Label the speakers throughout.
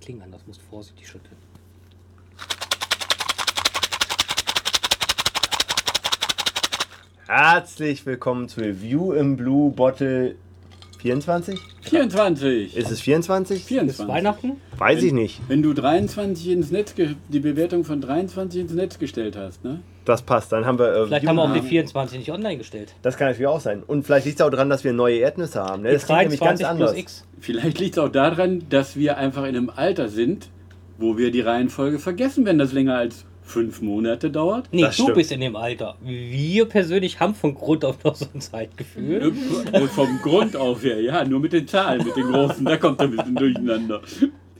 Speaker 1: Klingen an, das musst du vorsichtig schütteln.
Speaker 2: Herzlich willkommen zu Review im Blue Bottle 24?
Speaker 3: 24.
Speaker 2: Ist es 24?
Speaker 1: Ist Weihnachten?
Speaker 2: Weiß ich nicht.
Speaker 3: Wenn du 23 ins Netz ge die Bewertung von 23 ins Netz gestellt hast, ne?
Speaker 2: Das passt. Dann haben wir. Äh,
Speaker 1: Vielleicht haben wir auch die 24 nicht online gestellt.
Speaker 2: das kann natürlich auch sein. Und vielleicht liegt es auch daran, dass wir neue Erdnüsse haben. Ne? Das klingt nämlich ganz anders.
Speaker 1: X.
Speaker 3: Vielleicht liegt es auch daran, dass wir einfach in einem Alter sind, wo wir die Reihenfolge vergessen, wenn das länger als fünf Monate dauert.
Speaker 1: Nee,
Speaker 2: Das
Speaker 1: du
Speaker 2: stimmt.
Speaker 1: bist in dem Alter. Wir persönlich haben von Grund auf noch so ein Zeitgefühl.
Speaker 3: Äh, Vom Grund auf her, ja, nur mit den Zahlen, mit den großen, da kommt ein bisschen durcheinander.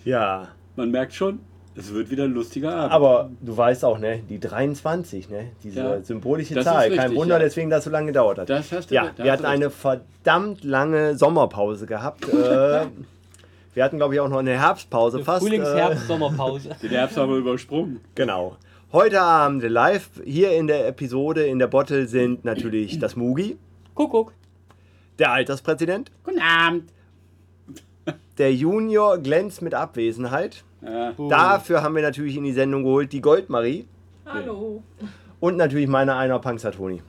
Speaker 2: Ja.
Speaker 3: Man merkt schon, es wird wieder ein lustiger Abend.
Speaker 2: Aber du weißt auch, ne? Die 23, ne? Diese
Speaker 3: Ja.
Speaker 2: symbolische
Speaker 3: Das ist
Speaker 2: Zahl. Kein
Speaker 3: richtig,
Speaker 2: Wunder,
Speaker 3: ja.
Speaker 2: deswegen das so lange gedauert hat.
Speaker 3: Das hast du-
Speaker 2: ja,
Speaker 3: da
Speaker 2: wir
Speaker 3: hast
Speaker 2: hatten
Speaker 3: du
Speaker 2: eine verdammt lange Sommerpause gehabt. äh, wir hatten, glaube ich, auch noch eine Herbstpause fast.
Speaker 1: Frühlings,
Speaker 2: äh,
Speaker 1: Herbst, Sommerpause.
Speaker 3: Den Herbst haben wir übersprungen.
Speaker 2: Genau. Heute Abend live hier in der Episode in der Bottle sind natürlich das Mugi,
Speaker 1: Kuckuck.
Speaker 2: der Alterspräsident,
Speaker 3: Guten Abend.
Speaker 2: der Junior glänzt mit Abwesenheit.
Speaker 3: Ja,
Speaker 2: Dafür haben wir natürlich in die Sendung geholt die Goldmarie
Speaker 4: Hallo.
Speaker 2: und natürlich meine einer Panzertoni.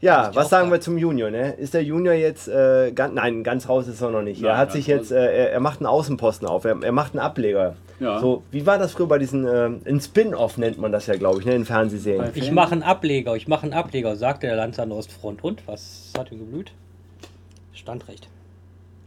Speaker 2: Ja, was sagen wir zum Junior? Ne? Ist der Junior jetzt äh, ganz, nein, ganz raus ist er noch nicht. er
Speaker 3: Nein,
Speaker 2: hat
Speaker 3: ganz
Speaker 2: sich jetzt, äh, er, er macht einen Außenposten auf, er, er macht einen Ableger.
Speaker 3: Ja.
Speaker 2: So, wie war das früher bei diesen, ähm, in Spin-off nennt man das ja, glaube ich, ne, in Fernsehserien.
Speaker 3: Bei-
Speaker 1: Ich mache einen Ableger, ich mache einen Ableger, sagte der Lanz an der Ostfront. Und was hat ihm geblüht? Standrecht.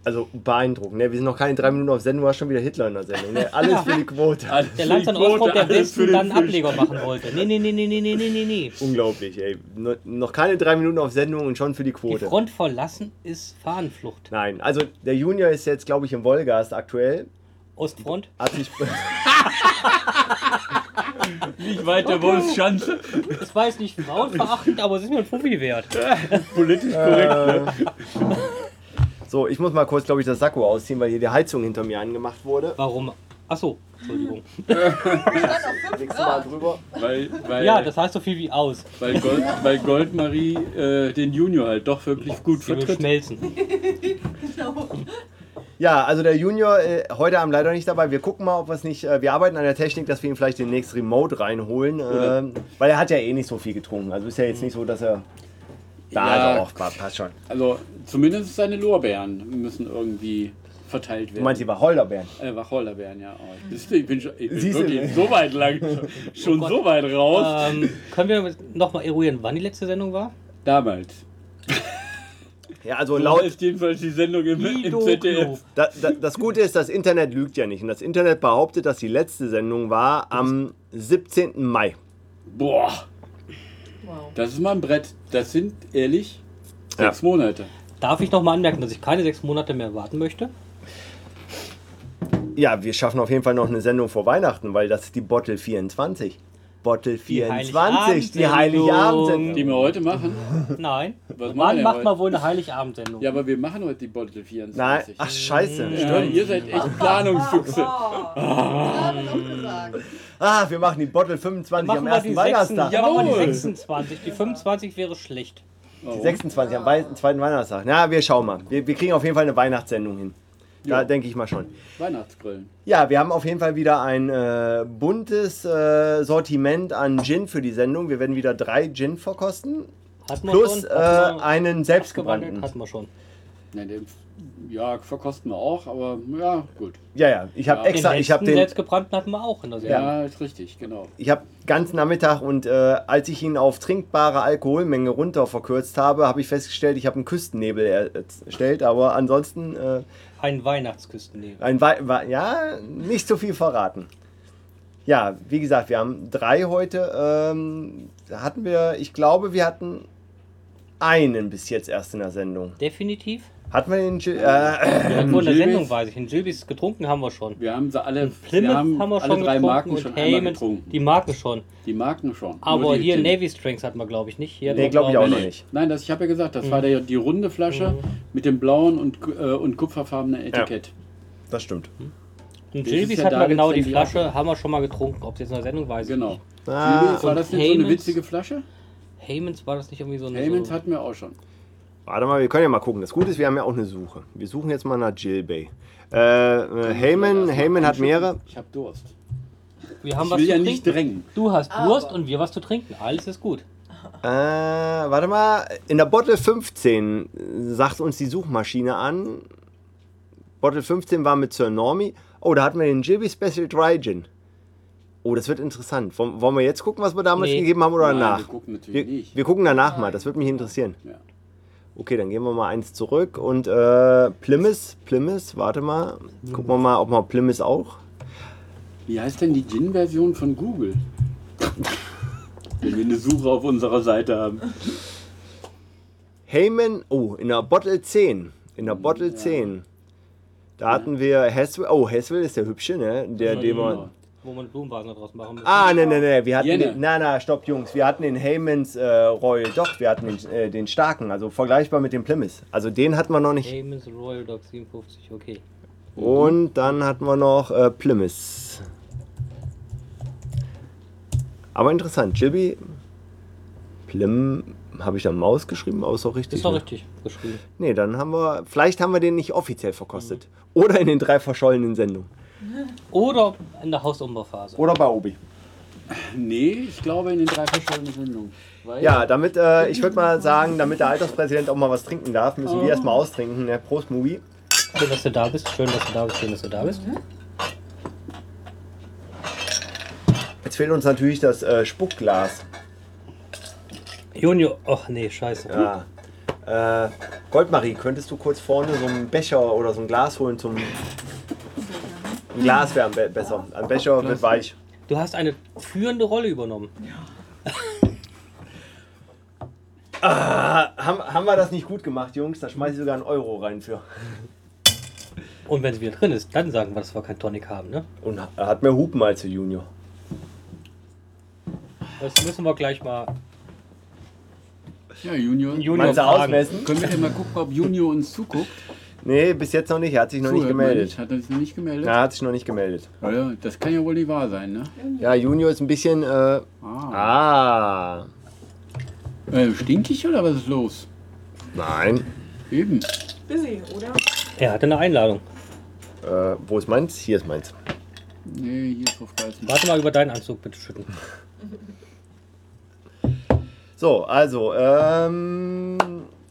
Speaker 2: Also beeindruckend. Ne? Wir sind noch keine drei Minuten auf Sendung, war schon wieder Hitler in der Sendung. Ne? Alles für die Quote.
Speaker 3: alles
Speaker 1: Der
Speaker 3: für
Speaker 1: Lanz
Speaker 3: die
Speaker 1: an der Ostfront,
Speaker 3: Quote,
Speaker 1: der am
Speaker 3: alles
Speaker 1: besten
Speaker 3: für den
Speaker 1: dann einen
Speaker 3: Fisch.
Speaker 1: Ableger machen wollte. Nee, nee, nee, nee, nee, nee, nee, nee, nee.
Speaker 2: Oh, Unglaublich, ey. No, noch keine drei Minuten auf Sendung und schon für die
Speaker 1: Die
Speaker 2: Quote.
Speaker 1: Front verlassen ist Fahnenflucht.
Speaker 2: Nein, also der Junior ist jetzt, glaube ich, im Wolgast aktuell.
Speaker 1: Ostfront?
Speaker 2: Hat sich,
Speaker 3: Nicht weiter, wo es Schanze.
Speaker 1: Das war jetzt nicht frauenverachtend, aber es ist mir ein Fuffi wert.
Speaker 3: Politisch korrekt, ne?
Speaker 2: so, ich muss mal kurz, glaube ich, das Sakko ausziehen, weil hier die Heizung hinter mir angemacht wurde.
Speaker 1: Warum? Achso, Entschuldigung.
Speaker 2: Legst du mal drüber.
Speaker 3: Weil,
Speaker 2: Äh.
Speaker 3: weil,
Speaker 1: Ja, das heißt so viel wie aus.
Speaker 3: weil, Gold, weil Goldmarie äh, den Junior halt doch wirklich gut
Speaker 1: Sie will
Speaker 3: vertritt.
Speaker 1: schmelzen.
Speaker 2: Ja, also der Junior äh, heute Abend leider nicht dabei. Wir gucken mal, ob wir es nicht. Äh, wir arbeiten an der Technik, dass wir ihn vielleicht demnächst remote reinholen. ähm, weil er hat ja eh nicht so viel getrunken. Also ist ja jetzt nicht so, dass er. Da
Speaker 3: Ja.
Speaker 2: doch, pa- passt schon.
Speaker 3: Also zumindest seine Lorbeeren müssen irgendwie verteilt
Speaker 2: Du
Speaker 3: werden.
Speaker 2: meinst die Wacholderbeeren?
Speaker 3: äh, Wacholderbeeren, ja. Oh, ich- siehst du, ich bin, schon, ich bin
Speaker 2: Siehst du,
Speaker 3: wirklich
Speaker 2: ne?
Speaker 3: so weit lang, schon
Speaker 1: Oh Gott.
Speaker 3: so weit raus.
Speaker 1: Ähm, können wir nochmal eruieren, wann die letzte Sendung war?
Speaker 3: Damals.
Speaker 2: Ja, also
Speaker 3: Laut
Speaker 2: laut.
Speaker 3: ist jedenfalls die Sendung im, im ZDF.
Speaker 2: Da, da, das Gute ist, das Internet lügt ja nicht. Und das Internet behauptet, dass die letzte Sendung war am 17. Mai.
Speaker 3: Boah,
Speaker 4: Wow.
Speaker 3: das ist mal ein Brett. Das sind, ehrlich,
Speaker 2: Ja.
Speaker 3: sechs Monate.
Speaker 1: Darf ich nochmal anmerken, dass ich keine sechs Monate mehr warten möchte?
Speaker 2: Ja, wir schaffen auf jeden Fall noch eine Sendung vor Weihnachten, weil das ist die Bottle 24. Bottle 24, die
Speaker 1: Heiligabend-Sendung.
Speaker 2: Heiligabendsendung.
Speaker 1: Oh.
Speaker 3: Die wir heute machen.
Speaker 1: Nein.
Speaker 3: Was machen
Speaker 1: Wann
Speaker 3: wir
Speaker 1: macht
Speaker 3: heute?
Speaker 1: man wohl eine Heiligabendsendung?
Speaker 3: Ja, aber wir machen heute die Bottle
Speaker 2: Nein,
Speaker 3: 24.
Speaker 2: ach scheiße,
Speaker 3: ja,
Speaker 2: stimmt.
Speaker 3: ihr seid echt Planungsfüchse.
Speaker 2: Ah, wir machen die Bottle 25
Speaker 1: machen
Speaker 2: am
Speaker 1: wir die,
Speaker 2: ersten
Speaker 1: 6,
Speaker 2: Weihnachtstag.
Speaker 1: ja, machen wir die
Speaker 3: Jawohl.
Speaker 1: 26. Die 25 wäre schlecht.
Speaker 3: Warum?
Speaker 2: 26 am Wei- zweiten Weihnachtstag. Na, wir schauen mal. Wir, wir kriegen auf jeden Fall eine Weihnachtssendung hin. Da
Speaker 3: Ja.
Speaker 2: denke ich mal schon.
Speaker 3: Weihnachtsgrillen.
Speaker 2: Ja, wir haben auf jeden Fall wieder ein äh, buntes äh, Sortiment an Gin für die Sendung. Wir werden wieder drei Gin verkosten.
Speaker 1: Hat man
Speaker 2: Plus
Speaker 1: schon? Hat
Speaker 2: äh,
Speaker 1: man
Speaker 2: einen
Speaker 1: abgewandelt?
Speaker 2: selbstgebrannten.
Speaker 1: Hatten wir schon.
Speaker 3: Nein, Ne, den, ja, verkosten wir auch, aber ja, gut.
Speaker 2: Ja, ja. Ich habe
Speaker 3: Ja.
Speaker 1: Den
Speaker 2: extra, ich habe
Speaker 1: letzten
Speaker 2: den,
Speaker 1: selbstgebrannten hatten wir auch in der
Speaker 3: Ja,
Speaker 1: Sendung.
Speaker 3: ist richtig, genau.
Speaker 2: ich habe ganzen Nachmittag und äh, als ich ihn auf trinkbare Alkoholmenge runter verkürzt habe, habe ich festgestellt, ich habe einen Küstennebel er- erstellt. Aber ansonsten äh,
Speaker 1: Ein Weihnachtsküstennebel.
Speaker 2: Ein Wei Wei- ja, nicht zu viel verraten. Ja, wie gesagt, wir haben drei heute. Ähm, hatten wir, ich glaube, wir hatten einen bis jetzt erst in der Sendung.
Speaker 1: Definitiv.
Speaker 2: Hatten wir den Gin-
Speaker 1: Obwohl
Speaker 2: äh,
Speaker 1: in der
Speaker 3: Gilbis-
Speaker 1: Sendung weiß ich, in Gilbis getrunken haben wir schon.
Speaker 3: Wir haben sie alle,
Speaker 1: Plymouth
Speaker 3: wir
Speaker 1: haben,
Speaker 3: haben
Speaker 1: wir schon
Speaker 3: alle drei
Speaker 1: getrunken
Speaker 3: Marken
Speaker 1: und
Speaker 3: schon einmal
Speaker 1: Hammond,
Speaker 3: getrunken. Die,
Speaker 1: die Marken schon.
Speaker 3: Marken schon. Nur
Speaker 1: Aber
Speaker 3: die
Speaker 1: hier
Speaker 3: Gin-
Speaker 1: Navy Strengths hat man, glaube ich, nicht. Hier
Speaker 2: Nee,
Speaker 1: hat
Speaker 2: glaube
Speaker 1: man,
Speaker 2: ich auch
Speaker 1: glaub
Speaker 2: noch nicht.
Speaker 3: Nein, das, ich habe ja gesagt, das war
Speaker 1: Mhm.
Speaker 3: der, die runde Flasche mit dem blauen und, äh, und kupferfarbenen Etikett.
Speaker 2: Das stimmt.
Speaker 1: Und
Speaker 3: Das ist
Speaker 1: Gilbis
Speaker 3: ja
Speaker 1: hat
Speaker 3: da
Speaker 1: man genau die
Speaker 3: letztendlich auch-
Speaker 1: Flasche, haben wir schon mal getrunken. Ob es jetzt in der Sendung weiß ich
Speaker 3: Genau.
Speaker 1: nicht.
Speaker 2: Ah,
Speaker 3: war das nicht so eine
Speaker 1: Hammond's-
Speaker 3: witzige Flasche?
Speaker 1: Hammons war das nicht irgendwie so eine.
Speaker 3: Hammond's
Speaker 1: so,
Speaker 3: hatten wir auch schon.
Speaker 2: Warte mal, wir können ja mal gucken. Das Gute ist, wir haben ja auch eine Suche. Wir suchen jetzt mal nach Jill Bay. Äh, äh, Heyman, Heyman hat mehrere.
Speaker 3: Ich habe Durst.
Speaker 1: Wir haben
Speaker 3: Ich
Speaker 1: was
Speaker 3: will
Speaker 1: zu
Speaker 3: ja
Speaker 1: trinken.
Speaker 3: nicht drängen.
Speaker 1: Du hast
Speaker 4: Aber-
Speaker 1: Durst und wir was zu trinken. Alles ist gut.
Speaker 2: Äh, warte mal, in der Bottle 15 sagt uns die Suchmaschine an. Bottle 15 war mit Sir Normie. Oh, da hatten wir den Jibby Special Dry Gin. Oh, das wird interessant. Wollen wollen wir jetzt gucken, was wir damals
Speaker 1: Nee.
Speaker 2: gegeben haben oder
Speaker 3: Nein,
Speaker 2: danach?
Speaker 3: wir gucken natürlich
Speaker 2: Wir,
Speaker 3: nicht.
Speaker 2: wir gucken danach mal, das würde mich interessieren.
Speaker 3: Ja.
Speaker 2: Okay, dann gehen wir mal eins zurück und äh, Plymouth, Plymouth, warte mal. Gucken wir mal, ob wir Plymouth auch.
Speaker 3: Wie heißt denn die Gin-Version von Google? Wenn wir eine Suche auf unserer Seite haben.
Speaker 2: Heyman, oh, in der Bottle 10. In der Bottle 10. Da hatten wir Haswell. Oh, Haswell ist der hübsche, ne? Der,
Speaker 1: genau.
Speaker 2: den man.
Speaker 1: Wo man Blumenvasen daraus machen muss.
Speaker 2: Ah, ne, ne, ne. Wir hatten
Speaker 3: Jenne.
Speaker 2: den, na, na, stopp, Jungs. Wir hatten den Heymans äh, Royal. Doch, wir hatten den, äh, den starken. Also vergleichbar mit dem Plymouth. Also den hatten wir noch nicht.
Speaker 1: James Royal Dog 57, okay.
Speaker 2: Und dann hatten wir noch äh, Plymouth. Aber interessant. Jibby. Plym. Habe ich da Maus geschrieben? Aber ist doch richtig.
Speaker 1: Ist doch
Speaker 2: ne?
Speaker 1: richtig geschrieben.
Speaker 2: Nee, dann haben wir. Vielleicht haben wir den nicht offiziell verkostet. Oder in den drei verschollenen Sendungen.
Speaker 1: Oder in der Hausumbauphase.
Speaker 2: Oder bei Obi.
Speaker 3: Nee, ich glaube in den drei verschiedenen Sendungen. Weil-
Speaker 2: Ja, damit, äh, ich würde mal sagen, damit der Alterspräsident auch mal was trinken darf, müssen
Speaker 1: Oh.
Speaker 2: wir erstmal austrinken. Ne? Prost, Mugi.
Speaker 1: Schön, dass du da bist. Schön, dass du da bist. Schön, dass du da bist.
Speaker 2: Jetzt fehlt uns natürlich das äh, Spuckglas.
Speaker 1: Junior. Och oh, nee, scheiße.
Speaker 2: Ja. Äh, Goldmarie, könntest du kurz vorne so einen Becher oder so ein Glas holen zum. Ein Glas wäre am Be besser. Ein Becher wird weich.
Speaker 1: Du hast eine führende Rolle übernommen.
Speaker 2: Haben, haben wir das nicht gut gemacht, Jungs? Da schmeiße ich sogar einen Euro rein für.
Speaker 1: Und wenn sie wieder drin ist, dann sagen wir, dass wir kein Tonic haben, ne?
Speaker 2: Und er hat mehr Hupen als der Junior.
Speaker 1: Das müssen wir gleich mal.
Speaker 3: Ja, Junior.
Speaker 1: Junior-
Speaker 2: Meinst du
Speaker 1: fragen.
Speaker 2: ausmessen?
Speaker 3: Können wir denn mal gucken, ob Junior uns zuguckt?
Speaker 2: Nee, bis jetzt noch nicht. Er hat sich noch nicht
Speaker 3: Zuhört, meine ich.
Speaker 2: gemeldet.
Speaker 3: Hat er sich noch nicht gemeldet?
Speaker 2: Ja, er hat sich noch nicht gemeldet.
Speaker 3: Oder? Das kann ja wohl nicht wahr sein, ne?
Speaker 2: Ja, Junior ist ein bisschen. Äh,
Speaker 3: Ah.
Speaker 2: ah.
Speaker 3: Äh, stinkig oder was ist los?
Speaker 2: Nein.
Speaker 3: Eben.
Speaker 4: Busy, oder?
Speaker 1: Er hatte eine Einladung.
Speaker 2: Äh, wo ist meins? Hier ist meins.
Speaker 3: Nee, hier ist auf Weißen.
Speaker 1: Warte mal über deinen Anzug bitte schütten.
Speaker 2: So, also, ähm,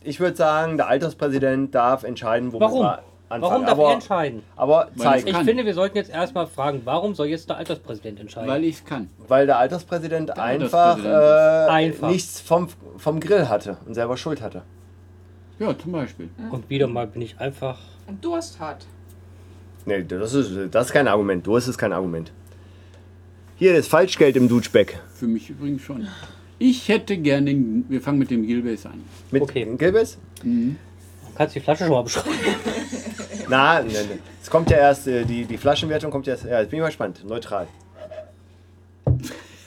Speaker 2: ich würde sagen, der Alterspräsident darf entscheiden, wo
Speaker 1: Warum?
Speaker 2: wir anfangen.
Speaker 1: Warum darf
Speaker 2: aber,
Speaker 1: er entscheiden?
Speaker 2: Aber zeigen.
Speaker 1: Ich
Speaker 3: Kann.
Speaker 1: finde, wir sollten jetzt erstmal fragen, warum soll jetzt der Alterspräsident entscheiden?
Speaker 3: Weil ich es kann.
Speaker 2: Weil der Alterspräsident einfach,
Speaker 3: Alterspräsident
Speaker 2: äh,
Speaker 1: Einfach.
Speaker 2: nichts vom, vom Grill hatte und selber Schuld hatte.
Speaker 3: Ja, zum Beispiel.
Speaker 1: Und wieder mal bin ich einfach.
Speaker 4: Und Durst hat.
Speaker 2: Nee, das ist, das ist kein Argument. Du hast es kein Argument. Hier ist Falschgeld im Dutschbeck.
Speaker 3: Für mich übrigens schon. Ich hätte gern den. Wir fangen mit dem Gilbase an.
Speaker 2: Mit
Speaker 1: Okay.
Speaker 2: Gilbis?
Speaker 1: Kannst du die Flasche schon mal beschreiben?
Speaker 2: Na, ne, ne. es kommt ja erst, äh, die, die Flaschenwertung kommt erst. Ja, jetzt bin ich mal gespannt. Neutral.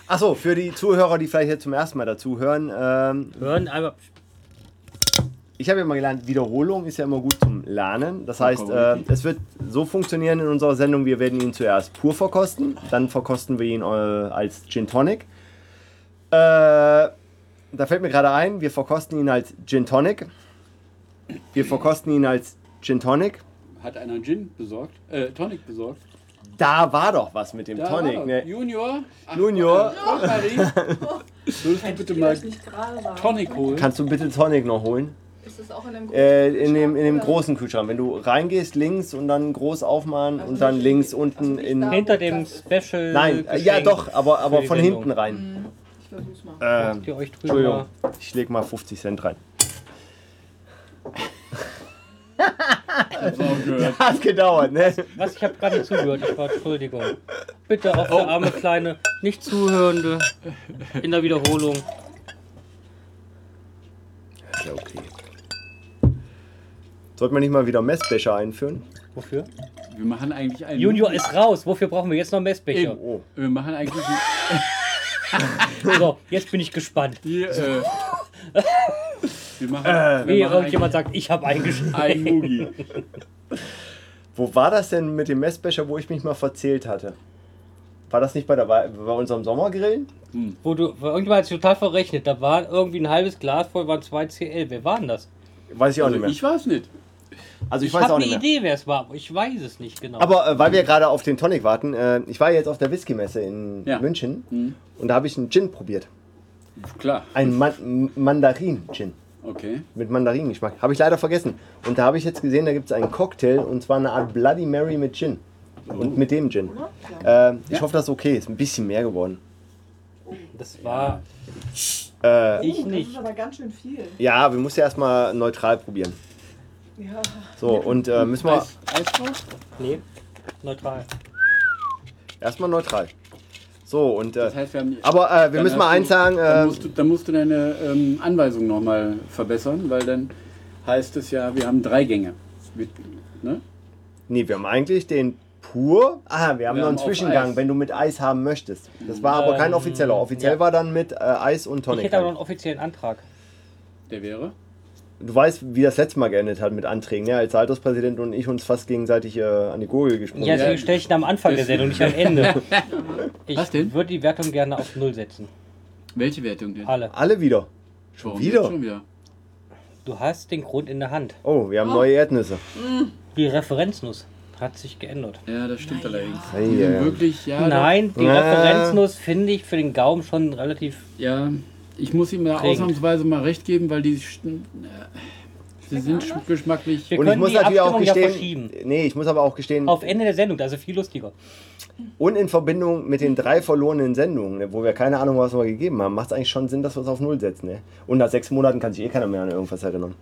Speaker 2: Achso, für die Zuhörer, die vielleicht jetzt zum ersten Mal dazu hören, ähm,
Speaker 1: Hören einmal.
Speaker 2: ich habe ja mal gelernt, Wiederholung ist ja immer gut zum Lernen. Das heißt, äh,
Speaker 3: Vollkommen.
Speaker 2: es wird so funktionieren in unserer Sendung, wir werden ihn zuerst pur verkosten, dann verkosten wir ihn äh, als Gin Tonic. Äh, da fällt mir gerade ein, wir verkosten ihn als Gin Tonic. Wir verkosten ihn als Gin Tonic.
Speaker 3: Hat einer Gin besorgt? Äh, Tonic besorgt.
Speaker 2: Da war doch was mit dem
Speaker 3: Da war
Speaker 2: Tonic,
Speaker 3: er.
Speaker 2: ne?
Speaker 3: Junior. Ach,
Speaker 2: Junior.
Speaker 3: Gott, Marie. Würdest du bitte
Speaker 4: Ich
Speaker 3: mal
Speaker 4: das nicht gerade sagen.
Speaker 3: Tonic
Speaker 4: Hm?
Speaker 3: holen?
Speaker 2: Kannst du bitte Tonic noch holen?
Speaker 4: Ist das auch in einem
Speaker 2: Äh, in, dem, in dem
Speaker 4: Oder?
Speaker 2: großen Kühlschrank. Wenn du reingehst, links und dann groß aufmachen
Speaker 4: Also
Speaker 2: und dann
Speaker 4: nicht-
Speaker 2: links unten
Speaker 4: also nicht
Speaker 2: in.
Speaker 4: da.
Speaker 1: Hinter dem Special.
Speaker 2: Nein, äh, ja
Speaker 1: Geschenk
Speaker 2: doch, aber, aber
Speaker 1: für die
Speaker 2: von
Speaker 1: Sendung.
Speaker 2: hinten rein.
Speaker 4: Mhm. Ich versuch's mal.
Speaker 2: Ähm,
Speaker 1: Macht ihr euch drüber.
Speaker 2: Entschuldigung, ich leg mal 50 Cent rein.
Speaker 3: Hat's auch gehört.
Speaker 2: Hat gedauert, ne?
Speaker 1: Was? Ich habe gerade nicht zugehört. Ich war Entschuldigung. Bitte auf
Speaker 2: Oh.
Speaker 1: der arme kleine, nicht zuhörende in der Wiederholung.
Speaker 2: Ja, okay. Sollte man nicht mal wieder Messbecher einführen?
Speaker 1: Wofür?
Speaker 3: Wir machen eigentlich einen.
Speaker 1: Junior ist raus. Wofür brauchen wir jetzt noch Messbecher?
Speaker 3: Eben.
Speaker 2: Oh.
Speaker 3: Wir machen eigentlich. einen-
Speaker 1: So, jetzt bin ich gespannt.
Speaker 3: Hier, äh, wir machen,
Speaker 2: Äh,
Speaker 1: Wie
Speaker 3: wir machen
Speaker 1: irgendjemand sagt, ich habe eingeschnitten.
Speaker 3: ein Mugi.
Speaker 2: Wo war das denn mit dem Messbecher, wo ich mich mal verzählt hatte? War das nicht bei, der, Wa- bei unserem Sommergrillen?
Speaker 1: Wo du, weil irgendjemand hat sich total verrechnet. Da war irgendwie ein halbes Glas voll, waren 2 CL. Wer war denn das?
Speaker 2: Weiß ich auch
Speaker 3: Also
Speaker 2: nicht mehr.
Speaker 3: ich weiß nicht.
Speaker 2: also ich,
Speaker 1: Ich,
Speaker 2: weiß
Speaker 1: habe
Speaker 2: auch
Speaker 1: eine
Speaker 2: nicht mehr.
Speaker 1: Idee, wer es war, aber ich weiß es nicht genau.
Speaker 2: Aber äh, weil wir gerade auf den Tonic warten, äh, ich war jetzt auf der Whisky-Messe in
Speaker 3: Ja. Mhm.
Speaker 2: München und da habe ich einen Gin probiert.
Speaker 3: Klar.
Speaker 2: Ein Man Mandarin-Gin.
Speaker 3: Okay.
Speaker 2: Mit Mandarinengeschmack. Habe ich leider vergessen. Und da habe ich jetzt gesehen, da gibt es einen Cocktail und zwar eine Art Bloody Mary mit Gin. Und mit dem Gin. Äh, ich hoffe, das ist okay. Ist ein bisschen mehr geworden.
Speaker 1: das war
Speaker 2: Äh,
Speaker 1: ich
Speaker 4: Das
Speaker 1: nicht.
Speaker 4: ist aber ganz schön viel.
Speaker 2: ja, wir müssen ja erstmal neutral probieren.
Speaker 4: Ja.
Speaker 2: So, und äh, müssen wir
Speaker 3: Eis, Eis drauf?
Speaker 1: Nee, neutral.
Speaker 2: erstmal neutral. So, und. Äh,
Speaker 3: Das heißt, wir haben.
Speaker 2: aber äh, wir
Speaker 3: dann
Speaker 2: müssen mal
Speaker 3: hast
Speaker 2: eins
Speaker 3: du,
Speaker 2: sagen.
Speaker 3: Dann
Speaker 2: Äh,
Speaker 3: musst du, dann musst du deine ähm, Anweisung nochmal verbessern, weil dann heißt es ja, wir haben drei Gänge. Mit, ne?
Speaker 2: Nee, wir haben eigentlich den pur. Ah, wir haben noch
Speaker 3: Wir haben
Speaker 2: einen
Speaker 3: auf
Speaker 2: Zwischengang,
Speaker 3: Eis.
Speaker 2: wenn du mit Eis haben möchtest. Das war aber kein
Speaker 1: Ähm,
Speaker 2: offizieller. Offiziell
Speaker 1: ja.
Speaker 2: war dann mit äh, Eis und
Speaker 1: Ich
Speaker 2: Tonic.
Speaker 1: hätte aber noch
Speaker 2: halt.
Speaker 1: einen offiziellen Antrag.
Speaker 3: Der wäre.
Speaker 2: Du weißt, wie das letzte Mal geendet hat mit Anträgen, ne? als der Alterspräsident und ich uns fast gegenseitig äh, an die Gurgel gesprungen
Speaker 1: Ja,
Speaker 2: sind.
Speaker 1: deswegen stelle ich ihn am Anfang der Sendung, nicht am Ende. Ich
Speaker 3: Was denn?
Speaker 1: würde die Wertung gerne auf Null setzen.
Speaker 3: Welche Wertung denn?
Speaker 1: Alle.
Speaker 2: Alle wieder.
Speaker 3: Schon
Speaker 2: Ah, wieder?
Speaker 3: Schon wieder.
Speaker 1: Du hast den Grund in der Hand.
Speaker 2: Oh, wir haben neue Erdnüsse.
Speaker 1: Die Referenznuss hat sich geändert.
Speaker 3: Ja, das stimmt allerdings.
Speaker 2: Ei,
Speaker 3: Die sind
Speaker 2: ei, ei.
Speaker 3: wirklich, ja. doch.
Speaker 1: Nein, die
Speaker 2: Äh.
Speaker 1: Referenznuss finde ich für den Gaumen schon relativ.
Speaker 3: Ja, ich muss ihm da
Speaker 1: Prägend.
Speaker 3: ausnahmsweise mal recht geben, weil die, sch- die sind sch- geschmacklich.
Speaker 1: Wir
Speaker 2: Und ich
Speaker 1: können
Speaker 2: muss
Speaker 1: die
Speaker 2: natürlich auch
Speaker 1: Abstimmung ja
Speaker 2: gestehen.
Speaker 1: verschieben.
Speaker 2: nee, ich muss aber auch gestehen,
Speaker 1: Auf Ende der Sendung, also viel lustiger.
Speaker 2: und in Verbindung mit den drei verlorenen Sendungen, ne, wo wir keine Ahnung, was wir gegeben haben, macht es eigentlich schon Sinn, dass wir es auf Null setzen. Ne? Und nach sechs Monaten kann sich eh keiner mehr an irgendwas erinnern.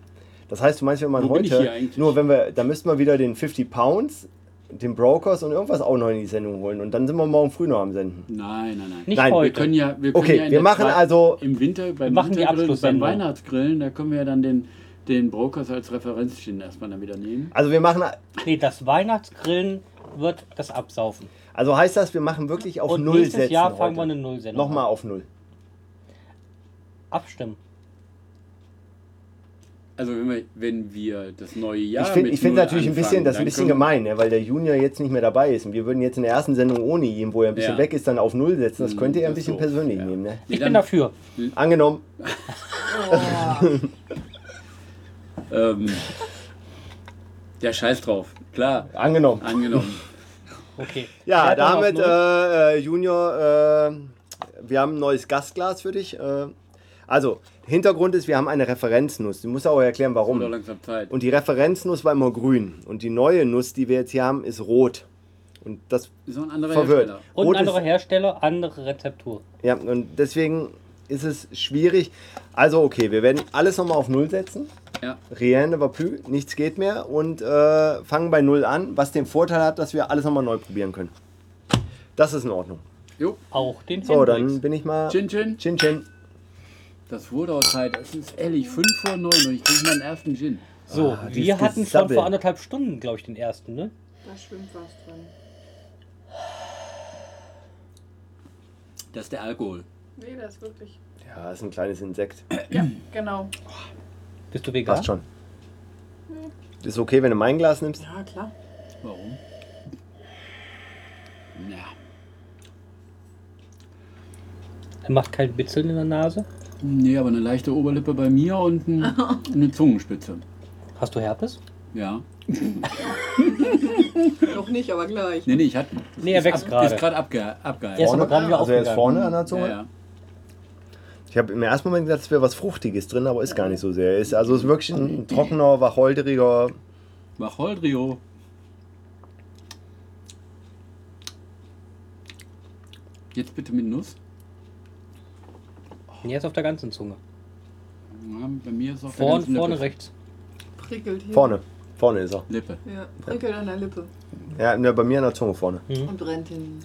Speaker 2: Das heißt, du meinst, wenn man
Speaker 3: Wo bin ich
Speaker 2: heute,
Speaker 3: hier eigentlich?
Speaker 2: nur wenn wir, da müssten wir wieder den 50 Pounds, den Brokers und irgendwas auch noch in die Sendung holen. Und dann sind wir morgen früh noch am Senden.
Speaker 3: Nein, nein, nein.
Speaker 1: Nicht
Speaker 2: Nein, wir
Speaker 1: heute.
Speaker 3: Wir können ja, wir können
Speaker 2: Okay,
Speaker 3: ja in
Speaker 2: wir
Speaker 3: der
Speaker 2: machen
Speaker 3: Zwe-
Speaker 2: also-
Speaker 3: im Winter beim,
Speaker 1: machen die
Speaker 3: Wintergrillen und beim
Speaker 1: Abschlusssendung.
Speaker 3: Weihnachtsgrillen, da können wir ja dann den, den Brokers als Referenzchen erstmal dann wieder nehmen.
Speaker 2: Also wir machen,
Speaker 1: Nee, das Weihnachtsgrillen wird das Absaufen.
Speaker 2: also heißt das, wir machen wirklich auf
Speaker 1: Und
Speaker 2: Null
Speaker 1: nächstes
Speaker 2: setzen
Speaker 1: Jahr fangen wir
Speaker 2: heute.
Speaker 1: eine Null-Sendung
Speaker 2: Nochmal auf Null.
Speaker 1: Abstimmen.
Speaker 3: Also wenn wir, wenn wir das neue Jahr
Speaker 2: ich finde
Speaker 3: mit
Speaker 2: ich find
Speaker 3: Null
Speaker 2: natürlich ein bisschen,
Speaker 3: anfangen,
Speaker 2: das ist
Speaker 3: dann
Speaker 2: ein bisschen
Speaker 3: können-
Speaker 2: gemein, ne? weil der Junior jetzt nicht mehr dabei ist. Und wir würden jetzt in der ersten Sendung ohne ihn, wo er ein bisschen
Speaker 3: Ja.
Speaker 2: weg ist, dann auf Null setzen. Hm, Das könnte er ein
Speaker 3: das ist
Speaker 2: bisschen
Speaker 3: doof,
Speaker 2: persönlich
Speaker 3: ja.
Speaker 2: nehmen. Ne?
Speaker 1: Ich
Speaker 3: dann-
Speaker 1: bin dafür.
Speaker 2: Angenommen,
Speaker 4: Oh.
Speaker 3: Ähm, der Scheiß drauf, klar,
Speaker 2: angenommen.
Speaker 3: angenommen.
Speaker 1: Okay.
Speaker 2: Ja,
Speaker 1: Wertung auf
Speaker 2: damit,
Speaker 1: Null.
Speaker 2: äh, äh, Junior, äh, wir haben ein neues Gastglas für dich. Äh, also, Hintergrund ist, wir haben eine Referenznuss. Du musst auch erklären,
Speaker 3: Kommt doch
Speaker 2: warum.
Speaker 3: langsam Zeit.
Speaker 2: Und die Referenznuss war immer grün. Und die neue Nuss, die wir jetzt hier haben, ist rot. Und das
Speaker 3: so ein anderer
Speaker 2: verwirrt.
Speaker 3: Hersteller.
Speaker 1: Und
Speaker 2: Rot
Speaker 1: ein
Speaker 2: ist-
Speaker 1: anderer Hersteller, andere Rezeptur.
Speaker 2: Ja, und deswegen ist es schwierig. Also, okay, wir werden alles nochmal auf Null setzen.
Speaker 3: Ja.
Speaker 2: Rien ne va plus, nichts geht mehr und äh, fangen bei Null an, was den Vorteil hat, dass wir alles nochmal neu probieren können. Das ist in Ordnung.
Speaker 3: Jo,
Speaker 1: Auch den
Speaker 2: So, dann
Speaker 1: Hendrix.
Speaker 2: bin ich mal.
Speaker 3: Chin Chin.
Speaker 2: Chin Chin.
Speaker 3: Das wurde auch Zeit. Es ist ehrlich 5 vor 9 und ich trinke meinen ersten Gin.
Speaker 1: So,
Speaker 2: Ah,
Speaker 1: wir
Speaker 2: dieses
Speaker 1: hatten schon
Speaker 2: Gesabbel.
Speaker 1: vor anderthalb Stunden, glaube ich, den ersten, ne?
Speaker 4: Da schwimmt was drin.
Speaker 3: Das ist der Alkohol.
Speaker 4: Nee, das ist wirklich.
Speaker 2: Ja, ist ein kleines Insekt.
Speaker 4: Genau.
Speaker 1: Bist du vegan?
Speaker 2: Passt schon. Ist okay, wenn du mein Glas nimmst?
Speaker 4: Ja, klar.
Speaker 3: Warum? Ja.
Speaker 1: Er macht kein Bitzeln in der Nase.
Speaker 3: Nee, aber eine leichte Oberlippe bei mir und ein, eine Zungenspitze.
Speaker 1: Hast du Herpes?
Speaker 3: Ja.
Speaker 4: Noch nicht, aber gleich.
Speaker 3: Nee, nee, ich hatte.
Speaker 1: Nee, er
Speaker 3: ist
Speaker 1: wächst
Speaker 3: ab-
Speaker 1: gerade.
Speaker 3: Ist gerade abge, abgeheizt.
Speaker 1: Er ist aber gerade wieder
Speaker 2: also er ist
Speaker 1: aufgegangen.
Speaker 2: vorne an der
Speaker 3: ja,
Speaker 2: Zunge.
Speaker 3: ja.
Speaker 2: Ich habe im ersten Moment gedacht, es wäre was Fruchtiges drin, aber ist gar nicht so sehr. Ist also ist wirklich
Speaker 1: Mhm.
Speaker 2: ein trockener, wacholteriger.
Speaker 3: Wacholdrio. Jetzt bitte mit Nuss.
Speaker 1: Nee, er ist auf der ganzen Zunge.
Speaker 3: Ja, bei mir ist auch
Speaker 1: Vorn,
Speaker 3: ganzen
Speaker 1: vorne
Speaker 3: Lippe.
Speaker 1: rechts.
Speaker 4: Prickelt hier.
Speaker 2: Vorne. Vorne ist er.
Speaker 3: Lippe.
Speaker 4: Ja, prickelt an der Lippe.
Speaker 2: Ja, ne, bei mir an der Zunge vorne.
Speaker 4: Und brennt hin.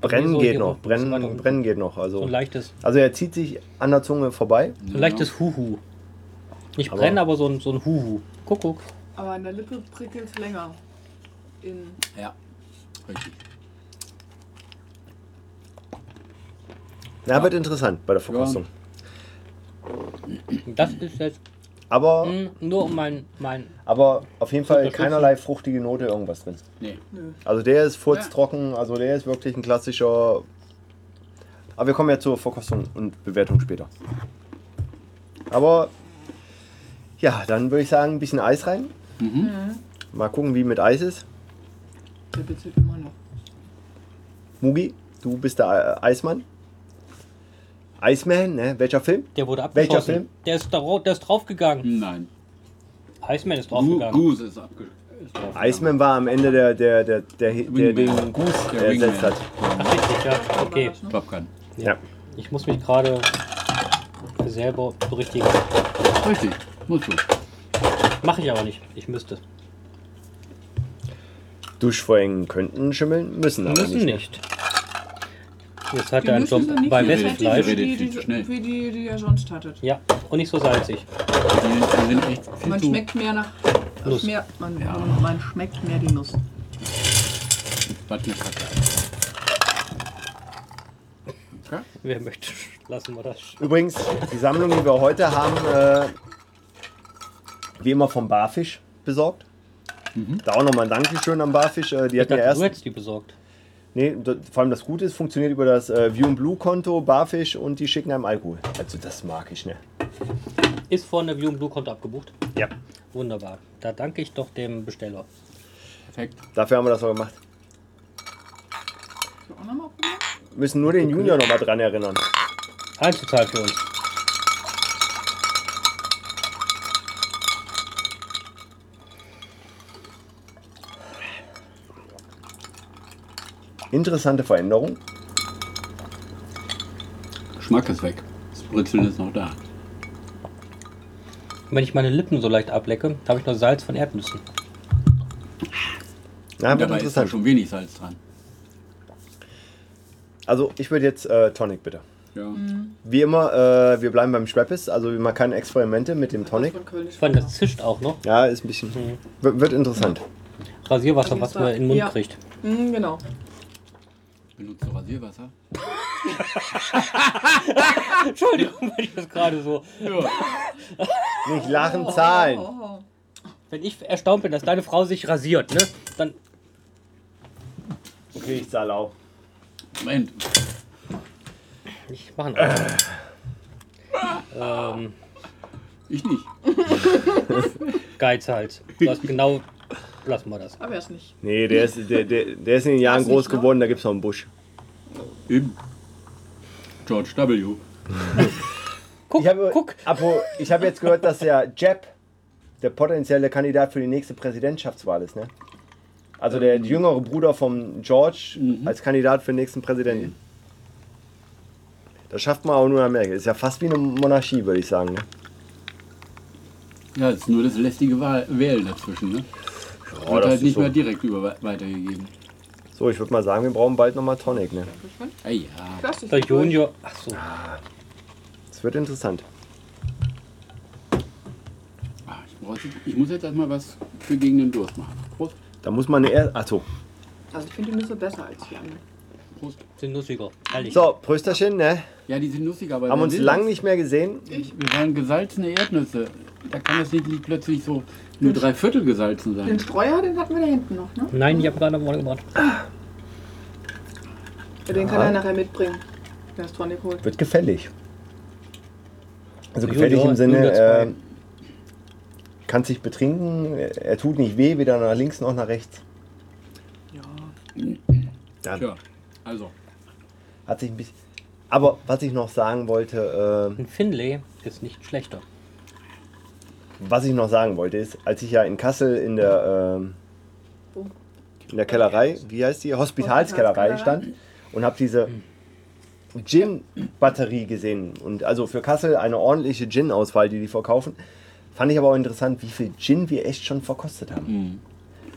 Speaker 2: Brennen
Speaker 1: Hm. so
Speaker 2: geht
Speaker 1: hier
Speaker 2: noch.
Speaker 1: unten, bisschen weiter
Speaker 2: Brennen,
Speaker 1: unten.
Speaker 2: brennen geht noch.
Speaker 1: So
Speaker 2: Also,
Speaker 1: ein leichtes,
Speaker 2: also er zieht sich an der Zunge vorbei.
Speaker 1: so ein leichtes Huhu. Nicht
Speaker 2: Aber-
Speaker 1: brennen, aber so ein, so ein Huhu. Kuckuck.
Speaker 4: Aber an der Lippe prickelt es länger. In.
Speaker 3: Ja. Richtig.
Speaker 2: Ja, wird interessant bei der Verkostung.
Speaker 1: Das ist jetzt
Speaker 2: Aber,
Speaker 1: mh, nur um mein, mein.
Speaker 2: aber auf jeden Fall
Speaker 1: Unterstützen.
Speaker 2: keinerlei fruchtige Note irgendwas drin.
Speaker 3: Nee.
Speaker 2: Also der ist furztrocken, also der ist wirklich ein klassischer. Aber wir kommen ja zur Verkostung und Bewertung später. Aber Ja, dann würde ich sagen, ein bisschen Eis rein.
Speaker 1: Mhm.
Speaker 2: Mal gucken, wie mit Eis ist.
Speaker 4: Der bitzelt immer noch.
Speaker 2: Mugi, du bist der äh, Eismann. Iceman, ne? Welcher Film?
Speaker 1: Der wurde abgeschossen.
Speaker 2: Welcher Film?
Speaker 1: Der ist, da, der ist draufgegangen.
Speaker 3: Nein.
Speaker 1: Iceman ist
Speaker 3: Gu-
Speaker 1: draufgegangen.
Speaker 3: Goose ist abge. Ist draufgegangen.
Speaker 2: Iceman war am Ende der, der, der, der, der
Speaker 3: Wingman.
Speaker 2: den Goose
Speaker 3: Der
Speaker 2: ersetzt
Speaker 3: Wingman.
Speaker 2: hat.
Speaker 1: Ach, richtig, ja. Okay.
Speaker 4: ne?
Speaker 3: Top
Speaker 2: Ja.
Speaker 1: Ich muss mich gerade selber berichtigen.
Speaker 3: Richtig, musst du.
Speaker 1: Mache ich aber nicht. Ich müsste.
Speaker 2: Duschvorhängen könnten schimmeln, müssen aber
Speaker 1: müssen
Speaker 2: nicht. ne?
Speaker 1: nicht. Jetzt hat er einen Job bei
Speaker 3: Ihr
Speaker 1: Westfleisch.
Speaker 3: redet
Speaker 4: Wie
Speaker 3: viel zu schnell.
Speaker 4: die, wie die, die ihr sonst hattet.
Speaker 1: Ja, und nicht so salzig.
Speaker 3: Die, die sind echt viel
Speaker 4: Man
Speaker 3: zu.
Speaker 4: schmeckt mehr nach.
Speaker 1: Nuss.
Speaker 4: Mehr, man, man schmeckt mehr die Nuss.
Speaker 3: Was nicht verkehrt.
Speaker 1: Wer möchte, lassen wir das.
Speaker 2: Übrigens, die Sammlung, die wir heute haben, äh, wie immer vom Barfisch besorgt. Da auch nochmal ein Dankeschön am Barfisch. Äh,
Speaker 1: Mhm.
Speaker 2: die
Speaker 1: Ich
Speaker 2: hat mir
Speaker 1: dachte,
Speaker 2: erst.
Speaker 1: du hättest die besorgt.
Speaker 2: Nee, d- vor allem das Gute ist, funktioniert über das äh, View and Blue Konto, Barfisch und die schicken einem Alkohol. Also das mag ich, ne?
Speaker 1: Ist von der View Blue Konto abgebucht.
Speaker 2: Ja.
Speaker 1: Wunderbar. Da danke ich doch dem Besteller.
Speaker 3: Perfekt.
Speaker 2: Dafür haben wir das auch gemacht.
Speaker 4: So, auch nochmal probieren?
Speaker 2: Müssen nur den Junior nochmal dran erinnern.
Speaker 1: Einzelzahl für uns.
Speaker 2: Interessante Veränderung.
Speaker 3: Geschmack ist weg. Das Britzeln ist noch da.
Speaker 1: Wenn ich meine Lippen so leicht ablecke, habe ich noch Salz von Erdnüssen.
Speaker 2: Ja, wird
Speaker 3: Dabei ist da
Speaker 2: interessant.
Speaker 3: schon wenig Salz dran.
Speaker 2: Also ich würde jetzt äh, Tonic bitte.
Speaker 3: Ja.
Speaker 2: Wie immer, äh, wir bleiben beim Schweppes, also man kann Experimente mit dem Tonic.
Speaker 4: Von Köln.
Speaker 1: Ich fand, das zischt auch noch.
Speaker 2: Ja, ist ein bisschen. Wird, wird interessant.
Speaker 1: Rasierwasser, was
Speaker 4: Rasierwasser.
Speaker 1: man in den Mund
Speaker 4: Ja.
Speaker 1: kriegt.
Speaker 4: Mhm, genau.
Speaker 3: Benutzt du Rasierwasser?
Speaker 1: Entschuldigung, wenn ich das gerade so.
Speaker 2: Nicht lachen, zahlen.
Speaker 4: Oh,
Speaker 1: Wenn ich erstaunt bin, dass deine Frau sich rasiert, ne? Dann.
Speaker 2: Okay, ich zahle auch.
Speaker 3: Moment.
Speaker 1: Ich mache einen anderen. ähm,
Speaker 3: Ich nicht.
Speaker 1: Geizhals. Du hast genau. Lassen wir das.
Speaker 4: aber er ist nicht.
Speaker 2: Nee, der ist, der, der, der ist in den Jahren
Speaker 4: Weiß nicht,
Speaker 2: groß
Speaker 4: ne?
Speaker 2: geworden, da gibt es noch einen Busch.
Speaker 3: Eben. George W.
Speaker 1: Guck,
Speaker 2: Ich habe,
Speaker 1: guck.
Speaker 2: Apo, ich habe jetzt gehört, dass der Jeb der potenzielle Kandidat für die nächste Präsidentschaftswahl ist, ne? Also der jüngere Bruder von George als Kandidat für den nächsten Präsidenten. Das schafft man auch nur in Amerika. Ist ja fast wie eine Monarchie, würde ich sagen. Ne?
Speaker 3: Ja, ist nur das lästige Wahl Wählen dazwischen, ne?
Speaker 2: das
Speaker 3: Wird halt
Speaker 2: ist
Speaker 3: nicht
Speaker 2: so.
Speaker 3: mehr direkt über weitergegeben.
Speaker 2: So, ich würde mal sagen, wir brauchen bald nochmal Tonic. Ne?
Speaker 3: Ah ja.
Speaker 4: Plastik.
Speaker 1: Der Junior. Ach so.
Speaker 2: Das wird interessant.
Speaker 3: Ah, Ich, brauch jetzt, ich muss jetzt erstmal was für gegen den Durst machen. Prost.
Speaker 2: Da muss man erst. Achso.
Speaker 4: Also ich finde die Nüsse besser als die anderen.
Speaker 3: Prost.
Speaker 1: Sind nussiger. Ehrlich.
Speaker 2: So, Prösterchen, ne?
Speaker 3: Ja, die sind lustig, aber.
Speaker 2: Haben
Speaker 3: wer
Speaker 2: uns
Speaker 3: will
Speaker 2: lang
Speaker 3: das?
Speaker 2: nicht mehr gesehen.
Speaker 3: Wir waren gesalzene Erdnüsse. Da kann das nicht plötzlich so nur drei Viertel gesalzen
Speaker 4: Den
Speaker 3: sein.
Speaker 4: Streuer, den hatten wir da hinten noch, ne?
Speaker 1: Nein, ich habe gerade am Morgen gemacht.
Speaker 4: Den kann er nachher mitbringen. Der ist Tonic holt.
Speaker 2: Wird gefällig. Also
Speaker 1: Junior,
Speaker 2: gefällig im
Speaker 1: Junior
Speaker 2: Sinne,
Speaker 1: zwei.
Speaker 2: äh, kann sich betrinken, äh, er tut nicht weh, weder nach links noch nach rechts. Ja.
Speaker 3: Tja, also.
Speaker 2: Hat sich ein bisschen. Aber was ich noch sagen wollte, äh,
Speaker 1: Ein Finlay ist nicht schlechter.
Speaker 2: was ich noch sagen wollte, ist, als ich ja in Kassel in der, ähm, in der Kellerei, wie heißt die, Hospitalskellerei stand und habe diese Gin-Batterie gesehen. Und also für Kassel eine ordentliche Gin-Auswahl, die die verkaufen. Fand ich aber auch interessant, wie viel Gin wir echt schon verkostet haben.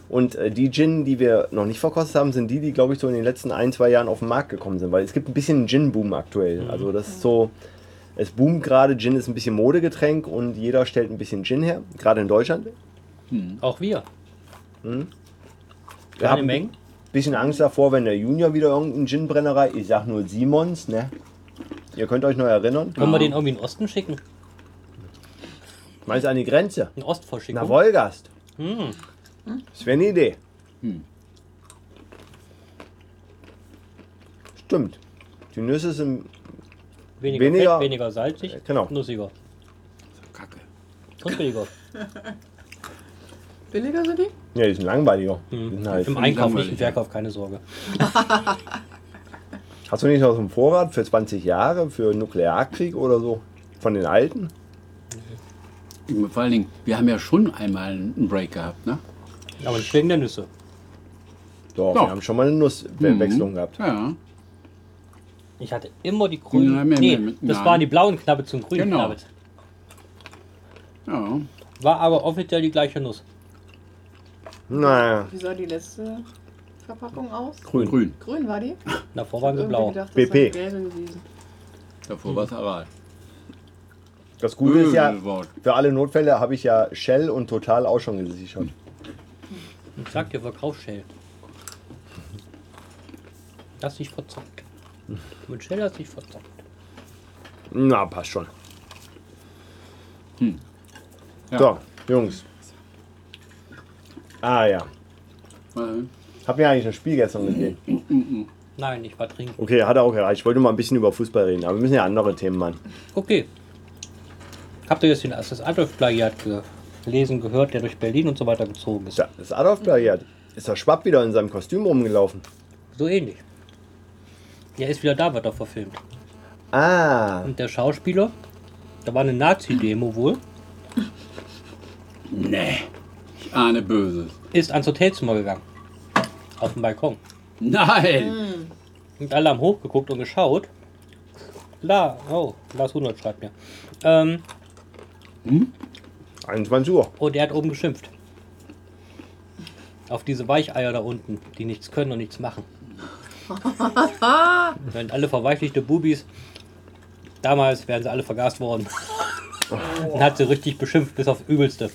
Speaker 2: Und äh, die Gin, die wir noch nicht verkostet haben, sind die, die, glaube ich, so in den letzten ein, zwei Jahren auf den Markt gekommen sind. Weil es gibt ein bisschen einen Gin-Boom aktuell. Also das ist so, es boomt gerade, Gin ist ein bisschen Modegetränk und jeder stellt ein bisschen Gin her, gerade in Deutschland.
Speaker 1: Auch wir.
Speaker 2: Wir
Speaker 1: Kleine
Speaker 2: haben
Speaker 1: Mengen.
Speaker 2: bisschen Angst davor, wenn der Junior wieder irgendeinen Gin-Brennerei, ich sag nur Simons, ne? Ihr könnt euch noch erinnern.
Speaker 1: Können wir den irgendwie in den Osten schicken?
Speaker 2: Meist an die Grenze.
Speaker 1: In Ost verschicken?
Speaker 2: Na, Wolgast.
Speaker 1: Hm.
Speaker 2: Das wäre eine Idee. Stimmt. Die Nüsse sind
Speaker 1: weniger,
Speaker 2: Weniger-
Speaker 3: äh,
Speaker 1: Fett, weniger salzig,
Speaker 2: Genau.
Speaker 1: nussiger.
Speaker 3: Kacke.
Speaker 1: und billiger.
Speaker 4: Billiger sind die?
Speaker 2: Ja, die sind langweiliger.
Speaker 1: Hm.
Speaker 2: Die sind halt.
Speaker 1: Im Einkauf, nicht im
Speaker 3: langweilig, ja.
Speaker 1: Verkauf, keine Sorge.
Speaker 2: Hast du nicht noch so einen Vorrat für 20 Jahre, für Nuklearkrieg oder so? Von den Alten?
Speaker 3: Vor allen Dingen, wir haben ja schon einmal einen Break gehabt, ne?
Speaker 1: Aber nicht wegen der Nüsse.
Speaker 2: Doch,
Speaker 3: Doch. Mhm.
Speaker 2: wir haben schon mal eine Nusswechslung gehabt.
Speaker 3: Ja,
Speaker 1: Ich hatte immer die grünen.
Speaker 3: Nein, nein,
Speaker 1: nee,
Speaker 3: nein,
Speaker 1: das
Speaker 3: nein.
Speaker 1: waren die blauen Knappe zum grünen
Speaker 3: Genau.
Speaker 1: Knabbet.
Speaker 3: ja.
Speaker 1: War aber offiziell die gleiche Nuss.
Speaker 2: Naja,
Speaker 4: Wie sah die letzte Verpackung aus?
Speaker 2: grün.
Speaker 3: Grün.
Speaker 4: Grün war die? Ich hab
Speaker 1: Davor waren sie
Speaker 4: irgendwie
Speaker 1: blau.
Speaker 4: Gedacht, das
Speaker 2: BP.
Speaker 4: sei gelbe gewesen.
Speaker 3: Davor war es Aral.
Speaker 2: Das Gute ist ja,
Speaker 3: Ölwort.
Speaker 2: für alle Notfälle habe ich ja Shell und Total auch schon gesichert.
Speaker 1: Ich sag dir, verkauf Shell. Lass dich verzockt. Mit Shell hast dich verzockt.
Speaker 3: Hm.
Speaker 2: Na, passt schon.
Speaker 3: Ja.
Speaker 2: So, Jungs. Ah ja.
Speaker 3: Äh,
Speaker 2: Habt ihr eigentlich ein Spiel gestern gesehen?
Speaker 1: Nein, ich war trinken.
Speaker 2: Okay, hat er auch erreicht. Ich wollte nur mal ein bisschen über Fußball reden, aber wir müssen ja andere Themen machen.
Speaker 1: Okay. Habt ihr jetzt den das Adolf-Plagiat gelesen, gehört, der durch Berlin und so weiter gezogen ist?
Speaker 2: Tja, das Adolf plagiat. Ist der Schwab wieder in seinem Kostüm rumgelaufen?
Speaker 1: So ähnlich. Der ist wieder da, wird er verfilmt.
Speaker 2: Ah,
Speaker 1: Und der Schauspieler, da war eine Nazi-Demo wohl,
Speaker 3: nee. Ich ahne Böses.
Speaker 1: ist ans Hotelzimmer gegangen. Auf dem Balkon. Hm.
Speaker 3: Nein!
Speaker 1: Und alle haben hochgeguckt und geschaut. La, oh, Lars 100 schreibt mir. Ähm,
Speaker 2: 21 Uhr.
Speaker 1: und er hat oben geschimpft. Auf diese Weicheier da unten, die nichts können und nichts machen. Während alle verweichlichte Bubis, damals wären sie alle vergast worden. und hat sie richtig beschimpft bis aufs Übelste.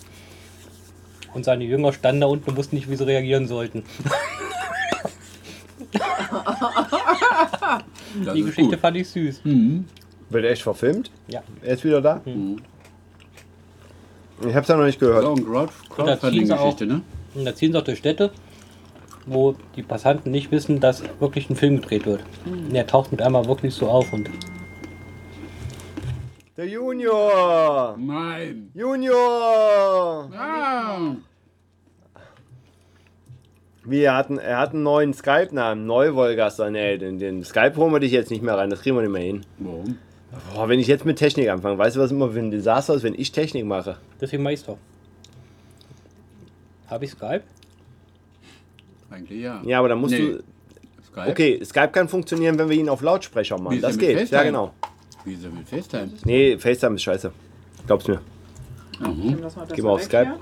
Speaker 1: Und seine Jünger standen da unten und wussten nicht, wie sie reagieren sollten.
Speaker 3: Das
Speaker 1: Die Geschichte
Speaker 3: ist Also gut.
Speaker 1: fand ich süß.
Speaker 3: Mhm.
Speaker 2: Wird echt verfilmt?
Speaker 1: Ja.
Speaker 2: Er ist wieder da?
Speaker 3: Hm.
Speaker 2: Ich hab's ja noch nicht
Speaker 3: Das ist auch
Speaker 2: gehört.
Speaker 3: ein Crowd-
Speaker 1: da ziehen sie auch-
Speaker 3: Crowdfunding-Geschichte, ne?
Speaker 1: Und da ziehen sie auch durch Städte, wo die Passanten nicht wissen, dass wirklich ein Film gedreht wird. Und er taucht mit einmal wirklich so auf und
Speaker 2: Der Junior!
Speaker 3: Nein!
Speaker 2: Junior!
Speaker 3: Ah.
Speaker 2: Wir hatten, er hat einen neuen Skype-Namen, Neuvolgaster. Nee, den, den Skype holen wir dich jetzt nicht mehr rein, das kriegen wir nicht mehr hin.
Speaker 3: Warum?
Speaker 2: Boah, wenn ich jetzt mit Technik anfange, weißt du, was immer für ein Desaster ist, wenn ich Technik mache?
Speaker 1: deswegen mache ich doch. Habe ich Skype?
Speaker 3: Eigentlich ja.
Speaker 2: Ja, aber dann musst
Speaker 3: Nee.
Speaker 2: du.
Speaker 3: Skype?
Speaker 2: Okay, Skype kann funktionieren, wenn wir ihn auf Lautsprecher
Speaker 3: Wie
Speaker 2: machen.
Speaker 3: ist
Speaker 2: Das
Speaker 3: denn mit
Speaker 2: geht. Ja,
Speaker 3: FaceTime?
Speaker 2: genau.
Speaker 3: Wie ist er mit FaceTime?
Speaker 2: Nee, FaceTime ist scheiße. Glaub's mir.
Speaker 4: Nehmen wir das mal
Speaker 2: Geh
Speaker 4: besser
Speaker 2: Mhm. mal auf
Speaker 4: weg
Speaker 2: Skype.
Speaker 4: hier.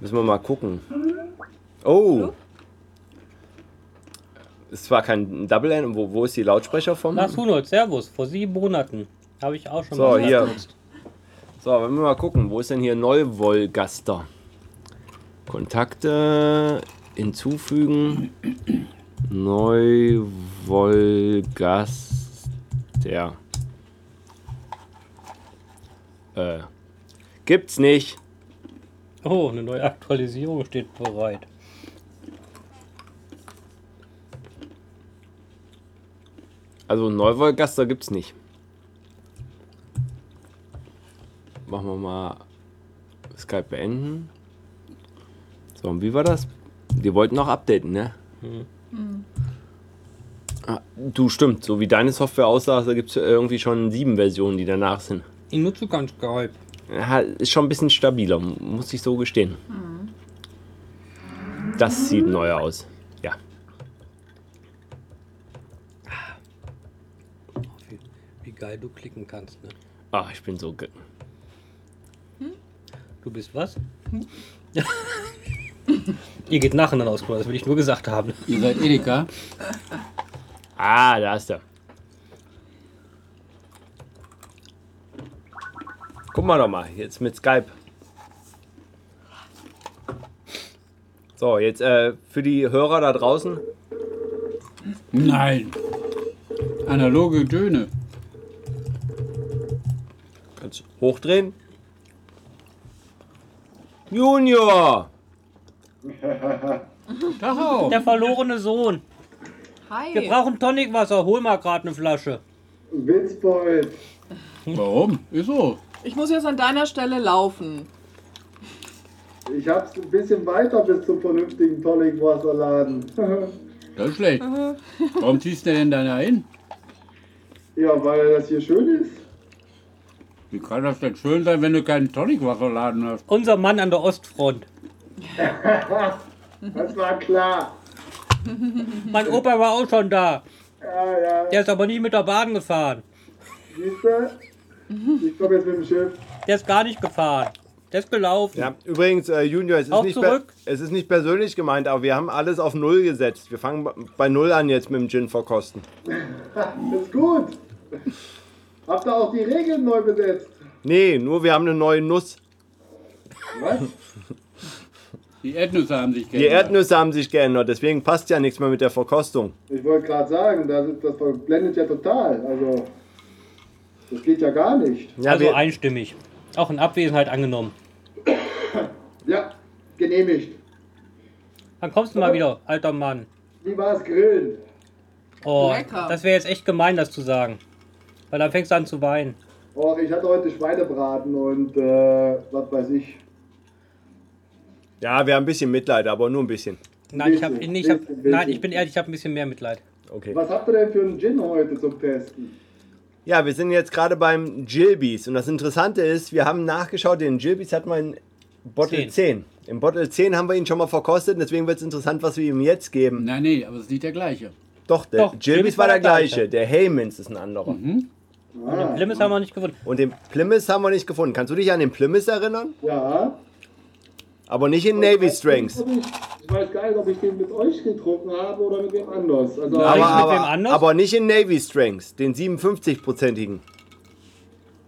Speaker 2: Müssen wir mal gucken. Oh! Es war kein Double N. Wo, wo ist die Lautsprecher vom?
Speaker 1: Lars Hunold, Servus, vor sieben Monaten habe ich auch schon
Speaker 2: So, hier.
Speaker 1: benutzt.
Speaker 2: So, wenn wir mal gucken, wo ist denn hier Neuvolgaster? Kontakte hinzufügen. Neuvolgaster. Äh. Gibt's nicht.
Speaker 1: Oh, eine neue Aktualisierung steht bereit.
Speaker 2: Also Neuvolgaster gibt's nicht. Machen wir mal Skype beenden. So, und wie war das? Die wollten noch updaten, ne? Ah, du stimmt, so wie deine Software aussah, da gibt es irgendwie schon sieben Versionen, die danach sind.
Speaker 1: Ich nutze kein Skype.
Speaker 2: Ja, ist schon ein bisschen stabiler, mu- muss ich so gestehen. Das sieht neu aus. Ja.
Speaker 1: Wie, wie geil du klicken kannst, ne?
Speaker 2: Ach, Ah, ich bin so. ge-
Speaker 1: Du bist was? Ihr geht nacheinander aus, das will ich nur gesagt haben.
Speaker 3: Ihr seid Edeka?
Speaker 2: Ah, da ist er. Guck mal doch mal, jetzt mit Skype. So, jetzt äh, für die Hörer da draußen.
Speaker 3: Nein! Hm? Analoge Töne.
Speaker 2: Kannst hochdrehen. Junior!
Speaker 3: Tacho!
Speaker 1: Der verlorene Sohn.
Speaker 4: Hi.
Speaker 1: Wir brauchen Tonicwasser. Hol mal gerade eine Flasche.
Speaker 5: Witzbold.
Speaker 3: Warum? Wieso?
Speaker 4: Ich muss jetzt an deiner Stelle laufen.
Speaker 5: Ich hab's ein bisschen weiter bis zum vernünftigen Tonic Wasser Laden.
Speaker 3: Das ist schlecht.
Speaker 1: Mhm.
Speaker 3: Warum ziehst du denn deiner hin?
Speaker 5: ja, weil das hier schön ist.
Speaker 3: Wie kann das denn schön sein, wenn du keinen Tonicwasserladen hast?
Speaker 1: Unser Mann an der Ostfront.
Speaker 5: Das war klar.
Speaker 1: Mein Opa war auch schon da.
Speaker 5: Ja, ja.
Speaker 1: Der ist aber nie mit der Bahn gefahren.
Speaker 5: Siehst du? Ich komme jetzt mit dem Schiff.
Speaker 1: Der ist gar nicht gefahren. Der ist gelaufen.
Speaker 2: Ja, übrigens, äh, Junior, es ist,
Speaker 1: Auch
Speaker 2: nicht per-
Speaker 1: zurück?
Speaker 2: es ist nicht persönlich gemeint, aber wir haben alles auf Null gesetzt. Wir fangen bei- bei Null an jetzt mit dem Gin verkosten.
Speaker 5: Ist gut. Habt ihr auch die Regeln neu besetzt?
Speaker 2: Nee, nur wir haben eine neue Nuss.
Speaker 5: Was?
Speaker 3: Die Erdnüsse haben sich
Speaker 2: Die Erdnüsse haben sich geändert, deswegen passt ja nichts mehr mit der Verkostung.
Speaker 5: Ich wollte gerade sagen, das, ist, das verblendet ja total. Also, das geht ja gar nicht.
Speaker 2: Ja,
Speaker 1: also
Speaker 2: wir,
Speaker 1: einstimmig. Auch in Abwesenheit angenommen.
Speaker 5: Ja, genehmigt.
Speaker 1: Dann kommst du mal wieder, alter Mann.
Speaker 5: Wie war es grillen?
Speaker 1: Oh,
Speaker 4: Lecker.
Speaker 1: das wäre jetzt echt gemein, das zu sagen. Weil dann fängst du an zu weinen.
Speaker 5: Och, ich hatte heute Schweinebraten und äh, was weiß ich.
Speaker 2: ja, wir haben ein bisschen Mitleid, aber nur ein bisschen.
Speaker 1: Nein, ich, hab,
Speaker 5: Bisschen,
Speaker 1: ich, hab,
Speaker 5: bisschen,
Speaker 1: nein, ich
Speaker 5: bisschen.
Speaker 1: bin ehrlich, ich habe ein bisschen mehr Mitleid.
Speaker 2: Okay.
Speaker 5: Was habt ihr denn für einen Gin heute zum Testen?
Speaker 2: Ja, wir sind jetzt gerade beim Gilbys und das Interessante ist, wir haben nachgeschaut, den Gilbys hat man in Bottle 10.
Speaker 1: Zehn.
Speaker 2: Im Bottle 10 haben wir ihn schon mal verkostet, deswegen wird es interessant, was wir ihm jetzt geben.
Speaker 3: Nein, nee, aber es ist nicht der gleiche.
Speaker 2: Doch, der
Speaker 1: Doch,
Speaker 2: Gilbys, war der gleiche, der Haymans ist ein anderer.
Speaker 1: Mhm.
Speaker 5: Ah,
Speaker 1: Schlimmes haben wir nicht gefunden.
Speaker 2: Und den Plymouth haben wir nicht gefunden. Kannst du dich an den Plymouth erinnern?
Speaker 5: ja.
Speaker 2: Aber nicht in Navy Strengths.
Speaker 5: Ich, weiß gar nicht, ob ich den mit euch getrunken habe oder mit wem anders. Also,
Speaker 1: Nein.
Speaker 2: Aber,
Speaker 1: Eigentlich mit wem
Speaker 2: aber,
Speaker 1: anders?
Speaker 2: aber nicht in Navy Strengths, den 57-prozentigen.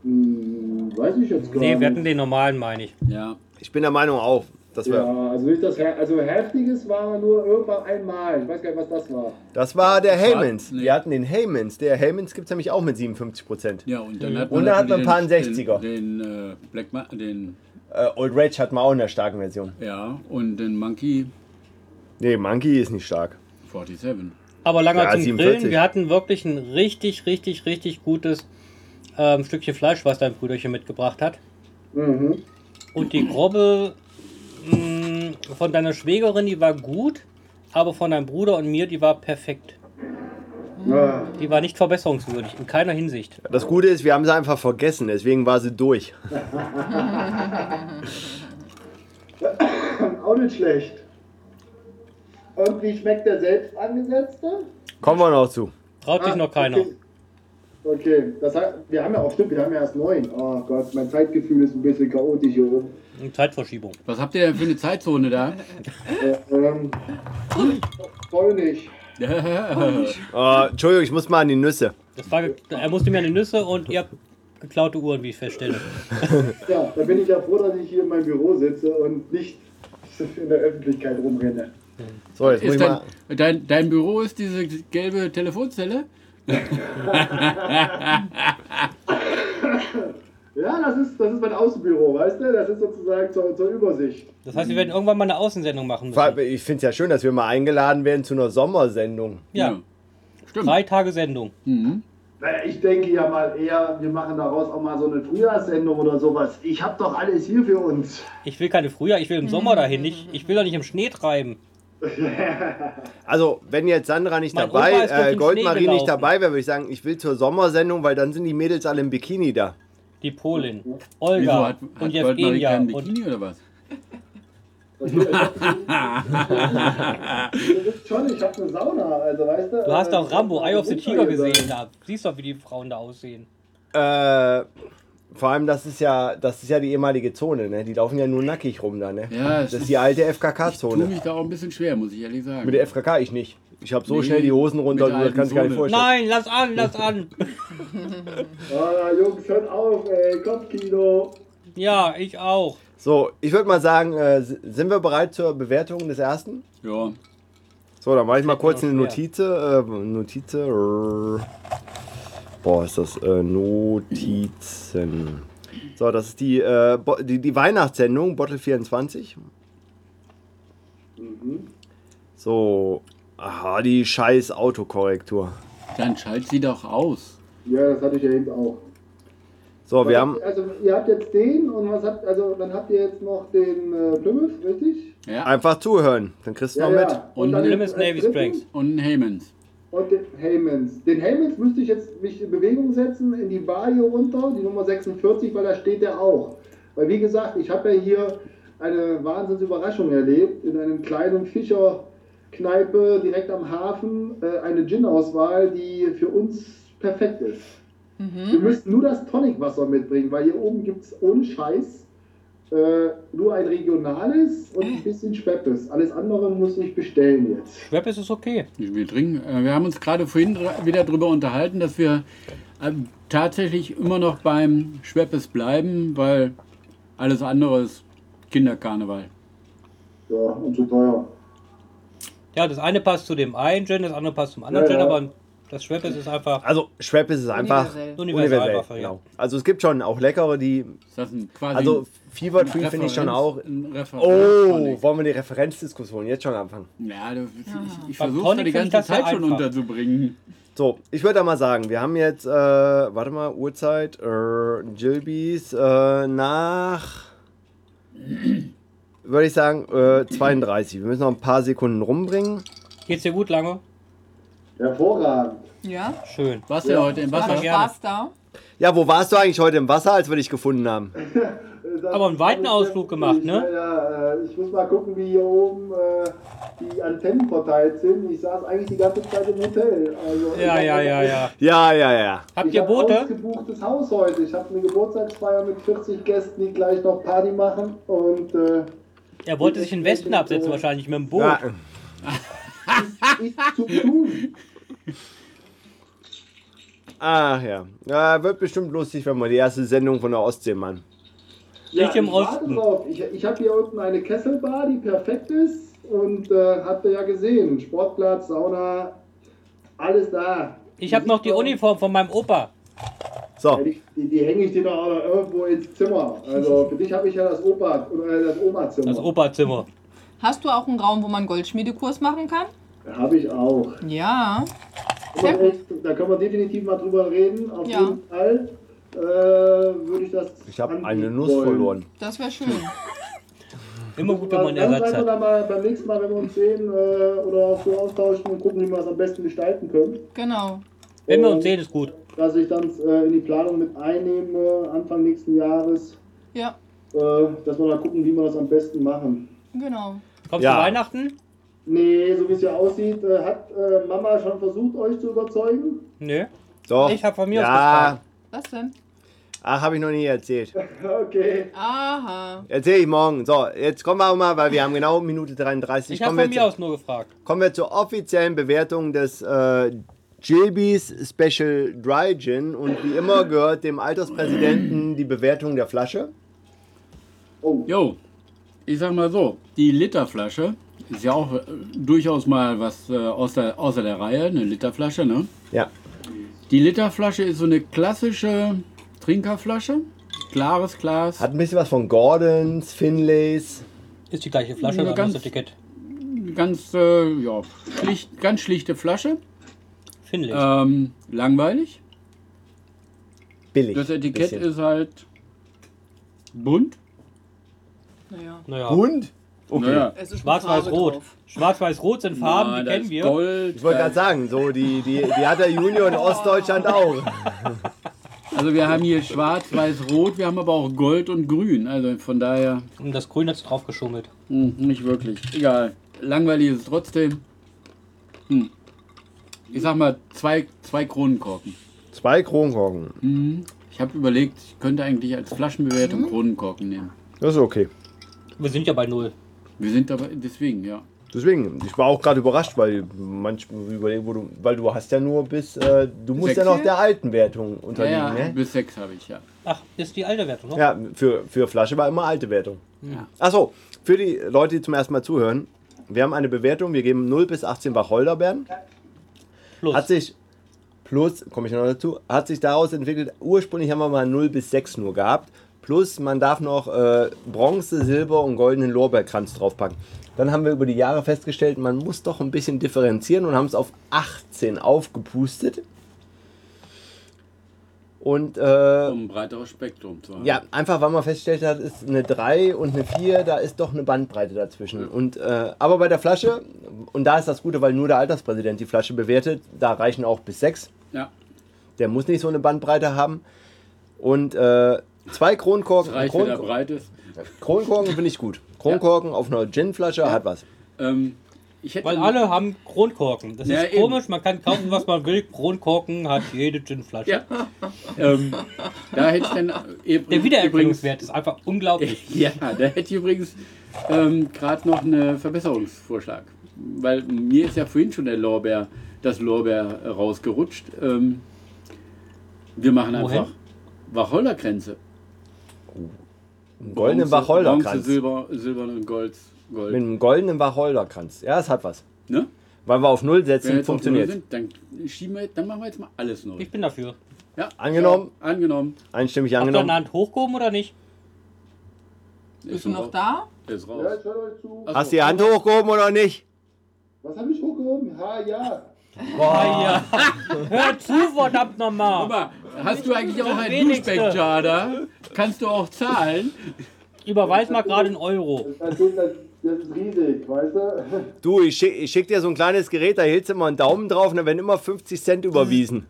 Speaker 5: hm, weiß ich jetzt gar
Speaker 1: Nee,
Speaker 5: nicht.
Speaker 1: wir hatten den normalen, meine ich.
Speaker 3: Ja.
Speaker 2: Ich bin der Meinung auch, dass wir.
Speaker 5: ja, also nicht das, Her- also heftiges war nur irgendwann einmal. Ich weiß gar nicht, was das war.
Speaker 2: Das war der Haymans.
Speaker 3: nee.
Speaker 2: Wir hatten den Haymans. Der Haymans gibt es nämlich auch mit 57 Prozent.
Speaker 3: Ja, und dann hat
Speaker 2: Mhm. Und dann hat man
Speaker 3: natürlich
Speaker 2: ein paar 60er.
Speaker 3: den- Den, den äh, Black Ma den,
Speaker 2: Äh, Old Rage hat man auch in der starken Version.
Speaker 3: ja, und den Monkey
Speaker 2: Nee, Monkey ist nicht stark.
Speaker 3: 47.
Speaker 1: Aber langer
Speaker 2: Ja,
Speaker 1: zum
Speaker 2: 47.
Speaker 1: Grillen. Wir hatten wirklich ein richtig, richtig, richtig gutes ähm, Stückchen Fleisch, was dein Brüderchen mitgebracht hat.
Speaker 5: Mhm.
Speaker 1: Und die Grobbe mh, von deiner Schwägerin, die war gut, aber von deinem Bruder und mir, die war perfekt.
Speaker 5: Ah,
Speaker 1: Die war nicht verbesserungswürdig, in keiner Hinsicht.
Speaker 2: Das Gute ist, wir haben sie einfach vergessen, deswegen war sie durch.
Speaker 5: auch nicht schlecht. Und wie schmeckt der selbst angesetzte?
Speaker 2: Kommen wir noch zu.
Speaker 1: Traut sich
Speaker 5: Ah,
Speaker 1: noch keiner.
Speaker 5: Okay. okay, das heißt, wir haben ja auch, stimmt, wir haben ja erst neun. Oh Gott, mein Zeitgefühl ist ein bisschen chaotisch hier oben.
Speaker 1: Eine Zeitverschiebung.
Speaker 3: Was habt ihr denn für eine Zeitzone da?
Speaker 5: Äh, ähm, voll nicht.
Speaker 2: Äh, Entschuldigung, ich muss mal an die Nüsse.
Speaker 1: Das war, ge- er musste mir an die Nüsse und ihr habt geklaute Uhren, wie ich feststelle.
Speaker 5: Ja, da bin ich ja froh, dass ich hier in meinem Büro sitze und nicht in der Öffentlichkeit rumrenne.
Speaker 2: So, jetzt muss
Speaker 3: Ist
Speaker 2: ich mal.
Speaker 3: dein, dein, dein Büro ist diese gelbe Telefonzelle?
Speaker 5: Ja, das ist, das ist mein Außenbüro, weißt du? Das ist sozusagen zur, zur Übersicht.
Speaker 1: Das heißt, wir werden irgendwann mal eine Außensendung machen
Speaker 2: Vor allem,
Speaker 1: müssen.
Speaker 2: Ich finde es ja schön, dass wir mal eingeladen werden zu einer Sommersendung.
Speaker 1: Ja,
Speaker 3: Stimmt.
Speaker 1: drei Tage Sendung.
Speaker 3: Mhm.
Speaker 5: Naja, ich denke ja mal eher, wir machen daraus auch mal so eine Frühjahrssendung oder sowas. Ich hab doch alles hier für uns.
Speaker 1: Ich will keine Frühjahr, ich will im Sommer dahin nicht.
Speaker 5: Mhm.
Speaker 1: Ich will doch nicht im Schnee treiben.
Speaker 2: Also, wenn jetzt Sandra nicht
Speaker 1: Mein
Speaker 2: dabei,
Speaker 1: Opa ist durch
Speaker 2: äh,
Speaker 1: den
Speaker 2: Goldmarie
Speaker 1: Schnee
Speaker 2: nicht
Speaker 1: gelaufen.
Speaker 2: dabei wäre, würde ich sagen, ich will zur Sommersendung, weil dann sind die Mädels alle im Bikini da.
Speaker 1: Die
Speaker 5: Mhm.
Speaker 1: Polin,
Speaker 3: Wieso
Speaker 1: Olga
Speaker 3: hat, hat
Speaker 1: und
Speaker 3: Goldmarie
Speaker 1: Jevgenia
Speaker 3: keinen
Speaker 1: und
Speaker 3: Bikini oder was?
Speaker 5: Ihr wisst schon, ich hab eine Sauna, also weißt du.
Speaker 1: Du hast
Speaker 5: äh,
Speaker 1: auch Rambo, Eye of the
Speaker 5: Winter
Speaker 1: Tiger
Speaker 5: hier sein.
Speaker 1: gesehen. Da siehst doch, wie die Frauen da aussehen.
Speaker 2: Äh, vor allem, das ist ja, das ist ja die ehemalige Zone, ne? Die laufen ja nur nackig rum da, ne?
Speaker 3: Ja,
Speaker 2: Das ist die alte
Speaker 3: tue
Speaker 2: FKK-Zone.
Speaker 3: mich da auch ein bisschen schwer, muss ich ehrlich sagen.
Speaker 2: Mit der FKK ich nicht. Ich habe so
Speaker 3: Nee,
Speaker 2: schnell die Hosen runter,
Speaker 3: mit der
Speaker 2: das kannst du gar nicht
Speaker 3: alten
Speaker 2: vorstellen.
Speaker 1: Nein, lass an, lass an.
Speaker 5: Ah, Jungs, hört auf, ey, Kopfkino.
Speaker 1: Ja, ich auch.
Speaker 2: So, ich würde mal sagen, äh, s- sind wir bereit zur Bewertung des ersten?
Speaker 3: ja.
Speaker 2: So, dann mache ich mal kurz
Speaker 1: mir
Speaker 2: eine
Speaker 1: noch
Speaker 2: Notiz. Äh, Notiz. rrr. Boah, ist das äh, Notizen. So, das ist die, äh, Bo- die, die Weihnachtssendung, Bottle 24. So, aha, die scheiß Autokorrektur.
Speaker 3: Dann schalt sie doch aus.
Speaker 5: Ja, das hatte ich ja eben auch.
Speaker 2: So, wir haben
Speaker 5: Also ihr habt jetzt den und was habt, also dann habt ihr jetzt noch den äh, Plymouth, richtig?
Speaker 3: Ja.
Speaker 2: einfach zuhören, dann kriegst du noch mit.
Speaker 3: Und
Speaker 5: dann
Speaker 1: Plymouth
Speaker 5: als
Speaker 1: Navy
Speaker 5: dritten
Speaker 1: Strength.
Speaker 3: Und ein Haymans.
Speaker 5: Und den Haymans. Den Haymans müsste ich jetzt mich in Bewegung setzen, in die Bar hier runter, die Nummer 46, weil da steht der auch. Weil wie gesagt, ich habe ja hier eine Wahnsinnsüberraschung erlebt, in einem kleinen Fischerkneipe direkt am Hafen, äh, eine Gin-Auswahl, die für uns perfekt ist. Wir müssen nur das Tonicwasser mitbringen, weil hier oben gibt es ohne Scheiß äh, nur ein regionales und ein bisschen Schweppes. Alles andere muss ich bestellen jetzt.
Speaker 1: Schwepp ist es okay.
Speaker 3: Wir trinken. äh, Wir haben uns gerade vorhin dr- wieder darüber unterhalten, dass wir ähm, tatsächlich immer noch beim Schweppes bleiben, weil alles andere ist Kinderkarneval.
Speaker 5: Ja, und zu teuer.
Speaker 1: Ja, das eine passt zu dem einen Gin, das andere passt zum anderen
Speaker 5: Ja,
Speaker 1: Gin,
Speaker 5: ja.
Speaker 1: aber das Schwepp ist es einfach
Speaker 2: Also Schwepp ist es einfach
Speaker 4: Universell.
Speaker 1: universal.
Speaker 2: universell.
Speaker 1: einfach, ja.
Speaker 2: genau. Also es gibt schon auch leckere, die.
Speaker 3: Ist das ein quasi
Speaker 2: Also
Speaker 3: ein
Speaker 2: Fever Tree finde ich
Speaker 3: Referenz-
Speaker 2: schon auch.
Speaker 3: ein Referenz-
Speaker 1: Äh,
Speaker 2: Oh,
Speaker 3: Tonic?
Speaker 2: wollen wir die Referenzdiskussion jetzt schon anfangen?
Speaker 3: Ja, das- ich, ich
Speaker 1: Beim
Speaker 3: versuche
Speaker 1: Tonic
Speaker 3: die
Speaker 1: finde ich
Speaker 3: ganze
Speaker 1: das ja
Speaker 3: Zeit schon
Speaker 1: einfach.
Speaker 3: unterzubringen.
Speaker 2: So, ich würde da mal sagen, wir haben jetzt, äh, warte mal, Uhrzeit, äh, Gilbys, äh, nach, würde ich sagen, äh, 32. Wir müssen noch ein paar Sekunden rumbringen.
Speaker 1: Geht's dir gut lange?
Speaker 5: Hervorragend.
Speaker 4: Ja,
Speaker 1: Schön.
Speaker 3: Was denn heute im
Speaker 4: war
Speaker 3: Wasser?
Speaker 4: doch Spaß da.
Speaker 2: Ja, wo warst du eigentlich heute im Wasser, als wir dich gefunden haben?
Speaker 5: Das
Speaker 1: Aber einen weiten
Speaker 5: hab ich
Speaker 1: Ausflug
Speaker 5: jetzt
Speaker 1: gemacht,
Speaker 5: nicht.
Speaker 1: ne?
Speaker 5: Ja, ja, ich muss mal gucken, wie hier oben äh, die Antennen verteilt sind. Ich saß eigentlich die ganze Zeit im Hotel. Also,
Speaker 1: Ja, ja, ja, ja.
Speaker 2: Ja, ja, ja.
Speaker 1: Habt
Speaker 5: ich
Speaker 1: ihr
Speaker 5: hab
Speaker 1: Boote?
Speaker 5: ausgebuchtes Haus heute. Ich habe eine Geburtstagsfeier mit 40 Gästen, die gleich noch Party machen. Und äh,
Speaker 1: Er wollte sich in den Westen absetzen, wahrscheinlich mit dem Boot.
Speaker 2: ja.
Speaker 5: ist zu tun.
Speaker 2: Ach ja. ja. Wird bestimmt lustig, wenn wir die erste Sendung von der Ostsee machen.
Speaker 1: Nicht im
Speaker 5: ich warte
Speaker 1: Osten.
Speaker 5: drauf. Ich, ich habe hier unten eine Kesselbar, die perfekt ist. Und äh, habt ihr ja gesehen. Sportplatz, Sauna, alles da.
Speaker 1: Ich habe noch die Uniform von meinem Opa.
Speaker 2: So,
Speaker 5: Die, die, die hänge ich dir doch auch irgendwo ins Zimmer. Also für dich habe ich ja das Opa oder äh, das Oma-Zimmer.
Speaker 1: Das Opa-Zimmer.
Speaker 4: Hast du auch einen Raum, wo man Goldschmiedekurs machen kann?
Speaker 5: Habe ich auch.
Speaker 4: Ja. Sehr
Speaker 5: Aber echt, da können wir definitiv mal drüber reden. Auf
Speaker 4: Ja.
Speaker 5: jeden Fall äh, würde ich das.
Speaker 2: ich habe
Speaker 5: anbieten
Speaker 2: eine Nuss
Speaker 5: wollen.
Speaker 2: verloren.
Speaker 4: Das wäre schön.
Speaker 1: Immer gut, wenn man
Speaker 5: Lass uns
Speaker 1: Ersatz
Speaker 5: einfach
Speaker 1: hat.
Speaker 5: dann mal beim nächsten Mal, wenn wir uns sehen, äh, oder auch so austauschen und gucken, wie wir das am besten gestalten können.
Speaker 4: Genau.
Speaker 1: Wenn wir
Speaker 5: Und
Speaker 1: uns sehen, ist gut.
Speaker 5: Dass ich dann äh, in die Planung mit einnehme, Anfang nächsten Jahres,
Speaker 4: Ja,
Speaker 5: äh, dass wir da gucken, wie wir das am besten machen.
Speaker 4: genau.
Speaker 1: Kommst
Speaker 2: Ja.
Speaker 1: du Weihnachten?
Speaker 5: Nee, so wie es hier aussieht, äh, hat äh, Mama schon versucht, euch zu überzeugen.
Speaker 1: Nö.
Speaker 2: Doch.
Speaker 1: Ich hab von mir aus
Speaker 2: ja.
Speaker 1: gefragt.
Speaker 4: Was denn?
Speaker 2: Ach, habe ich noch nie erzählt.
Speaker 5: Okay.
Speaker 4: Aha.
Speaker 2: Erzähl ich morgen. So, jetzt kommen wir auch mal, weil wir haben genau Minute 33.
Speaker 1: Ich habe
Speaker 2: kommen, wir
Speaker 1: von mir
Speaker 2: jetzt,
Speaker 1: aus nur gefragt.
Speaker 2: kommen wir zur offiziellen Bewertung des äh, Gilbys Special Dry Gin. Und wie immer gehört dem Alterspräsidenten die Bewertung der Flasche.
Speaker 5: Oh,
Speaker 3: Jo, ich sag mal so, die Literflasche ist ja auch äh, durchaus mal was äh, außer, außer der Reihe, eine Literflasche, ne?
Speaker 2: Ja.
Speaker 3: Die Literflasche ist so eine klassische Trinkerflasche, klares Glas.
Speaker 2: Hat ein bisschen was von Gordons, Finlays.
Speaker 1: Ist die gleiche Flasche,
Speaker 3: Ja,
Speaker 1: oder
Speaker 3: ganz-
Speaker 1: anderes Etikett.
Speaker 3: ganz, äh, ja, schlicht, ganz schlichte Flasche.
Speaker 1: Finley.
Speaker 3: Ähm, langweilig.
Speaker 2: Billig.
Speaker 3: Das Etikett
Speaker 2: Bisschen.
Speaker 3: ist halt bunt.
Speaker 4: Naja.
Speaker 1: naja.
Speaker 2: Und? Okay.
Speaker 3: Naja,
Speaker 4: Es ist
Speaker 1: Schwarz-Weiß-Rot.
Speaker 4: Drauf.
Speaker 1: Schwarz-Weiß-Rot sind Farben,
Speaker 3: na,
Speaker 1: die
Speaker 3: da
Speaker 1: kennen
Speaker 3: ist
Speaker 1: wir.
Speaker 3: Gold,
Speaker 2: Ich wollte
Speaker 3: da
Speaker 2: gerade sagen, so die, die, die hat der Junior in Ostdeutschland auch.
Speaker 3: Also wir haben hier schwarz, weiß, rot, wir haben aber auch gold und grün. Also von daher
Speaker 1: Und das Grün hat's drauf geschummelt.
Speaker 3: hm, nicht wirklich. Egal. Langweilig ist es trotzdem. Hm. Ich sag mal zwei, zwei Kronenkorken.
Speaker 2: Zwei Kronkorken.
Speaker 3: Mhm. Ich habe überlegt, ich könnte eigentlich als Flaschenbewertung Kronenkorken nehmen.
Speaker 2: Das ist okay.
Speaker 1: Wir sind ja bei Null.
Speaker 3: Wir sind aber deswegen, ja.
Speaker 2: Deswegen, ich war auch gerade überrascht, weil manchmal überlegen, wo du, weil du hast ja nur bis, äh, du musst
Speaker 3: Sechs.
Speaker 2: ja noch der alten Wertung
Speaker 3: Ja,
Speaker 2: unterliegen,
Speaker 3: ja,
Speaker 2: ne?
Speaker 3: bis sechs habe ich, ja.
Speaker 1: Ach, ist die alte Wertung, ne?
Speaker 2: Ja, für, für Flasche war immer alte Wertung.
Speaker 3: Ja.
Speaker 2: Achso, für die Leute, die zum ersten Mal zuhören, wir haben eine Bewertung, wir geben 0 bis 18 Wacholderbeeren.
Speaker 1: Plus.
Speaker 2: Hat sich, plus, komme ich noch dazu, hat sich daraus entwickelt, ursprünglich haben wir mal 0 bis 6 nur gehabt. Plus, man darf noch äh, Bronze, Silber und goldenen Lorbeerkranz draufpacken. Dann haben wir über die Jahre festgestellt, man muss doch ein bisschen differenzieren und haben es auf 18 aufgepustet. Und äh,
Speaker 3: Um ein breiteres Spektrum zu haben.
Speaker 2: ja, einfach weil man festgestellt hat, ist eine 3 und eine 4, da ist doch eine Bandbreite dazwischen. Und, äh, aber bei der Flasche, und da ist das Gute, weil nur der Alterspräsident die Flasche bewertet, da reichen auch bis 6.
Speaker 3: ja.
Speaker 2: Der muss nicht so eine Bandbreite haben. Und äh, zwei Kronkorken.
Speaker 3: Das reicht, wenn er
Speaker 2: Kron
Speaker 3: breit ist.
Speaker 2: Kronkorken finde ich gut. Kronkorken auf einer Ginflasche hat was.
Speaker 3: Ähm, ich hätte
Speaker 1: Weil alle haben Kronkorken. Das
Speaker 3: Ja,
Speaker 1: ist
Speaker 3: eben.
Speaker 1: komisch, man kann kaufen, was man will. Kronkorken hat jede Ginflasche.
Speaker 3: Ja. ähm, da hätte ich dann äh, Mhm. übrigens,
Speaker 1: Der Wiedererkennungswert ist einfach unglaublich.
Speaker 3: Ja, da hätte ich übrigens ähm, gerade noch einen Verbesserungsvorschlag. Weil mir ist ja vorhin schon der Lorbeer, das Lorbeer äh, rausgerutscht. Ähm, wir machen
Speaker 1: Wohin?
Speaker 3: einfach Wacholderkränze.
Speaker 2: Einen goldenen
Speaker 3: Bronze- Bronze,
Speaker 2: Wacholderkranz. Mit
Speaker 3: Silber, Silber und Gold. Gold
Speaker 2: einem goldenen Wacholderkranz. Ja, es hat was.
Speaker 3: ne?
Speaker 2: Weil wir auf Null
Speaker 3: Wenn wir
Speaker 2: setzen,
Speaker 3: jetzt auf Null
Speaker 2: funktioniert.
Speaker 3: sind, dann, schieben wir, dann machen wir jetzt mal alles neu.
Speaker 1: Ich bin dafür.
Speaker 3: Ja,
Speaker 2: Angenommen.
Speaker 3: Ja, angenommen.
Speaker 2: Einstimmig
Speaker 1: Habt ihr eine
Speaker 2: angenommen.
Speaker 1: Hand hochgehoben oder nicht?
Speaker 4: Bist du noch da?
Speaker 3: Der ist raus.
Speaker 5: Ja, ich höre euch zu.
Speaker 3: Ach,
Speaker 2: Hast du die Hand hochgehoben oder nicht?
Speaker 5: Was habe ich hochgehoben? Ha, ja.
Speaker 1: Ah, ja. Hör zu, verdammt nochmal.
Speaker 3: Aber hast du eigentlich auch einen
Speaker 1: Wenigste.
Speaker 3: Duschback-Charter? Kannst du auch zahlen?
Speaker 1: Überweis mal gerade einen Euro.
Speaker 5: Das ist, das ist riesig, weißt du?
Speaker 2: Du, ich schick, ich schick dir so ein kleines Gerät, da hältst du immer einen Daumen drauf und dann werden immer 50 Cent überwiesen.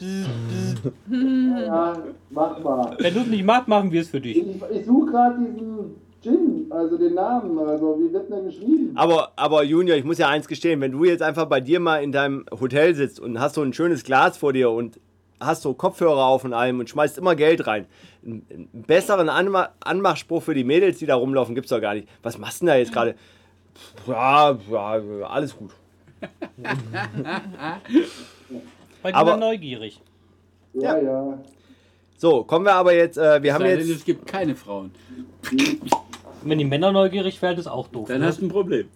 Speaker 5: Ja, mach mal.
Speaker 1: Wenn du es nicht machst, machen wir es für dich.
Speaker 5: Ich, ich suche gerade diesen Gin, also den Namen. Also, wie wird denn der geschrieben?
Speaker 2: Aber, aber Junior, ich muss ja eins gestehen, wenn du jetzt einfach bei dir mal in deinem Hotel sitzt und hast so ein schönes Glas vor dir und hast so Kopfhörer auf und allem und schmeißt immer Geld rein, einen einen besseren Anma Anmachspruch für die Mädels, die da rumlaufen, gibt's doch gar nicht. Was machst du denn da jetzt gerade? Pff, Ja, ja, alles gut.
Speaker 1: Weil die
Speaker 2: Aber-
Speaker 1: sind neugierig.
Speaker 5: Ja,
Speaker 2: Ja.
Speaker 5: ja.
Speaker 2: So, kommen wir aber jetzt, äh, wir haben
Speaker 3: Sei denn,
Speaker 2: jetzt,
Speaker 3: es gibt keine Frauen.
Speaker 1: Und wenn die Männer neugierig werden, ist auch doof.
Speaker 3: Dann hast du ein Problem.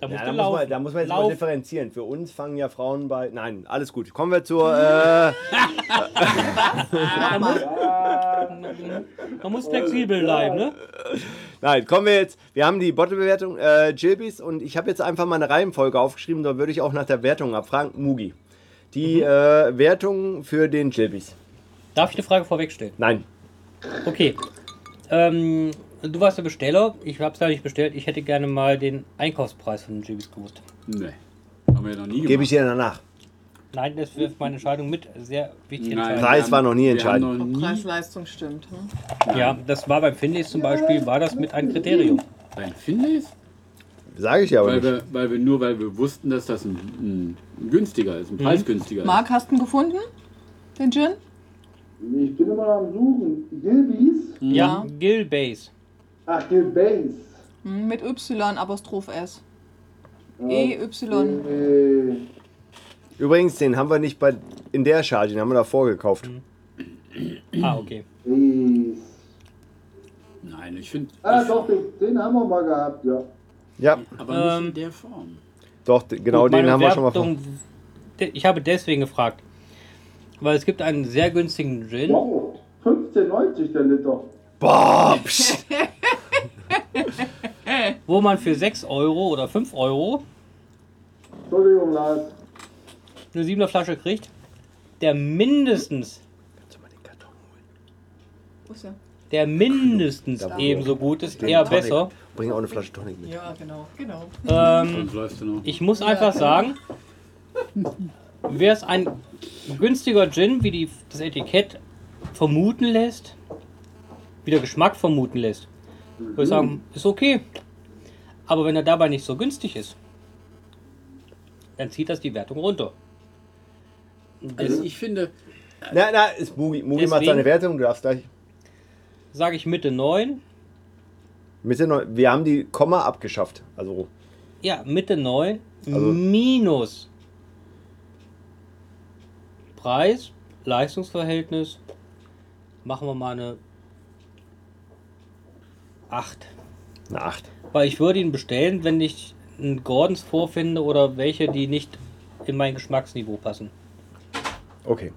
Speaker 1: da musst
Speaker 2: ja,
Speaker 1: du
Speaker 2: da, muss
Speaker 1: laufen.
Speaker 2: man, da muss man jetzt mal
Speaker 1: Lauf.
Speaker 2: differenzieren. Für uns fangen ja Frauen bei, nein, alles gut. Kommen wir zur, äh,
Speaker 1: Man muss flexibel bleiben, ne?
Speaker 2: Nein, kommen wir jetzt. Wir haben die Bottle-Bewertung äh, Gilbys und ich habe jetzt einfach mal eine Reihenfolge aufgeschrieben, da würde ich auch nach der Wertung abfragen. Mugi.
Speaker 1: Mhm.
Speaker 2: Die äh, Wertung für den Gilbys.
Speaker 1: Darf ich eine Frage vorwegstellen?
Speaker 2: Nein.
Speaker 1: Okay. Ähm, du warst der Besteller. Ich habe es ja nicht bestellt. Ich hätte gerne mal den Einkaufspreis von den Jibis gewusst.
Speaker 3: Nee. Haben wir ja noch nie gemacht.
Speaker 2: Gebe ich dir danach.
Speaker 1: Nein, das wirft meine Entscheidung mit. Sehr wichtige
Speaker 3: Nein,
Speaker 1: Entscheidung.
Speaker 2: Preis
Speaker 3: wir
Speaker 2: war noch nie
Speaker 3: wir
Speaker 2: entscheidend.
Speaker 3: haben noch nie-
Speaker 4: Preis-Leistung stimmt. Hm?
Speaker 1: Ja, das war beim Finlis zum Beispiel, war das mit ein Kriterium.
Speaker 3: Nein, finde ich.
Speaker 2: Sage ich ja aber
Speaker 3: Weil
Speaker 2: nicht.
Speaker 3: wir, weil wir nur, weil wir wussten, dass das ein, ein günstiger ist, ein preisgünstiger ist.
Speaker 4: Marc, hast du ihn gefunden? Den Gin?
Speaker 5: Ich bin immer noch am Suchen. Gilbys?
Speaker 1: Ja, Gilbase.
Speaker 5: Ach, Gilbays.
Speaker 4: Hm, mit Y, Apostroph S. E,
Speaker 5: Ja.
Speaker 4: EY.
Speaker 5: Äh,
Speaker 2: Übrigens, den haben wir nicht bei, in der Charge, den haben wir davor gekauft.
Speaker 1: Mhm. Ah, okay.
Speaker 5: Gilbys.
Speaker 3: Nein, ich finde.
Speaker 5: Ah, doch, den, den haben wir mal gehabt, ja.
Speaker 2: Ja,
Speaker 3: Aber nicht in
Speaker 1: Ähm,
Speaker 3: der Form.
Speaker 2: doch, d- genau
Speaker 1: Gut,
Speaker 2: den
Speaker 1: meine
Speaker 2: haben wir schon mal vor.
Speaker 1: Wertung- de- Ich habe deswegen gefragt, weil es gibt einen sehr günstigen Gin.
Speaker 5: Wow, 15,90 der Liter.
Speaker 2: Boah, psch.
Speaker 1: wo man für 6 Euro oder 5 Euro
Speaker 5: Entschuldigung, Lars.
Speaker 1: eine 7er Flasche kriegt, der mindestens,
Speaker 2: Kannst du mal den Karton holen?
Speaker 4: Wo ist er?
Speaker 1: der mindestens
Speaker 2: Da wo-
Speaker 1: ebenso gut ist,
Speaker 2: Den
Speaker 1: eher
Speaker 2: Tonic.
Speaker 1: besser.
Speaker 2: Bring auch eine Flasche Tonic mit.
Speaker 4: Ja, genau. genau.
Speaker 1: Ähm,
Speaker 3: Sonst läufst du noch.
Speaker 1: ich muss einfach sagen, wäre es ein günstiger Gin, wie die, das Etikett vermuten lässt, wie der Geschmack vermuten lässt, würde ich sagen, ist okay. Aber wenn er dabei nicht so günstig ist, dann zieht das die Wertung runter.
Speaker 3: Also ich finde,
Speaker 2: Na, na, ist Mugi. Mugi macht
Speaker 1: Deswegen-
Speaker 2: seine Wertung, du darfst gleich.
Speaker 1: Sage ich Mitte 9,
Speaker 2: Mitte neu, wir haben die Komma abgeschafft. Also,
Speaker 1: Ja, Mitte 9
Speaker 2: Also-
Speaker 1: minus Preis, Leistungsverhältnis. Machen wir mal eine 8.
Speaker 2: eine 8.
Speaker 1: Weil ich würde ihn bestellen, wenn ich einen Gordons vorfinde oder welche, die nicht in mein Geschmacksniveau passen.
Speaker 2: Okay.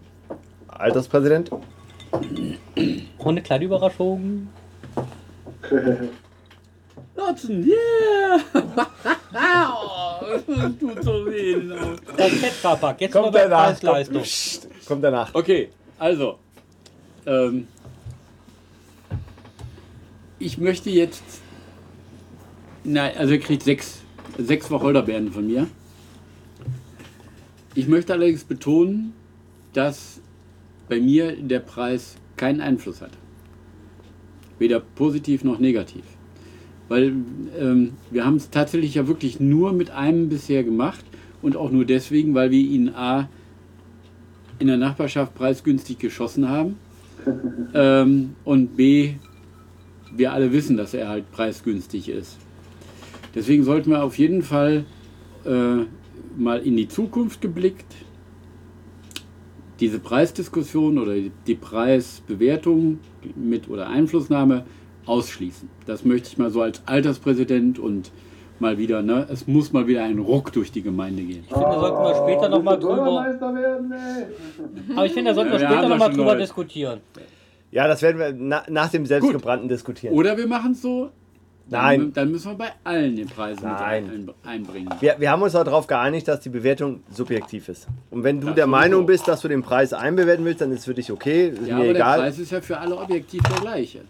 Speaker 2: Alterspräsident?
Speaker 1: Und eine kleine Überraschung.
Speaker 3: Watson, yeah! oh, das tut so weh. in den Augen.
Speaker 1: Das Tetrapack. Jetzt
Speaker 2: Kommt
Speaker 1: mal bei
Speaker 2: danach. Kommt,
Speaker 1: Preis-Leistung.
Speaker 2: Psst, kommt danach.
Speaker 3: Okay, also. Ähm, ich möchte jetzt. Nein, also er kriegt sechs, sechs Wacholderbeeren von mir. Ich möchte allerdings betonen, dass bei mir der Preis keinen Einfluss hat. Weder positiv noch negativ. Weil ähm, wir haben es tatsächlich ja wirklich nur mit einem bisher gemacht und auch nur deswegen, weil wir ihn A in der Nachbarschaft preisgünstig geschossen haben ähm, und B wir alle wissen, dass er halt preisgünstig ist. Deswegen sollten wir auf jeden Fall äh, mal in die Zukunft geblickt diese Preisdiskussion oder die Preisbewertung mit oder Einflussnahme ausschließen. Das möchte ich mal so als Alterspräsident und mal wieder, ne, es muss mal wieder ein Ruck durch die Gemeinde gehen.
Speaker 1: Ich finde, da sollten wir später nochmal drüber.
Speaker 5: Bürgermeister werden, ey.
Speaker 1: Aber ich finde, da sollten wir
Speaker 3: Ja, wir
Speaker 1: später
Speaker 3: haben ja
Speaker 1: nochmal
Speaker 3: schon
Speaker 1: drüber
Speaker 3: Leute.
Speaker 1: diskutieren.
Speaker 2: Ja, das werden wir na, nach dem selbstgebrannten diskutieren.
Speaker 3: Oder wir machen es so, dann,
Speaker 2: Nein.
Speaker 3: dann müssen wir bei allen den Preis mit
Speaker 2: Nein.
Speaker 3: ein, einbringen.
Speaker 2: Wir, wir haben uns darauf geeinigt, dass die Bewertung subjektiv ist. Und wenn du
Speaker 3: Das
Speaker 2: der
Speaker 3: sowieso.
Speaker 2: Meinung bist, dass du den Preis einbewerten willst, dann ist es für dich okay, ist mir
Speaker 3: Ja, aber der
Speaker 2: egal.
Speaker 3: Preis ist ja für alle objektiv der gleiche.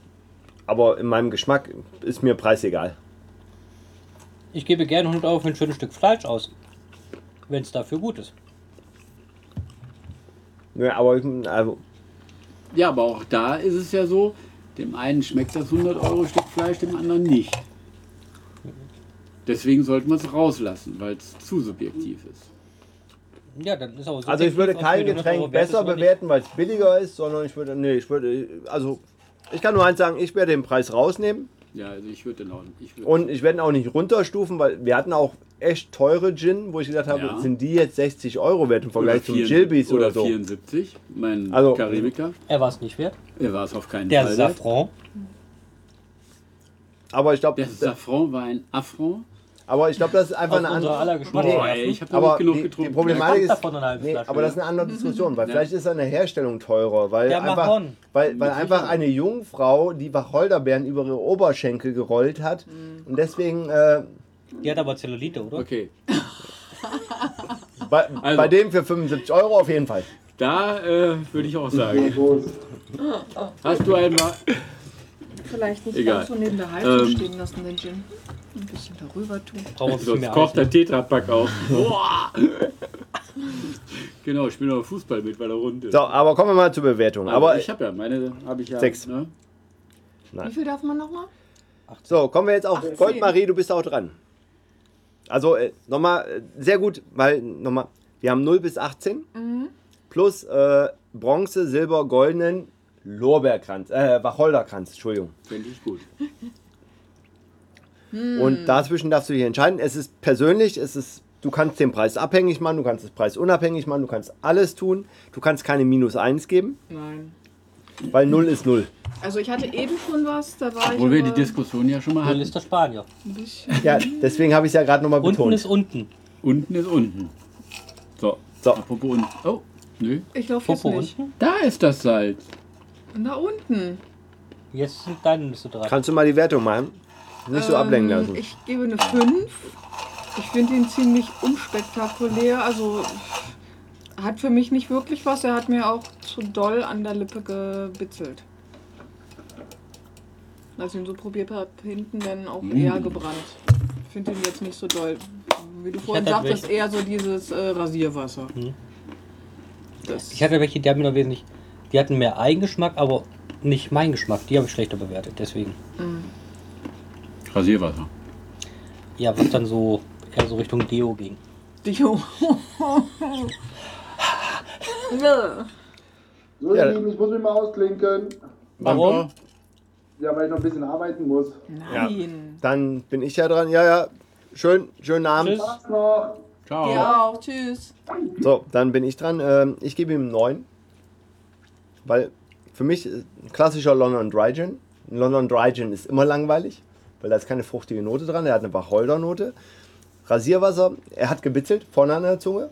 Speaker 2: Aber in meinem Geschmack ist mir Preis egal.
Speaker 1: Ich gebe gerne 100 Euro für ein schönes Stück Fleisch aus. Wenn es dafür gut ist.
Speaker 2: Ja, aber ich, also,
Speaker 3: Ja, aber auch da ist es ja so, dem einen schmeckt das 100 Euro Stück Fleisch, dem anderen nicht. Deswegen sollten wir es rauslassen, weil es zu subjektiv ist.
Speaker 1: Ja, dann ist aber so.
Speaker 2: also ich würde
Speaker 1: definitiv,
Speaker 2: kein
Speaker 1: ob es mir 100 Euro wert ne?
Speaker 2: Getränk
Speaker 1: ist
Speaker 2: besser
Speaker 1: oder nicht.
Speaker 2: bewerten, weil es billiger ist, sondern ich würde, nee, ich würde, also ich kann nur eins sagen, ich werde den Preis rausnehmen
Speaker 3: Ja, also ich würde den auch ich würde,
Speaker 2: und ich werde ihn auch nicht runterstufen, weil wir hatten auch echt teure Gin, wo ich gedacht habe,
Speaker 3: Ja.
Speaker 2: sind die jetzt 60 Euro wert im Vergleich zum
Speaker 3: 74
Speaker 2: Gilbys oder, so.
Speaker 3: 74, mein
Speaker 2: Also-
Speaker 3: Karibiker.
Speaker 1: Er war es nicht wert.
Speaker 3: Er war es auf keinen
Speaker 1: Der
Speaker 3: Fall. wert.
Speaker 1: Safran.
Speaker 2: Aber ich glaube,
Speaker 3: Der Safran war ein Affront.
Speaker 2: aber ich glaube, das ist einfach
Speaker 1: Aus
Speaker 2: eine
Speaker 1: unserer aller
Speaker 2: andere.
Speaker 1: Geschmacksnerven.
Speaker 3: ey, ich habe noch
Speaker 2: Aber
Speaker 3: nicht genug
Speaker 2: die, die
Speaker 3: getrunken.
Speaker 2: Problematik
Speaker 1: Wer
Speaker 2: ist,
Speaker 1: kommt davon eine halbe
Speaker 2: nee,
Speaker 1: Flasche,
Speaker 2: aber das ist
Speaker 1: ne?
Speaker 2: eine andere Diskussion, weil
Speaker 3: Ja.
Speaker 2: vielleicht ist eine Herstellung teurer, weil
Speaker 1: Ja,
Speaker 2: einfach,
Speaker 1: Marron.
Speaker 2: weil, weil einfach eine Jungfrau die Wacholderbeeren über ihre Oberschenkel gerollt hat
Speaker 3: Mhm.
Speaker 2: und deswegen äh,
Speaker 1: Die hat aber Zellulite, oder?
Speaker 3: Okay,
Speaker 2: bei,
Speaker 3: Also.
Speaker 2: bei dem für 75 Euro auf jeden Fall.
Speaker 3: da äh, würde ich auch sagen.
Speaker 5: Prost.
Speaker 3: Hast du einmal.
Speaker 4: Vielleicht nicht
Speaker 3: Egal.
Speaker 4: ganz so neben der Heizung
Speaker 3: Ähm.
Speaker 4: stehen lassen, den Gin. Ein bisschen darüber tun.
Speaker 1: Brauchen wir ein bisschen
Speaker 3: Sonst
Speaker 1: mehr
Speaker 3: kocht
Speaker 1: Eis.
Speaker 3: der Tetrapack auf. Boah. genau, ich spiele noch Fußball mit, weil er rund ist.
Speaker 2: So, aber kommen wir mal zur Bewertung.
Speaker 3: Aber,
Speaker 2: Aber
Speaker 3: Also ich habe ja, meine habe ich ja.
Speaker 2: Sechs.
Speaker 3: Ne?
Speaker 2: Nein.
Speaker 4: Wie viel darf man nochmal?
Speaker 2: so, kommen wir jetzt auf
Speaker 4: Ach, zehn.
Speaker 2: Goldmarie, du bist auch dran. Also äh, nochmal, äh, sehr gut, weil nochmal, wir haben 0 bis 18
Speaker 4: Mhm.
Speaker 2: plus äh, Bronze, Silber, Goldenen, Lorbeerkranz, äh, Wacholderkranz, Entschuldigung.
Speaker 3: Finde ich gut.
Speaker 4: Mhm.
Speaker 2: Und dazwischen darfst du dich entscheiden. Es ist persönlich, es ist, du kannst den Preis abhängig machen, du kannst den Preis unabhängig machen, du kannst alles tun. Du kannst keine Minus 1 geben,
Speaker 4: Nein.
Speaker 2: weil 0 ist 0.
Speaker 4: Also ich hatte eben schon was, da war ich
Speaker 3: Obwohl wir die
Speaker 4: aber
Speaker 3: Diskussion ja schon mal
Speaker 1: Null
Speaker 3: hatten.
Speaker 1: ist der Spanier.
Speaker 4: ein bisschen.
Speaker 2: Ja, deswegen habe ich es ja gerade nochmal
Speaker 1: Unten ist
Speaker 2: betont.
Speaker 1: unten.
Speaker 3: Unten ist unten. So,
Speaker 2: So.
Speaker 3: apropos unten. Oh, nö.
Speaker 4: Ich laufe jetzt
Speaker 1: Popo
Speaker 4: nicht.
Speaker 1: unten.
Speaker 3: Da ist das Salz.
Speaker 4: Da unten.
Speaker 1: Jetzt sind deine Nüsse dran.
Speaker 2: Kannst du mal die Wertung machen? Nicht so
Speaker 4: Ähm,
Speaker 2: ablenken lassen.
Speaker 4: Ich gebe eine 5. Ich finde ihn ziemlich unspektakulär. Also hat für mich nicht wirklich was. Er hat mir auch zu doll an der Lippe gebitzelt. Als ich ihn so probiert habe, hinten dann auch eher gebrannt. Ich finde ihn jetzt nicht so doll. Wie du vorhin
Speaker 1: hatte
Speaker 4: sagtest,
Speaker 1: welche-
Speaker 4: eher so dieses äh, Rasierwasser. Das
Speaker 1: Ich hatte welche, die haben mir noch wesentlich. Die hatten mehr Eigengeschmack, aber nicht mein Geschmack. Die habe ich schlechter bewertet. Deswegen.
Speaker 3: Rasierwasser.
Speaker 1: Ja, was dann so eher so Richtung Deo ging.
Speaker 4: Dio.
Speaker 5: So, ihr
Speaker 2: Ja.
Speaker 5: Lieben, ich muss mich mal ausklinken.
Speaker 1: Warum?
Speaker 5: Ja, weil ich noch ein bisschen arbeiten muss.
Speaker 4: Nein.
Speaker 2: Dann bin ich ja dran. Ja, ja. Schön, schönen Abend.
Speaker 1: Tschüss.
Speaker 5: Mach's noch.
Speaker 3: Ciao.
Speaker 4: Dir auch. Tschüss.
Speaker 2: So, dann bin ich dran. Ähm, ich gebe ihm 9. Weil für mich äh, ein klassischer London Dry Gin. Ein London Dry Gin ist immer langweilig, weil da ist keine fruchtige Note dran. Er hat eine Wacholdernote. Rasierwasser, er hat gebitzelt vorne an der Zunge.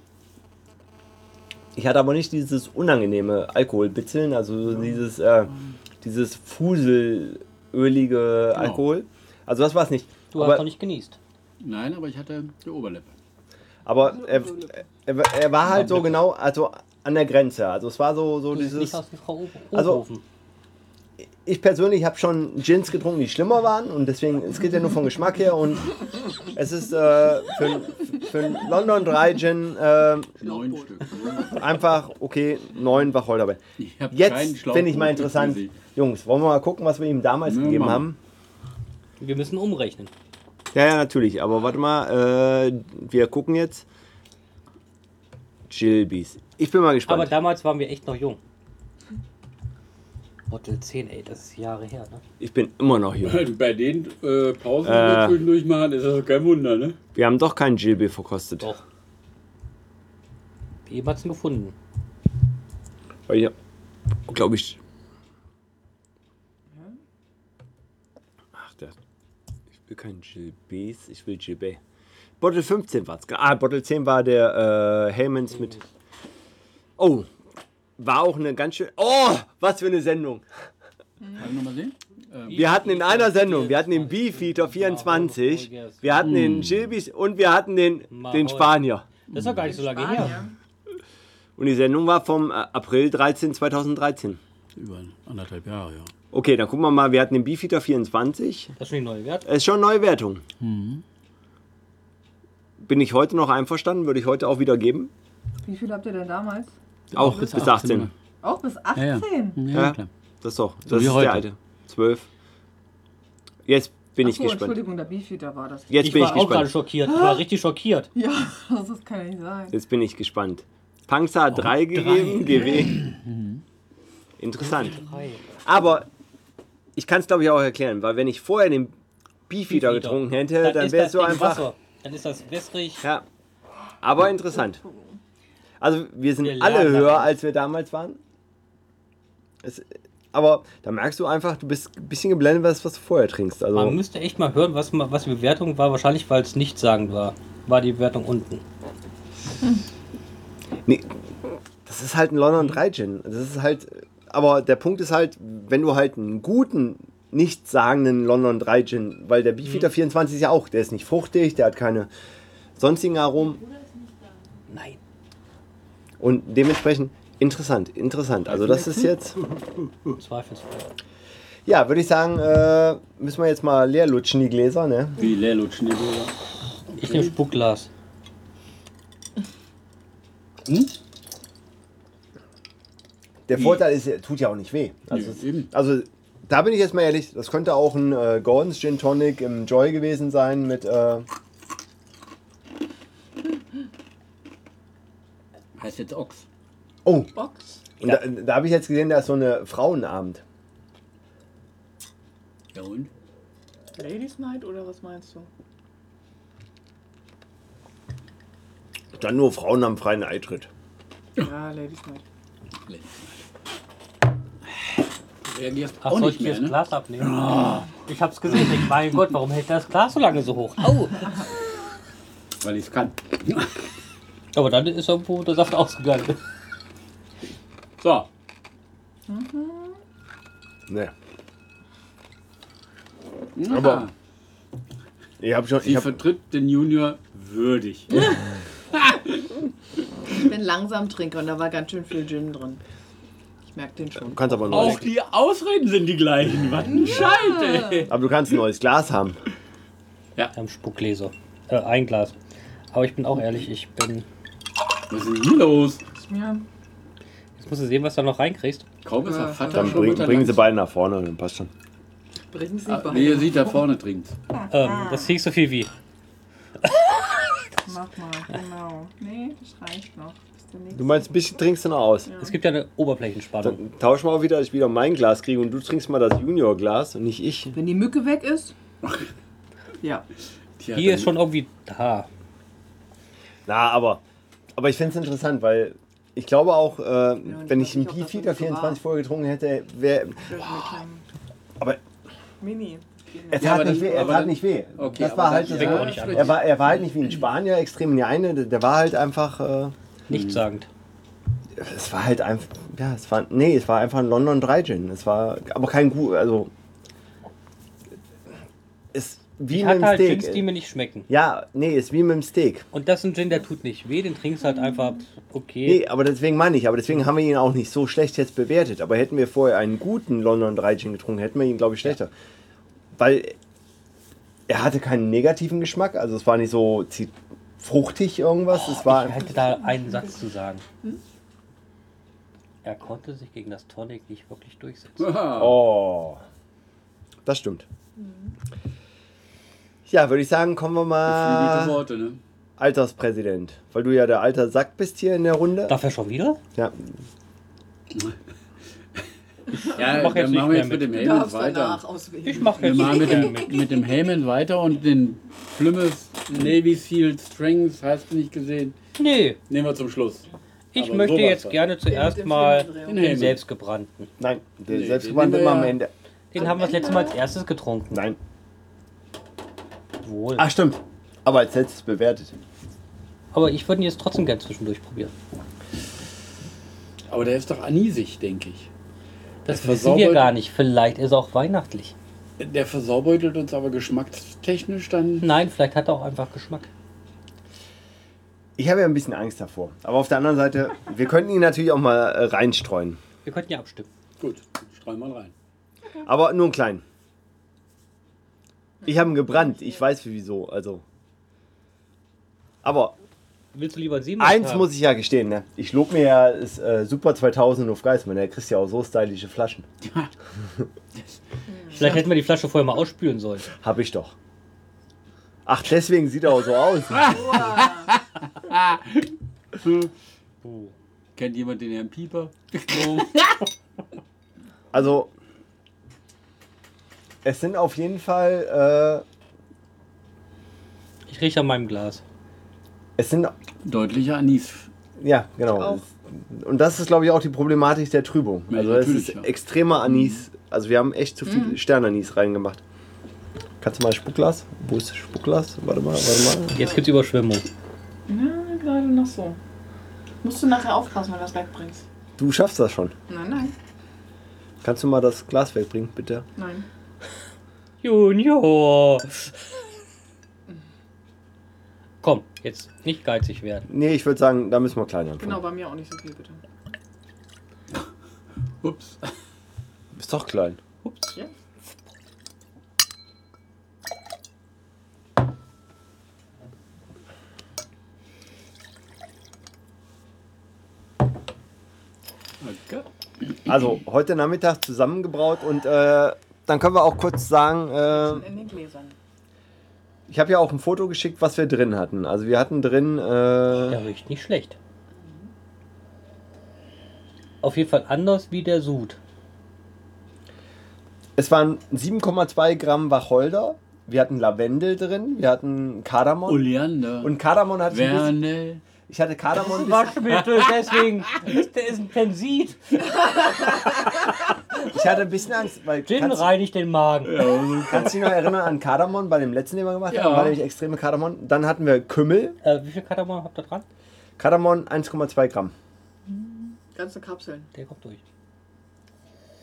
Speaker 2: Ich hatte aber nicht dieses unangenehme Alkoholbitzeln, also dieses, äh, dieses fuselölige Alkohol. Also das war es nicht.
Speaker 1: Genau. Du
Speaker 2: Aber-
Speaker 1: hast noch nicht genießt.
Speaker 3: Nein, aber ich hatte die Oberlippe.
Speaker 2: Aber er, er, er war halt so genau, also an der Grenze. Also es war so, so
Speaker 1: Du siehst
Speaker 2: dieses.
Speaker 1: nicht aus wie Frau Ober-
Speaker 2: Also-
Speaker 1: Oberhofen.
Speaker 2: ich persönlich habe schon Gins getrunken, die schlimmer waren und deswegen, es geht ja nur vom Geschmack her und es ist äh, für, für einen London 3 Gin äh,
Speaker 3: Neun Stück.
Speaker 2: einfach, okay, neun war heute dabei.
Speaker 3: Ich hab keinen
Speaker 2: Jetzt
Speaker 3: Schlauch
Speaker 2: finde ich mal
Speaker 3: und ich
Speaker 2: interessant.
Speaker 3: bin
Speaker 2: Jungs, wollen wir mal gucken, was wir ihm damals
Speaker 3: Ja,
Speaker 2: gegeben
Speaker 3: machen.
Speaker 2: haben?
Speaker 1: Wir müssen umrechnen.
Speaker 2: Ja, ja, natürlich, aber warte mal, äh, wir gucken jetzt. Gilbys. Ich bin mal gespannt.
Speaker 1: Aber damals waren wir echt noch jung. Bottle 10, ey, das ist Jahre her, ne?
Speaker 2: ich bin immer noch jung.
Speaker 3: Bei den äh, Pausen, die
Speaker 2: Äh.
Speaker 3: wir zwischendurch machen, ist das kein Wunder, ne?
Speaker 2: Wir haben doch keinen Gilby verkostet.
Speaker 1: Doch. Wie eben hat's ihn gefunden.
Speaker 2: Weil ja, glaube ich. Ach, der. Ich will keinen Gilbys, ich will Gilbey. Bottle 15 war's. Ah, Bottle 10 war der äh, Haymans mit. Oh, war auch eine ganz schön. Oh, was für eine Sendung.
Speaker 3: Kann mal sehen?
Speaker 2: Wir hatten in einer Sendung, wir hatten den Beefeater 24, wir hatten den Gilbys und wir hatten den, den Spanier.
Speaker 1: Das ist doch gar nicht so lange her.
Speaker 2: Und die Sendung war vom äh, April 13, 2013.
Speaker 3: Über anderthalb Jahre, ja.
Speaker 2: Okay, dann gucken wir mal, wir hatten den Beefeater 24.
Speaker 1: Das ist schon die neue Wert.
Speaker 2: Es ist schon Neuwertung.
Speaker 1: Mhm.
Speaker 2: Bin ich heute noch einverstanden? Würde ich heute auch wieder geben?
Speaker 6: Wie viel habt ihr denn damals?
Speaker 2: Auch bis 18.
Speaker 6: Auch bis
Speaker 3: ja.
Speaker 6: 18?
Speaker 3: Ja, klar.
Speaker 2: Das ist doch. Das
Speaker 3: wie
Speaker 2: ist
Speaker 3: heute.
Speaker 2: der alte. 12. Jetzt bin ich
Speaker 6: Achso,
Speaker 2: gespannt.
Speaker 6: Entschuldigung, der Beefeater war das.
Speaker 2: Jetzt
Speaker 1: Ich
Speaker 2: bin
Speaker 1: war
Speaker 2: ich
Speaker 1: auch gerade
Speaker 2: gespannt.
Speaker 1: schockiert. Ich war richtig schockiert.
Speaker 6: Ja, das kann ja nicht sein.
Speaker 2: Jetzt bin ich gespannt. Panzer hat 3 gegeben, GW.
Speaker 1: Mhm.
Speaker 2: Interessant. Aber ich kann es glaube ich auch erklären, weil wenn ich vorher den Beefeater getrunken hätte, dann
Speaker 1: ist
Speaker 2: wäre
Speaker 1: das
Speaker 2: es so
Speaker 1: Ding
Speaker 2: einfach.
Speaker 1: Wasser. Dann ist das wässrig.
Speaker 2: Ja. Aber interessant. Also wir sind
Speaker 1: Wir
Speaker 2: alle
Speaker 1: lernen
Speaker 2: höher,
Speaker 1: daraus.
Speaker 2: als wir damals waren. Es, aber da merkst du einfach, du bist ein bisschen geblendet, was, was du vorher trinkst.
Speaker 1: Man
Speaker 2: Also,
Speaker 1: müsste echt mal hören, was, ma- was die Bewertung war. Wahrscheinlich, weil es nicht sagen war, war die Bewertung unten.
Speaker 2: nee, das ist halt ein
Speaker 1: Mhm.
Speaker 2: London 3 Gin. Das ist halt, aber der Punkt ist halt, wenn du halt einen guten, nicht sagenden London 3 Gin, weil der
Speaker 1: Mhm.
Speaker 2: Beefeater 24 ist ja auch, der ist nicht fruchtig, der hat keine sonstigen Aromen
Speaker 1: Nein.
Speaker 2: und dementsprechend interessant, interessant. Also das ist jetzt...
Speaker 1: Zweifelsfrei.
Speaker 2: Ja, würde ich sagen, äh, müssen wir jetzt mal leer lutschen, die Gläser, ne?
Speaker 3: Wie Leerlutschen, die Bilder.
Speaker 1: Ich nehme Spuckglas.
Speaker 2: Der Vorteil ist, er tut ja auch nicht weh. Also,
Speaker 3: Ja, eben.
Speaker 2: also da bin ich jetzt mal ehrlich, das könnte auch ein äh, Gordons Gin Tonic im Joy gewesen sein mit, äh,
Speaker 3: Heißt jetzt Ochs.
Speaker 2: oh,
Speaker 4: Box.
Speaker 2: und da, da habe ich jetzt gesehen, da ist so eine Frauenabend.
Speaker 3: Ja und?
Speaker 4: Ladies Night oder was meinst du?
Speaker 2: Dann nur Frauen am freien Eintritt.
Speaker 4: Ja, Ladies Night.
Speaker 3: Reagierst
Speaker 1: Ach,
Speaker 3: auch
Speaker 1: soll
Speaker 3: nicht
Speaker 1: ich dir
Speaker 3: mehr,
Speaker 1: das
Speaker 3: ne?
Speaker 1: Glas abnehmen? Ich hab's gesehen. Ich, mein Gott, warum hält das Glas so lange so hoch? Au.
Speaker 3: Weil ich es kann.
Speaker 1: Aber dann ist irgendwo der Saft ausgegangen.
Speaker 3: So,
Speaker 2: Ne,
Speaker 3: aber
Speaker 2: ich habe schon,
Speaker 3: sie
Speaker 2: ich hab,
Speaker 3: vertritt den Junior würdig.
Speaker 4: Ich bin langsam Trinker und da war ganz schön viel Gin drin. Ich merke den schon.
Speaker 2: du kannst aber ein neues,
Speaker 3: Auch die Ausreden sind die gleichen. Was ein Scheiß, ey.
Speaker 2: aber du kannst ein neues Glas haben.
Speaker 1: Wir haben Spuckgläser. Äh, ein Glas. Aber ich bin auch ehrlich, ich bin.
Speaker 3: Was ist denn hier los?
Speaker 6: Ja.
Speaker 1: Jetzt musst du sehen, was du da noch reinkriegst.
Speaker 3: Kaum ist er Vater
Speaker 2: Dann
Speaker 3: schon
Speaker 2: bring,
Speaker 3: wird er
Speaker 2: bringen sie
Speaker 3: langsam-
Speaker 2: beide nach vorne, dann passt schon.
Speaker 4: Bringen Sie
Speaker 3: Ah,
Speaker 4: bei.
Speaker 3: Wie ihr seht, da vorne trinkt.
Speaker 6: Ah.
Speaker 1: Ähm, das kriegst so viel wie.
Speaker 6: Mach mal, genau. Nee, das reicht noch. Bis demnächst.
Speaker 2: Du meinst, ein bisschen trinkst du noch aus.
Speaker 1: Es gibt ja eine Oberflächenspannung.
Speaker 2: Dann tausch mal wieder, dass ich wieder mein Glas kriege und du trinkst mal das Junior-Glas und nicht ich.
Speaker 4: Wenn die Mücke weg ist? Ja.
Speaker 3: Tja,
Speaker 1: Hier
Speaker 3: dann-
Speaker 1: ist schon irgendwie da.
Speaker 2: Na, aber, aber ich finde es interessant, weil ich glaube auch, äh,
Speaker 4: ich
Speaker 2: wenn
Speaker 4: weiß
Speaker 2: ich einen
Speaker 4: nicht, ob das
Speaker 2: Beefeater
Speaker 4: so war.
Speaker 2: 24 vorher getrunken hätte, wäre.
Speaker 4: Mit einem
Speaker 2: Aber
Speaker 4: Mini.
Speaker 2: er tat,
Speaker 3: Ja, aber
Speaker 2: nicht,
Speaker 3: das-
Speaker 2: weh, er
Speaker 3: aber
Speaker 2: tat
Speaker 3: das-
Speaker 2: nicht weh.
Speaker 3: Okay,
Speaker 2: das
Speaker 3: aber
Speaker 2: war halt
Speaker 3: das
Speaker 2: das
Speaker 1: fängt auch
Speaker 2: Ding.
Speaker 1: nicht an.
Speaker 2: er, war, er war halt nicht wie ein Spanier, extrem in die eine. Der, der war halt einfach. Äh,
Speaker 3: Hm.
Speaker 1: Nichtssagend.
Speaker 2: es war halt einfach. Ja, es war. Nee, es war einfach ein London 3 Gin. Es war aber kein gut. Also. Es wie
Speaker 1: Ich
Speaker 2: mit
Speaker 1: hatte
Speaker 2: dem
Speaker 1: halt Gins, die
Speaker 2: Steak.
Speaker 1: mir nicht schmecken.
Speaker 2: Ja, nee, ist wie mit dem Steak.
Speaker 1: Und das ist ein Gin, der tut nicht weh, den trinkst du halt einfach,
Speaker 6: Hm.
Speaker 1: okay.
Speaker 2: Nee, aber deswegen meine ich, aber deswegen haben wir ihn auch nicht so schlecht jetzt bewertet. Aber hätten wir vorher einen guten London 3 Gin getrunken, hätten wir ihn, glaube ich, schlechter. Weil er hatte keinen negativen Geschmack, also es war nicht so zi- fruchtig irgendwas.
Speaker 3: Oh,
Speaker 2: es war.
Speaker 1: Ich hätte da einen Satz zu sagen.
Speaker 6: Hm?
Speaker 1: Er konnte sich gegen das Tonic nicht wirklich durchsetzen.
Speaker 3: Haha.
Speaker 2: Oh. Das stimmt. Ja, würde ich sagen, kommen wir
Speaker 3: Das sind gute
Speaker 2: mal.
Speaker 3: Worte, ne?
Speaker 2: Alterspräsident. Weil du ja der alter Sack bist hier in der Runde.
Speaker 1: Darf er schon wieder?
Speaker 2: Ja,
Speaker 3: Ja,
Speaker 1: mach jetzt
Speaker 3: dann
Speaker 1: nicht
Speaker 3: machen wir
Speaker 1: mehr
Speaker 3: jetzt mit dem
Speaker 1: mit.
Speaker 6: Du
Speaker 3: Helmen
Speaker 6: darfst danach
Speaker 3: weiter.
Speaker 6: auswählen.
Speaker 1: Ich mache
Speaker 3: Wir
Speaker 1: jetzt
Speaker 3: machen
Speaker 1: nicht
Speaker 3: mit
Speaker 1: mehr
Speaker 3: dem,
Speaker 1: mit.
Speaker 3: mit dem Helmen weiter und den Plymouth Navy Seal Strings, hast du nicht gesehen,
Speaker 1: Nee,
Speaker 3: nehmen wir zum Schluss.
Speaker 1: ich
Speaker 3: Aber
Speaker 1: möchte
Speaker 3: sowas halt.
Speaker 1: jetzt
Speaker 3: von.
Speaker 1: gerne
Speaker 6: mit
Speaker 1: zuerst
Speaker 6: dem
Speaker 1: mal
Speaker 6: Filmdreh.
Speaker 3: Den
Speaker 1: den
Speaker 3: Helmen.
Speaker 1: selbstgebrannten.
Speaker 2: nein, der
Speaker 3: Nee,
Speaker 2: selbstgebrannte
Speaker 3: den
Speaker 2: immer
Speaker 3: nehmen
Speaker 2: am
Speaker 3: wir
Speaker 2: Ende.
Speaker 1: Den haben wir das letzte Mal als erstes getrunken.
Speaker 2: Nein.
Speaker 1: Wohl.
Speaker 2: Ach, stimmt. Aber als letztes bewertet.
Speaker 1: Aber ich würde ihn jetzt trotzdem gerne zwischendurch probieren.
Speaker 3: Aber der ist doch anisig, denke ich.
Speaker 1: Das,
Speaker 3: Das
Speaker 1: wissen wir
Speaker 3: versaubert-
Speaker 1: gar nicht. Vielleicht ist er auch weihnachtlich.
Speaker 3: Der versaubeutelt uns aber geschmackstechnisch dann.
Speaker 1: Nein, vielleicht hat er auch einfach Geschmack.
Speaker 2: Ich habe ja ein bisschen Angst davor. Aber auf der anderen Seite, wir könnten ihn natürlich auch mal äh, reinstreuen.
Speaker 1: Wir könnten ja abstimmen.
Speaker 3: Gut, streuen mal rein.
Speaker 2: Aber nur einen kleinen. Ich habe ihn gebrannt. Ich weiß wieso. Also. Aber
Speaker 1: Willst du lieber sieben?
Speaker 2: eins muss ich ja gestehen. Ne? Ich lob mir ja das äh, Super 2000 auf Geismann. Der kriegst ja auch so stylische Flaschen.
Speaker 1: Vielleicht hätten wir die Flasche vorher mal ausspülen sollen.
Speaker 2: Hab ich doch. Ach, deswegen sieht er auch so aus.
Speaker 3: Kennt jemand den Herrn Pieper?
Speaker 2: Also, es sind auf jeden Fall, äh,
Speaker 1: Ich rieche an meinem Glas.
Speaker 2: es sind
Speaker 3: Deutlicher Anis.
Speaker 2: Ja, genau.
Speaker 6: Auch.
Speaker 2: Und das ist, glaube ich, auch die Problematik der Trübung.
Speaker 3: Ja,
Speaker 2: Also es
Speaker 3: natürlich,
Speaker 2: ist
Speaker 3: ja.
Speaker 2: extremer Anis. Also wir haben echt zu viel
Speaker 6: Mhm.
Speaker 2: Sternanis reingemacht. Kannst du mal Spuckglas? Wo ist das Spuckglas? Warte mal, warte mal.
Speaker 1: Jetzt gibt's Überschwemmung.
Speaker 6: Na, gerade noch so. Musst du nachher aufpassen, wenn du das wegbringst.
Speaker 2: Du schaffst das schon.
Speaker 6: Nein, nein,
Speaker 2: Kannst du mal das Glas wegbringen, bitte?
Speaker 6: nein.
Speaker 1: Junior! Komm, jetzt nicht geizig werden.
Speaker 2: Nee, ich würde sagen, da müssen wir klein anfangen.
Speaker 6: Genau, bei mir auch nicht so viel, bitte.
Speaker 3: Ups.
Speaker 2: Ist doch klein.
Speaker 6: Ja.
Speaker 3: Okay.
Speaker 2: Also, heute Nachmittag zusammengebraut und äh, dann können wir auch kurz sagen, äh,
Speaker 6: In den Gläsern.
Speaker 2: ich habe ja auch ein Foto geschickt, was wir drin hatten. Also wir hatten drin... Äh,
Speaker 1: Der riecht nicht schlecht. Auf jeden Fall anders wie der Sud.
Speaker 2: Es waren 7,2 Gramm Wacholder. Wir hatten Lavendel drin. Wir hatten Kardamom.
Speaker 3: Oleander.
Speaker 2: Und Kardamom hatte ich ein bisschen,
Speaker 3: Werne.
Speaker 2: ich hatte Kardamom ein bisschen,
Speaker 1: Waschmittel, deswegen. Der ist ein Tensid.
Speaker 2: ich hatte ein bisschen Angst, weil
Speaker 1: Gin
Speaker 2: kannst,
Speaker 1: reinigt den Magen.
Speaker 2: kannst du dich noch erinnern an Kardamom bei dem letzten, den wir gemacht haben,
Speaker 3: Ja.
Speaker 2: war nämlich extreme Kardamom. Dann hatten wir Kümmel,
Speaker 1: Äh, wie viel Kardamom habt ihr dran?
Speaker 2: Kardamom 1,2 Gramm.
Speaker 6: Ganze Kapseln.
Speaker 1: Der kommt durch.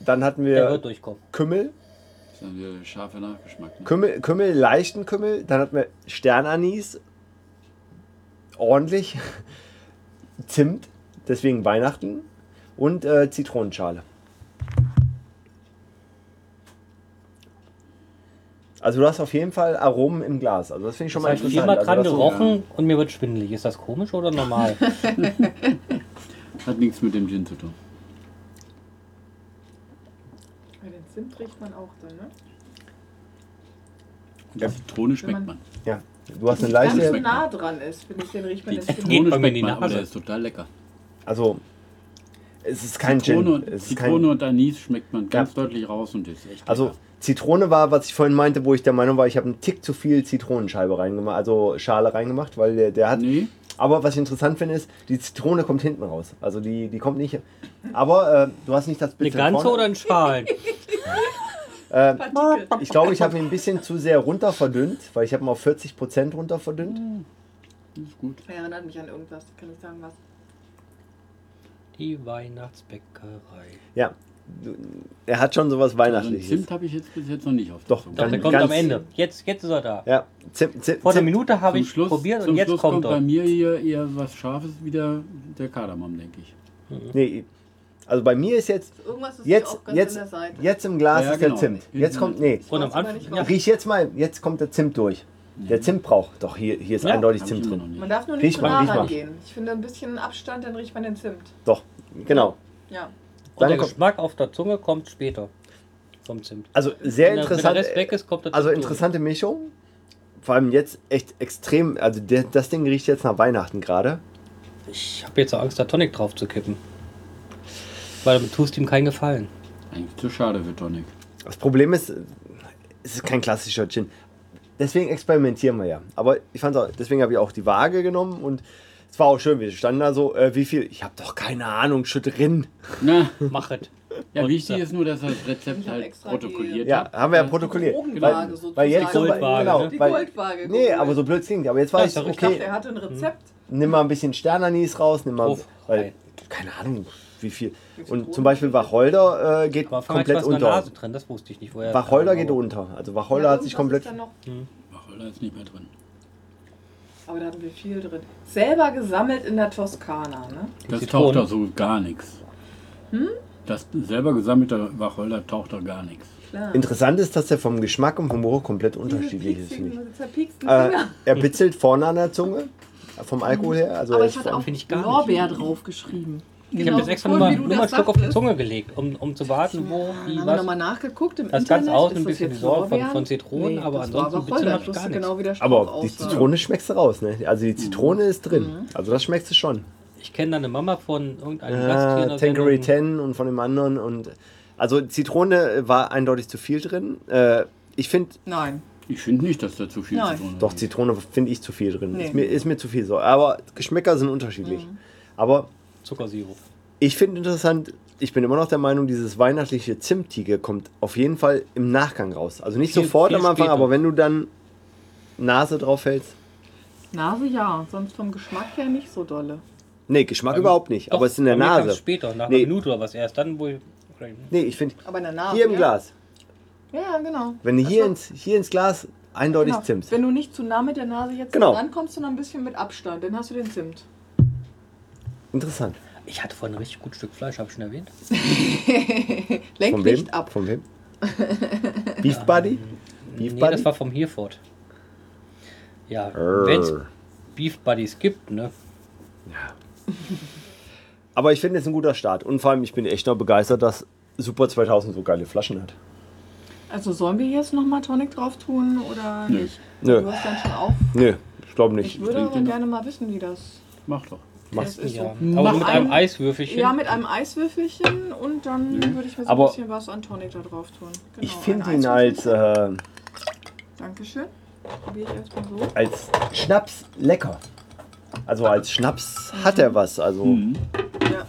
Speaker 2: Dann hatten
Speaker 1: Der
Speaker 2: wir
Speaker 1: wird durchkommen.
Speaker 2: Kümmel,
Speaker 3: Das ist wieder der scharfe Nachgeschmack. Ne?
Speaker 2: Kümmel, Kümmel, leichten Kümmel. Dann hatten wir Sternanis, ordentlich, Zimt, deswegen Weihnachten und äh, Zitronenschale. Also du hast auf jeden Fall Aromen im Glas. Also das finde ich schon
Speaker 1: Ich
Speaker 2: mal
Speaker 1: habe
Speaker 2: interessant.
Speaker 1: viermal dran
Speaker 2: also, das so-
Speaker 1: gerochen und mir wird schwindelig. Ist das komisch oder normal?
Speaker 3: Hat nichts mit dem Gin zu tun.
Speaker 6: Ja, den Zimt riecht man auch dann, ne?
Speaker 3: Und Die Zitrone schmeckt man.
Speaker 2: ja, du hast eine
Speaker 6: Ganz
Speaker 2: leichte,
Speaker 3: schmeckt
Speaker 6: nah dran ist, finde ich, den riecht man.
Speaker 3: Die
Speaker 6: Das finde
Speaker 1: Geht
Speaker 3: Zitrone
Speaker 1: bei mir in
Speaker 3: schmeckt
Speaker 1: die
Speaker 3: man, aber
Speaker 1: Nase.
Speaker 3: der ist total lecker.
Speaker 2: also es ist kein
Speaker 3: Zitrone,
Speaker 2: Gin.
Speaker 3: und,
Speaker 2: Es ist
Speaker 3: Zitrone
Speaker 2: kein,
Speaker 3: und Anis schmeckt man ganz deutlich raus und ist echt
Speaker 2: also
Speaker 3: lecker.
Speaker 2: Zitrone war, was ich vorhin meinte, wo ich der Meinung war, ich habe einen Tick zu viel Zitronenscheibe reingemacht, also Schale reingemacht, weil der, der hat
Speaker 3: Nee,
Speaker 2: Aber was ich interessant finde, ist, die Zitrone kommt hinten raus. Also die, die kommt nicht. Aber äh, du hast nicht das
Speaker 1: Eine
Speaker 2: Bild. von
Speaker 1: ganze oder
Speaker 2: vorne.
Speaker 1: ein Schalen?
Speaker 6: Partikel.
Speaker 2: Ich glaube, ich habe ihn ein bisschen zu sehr runter verdünnt, weil ich habe ihn auf 40% runter verdünnt.
Speaker 3: das ist gut.
Speaker 6: Er erinnert mich an irgendwas, kann ich sagen was.
Speaker 1: Die Weihnachtsbäckerei.
Speaker 2: Ja. er hat schon sowas
Speaker 3: Also einen
Speaker 2: Weihnachtliches.
Speaker 3: Zimt habe ich jetzt bis jetzt noch nicht auf.
Speaker 2: Doch,
Speaker 1: Doch, der
Speaker 2: Ganz-
Speaker 1: kommt am
Speaker 2: ganz-
Speaker 1: Ende. Jetzt, jetzt ist er da.
Speaker 2: Ja, Zimt, Zimt,
Speaker 1: Vor einer
Speaker 2: Zimt.
Speaker 1: Minute habe
Speaker 3: Zum
Speaker 1: ich
Speaker 3: Schluss,
Speaker 1: probiert
Speaker 3: zum
Speaker 1: und jetzt
Speaker 3: Schluss
Speaker 1: kommt,
Speaker 3: bei
Speaker 1: er.
Speaker 3: mir hier eher was Scharfes wieder der Kardamom, denke ich.
Speaker 2: Nee, also bei mir ist jetzt,
Speaker 6: Irgendwas ist
Speaker 2: jetzt,
Speaker 6: hier auch ganz
Speaker 2: jetzt,
Speaker 6: an der Seite.
Speaker 2: jetzt im Glas
Speaker 3: Ja,
Speaker 2: ist
Speaker 3: genau.
Speaker 2: der Zimt. Jetzt kommt, nee,
Speaker 1: Und am
Speaker 6: weiß aber nicht,
Speaker 1: Anfang, ja, Mhm.
Speaker 2: riech jetzt mal, jetzt kommt der Zimt durch. Der Zimt braucht, doch, hier, hier ist
Speaker 1: Ja,
Speaker 2: eindeutig
Speaker 3: Hab
Speaker 2: Zimt
Speaker 3: ich immer noch
Speaker 2: drin.
Speaker 3: nicht.
Speaker 6: Man darf nur
Speaker 2: Riech
Speaker 6: nicht zu
Speaker 2: mal,
Speaker 6: nah
Speaker 2: riech mal.
Speaker 6: rangehen. Ich finde ein bisschen Abstand, dann riecht man den Zimt.
Speaker 2: Doch, genau.
Speaker 6: Ja.
Speaker 1: und der
Speaker 2: kommt-
Speaker 1: Geschmack auf der Zunge kommt später vom Zimt.
Speaker 2: Also sehr
Speaker 1: Wenn der- wenn
Speaker 2: interessant.
Speaker 1: Der Rest weg ist, kommt der
Speaker 2: Also
Speaker 1: Zimt
Speaker 2: interessante Mischung. Vor allem jetzt echt extrem. Also der, das Ding riecht jetzt nach Weihnachten gerade.
Speaker 1: durch. Ich habe jetzt so Angst, da Tonic drauf zu kippen. Weil damit tust du ihm keinen Gefallen.
Speaker 3: Eigentlich zu schade für Tonic.
Speaker 2: Das Problem ist, äh, es ist kein klassischer Gin. Deswegen experimentieren wir ja. Aber ich fand's auch, deswegen habe ich auch die Waage genommen und es war auch schön, wir standen da so, äh, wie viel? Ich habe doch keine Ahnung, schon drin.
Speaker 3: Na,
Speaker 2: Hm.
Speaker 1: Mach es.
Speaker 3: ja,
Speaker 1: Und,
Speaker 3: wichtig
Speaker 1: äh,
Speaker 3: ist nur, dass er das Rezept
Speaker 6: Ich hab
Speaker 3: halt
Speaker 6: extra
Speaker 3: protokolliert
Speaker 2: Ja,
Speaker 3: hat. Also
Speaker 2: haben wir ja protokolliert.
Speaker 6: Drogenwaage
Speaker 2: weil,
Speaker 6: sozusagen.
Speaker 2: weil jetzt
Speaker 6: Die
Speaker 1: Goldwaage,
Speaker 2: genau,
Speaker 1: ne?
Speaker 6: Die
Speaker 2: weil,
Speaker 6: Goldwaage.
Speaker 2: Nee, aber so blöd klingt. Aber jetzt
Speaker 1: Ja,
Speaker 2: weiß
Speaker 1: ist ja
Speaker 2: ich,
Speaker 6: Ich dachte,
Speaker 2: okay, Hm.
Speaker 6: er hatte ein Rezept.
Speaker 2: nimm mal ein bisschen Sternanis raus, nimm mal.
Speaker 1: Drauf
Speaker 2: weil,
Speaker 1: rein.
Speaker 2: keine Ahnung, wie viel.
Speaker 6: viel
Speaker 2: Und
Speaker 6: Kohle?
Speaker 2: zum Beispiel Wacholder äh, geht
Speaker 1: Aber Frank hat
Speaker 2: komplett
Speaker 1: was in der
Speaker 2: unter.
Speaker 1: Nase drin, das wusste ich nicht. Woher
Speaker 2: Wacholder
Speaker 1: Aber-
Speaker 2: geht unter. Also Wacholder
Speaker 6: Ja,
Speaker 2: hat sich komplett.
Speaker 6: irgendwas ist da noch-
Speaker 3: Wacholder ist nicht mehr drin.
Speaker 6: Aber da hatten wir viel drin. Selber gesammelt in der Toskana, ne?
Speaker 3: Das
Speaker 1: Zitronen.
Speaker 3: taucht doch so gar nichts.
Speaker 6: Hm?
Speaker 3: Das selber gesammelte Wacholder taucht doch gar nichts.
Speaker 6: Klar.
Speaker 2: Interessant ist, dass er vom Geschmack und vom Geruch komplett unterschiedlich ist. finde ich.
Speaker 6: Diese zerpieksten
Speaker 2: Äh,
Speaker 6: Finger.
Speaker 2: er bitzelt vorne an der Zunge äh, vom Alkohol her. Also er
Speaker 6: Mhm. Aber ich
Speaker 2: ist
Speaker 6: hatte
Speaker 2: vor-
Speaker 6: auch
Speaker 1: Finde ich gar nicht.
Speaker 6: Lorbeer draufgeschrieben.
Speaker 1: Ich habe jetzt extra
Speaker 6: so cool,
Speaker 1: nochmal
Speaker 6: wie du
Speaker 1: einen
Speaker 6: das
Speaker 1: Stück auf die
Speaker 6: sagtest.
Speaker 1: Zunge gelegt, um, um zu warten, wo, wie,
Speaker 6: Ja, Dann haben wir
Speaker 1: was.
Speaker 6: nochmal nachgeguckt im
Speaker 1: Das
Speaker 6: Internet.
Speaker 1: ganz außen
Speaker 6: Ist
Speaker 1: ein
Speaker 6: das
Speaker 1: bisschen
Speaker 6: jetzt
Speaker 1: wie Sorb von-
Speaker 6: Lorbeeren?
Speaker 1: von Zitronen, aber
Speaker 6: das war
Speaker 1: ansonsten
Speaker 6: aber
Speaker 1: ein bisschen
Speaker 6: Wacholder.
Speaker 1: hab ich
Speaker 6: Ich wusste
Speaker 1: gar nichts.
Speaker 6: genau, wie der Strauch
Speaker 2: aber die
Speaker 6: aussah.
Speaker 2: Zitrone schmeckst du raus, ne? Also
Speaker 6: Mhm.
Speaker 2: die Zitrone ist drin. Also das schmeckst du schon.
Speaker 1: Ich kenne da eine Mama von irgendeinem
Speaker 2: Ah,
Speaker 1: Gast hier in
Speaker 2: Ja,
Speaker 1: der
Speaker 2: Tankery
Speaker 1: Sendung.
Speaker 2: 10 Äh, und von dem anderen und also Zitrone war eindeutig zu viel drin. Äh, ich finde,
Speaker 6: Nein.
Speaker 3: Ich finde nicht, dass da zu viel
Speaker 6: Nein.
Speaker 3: Zitrone
Speaker 1: Mhm.
Speaker 2: doch
Speaker 3: drin
Speaker 2: Zitrone finde ich zu viel drin.
Speaker 6: Nee. Mhm.
Speaker 2: Ist, mir, ist mir zu viel so. Aber Geschmäcker sind unterschiedlich. Aber
Speaker 1: Zuckersirup.
Speaker 2: Ich finde interessant, ich bin immer noch der Meinung, dieses weihnachtliche Zimtige kommt auf jeden Fall im Nachgang raus. Also nicht
Speaker 1: Viel-
Speaker 2: sofort
Speaker 1: viel
Speaker 2: am Anfang,
Speaker 1: später.
Speaker 2: aber wenn du dann Nase drauf hältst.
Speaker 6: Nase ja, sonst vom Geschmack her nicht so dolle.
Speaker 2: Nee, Geschmack überhaupt nicht, aber es ist in der
Speaker 1: bei mir kam's
Speaker 2: Nase.
Speaker 1: später, nach
Speaker 2: Nee.
Speaker 1: einer Minute oder was erst. Dann, wo ich.
Speaker 2: Nee, ich finde,
Speaker 6: Aber in der Nase.
Speaker 2: hier im
Speaker 6: Ah, ja?
Speaker 2: Glas,
Speaker 6: Ja, genau.
Speaker 2: wenn du hier,
Speaker 6: Also,
Speaker 2: ins, hier ins Glas eindeutig
Speaker 6: genau.
Speaker 2: Zimt.
Speaker 6: Wenn du nicht zu nah mit der Nase jetzt
Speaker 2: Genau.
Speaker 6: rankommst, sondern ein bisschen mit Abstand, dann hast du den Zimt.
Speaker 2: Interessant.
Speaker 1: Ich hatte vorhin ein richtig gutes Stück Fleisch, habe ich schon erwähnt.
Speaker 6: Lenk
Speaker 2: Von wem?
Speaker 6: nicht ab.
Speaker 2: Von wem? Beef Buddy? Beef
Speaker 1: Ähm, nee,
Speaker 2: Buddy?
Speaker 1: das war vom Hereford. Ja,
Speaker 2: Rrr.
Speaker 1: wenn es Beef Buddies gibt, ne?
Speaker 2: Aber ich finde es ein guter Start. Und vor allem, ich bin echt noch begeistert, dass Super 2000 so geile Flaschen hat.
Speaker 6: Also sollen wir jetzt nochmal Tonic drauf tun oder
Speaker 3: Nö.
Speaker 6: nicht?
Speaker 2: Nö.
Speaker 6: Du hast dann schon auf.
Speaker 2: Nö, ich glaube
Speaker 6: Ich
Speaker 2: nicht.
Speaker 6: würde
Speaker 3: trinke
Speaker 6: aber
Speaker 3: den
Speaker 6: gerne mal wissen, wie das
Speaker 3: Mach doch.
Speaker 2: Mach's.
Speaker 6: das ist.
Speaker 1: Ja.
Speaker 6: So.
Speaker 1: Aber
Speaker 6: Mach
Speaker 1: mit einem
Speaker 6: einen-
Speaker 1: Eiswürfelchen.
Speaker 6: Ja, mit einem Eiswürfelchen und dann
Speaker 1: Mhm.
Speaker 6: würde ich mir so
Speaker 2: Aber-
Speaker 6: ein bisschen was an Tonic da drauf tun. Genau,
Speaker 2: Ich
Speaker 6: ein
Speaker 2: finde ihn als,
Speaker 1: halt,
Speaker 6: Eiswürfelchen.
Speaker 2: äh,
Speaker 1: äh,
Speaker 6: Dankeschön. Probiere ich erstmal so.
Speaker 2: als Schnaps lecker. Also als Schnaps hat er was. Also
Speaker 1: Mhm.
Speaker 6: Ja.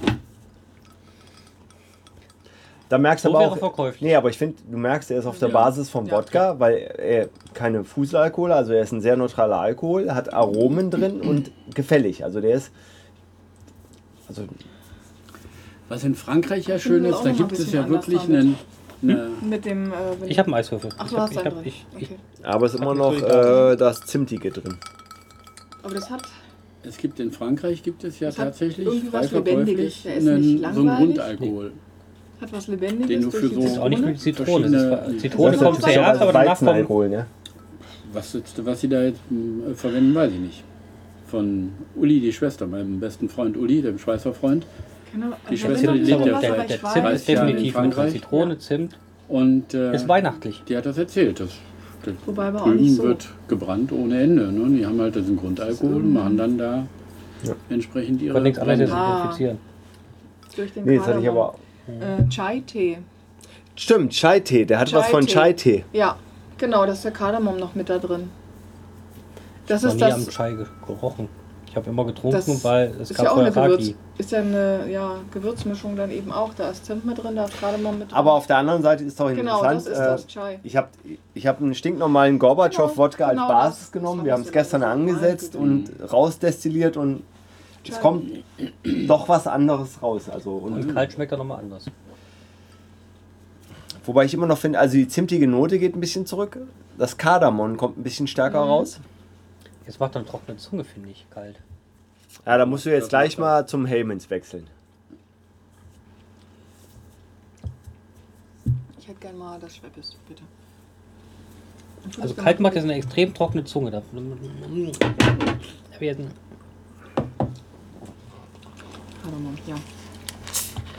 Speaker 2: da merkst du
Speaker 1: So
Speaker 2: aber
Speaker 1: wäre
Speaker 2: auch.
Speaker 1: verkäuflich.
Speaker 2: Nee, aber ich finde, du merkst, er ist auf der
Speaker 3: Ja.
Speaker 2: Basis vom
Speaker 6: Ja.
Speaker 2: Wodka, weil er keine Fuselalkohole, also er ist ein sehr neutraler Alkohol, hat Aromen drin und gefällig. Also der ist. Also
Speaker 3: Was in Frankreich ja schön
Speaker 6: wir
Speaker 3: ist,
Speaker 6: auch
Speaker 3: da
Speaker 6: noch mal
Speaker 3: gibt
Speaker 6: ein
Speaker 3: es
Speaker 6: bisschen
Speaker 3: ja wirklich
Speaker 6: anders damit.
Speaker 3: einen, eine,
Speaker 6: Mit dem. Äh, wenn-
Speaker 1: Ich habe einen Eiswürfel.
Speaker 6: Ach,
Speaker 1: ich
Speaker 6: du
Speaker 1: hab,
Speaker 6: hast
Speaker 1: ich
Speaker 6: einen
Speaker 1: hab,
Speaker 6: drin.
Speaker 1: ich, ich,
Speaker 6: okay.
Speaker 2: aber es ist
Speaker 1: Hat
Speaker 2: immer
Speaker 1: mich
Speaker 2: noch
Speaker 1: durchgezogen.
Speaker 2: äh, das Zimtige drin.
Speaker 6: Aber das hat.
Speaker 3: Es gibt in Frankreich gibt es ja
Speaker 6: Das hat
Speaker 3: tatsächlich
Speaker 6: irgendwie
Speaker 3: frei
Speaker 6: was Lebendiges.
Speaker 3: verkäuflich
Speaker 6: Der ist nicht
Speaker 3: einen, so einen
Speaker 6: langweilig.
Speaker 3: Rundalkohol.
Speaker 6: Hat was Lebendiges.
Speaker 3: Den du
Speaker 6: durch
Speaker 3: für
Speaker 6: die
Speaker 3: so-
Speaker 1: das ist auch nicht mit Zitrone. Das
Speaker 3: Verschiedene-
Speaker 1: ist, Zitrone
Speaker 2: das
Speaker 6: ist
Speaker 1: kommt
Speaker 6: natürlich
Speaker 1: zuerst,
Speaker 2: typischerweise
Speaker 1: aber danach kommt
Speaker 2: Weizenalkohol, ne?
Speaker 3: Was, jetzt, was sie da jetzt mh, verwenden, weiß ich nicht. Von Uli, die Schwester, meinem besten Freund Uli, dem Schweizer Freund.
Speaker 6: Keine-
Speaker 3: Die
Speaker 6: ich
Speaker 1: Das
Speaker 3: Schwester
Speaker 6: erinnere
Speaker 1: ist
Speaker 6: mich
Speaker 3: lebt
Speaker 6: an
Speaker 1: der,
Speaker 3: ja
Speaker 6: was,
Speaker 1: der,
Speaker 6: aber
Speaker 1: der
Speaker 6: ich
Speaker 1: Zimt
Speaker 3: weiß
Speaker 1: ist
Speaker 3: ja, in
Speaker 1: definitiv ne? mit drin.
Speaker 3: Frankreich.
Speaker 1: Zitrone, Zimt
Speaker 3: Und äh,
Speaker 1: ist weihnachtlich.
Speaker 3: die hat das erzählt. Das, das
Speaker 6: Wobei aber auch
Speaker 3: drüben
Speaker 6: nicht so.
Speaker 3: wird gebrannt ohne Ende. Ne? Die haben halt diesen Grundalkohol und machen dann da entsprechend ihre.
Speaker 1: Kann nichts anderes
Speaker 3: Brände.
Speaker 6: Ah.
Speaker 1: desinfizieren.
Speaker 6: Durch den
Speaker 2: Nee, das hatte ich
Speaker 6: Kardamom.
Speaker 2: aber.
Speaker 6: Äh, Chai-Tee.
Speaker 2: Stimmt, Chai-Tee, der hat was von
Speaker 6: Chai-Tee.
Speaker 2: Chai-Tee.
Speaker 6: Ja, genau, da ist der Kardamom noch mit da drin. Das
Speaker 1: noch
Speaker 6: ist
Speaker 1: nie am
Speaker 6: das.
Speaker 1: Chai ge- gerochen. Ich habe immer
Speaker 6: Das
Speaker 1: getrunken, weil es
Speaker 6: ist
Speaker 1: gab
Speaker 6: ja auch eine
Speaker 1: vorher
Speaker 6: Gewürz,
Speaker 1: Raki.
Speaker 6: ist ja eine ja, Gewürzmischung dann eben auch. Da ist Zimt mit drin, da ist Kardamom mit drin.
Speaker 2: Aber auf der anderen Seite ist doch
Speaker 6: genau,
Speaker 2: interessant.
Speaker 6: das ist das
Speaker 2: äh,
Speaker 6: Chai.
Speaker 2: Ich habe ich hab einen stinknormalen Gorbatschow-Wodka
Speaker 6: Genau,
Speaker 2: als
Speaker 6: genau
Speaker 2: Basis
Speaker 6: das-
Speaker 2: genommen.
Speaker 6: das
Speaker 2: Wir
Speaker 6: war
Speaker 2: haben es
Speaker 6: das,
Speaker 2: gestern
Speaker 6: was wir
Speaker 2: angesetzt und
Speaker 6: gemeint
Speaker 2: rausdestilliert und es kommt doch was anderes raus. Also,
Speaker 1: Und
Speaker 2: und
Speaker 6: Mhm.
Speaker 1: kalt schmeckt er nochmal anders.
Speaker 2: Wobei ich immer noch finde, also die zimtige Note geht ein bisschen zurück. Das Kardamom kommt ein bisschen stärker raus.
Speaker 1: Jetzt macht dann trockene Zunge, finde ich, kalt.
Speaker 2: Ja, da musst du jetzt
Speaker 3: Das
Speaker 2: gleich
Speaker 3: macht er.
Speaker 2: mal zum Haymans wechseln.
Speaker 4: Ich hätte gern mal das Schweppes, bitte.
Speaker 1: Also kalt macht jetzt eine extrem trockene Zunge. Da Da werden
Speaker 4: Kardamom, ja.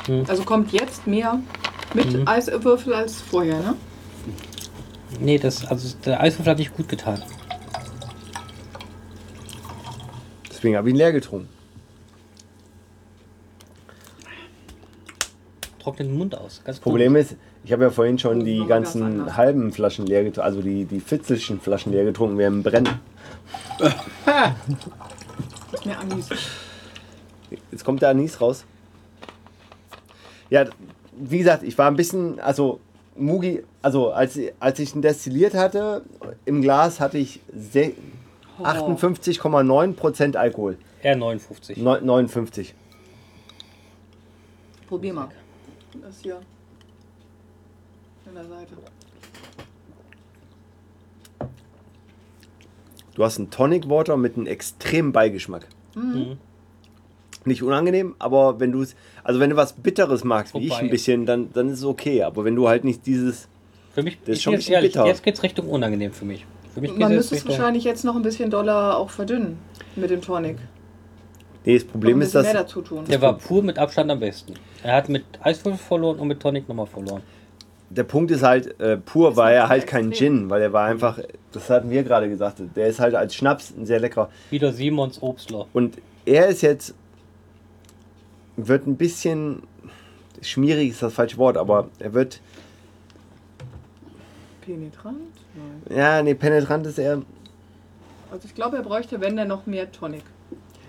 Speaker 1: Hm.
Speaker 4: Also kommt jetzt mehr mit
Speaker 2: Mhm.
Speaker 4: Eiswürfel als vorher, ne?
Speaker 1: Nee, das, also der Eiswürfel hat nicht gut getan.
Speaker 2: Deswegen habe ich ihn leer getrunken.
Speaker 1: Trocknet den Mund aus. Ganz
Speaker 2: Das Problem ist, ich habe ja vorhin schon die
Speaker 4: Machen wir das
Speaker 2: ganzen
Speaker 4: anders.
Speaker 2: halben Flaschen leer getrunken, also die, die fitzelschen Flaschen leer getrunken, wir haben brennen.
Speaker 4: Ist mir Anis.
Speaker 2: Jetzt kommt der Anis raus. Ja, wie gesagt, ich war ein bisschen, also Mugi, also als, als ich ihn destilliert hatte, im Glas hatte ich se- 58,9% Alkohol.
Speaker 1: Er 59.
Speaker 2: Neu- 59.
Speaker 4: Probier mal. Das hier. An der Seite.
Speaker 2: Du hast einen Tonic Water mit einem extremen Beigeschmack.
Speaker 1: Mhm.
Speaker 2: Nicht unangenehm, aber wenn du es, also wenn du was Bitteres magst, wie ich
Speaker 1: Wobei-
Speaker 2: ein bisschen, dann, dann ist es okay. Aber wenn du halt nicht dieses,
Speaker 1: Für mich
Speaker 2: Das ist
Speaker 1: ich
Speaker 2: schon
Speaker 1: bin
Speaker 2: ein
Speaker 1: jetzt
Speaker 2: bisschen
Speaker 1: ehrlich,
Speaker 2: bitter.
Speaker 1: jetzt geht's Richtung unangenehm für mich. Für mich
Speaker 4: Man
Speaker 1: geht's
Speaker 4: müsste es
Speaker 1: jetzt
Speaker 4: wahrscheinlich jetzt noch ein bisschen doller auch verdünnen mit dem Tonic. Noch
Speaker 2: nee, das
Speaker 4: ein
Speaker 2: Problem ist,
Speaker 4: bisschen
Speaker 2: dass
Speaker 4: mehr dazu tun.
Speaker 1: Der war pur mit Abstand am besten. Er hat mit Eiswürfel verloren und mit Tonic nochmal verloren.
Speaker 2: der Punkt ist halt, äh, pur war er halt kein
Speaker 4: extrem.
Speaker 2: Gin, weil er war einfach, das hatten wir gerade gesagt, der ist halt als Schnaps ein sehr leckerer.
Speaker 1: Wieder Simons Obstler.
Speaker 2: Und er ist jetzt, wird ein bisschen, schmierig ist das falsche Wort, aber er wird,
Speaker 4: Penetrant? Nein.
Speaker 2: ja, nee, penetrant ist er,
Speaker 4: Also ich glaube, er bräuchte, wenn der noch mehr Tonic.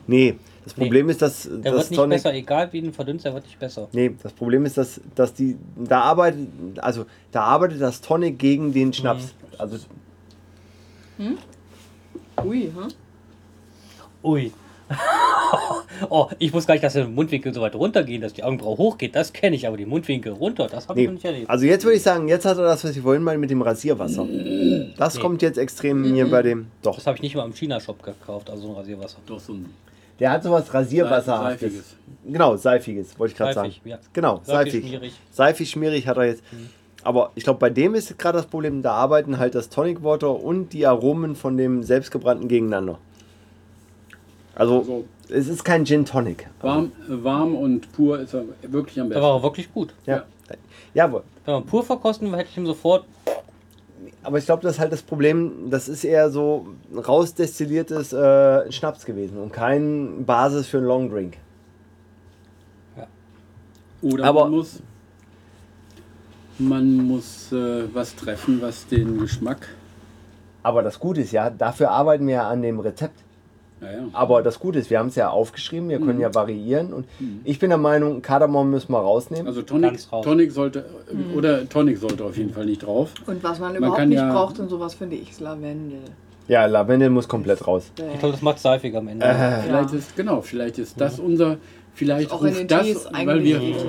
Speaker 2: nee, das
Speaker 1: Nee.
Speaker 2: Problem ist, dass
Speaker 1: Der wird
Speaker 2: das
Speaker 1: nicht besser, egal wie du ihn verdünnst, er wird nicht besser.
Speaker 2: Nee, das Problem ist, dass, dass die, da arbeitet, also da arbeitet das Tonic gegen den Schnaps. Also
Speaker 4: Ui, hm?
Speaker 1: Ui. oh, ich wusste gar nicht, dass der Mundwinkel so weit runtergehen, dass die Augenbraue hochgeht. Das kenne ich, aber die Mundwinkel runter, das habe ich
Speaker 2: Nee.
Speaker 1: noch nicht erlebt.
Speaker 2: Also jetzt würde ich sagen, jetzt hat er das, was ich vorhin mal mit dem Rasierwasser. Das
Speaker 1: Nee. Mhm.
Speaker 2: kommt jetzt extrem mir bei dem. Doch.
Speaker 1: Das habe ich nicht mal im China-Shop gekauft, also so ein Rasierwasser.
Speaker 3: Doch so ein
Speaker 2: Der hat sowas Rasierwasserhaftes.
Speaker 3: seifiges.
Speaker 2: Genau, seifiges, wollte ich gerade sagen.
Speaker 1: Seifig, ja.
Speaker 2: Genau,
Speaker 1: Seifig,
Speaker 2: seifig.
Speaker 1: schmierig. Mhm.
Speaker 2: Seifig, schmierig hat er jetzt. Aber ich glaube, bei dem ist gerade das Problem, da arbeiten halt das Tonic Water und die Aromen von dem selbstgebrannten gegeneinander. Also,
Speaker 3: Also-
Speaker 2: es ist kein Gin Tonic.
Speaker 3: Warm, äh, warm und pur ist er wirklich am
Speaker 1: Der
Speaker 3: besten.
Speaker 1: war auch wirklich gut.
Speaker 2: Ja. ja, aber
Speaker 1: Wenn man pur verkosten, hätte ich ihm sofort.
Speaker 2: Aber ich glaube, das ist halt das Problem, das ist eher so rausdestilliertes äh, Schnaps gewesen und kein Basis für einen Longdrink.
Speaker 3: Oder
Speaker 2: Aber-
Speaker 3: man muss, man muss äh, was treffen, was den Geschmack.
Speaker 2: Aber das Gute ist ja, dafür arbeiten wir ja an dem Rezept.
Speaker 3: Ja, ja.
Speaker 2: Aber das Gute ist, wir haben es ja aufgeschrieben, wir
Speaker 4: Mhm.
Speaker 2: können ja variieren und ich bin der Meinung, Kardamom müssen wir rausnehmen.
Speaker 3: Also Tonic,
Speaker 1: Ganz raus.
Speaker 3: Tonic sollte
Speaker 4: Mhm.
Speaker 3: oder Tonic sollte auf jeden Fall nicht drauf.
Speaker 4: Und was man,
Speaker 3: Man
Speaker 4: überhaupt
Speaker 3: kann
Speaker 4: nicht
Speaker 3: ja-
Speaker 4: braucht und sowas finde ich ist Lavendel. Äh,
Speaker 2: ja, Lavendel muss komplett raus.
Speaker 1: Ich glaube, das macht seifig am Ende.
Speaker 2: Äh,
Speaker 3: Vielleicht ist genau, vielleicht ist das unser, vielleicht
Speaker 4: Auch in
Speaker 3: ruft
Speaker 4: den
Speaker 3: das,
Speaker 4: Tees
Speaker 3: weil
Speaker 4: eigentlich
Speaker 3: wir Mhm.
Speaker 4: eklig.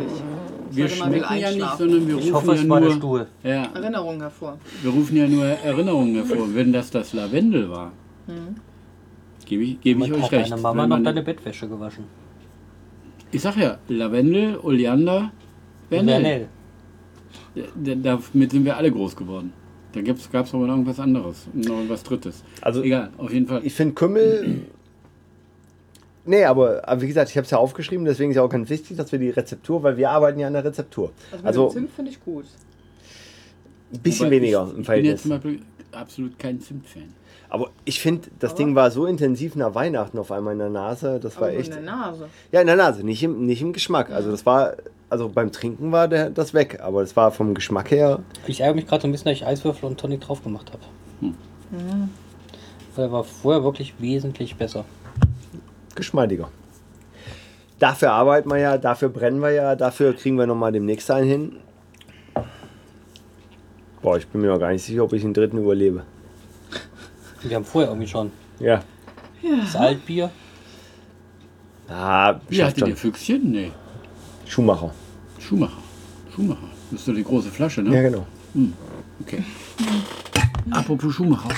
Speaker 3: wir
Speaker 4: Sollte man will
Speaker 3: schmecken ja nicht,
Speaker 4: einschlafen.
Speaker 3: sondern wir
Speaker 1: ich
Speaker 3: rufen
Speaker 1: hoffe,
Speaker 3: ja
Speaker 1: es war der
Speaker 3: nur
Speaker 1: Stuhl.
Speaker 3: ja,
Speaker 4: Erinnerungen hervor. Also
Speaker 3: wir rufen ja nur Erinnerungen
Speaker 4: Mhm.
Speaker 3: hervor, wenn das das Lavendel war. Gebe ich, gebe ich
Speaker 1: Man
Speaker 3: euch
Speaker 1: hat
Speaker 3: recht.
Speaker 1: deine
Speaker 3: weil
Speaker 1: Mama noch
Speaker 3: man-
Speaker 1: deine Bettwäsche gewaschen.
Speaker 3: ich sag ja, Lavendel, Oleander, Vernell.
Speaker 1: Vanille.
Speaker 3: Da- Damit sind wir alle groß geworden. Da gab es aber noch irgendwas anderes, noch was Drittes.
Speaker 2: Also-
Speaker 3: Egal, auf jeden Fall.
Speaker 2: Ich finde Kümmel. Nee, aber, aber wie gesagt, ich habe es ja aufgeschrieben, deswegen ist ja auch ganz wichtig, dass wir die Rezeptur, weil wir arbeiten ja an der Rezeptur.
Speaker 4: Also mit
Speaker 2: Also
Speaker 4: dem Zimt finde ich gut.
Speaker 2: ein bisschen
Speaker 3: Wobei
Speaker 2: weniger
Speaker 3: ich,
Speaker 2: im
Speaker 3: ich bin
Speaker 2: Verhältnis.
Speaker 3: jetzt zum Beispiel absolut kein Zimt-Fan.
Speaker 2: Aber ich finde, das Ding war so intensiv nach Weihnachten auf einmal in der Nase. Das war
Speaker 4: Aber nur
Speaker 2: echt.
Speaker 4: in der Nase.
Speaker 2: Ja, in der Nase, nicht im, nicht im Geschmack. Also das war, also beim Trinken war der, das weg, aber das war vom Geschmack her.
Speaker 1: Ich ärgere mich gerade so ein bisschen, dass ich Eiswürfel und Tonic drauf gemacht habe. Mhm. Der war vorher wirklich wesentlich besser.
Speaker 2: geschmeidiger. Dafür arbeiten wir ja, dafür brennen wir ja, dafür kriegen wir nochmal demnächst einen hin. Boah, ich bin mir noch gar nicht sicher, ob ich den dritten überlebe.
Speaker 1: Wir haben vorher irgendwie schon
Speaker 2: Ja.
Speaker 1: das Altbier.
Speaker 2: Ah,
Speaker 3: Wie
Speaker 2: schafft
Speaker 3: hatte der
Speaker 2: schon.
Speaker 3: Füchschen? Nee,
Speaker 2: Schumacher.
Speaker 3: Schumacher. Schumacher. Das ist doch die große Flasche, ne?
Speaker 2: Ja, genau.
Speaker 3: Okay. Apropos Schumacher.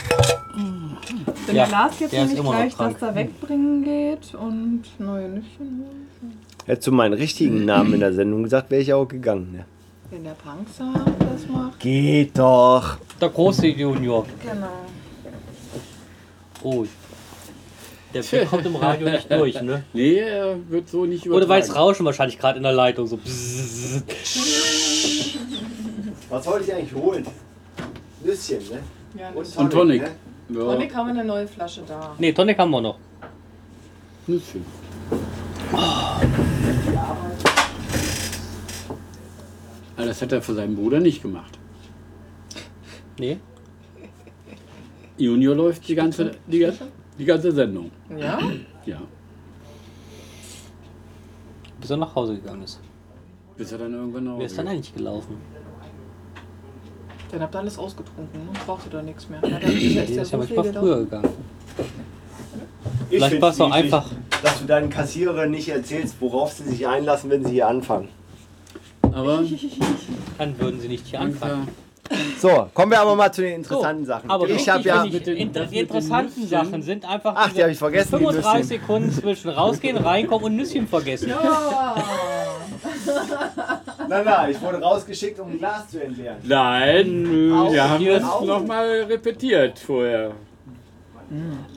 Speaker 6: Denn
Speaker 1: Ja,
Speaker 6: der Lars jetzt
Speaker 1: der ist
Speaker 6: nämlich
Speaker 1: immer noch
Speaker 6: gleich
Speaker 1: krank.
Speaker 6: das
Speaker 4: Mhm.
Speaker 6: da wegbringen geht und neue Nüsschen holen.
Speaker 2: Hättest du meinen richtigen Namen in der Sendung gesagt, wäre ich auch gegangen. Ne?
Speaker 6: Wenn der Panzer das macht.
Speaker 2: Geht doch.
Speaker 1: Der große Junior.
Speaker 6: Genau.
Speaker 1: Oh. Der Blick kommt im Radio nicht durch, ne?
Speaker 3: Nee, er wird so nicht
Speaker 1: Oder
Speaker 3: übertragen.
Speaker 1: weil es rauschen wahrscheinlich gerade in der Leitung. So. Bzzz.
Speaker 2: Was wollte ich eigentlich holen? Nüsschen, ne?
Speaker 6: Ja,
Speaker 3: Und Tonic. Ja,
Speaker 6: Tonic haben wir eine neue Flasche da.
Speaker 1: Nee, Tonic haben wir noch.
Speaker 3: Nüsschen. Ah, Aber das hat er für seinen Bruder nicht gemacht.
Speaker 1: Nee.
Speaker 3: Junior läuft die ganze, die, ganze- die ganze Sendung.
Speaker 6: Ja?
Speaker 3: Ja.
Speaker 1: Bis er nach Hause gegangen ist.
Speaker 3: Bis er dann irgendwann nach
Speaker 1: Wer
Speaker 3: Hause
Speaker 1: ist dann
Speaker 3: geht.
Speaker 1: eigentlich gelaufen?
Speaker 6: Dann habt ihr alles ausgetrunken
Speaker 4: ne?
Speaker 6: und braucht ihr da nichts mehr. Na, dann ist ja
Speaker 1: Der ist
Speaker 6: so
Speaker 1: ja
Speaker 6: viel
Speaker 1: manchmal
Speaker 6: gelaufen.
Speaker 1: früher gegangen.
Speaker 2: Ich
Speaker 1: Vielleicht
Speaker 2: find's
Speaker 1: war's doch
Speaker 2: niedlich,
Speaker 1: einfach-
Speaker 2: Dass du deinen Kassierern nicht erzählst, worauf sie sich einlassen, wenn sie hier anfangen.
Speaker 3: Aber äh,
Speaker 1: Dann würden sie nicht hier anfangen.
Speaker 3: Anker,
Speaker 2: So, kommen wir aber mal zu den interessanten Sachen.
Speaker 1: Aber
Speaker 2: ich habe
Speaker 1: wichtig
Speaker 2: ja.
Speaker 1: finde ich,
Speaker 3: Mit den-
Speaker 1: inter
Speaker 3: das mit den
Speaker 1: interessanten
Speaker 3: Nüsschen.
Speaker 1: Sachen sind einfach
Speaker 2: Ach, die
Speaker 1: diese
Speaker 2: hab ich vergessen, die
Speaker 1: 35
Speaker 2: Nüsschen.
Speaker 1: Sekunden zwischen rausgehen, reinkommen und Nüsschen vergessen.
Speaker 2: Nein, nein, ich wurde rausgeschickt, um ein Glas zu entleeren.
Speaker 3: Nein, nö, wir haben
Speaker 1: hier
Speaker 3: das
Speaker 2: ist-
Speaker 3: nochmal repetiert vorher.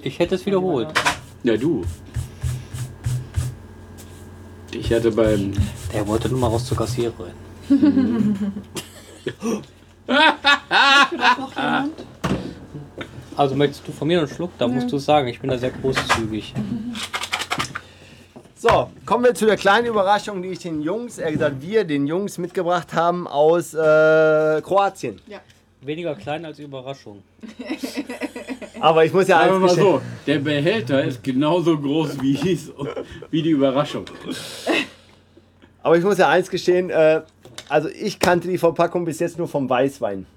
Speaker 1: Ich hätte es wiederholt.
Speaker 3: Ja, du. Ich hatte beim.
Speaker 1: Der wollte nur mal raus zur Kassiererin. Also möchtest du von mir einen Schluck? Da musst du es sagen. Ich bin da sehr großzügig.
Speaker 2: So, kommen wir zu der kleinen Überraschung, die ich den Jungs, er gesagt, wir den Jungs mitgebracht haben aus äh, Kroatien.
Speaker 1: Weniger klein als Überraschung.
Speaker 2: Aber ich muss ja
Speaker 3: Sagen wir
Speaker 2: eins
Speaker 3: mal
Speaker 2: gestehen.
Speaker 3: so, der Behälter ist genauso groß wie, hieß, wie die Überraschung.
Speaker 2: Aber ich muss ja eins gestehen, äh, also ich kannte die Verpackung bis jetzt nur vom Weißwein.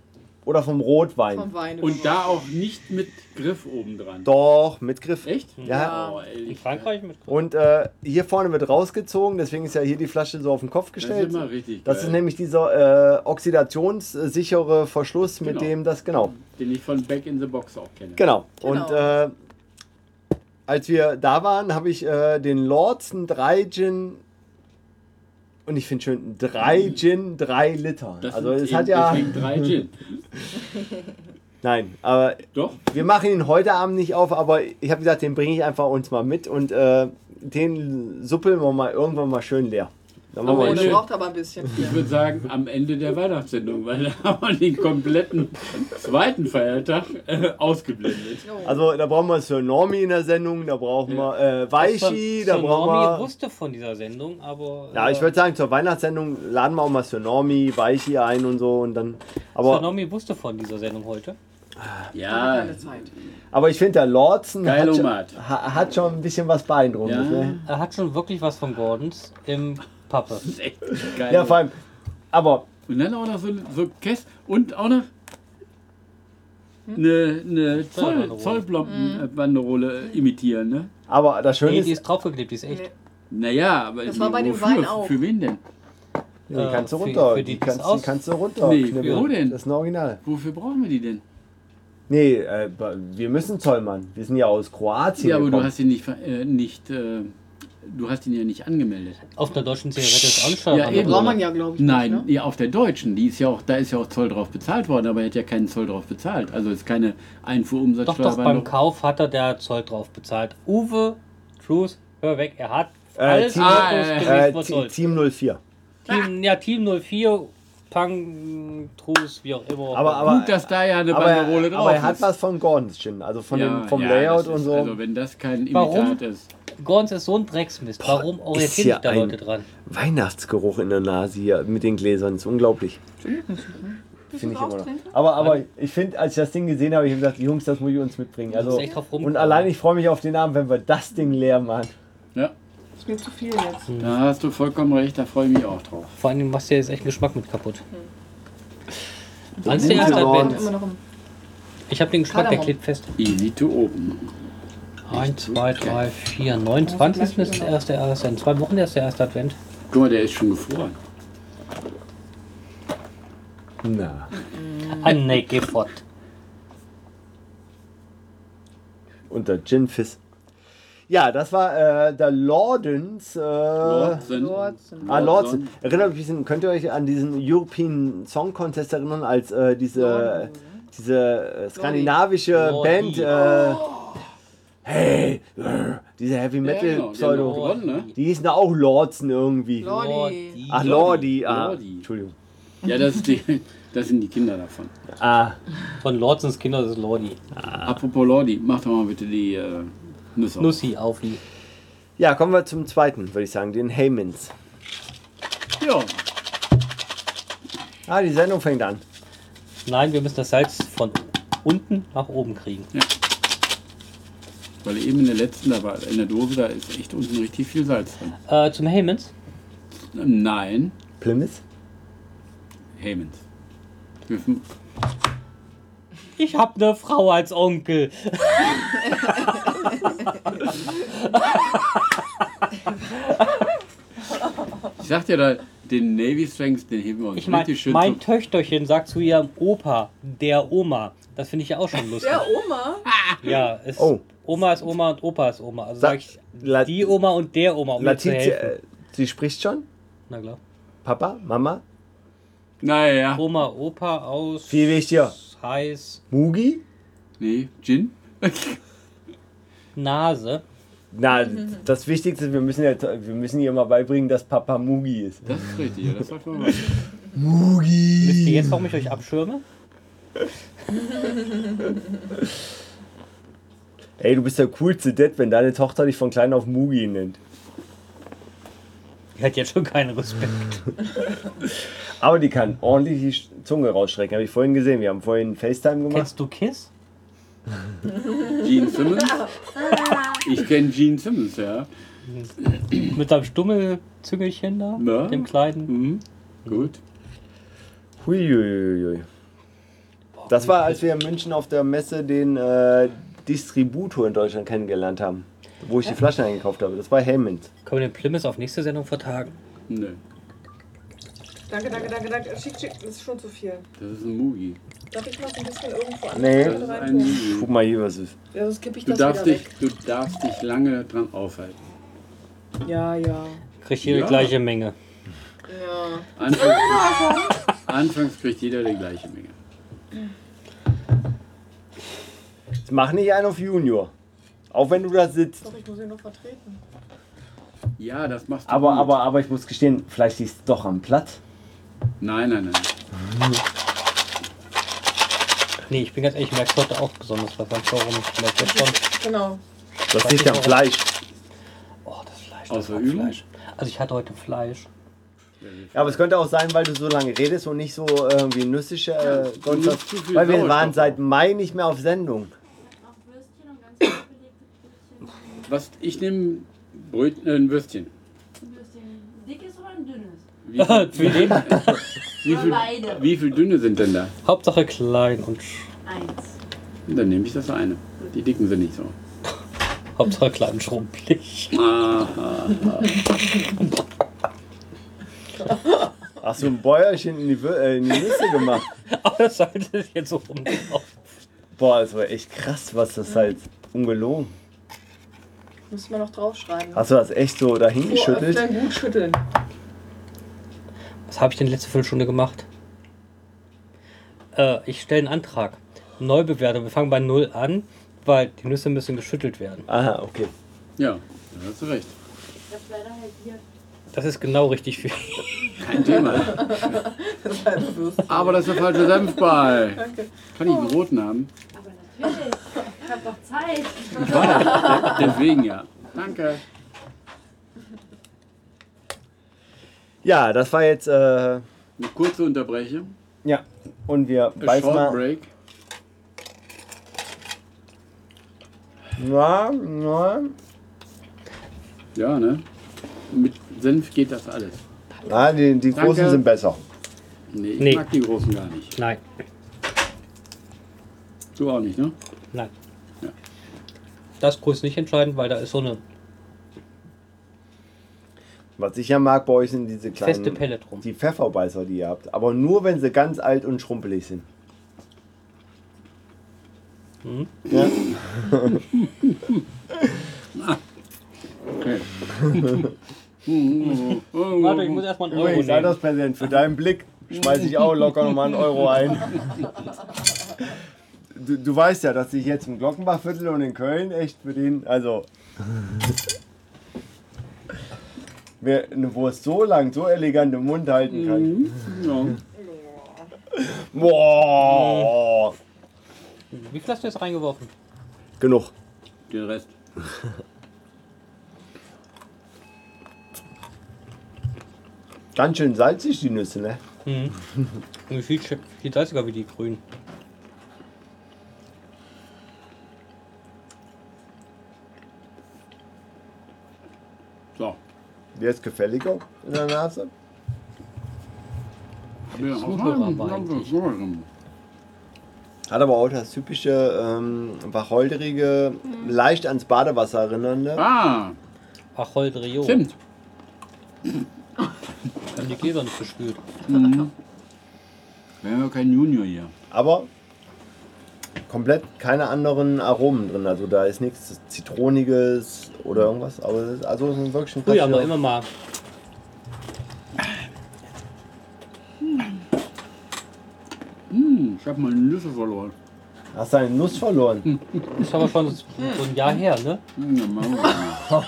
Speaker 2: Oder vom Rotwein.
Speaker 4: Vom Wein. Oh,
Speaker 3: Und da auch nicht mit Griff obendran.
Speaker 2: Doch, mit Griff.
Speaker 3: Echt?
Speaker 2: Ja.
Speaker 3: Oh, ey,
Speaker 1: In Frankreich mit
Speaker 2: Und äh, hier vorne wird rausgezogen, deswegen ist ja hier die Flasche so auf den Kopf
Speaker 3: Das
Speaker 2: gestellt.
Speaker 3: ist immer richtig
Speaker 2: Das
Speaker 3: geil,
Speaker 2: ist nämlich dieser äh, oxidationssichere Verschluss, mit
Speaker 3: Genau.
Speaker 2: dem das, genau.
Speaker 3: den ich von Back in the Box auch kenne.
Speaker 2: Genau.
Speaker 6: Genau.
Speaker 2: Und äh, als wir da waren, habe ich äh, den Lords einen 3 Gin und ich finde schön, 3 Gin, 3 Liter.
Speaker 3: Mhm. Das
Speaker 2: also
Speaker 3: sind
Speaker 2: es
Speaker 3: eben
Speaker 2: hat ja.
Speaker 3: deswegen drei Gin.
Speaker 2: Nein, aber
Speaker 3: Doch,
Speaker 2: wir machen ihn heute Abend nicht auf, aber ich habe gesagt, den bringe ich einfach uns mal mit und äh, den suppeln wir mal irgendwann mal schön leer. Dann machen
Speaker 3: Aber
Speaker 2: wir
Speaker 4: Oh,
Speaker 2: ihn
Speaker 4: der
Speaker 3: Schön.
Speaker 4: braucht aber ein bisschen.
Speaker 3: ich würde sagen, am Ende der Weihnachtssendung, weil da haben wir den kompletten zweiten Feiertag äh, ausgeblendet.
Speaker 2: Also da brauchen wir Sir Normi in der Sendung, da brauchen wir äh, Weishi, da brauchen
Speaker 1: Normi
Speaker 2: wir...
Speaker 1: wusste von dieser Sendung, aber. äh,
Speaker 2: Ja, ich würde sagen, zur Weihnachtssendung laden wir auch mal Sir Normi, Weishi ein und so und dann... Aber,
Speaker 1: Normi wusste von dieser Sendung heute.
Speaker 3: Ja,
Speaker 4: Keine Zeit.
Speaker 2: aber ich finde, der Lordson hat schon,
Speaker 3: Geilomat.
Speaker 2: ha- hat schon ein bisschen was Beeindruckendes.
Speaker 3: Ja.
Speaker 2: Ne?
Speaker 1: Er hat schon wirklich was von Gordons im Pappe.
Speaker 3: Das ist echt geil.
Speaker 2: ja, vor allem... Aber
Speaker 3: Und dann auch noch so, so Käst und auch noch eine, eine Zoll,
Speaker 1: Zollbanderole.
Speaker 4: Mhm.
Speaker 3: Zollblombenbanderole imitieren, ne?
Speaker 2: Aber das Schöne
Speaker 1: Nee,
Speaker 2: ist,
Speaker 1: die ist draufgeklebt, die ist echt.
Speaker 4: Nee.
Speaker 3: Naja, aber
Speaker 4: Das war bei dem
Speaker 3: wofür?
Speaker 4: Wein auch.
Speaker 3: Für wen denn?
Speaker 2: die kannst du
Speaker 1: Äh, für-
Speaker 2: runter,
Speaker 1: für die,
Speaker 2: die,
Speaker 1: die
Speaker 2: kannst,
Speaker 1: das aus-
Speaker 2: die kannst du runter.
Speaker 3: Nee, wo denn?
Speaker 2: Das ist ein Original.
Speaker 3: Wofür brauchen wir die denn?
Speaker 2: Nee, äh, wir müssen Zollmann. Wir sind ja aus Kroatien.
Speaker 3: Ja, aber du
Speaker 2: gekommen.
Speaker 3: hast ihn nicht, ver- äh, nicht äh, du hast ihn ja nicht angemeldet.
Speaker 1: Auf einer deutschen Zigarette ist auch ein Schall
Speaker 3: Ja,
Speaker 1: dran.
Speaker 3: eben.
Speaker 4: Braucht man ja, glaube ich.
Speaker 3: Nein,
Speaker 4: Nicht, ne?
Speaker 3: ja, auf der deutschen, die ist ja auch, da ist ja auch Zoll drauf bezahlt worden, aber er hat ja keinen Zoll drauf bezahlt. Also ist keine
Speaker 1: Doch, doch, beim
Speaker 3: Einfuhrumsatzsteuer.
Speaker 1: Kauf hat er der Zoll drauf bezahlt. Uwe, Truth, hör weg, er hat
Speaker 2: Äh,
Speaker 1: alles
Speaker 2: Team-
Speaker 1: ordnungsgemäß
Speaker 2: äh, Te-
Speaker 1: verzollt.
Speaker 2: Team 04.
Speaker 1: Team, ja, Team 04, Pang, Truth, wie auch immer.
Speaker 2: Aber- aber-
Speaker 3: Oh, Gut, dass da ja eine
Speaker 2: Aber
Speaker 3: Banderole
Speaker 2: er,
Speaker 3: drauf
Speaker 2: aber er hat
Speaker 3: ist.
Speaker 2: was von Gordons Gin, also von dem, vom
Speaker 3: das
Speaker 2: Layout
Speaker 3: ist,
Speaker 2: und so.
Speaker 3: Also wenn das kein
Speaker 1: Warum?
Speaker 3: Imitat ist.
Speaker 1: Gordons ist so ein Drecksmist. Warum
Speaker 2: ist hier
Speaker 1: orientieren sich da
Speaker 2: ein-
Speaker 1: Leute dran?
Speaker 2: Weihnachtsgeruch in der Nase hier mit den Gläsern, ist unglaublich. Finde ich immer noch. Aber, aber ich finde, als ich das Ding gesehen habe, ich habe gesagt, Jungs, das muss ich uns mitbringen.
Speaker 1: müssen
Speaker 2: Also,
Speaker 1: echt drauf
Speaker 2: und
Speaker 1: rumkommen.
Speaker 2: allein ich freue mich auf den Abend, wenn wir das Ding leer machen.
Speaker 3: Ja,
Speaker 6: Ist mir zu viel jetzt.
Speaker 2: Hm.
Speaker 3: da hast du vollkommen recht, da freue ich mich auch drauf.
Speaker 1: Vor allem machst du ja jetzt echt einen Geschmack mit kaputt. Wann
Speaker 2: Das
Speaker 1: ist der
Speaker 2: ist
Speaker 1: erste
Speaker 2: in Ordnung.
Speaker 1: Advent?
Speaker 6: Immer noch im
Speaker 1: Ich habe den Geschmack, der
Speaker 6: Kardamom.
Speaker 1: klebt fest.
Speaker 3: Easy to open.
Speaker 1: 1, 2, 3, 4, 29. ist der erste Advent. In zwei Wochen ist der erste Advent.
Speaker 3: Guck mal, der ist schon gefroren.
Speaker 7: Na,
Speaker 1: Anne Gifford.
Speaker 2: Unter Gin Fizz. Ja, das war äh, der Lordens. Äh,
Speaker 3: Lordsen.
Speaker 4: Lordsen.
Speaker 2: Ah, Lordsen. Erinnert euch, diesen- könnt ihr euch an diesen European Song Contest erinnern, als äh, diese, diese äh, skandinavische
Speaker 1: Lordi.
Speaker 2: Band. Äh, hey, äh, diese Heavy Metal
Speaker 3: genau, die haben
Speaker 2: Pseudo.
Speaker 3: noch gewonnen, ne?
Speaker 2: Die hießen auch Lordsen irgendwie.
Speaker 4: Lordi.
Speaker 2: Ach, Lordi. Ah,
Speaker 3: Lordi.
Speaker 2: Entschuldigung.
Speaker 3: Ja, das, ist die, das sind die Kinder davon.
Speaker 2: Ah,
Speaker 1: Von Lordsens Kinder das ist Lordi.
Speaker 3: Apropos Lordi, mach doch mal bitte die äh, Nüsse. auf.
Speaker 1: Nussi auf die.
Speaker 2: ja, kommen wir zum zweiten, würde ich sagen, den Heymans.
Speaker 3: Ja.
Speaker 2: Ah, die Sendung fängt an.
Speaker 1: Nein, wir müssen das Salz von unten nach oben kriegen.
Speaker 3: Weil eben in der letzten, da war in der Dose, da ist echt unten richtig viel Salz drin.
Speaker 1: Äh, zum Heymans.
Speaker 3: Ähm, Nein,
Speaker 2: Plymouth?
Speaker 3: Hammond. Wir f-
Speaker 1: Ich hab ne Frau als Onkel.
Speaker 3: Ich sag dir da, den Navy Strengths, den heben wir uns
Speaker 1: Ich mein,
Speaker 3: richtig schön
Speaker 1: mein
Speaker 3: zu.
Speaker 1: Töchterchen sagt zu ihrem Opa, der Oma. Das finde ich ja auch schon lustig.
Speaker 4: Der Oma?
Speaker 1: Ja, es,
Speaker 2: Oh.
Speaker 1: Oma ist Oma und Opa ist Oma. Also sag
Speaker 2: Sag-
Speaker 1: ich
Speaker 2: La-
Speaker 1: die Oma und der Oma, um mir zu
Speaker 2: Letizia,
Speaker 1: helfen.
Speaker 2: äh, sie spricht schon?
Speaker 1: Na klar.
Speaker 2: Papa? Mama?
Speaker 3: Naja,
Speaker 1: Oma, Opa aus.
Speaker 2: Viel wichtiger.
Speaker 1: Heiß.
Speaker 2: Mugi?
Speaker 3: nee, Gin.
Speaker 1: Nase.
Speaker 2: Na, das Wichtigste, wir müssen, ja, wir müssen ihr mal beibringen, dass Papa Mugi ist.
Speaker 3: Das ist richtig, ja, das sagt man mal.
Speaker 1: Wisst ihr
Speaker 2: Mugi!
Speaker 1: jetzt, warum ich euch abschirme?
Speaker 2: Ey, du bist der coolste Dad, wenn deine Tochter dich von klein auf Mugi nennt.
Speaker 1: Ihr hat jetzt schon keinen Respekt.
Speaker 2: Aber die kann ordentlich die Sch- Zunge rausschrecken. Habe ich vorhin gesehen. Wir haben vorhin FaceTime gemacht.
Speaker 1: Kennst du Kiss?
Speaker 3: Gene Simmons. Ich kenne Gene Simmons, ja.
Speaker 1: Mit seinem Stummelzüngelchen da?
Speaker 3: Na?
Speaker 1: Dem kleinen?
Speaker 3: Mhm. Gut.
Speaker 2: Huiuiuiui. Das war, als wir in München auf der Messe den äh, Distributor in Deutschland kennengelernt haben. Wo ich die Flaschen eingekauft habe. Das war Hammond.
Speaker 1: Können wir den Plymouth auf nächste Sendung vertagen?
Speaker 3: Nö,
Speaker 6: Danke, danke, danke, danke. Schick, schick, das ist schon zu viel.
Speaker 3: das ist ein Mugi.
Speaker 6: Darf ich noch ein bisschen irgendwo anders
Speaker 2: Nee.
Speaker 3: Das ist ein
Speaker 6: reintun?
Speaker 3: Mugi.
Speaker 2: Guck mal hier, was ist.
Speaker 6: Ja, sonst kipp ich
Speaker 3: Du
Speaker 6: das
Speaker 3: darfst,
Speaker 6: wieder
Speaker 3: dich, du darfst dich lange dran aufhalten.
Speaker 6: weg. Ja, ja.
Speaker 1: Kriegt jede
Speaker 3: Ja.
Speaker 1: gleiche Menge.
Speaker 6: Ja.
Speaker 3: Anfangs, anfangs kriegt jeder die gleiche Menge.
Speaker 2: Jetzt Mach nicht einen auf Junior. Auch wenn du da sitzt.
Speaker 6: Doch, ich muss ihn noch vertreten.
Speaker 3: Ja, das machst du.
Speaker 2: Aber,
Speaker 3: gut.
Speaker 2: aber, aber ich muss gestehen, vielleicht ist es doch am Platz.
Speaker 3: Nein, nein, nein.
Speaker 1: Nee, ich bin ganz ehrlich, ich merke heute auch besonders was. Weißt du, Warum ich merke jetzt schon.
Speaker 6: Genau.
Speaker 2: Das liegt am Fleisch.
Speaker 1: Oh, das Fleisch. Das
Speaker 3: Außer
Speaker 1: war
Speaker 3: Übung?
Speaker 1: Fleisch. Also ich hatte heute Fleisch.
Speaker 2: Ja, aber es könnte auch sein, weil du so lange redest und nicht so irgendwie nüssische. Äh, sonst
Speaker 3: nicht
Speaker 2: was.
Speaker 3: zu viel
Speaker 2: weil wir
Speaker 3: Sauerstoff.
Speaker 2: waren seit Mai nicht mehr auf Sendung.
Speaker 8: Auch Würstchen und ganz belegte Brötchen.
Speaker 3: Was, ich nehme Brötchen, äh, ein Würstchen.
Speaker 8: Ein Würstchen. Ein Dickes oder ein dünnes?
Speaker 3: Wie
Speaker 1: Für den?
Speaker 3: Wie viel,
Speaker 8: Beide.
Speaker 3: wie viel dünne sind denn da?
Speaker 1: Hauptsache klein und sch-
Speaker 8: Eins.
Speaker 3: Dann nehme ich das eine. Die dicken sind nicht so.
Speaker 1: Hauptsache klein und schrumpelig.
Speaker 2: Hast du ein Bäuerchen in die, Wür- äh, in die Nüsse gemacht?
Speaker 1: Aber das sollte es jetzt so rumlaufen.
Speaker 2: Boah, das war echt krass, was das halt ungelogen.
Speaker 6: Müssen wir noch draufschreiben.
Speaker 2: Hast du das echt so dahin geschüttelt?
Speaker 6: öfter gut schütteln.
Speaker 1: Was habe ich denn letzte Viertelstunde gemacht? Äh, ich stelle einen Antrag. Neubewertung. Wir fangen bei Null an, weil die Nüsse müssen geschüttelt werden.
Speaker 2: Aha, okay.
Speaker 3: Ja, da hast du recht.
Speaker 8: Ich hab's leider halbiert.
Speaker 1: Das ist genau richtig für
Speaker 3: Kein Thema. Aber das ist der falsche Senfball. Kann ich einen roten haben?
Speaker 8: Aber natürlich. Ich hab doch Zeit.
Speaker 3: Deswegen ja. Danke.
Speaker 2: Ja, das war jetzt. Äh,
Speaker 3: Eine kurze Unterbrechung.
Speaker 2: ja. Und wir
Speaker 3: A
Speaker 2: beißen
Speaker 3: short
Speaker 2: mal.
Speaker 3: break.
Speaker 2: Ja, ja.
Speaker 3: Ja, ne? Mit Senf geht das alles.
Speaker 2: Ah, die, die
Speaker 3: Danke.
Speaker 2: großen sind besser.
Speaker 3: Nee, ich
Speaker 1: Nee.
Speaker 3: mag die großen gar nicht.
Speaker 1: Nein,
Speaker 3: Du auch nicht, ne?
Speaker 1: nein. Das Kurs nicht entscheidend, weil da ist so eine
Speaker 2: Was ich ja mag bei euch sind diese kleinen.
Speaker 1: Feste Pellet rum.
Speaker 2: Die Pfefferbeißer, die ihr habt. Aber nur, wenn sie ganz alt und schrumpelig sind.
Speaker 1: Mhm.
Speaker 2: Ja?
Speaker 3: Oh,
Speaker 1: Warte, ich muss erstmal einen Euro
Speaker 2: Übrigens,
Speaker 1: nehmen.
Speaker 2: Alterspräsident, für deinen Blick schmeiße ich auch locker nochmal einen Euro ein. Du, du weißt ja, dass ich jetzt im Glockenbachviertel und in Köln echt für den, also... Wer eine Wurst so lang, so elegant im Mund halten kann.
Speaker 1: Mhm.
Speaker 3: oh. Ja.
Speaker 2: Boah!
Speaker 1: Wie viel hast du jetzt reingeworfen?
Speaker 2: Genug.
Speaker 3: Den Rest.
Speaker 2: Ganz schön salzig, die Nüsse, ne?
Speaker 1: Mhm. Und viel, sch- viel salziger wie die grünen.
Speaker 3: So.
Speaker 2: Der ist gefälliger in der Nase.
Speaker 3: Ja,
Speaker 1: Zuhörer war eigentlich.
Speaker 2: Hat aber auch das typische ähm, wacholderige, leicht ans Badewasser erinnernde.
Speaker 3: Ah,
Speaker 1: Wacholderio.
Speaker 3: stimmt.
Speaker 1: Haben die Gläser nicht gespült.
Speaker 3: Mhm. Wir haben ja keinen Junior hier.
Speaker 2: Aber komplett keine anderen Aromen drin. Also da ist nichts Zitroniges oder irgendwas. Aber es ist, also es ist wirklich ein
Speaker 1: Früher haben wir
Speaker 2: klassischer-
Speaker 1: immer mal.
Speaker 3: Hm, ich habe meine Nüsse verloren.
Speaker 2: Hast deine Nuss
Speaker 1: Hm.
Speaker 2: verloren?
Speaker 1: Das ist aber schon so ein Jahr her, ne?
Speaker 3: Hm, dann machen wir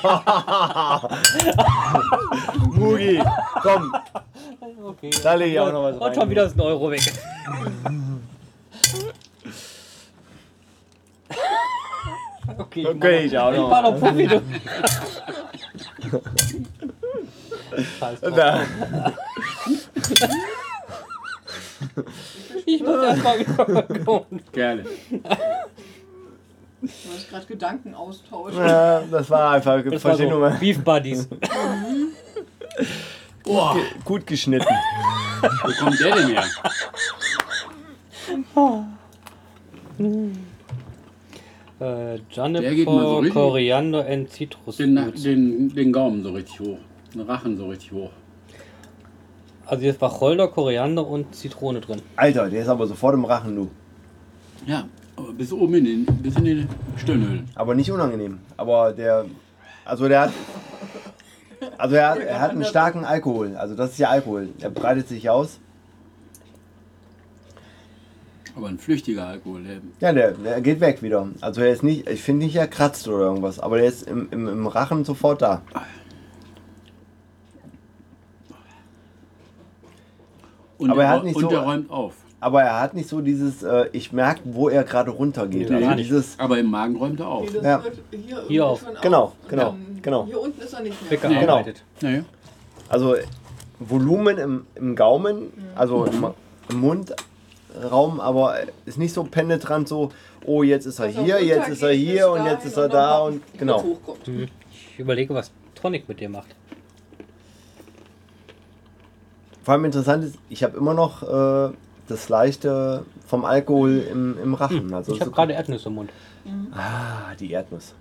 Speaker 3: mal.
Speaker 2: Mugi, komm,
Speaker 1: Okay.
Speaker 2: da lege ich auch noch was rein.
Speaker 1: Und schon wieder ist ein Euro weg. Okay, ich mach
Speaker 2: Okay, ich auch
Speaker 1: ich
Speaker 2: noch.
Speaker 1: mach noch Profi, du. Scheiß drauf.
Speaker 2: Da.
Speaker 1: Ich muss erstmal wieder gucken.
Speaker 3: Kerle.
Speaker 6: Du hast gerade Gedanken austauschen.
Speaker 2: Ja, das war einfach
Speaker 1: Das war
Speaker 2: verstehe
Speaker 1: so
Speaker 2: Nummer.
Speaker 1: Beef Buddies.
Speaker 2: Gut geschnitten.
Speaker 3: Wo kommt der denn her?
Speaker 1: Äh,
Speaker 3: Der geht mal so
Speaker 1: Janipo,
Speaker 3: richtig-
Speaker 1: Koriander and Citrus.
Speaker 3: Den,
Speaker 1: Fruits.
Speaker 3: den, den Gaumen so richtig hoch. Den Rachen so richtig hoch.
Speaker 1: Also jetzt Wacholder, Koriander und Zitrone drin.
Speaker 2: Alter, der ist aber sofort im Rachen, du.
Speaker 3: Ja, aber bis oben in den, bis in die Stirnhöhlen.
Speaker 2: Aber nicht unangenehm. Aber der. Also der hat. Also er, hat- er hat einen starken Alkohol. Also das ist ja Alkohol. Er breitet sich aus.
Speaker 3: Aber ein flüchtiger Alkohol. Der,
Speaker 2: Ja, der, der geht weg wieder. Also er ist nicht. Ich finde nicht, er kratzt oder irgendwas. Aber der ist im, im, im Rachen sofort da.
Speaker 3: und
Speaker 2: Aber
Speaker 3: der,
Speaker 2: er hat
Speaker 3: rau-
Speaker 2: nicht
Speaker 3: und
Speaker 2: so-
Speaker 3: der räumt auf.
Speaker 2: Aber er hat nicht so dieses. Äh, ich merke, wo er gerade runtergeht.
Speaker 1: Nee,
Speaker 2: also
Speaker 1: gar nicht.
Speaker 2: dieses.
Speaker 3: Aber im Magen räumt er auf.
Speaker 6: Nee, das
Speaker 2: Ja.
Speaker 6: hört Hier, irgendwie
Speaker 1: auf.
Speaker 6: schon
Speaker 2: Genau,
Speaker 6: Und
Speaker 2: genau,
Speaker 6: dann-
Speaker 2: genau.
Speaker 6: Hier unten ist er nicht mehr.
Speaker 1: Wecker
Speaker 3: Nee.
Speaker 2: Genau.
Speaker 1: arbeitet.
Speaker 3: Naja.
Speaker 2: Also Volumen im, im Gaumen, also
Speaker 1: Mhm.
Speaker 2: im, im Mundraum, aber ist nicht so penetrant so, oh, jetzt ist er
Speaker 6: Also
Speaker 2: hier, jetzt
Speaker 6: runtergeht
Speaker 2: ist er
Speaker 6: bis
Speaker 2: hier und jetzt
Speaker 6: dahin
Speaker 2: ist er
Speaker 6: und
Speaker 2: da
Speaker 6: dann
Speaker 2: und genau.
Speaker 6: hochkommt.
Speaker 1: Ich überlege, was Tonic mit dir macht.
Speaker 2: Vor allem interessant ist, ich habe immer noch äh, das Leichte vom Alkohol im, im Rachen. Also
Speaker 1: Ich
Speaker 2: so-
Speaker 1: habe gerade Erdnüsse im Mund.
Speaker 2: ah, die Erdnuss.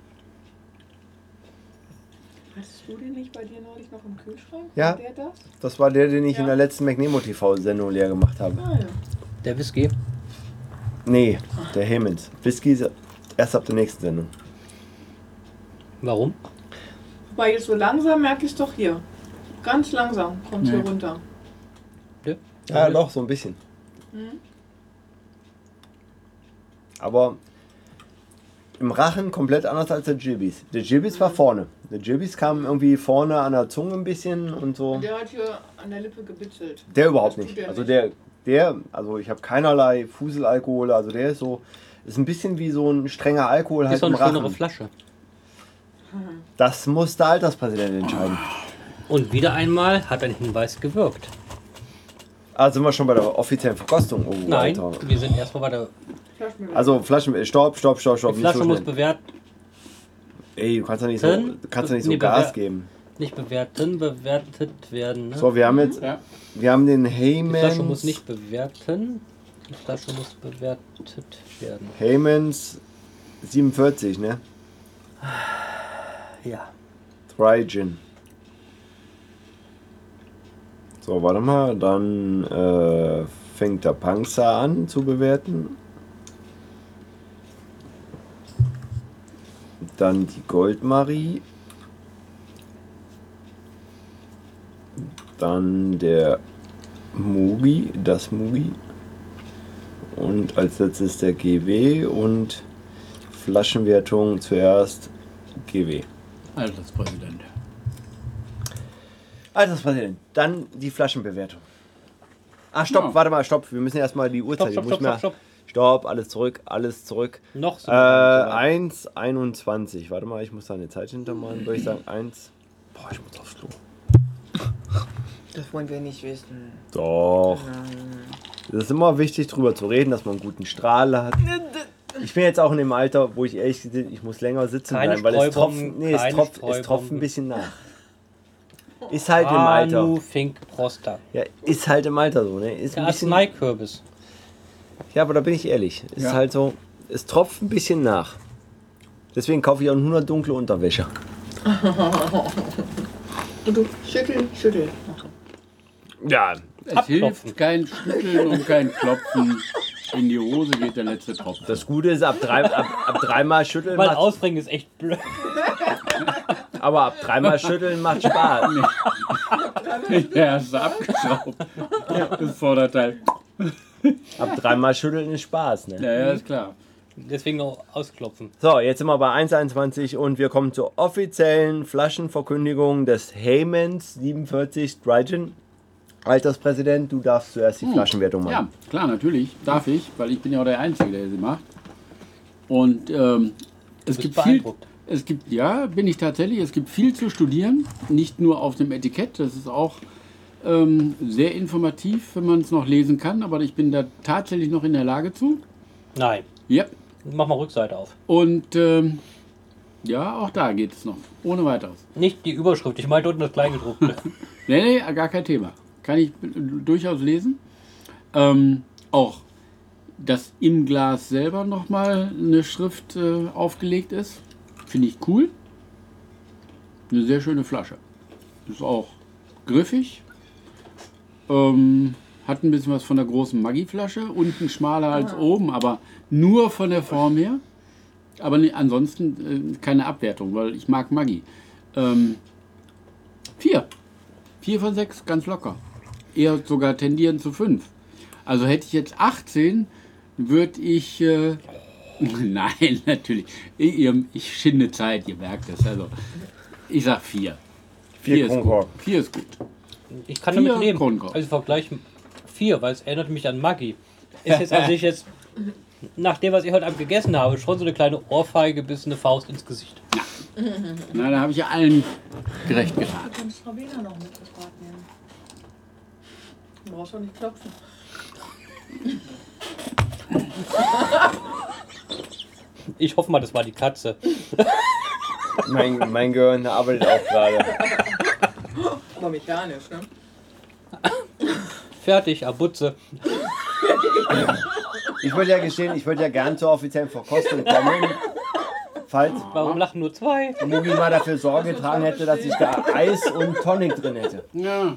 Speaker 6: Hattest du den nicht bei dir neulich noch im Kühlschrank?
Speaker 2: Ja.
Speaker 6: Hat Der das?
Speaker 2: Das war der, den ich
Speaker 6: Ja.
Speaker 2: in der letzten McNemo TV-Sendung leer gemacht habe.
Speaker 6: Ah, ja.
Speaker 1: Der Whisky.
Speaker 2: Nee, der Hemens. Whisky ist erst ab der nächsten Sendung.
Speaker 1: Warum?
Speaker 6: Wobei jetzt so langsam merke ich es doch hier. Ganz langsam kommt es
Speaker 3: Nee.
Speaker 6: hier runter.
Speaker 2: Ja, doch, so ein bisschen. Aber im Rachen komplett anders als der Jibis. Der Jibis war vorne. Der Jibis kam irgendwie vorne an der Zunge ein bisschen und so.
Speaker 6: Und Der hat hier an der Lippe gebitzelt.
Speaker 2: Der überhaupt
Speaker 6: Das tut
Speaker 2: nicht.
Speaker 6: der
Speaker 2: Also
Speaker 6: nicht.
Speaker 2: der, der, also ich habe keinerlei Fuselalkohol, also der ist so, ist ein bisschen wie so ein strenger Alkohol
Speaker 1: ist
Speaker 2: halt
Speaker 1: doch
Speaker 2: im
Speaker 1: eine schönere
Speaker 2: Rachen.
Speaker 1: Flasche.
Speaker 2: Das muss der Alterspräsident entscheiden.
Speaker 1: Und wieder einmal hat ein Hinweis gewirkt.
Speaker 2: Ah, sind wir schon bei der offiziellen Verkostung? Oh,
Speaker 1: Nein,
Speaker 2: Alter.
Speaker 1: wir sind erstmal bei der
Speaker 2: Also Flaschen, stopp, stopp, stopp, stopp.
Speaker 1: Die Flasche
Speaker 2: nicht so
Speaker 1: muss
Speaker 2: schnell.
Speaker 1: bewerten,
Speaker 2: Ey, du kannst doch nicht so, du kannst doch nicht so
Speaker 1: Nee,
Speaker 2: Gas
Speaker 1: bewer-
Speaker 2: geben.
Speaker 1: nicht bewerten, bewertet werden. Ne?
Speaker 2: So, wir haben jetzt
Speaker 3: Ja.
Speaker 2: Wir haben den
Speaker 1: Die
Speaker 2: Heymans.
Speaker 1: Flasche muss nicht bewerten. Die Flasche muss bewertet werden.
Speaker 2: Heymans 47, ne?
Speaker 1: Ja.
Speaker 2: Dry Gin. So, warte mal, dann äh, fängt der Panzer an zu bewerten. Dann die Goldmarie. Dann der Mugi, das Mugi. Und als letztes der GW und Flaschenwertung zuerst GW.
Speaker 3: Alterspräsident.
Speaker 2: Alterspräsident, Also, dann die Flaschenbewertung. Ah, stopp,
Speaker 3: Ja.
Speaker 2: warte mal, stopp. Wir müssen erstmal die Uhrzeit.
Speaker 1: Stopp,
Speaker 2: ich muss
Speaker 1: stopp, stopp,
Speaker 2: mal- stopp, alles zurück, alles zurück.
Speaker 1: Noch
Speaker 2: Äh,
Speaker 1: so.
Speaker 2: 1,21. Warte mal, ich muss da eine Zeit hintermachen. Würde ich sagen, 1. Boah, ich muss aufs Klo.
Speaker 7: Das wollen wir nicht wissen. Genau.
Speaker 2: Doch. Es ist immer wichtig, drüber zu reden, dass man einen guten Strahl hat. Ich bin jetzt auch in dem Alter, wo ich ehrlich gesagt, ich muss länger sitzen
Speaker 1: Keine
Speaker 2: bleiben, weil es tropft,
Speaker 1: Streubomben,
Speaker 2: nee, es
Speaker 1: keine
Speaker 2: tropft, es tropft ein
Speaker 1: Streubomben.
Speaker 2: bisschen nach. Ist halt im
Speaker 1: Anu
Speaker 2: Alter.
Speaker 1: Fink Prosta.
Speaker 2: Ja, ist halt im Alter so, ne? Ist
Speaker 1: Der
Speaker 2: ein bisschen,
Speaker 1: Arzneikürbis.
Speaker 2: ja, aber da bin ich ehrlich. Ist
Speaker 3: Ja.
Speaker 2: halt so, es tropft ein bisschen nach. Deswegen kaufe ich auch 100 dunkle Unterwäsche.
Speaker 7: Und du schüttel, schüttel.
Speaker 2: Ja,
Speaker 3: Es
Speaker 1: Abklopfen.
Speaker 3: hilft kein Schütteln und kein Klopfen. In die Hose geht der letzte Tropfen.
Speaker 2: Das Gute ist, ab, drei, ab, ab dreimal schütteln
Speaker 1: Mal
Speaker 2: macht,
Speaker 1: ausbringen ist echt blöd.
Speaker 2: aber ab dreimal schütteln macht Spaß.
Speaker 3: der erste abgeschraubt. Das Vorderteil.
Speaker 2: Ab dreimal schütteln ist Spaß, ne?
Speaker 3: Ja, ja, ist klar.
Speaker 1: Deswegen auch ausklopfen.
Speaker 2: So, jetzt sind wir bei 1.21 und wir kommen zur offiziellen Flaschenverkündigung des Heymans 47 Dryden. Alterspräsident, du darfst zuerst die Flaschenwertung
Speaker 3: Ja,
Speaker 2: machen.
Speaker 3: klar, natürlich. Darf ich, weil ich bin ja auch der Einzige, der sie macht. Und ähm, es
Speaker 1: bist
Speaker 3: gibt viel.
Speaker 1: beeindruckt.
Speaker 3: Es gibt, ja, bin ich tatsächlich. Es gibt viel zu studieren. Nicht nur auf dem Etikett. Das ist auch ähm, sehr informativ, wenn man es noch lesen kann. Aber ich bin da tatsächlich noch in der Lage zu.
Speaker 1: Nein.
Speaker 3: Yep.
Speaker 1: Mach mal Rückseite auf.
Speaker 3: Und ähm, ja, auch da geht es noch. Ohne weiteres.
Speaker 1: Nicht die Überschrift. Ich meinte unten das Kleingedruckte.
Speaker 3: Nee, nee, ah, gar kein Thema. Kann ich durchaus lesen. Ähm, auch, dass im Glas selber nochmal eine Schrift äh, aufgelegt ist, finde ich cool. Eine sehr schöne Flasche. Ist auch griffig. Ähm, hat ein bisschen was von der großen Maggi-Flasche. Unten schmaler als oben, aber nur von der Form her. Aber nee, ansonsten äh, keine Abwertung, weil ich mag Maggi. Ähm, vier. Vier von sechs, ganz locker. Eher sogar tendieren zu fünf. Also hätte ich jetzt 18, würde ich. Äh, nein, natürlich. Ich, ihr- ich schinde Zeit, ihr merkt es. Also, ich sag vier.
Speaker 2: Vier
Speaker 3: ist gut.
Speaker 2: Kronkorken.
Speaker 3: Vier ist gut.
Speaker 1: Ich kann
Speaker 3: Vier
Speaker 1: damit leben.
Speaker 3: Kronkorken.
Speaker 1: Also vergleichen vier, weil es erinnert mich an Maggi. Ist jetzt an sich jetzt, nach dem, was ich heute Abend gegessen habe, schon so eine kleine Ohrfeige bis eine Faust ins Gesicht.
Speaker 3: Na, da habe ich ja allen gerecht getan.
Speaker 6: Du kannst Rabbiner noch mit ins Bad nehmen. Du brauchst doch nicht klopfen.
Speaker 1: Ich hoffe mal, das war die Katze.
Speaker 2: Mein, mein Gehirn arbeitet auch gerade.
Speaker 7: Aber mechanisch, ne?
Speaker 1: Fertig, Abutze.
Speaker 2: Ich würde ja gestehen, ich würde ja gern zur offiziellen Verkostung kommen. Falls
Speaker 1: Warum lachen nur zwei?
Speaker 2: Mugi mal dafür Sorge getragen hätte, dass ich da Eis und Tonic drin hätte.
Speaker 3: Ja,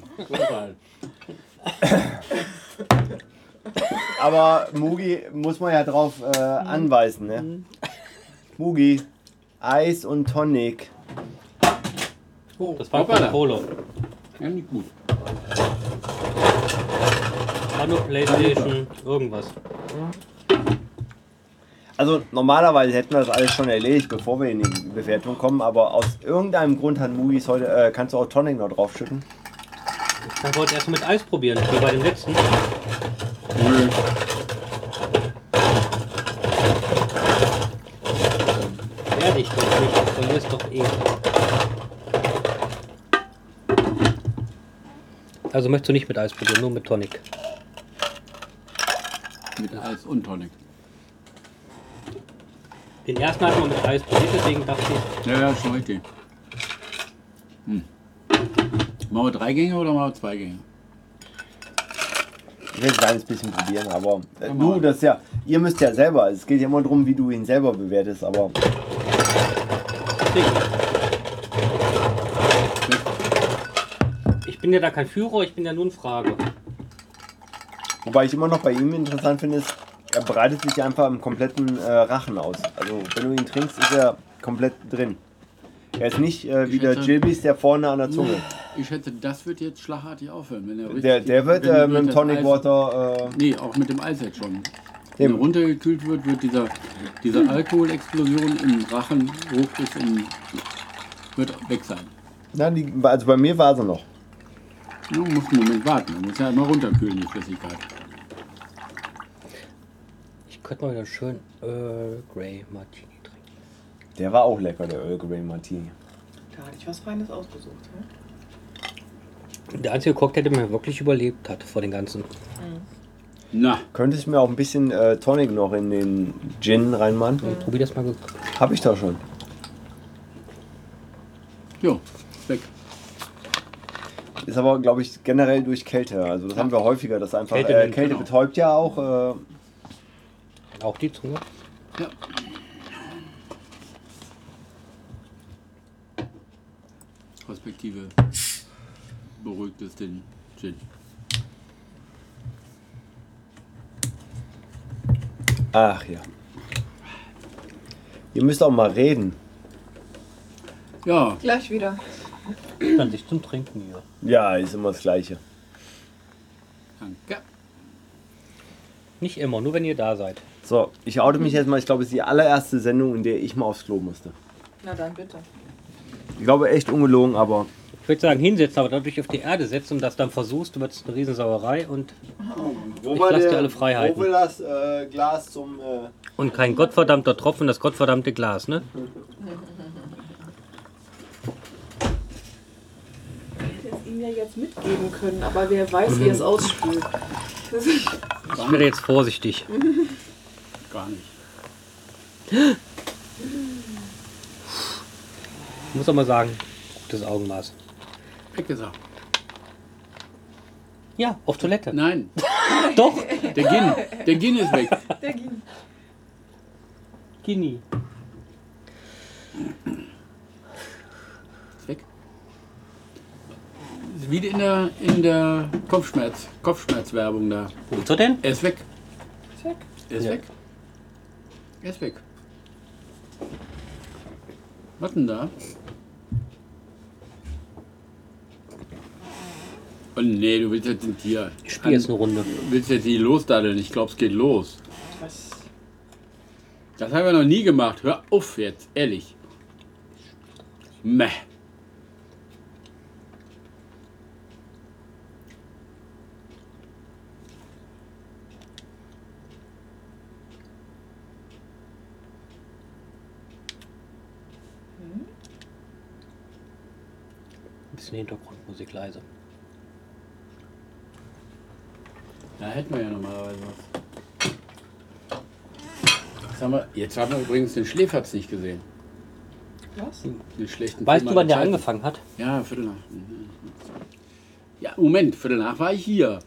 Speaker 2: Aber Mugi muss man ja drauf äh, anweisen, ne? Mugi, Eis und Tonic.
Speaker 1: Das war
Speaker 3: Hoppala.
Speaker 1: Coca Cola.
Speaker 3: ja nicht gut.
Speaker 1: War nur Playstation, irgendwas.
Speaker 2: Also normalerweise hätten wir das alles schon erledigt, bevor wir in die Bewertung kommen, aber aus irgendeinem Grund hat Mugis heute, äh, kannst du auch Tonic noch draufschütten.
Speaker 1: Ich wollte erst mal mit Eis probieren, wie bei dem letzten.
Speaker 3: Nö.
Speaker 1: Fertig, doch nicht. Du verlierst doch eh. Also möchtest du nicht mit Eis probieren, nur mit Tonic.
Speaker 3: Mit Eis und Tonic.
Speaker 1: Den ersten hat man mit Eis probiert, deswegen dachte ich,
Speaker 3: Ja, ja, schon richtig. Hm. Machen wir drei Gänge oder machen wir zwei Gänge?
Speaker 2: Ich will ein kleines bisschen probieren, aber äh,
Speaker 3: Komm mal.
Speaker 2: du, das ist ja, ihr müsst ja selber, es geht ja immer darum, wie du ihn selber bewertest, aber
Speaker 1: deswegen. Ich Ich bin ja da kein Führer, ich bin ja nur in Frage.
Speaker 2: Wobei ich immer noch bei ihm interessant finde, ist, er breitet sich einfach im kompletten äh, Rachen aus. Also wenn du ihn trinkst, ist er komplett drin. Er ist nicht äh, wie
Speaker 3: Ich
Speaker 2: der
Speaker 3: hätte-
Speaker 2: Jilbis, der vorne an der Zunge.
Speaker 3: Hm. Ich schätze, das wird jetzt schlagartig aufhören. Wenn er
Speaker 2: Der, der wird
Speaker 3: wenn er
Speaker 2: äh, mit dem
Speaker 3: das
Speaker 2: Tonic
Speaker 3: Eis-
Speaker 2: Water. äh,
Speaker 3: Nee, auch mit dem Eis jetzt schon. Wenn
Speaker 2: Eben. Hm.
Speaker 3: er runtergekühlt wird, wird dieser, diese Alkoholexplosion im Rachen hoch bis in, wird weg sein.
Speaker 2: Äh, na, die, also bei mir war sie noch.
Speaker 3: Du musst einen Moment warten, man muss ja immer runterkühlen, die Flüssigkeit.
Speaker 1: Ich könnte mal wieder schön Earl Grey Martini trinken.
Speaker 2: Der war auch lecker, der Earl Grey Martini.
Speaker 6: Da hatte ich was Feines ausgesucht. Ne?
Speaker 1: Der einzige Cocktail, der mir wirklich überlebt hat vor den ganzen.
Speaker 3: Na,
Speaker 2: Könnte ich mir auch ein bisschen äh, Tonic noch in den Gin reinmachen?
Speaker 1: Probier das mal. ge-
Speaker 2: Hab ich doch schon.
Speaker 3: jo, weg.
Speaker 2: Ist aber, glaube ich, generell durch Kälte. Also das haben wir häufiger, dass einfach
Speaker 1: Kälte
Speaker 2: Kälte, äh,
Speaker 1: nimmt,
Speaker 2: Kälte
Speaker 3: genau.
Speaker 2: betäubt ja auch. Äh,
Speaker 1: Auch die Zunge.
Speaker 3: Ja. Respektive beruhigt es den Gin.
Speaker 2: ach ja. Ihr müsst auch mal reden.
Speaker 3: Ja,
Speaker 4: Gleich wieder.
Speaker 1: Dann sich zum Trinken hier.
Speaker 2: Ja, ist immer das Gleiche.
Speaker 3: danke.
Speaker 1: Nicht immer, nur wenn ihr da seid.
Speaker 2: So, ich oute mich jetzt mal. Ich glaube, es ist die allererste Sendung, in der ich mal aufs Klo musste.
Speaker 6: Na dann bitte.
Speaker 2: Ich glaube, echt ungelogen, aber
Speaker 1: Ich würde sagen, hinsetzen, aber dadurch auf die Erde setzen und das dann versuchst, wird es eine Riesensauerei und,
Speaker 2: Wo
Speaker 1: Ich
Speaker 2: war
Speaker 1: lass dir
Speaker 2: der-
Speaker 1: alle Freiheiten.
Speaker 2: Wo will das äh, Glas zum. Äh,
Speaker 1: und kein gottverdammter Tropfen, das gottverdammte Glas, ne?
Speaker 6: Hätte es ihm ja jetzt mitgeben können, aber wer weiß, wie er es ausspült.
Speaker 1: Ich werde jetzt vorsichtig.
Speaker 3: Gar nicht.
Speaker 1: Ich muss auch mal sagen, gutes Augenmaß.
Speaker 3: Weggesagt.
Speaker 1: Ja, auf Toilette.
Speaker 3: Nein,
Speaker 1: Doch,
Speaker 3: der Gin, der Gin ist weg.
Speaker 1: Gini.
Speaker 3: Ist weg. Ist Wieder in der, in der Kopfschmerz, Kopfschmerzwerbung da.
Speaker 1: Wozu denn?
Speaker 3: Er ist weg.
Speaker 6: weg.
Speaker 3: Er ist
Speaker 1: Ja.
Speaker 3: weg. Er ist weg. Was denn da? Oh nee, du willst jetzt ein Tier.
Speaker 1: Ich spiele jetzt eine Runde.
Speaker 3: Du willst jetzt die losdaddeln. Ich glaube, es geht los.
Speaker 6: Was?
Speaker 3: Das haben wir noch nie gemacht. Hör auf jetzt, ehrlich. Meh.
Speaker 1: Ein bisschen Hintergrundmusik leise.
Speaker 3: Da hätten wir ja normalerweise was. Jetzt haben wir, jetzt haben wir übrigens den Schläferz nicht gesehen.
Speaker 6: Was?
Speaker 3: Den schlechten
Speaker 1: Weißt
Speaker 3: Film
Speaker 1: du, wann der
Speaker 3: aller Zeiten.
Speaker 1: angefangen hat?
Speaker 3: Ja, Viertel nach. Ja, Moment, Viertel nach war ich hier.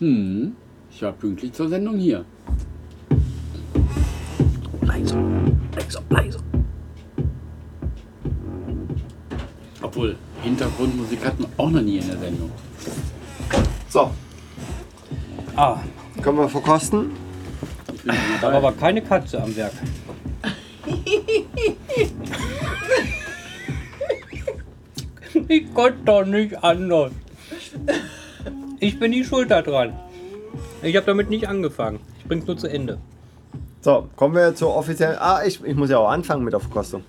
Speaker 3: Hm, ich war pünktlich zur Sendung hier.
Speaker 1: Leise, leise, leise.
Speaker 3: Obwohl, Hintergrundmusik hatten wir auch noch nie in der Sendung.
Speaker 2: so,
Speaker 1: Ah,
Speaker 2: können wir verkosten?
Speaker 3: Ich bin ja
Speaker 1: da war
Speaker 3: dabei.
Speaker 1: aber keine Katze am Werk. Ich konnte doch nicht anders. Ich bin die Schuld daran. Ich habe damit nicht angefangen. Ich bring's nur zu Ende.
Speaker 2: So, kommen wir zur offiziellen. Ah, ich, ich muss ja auch anfangen mit der Verkostung.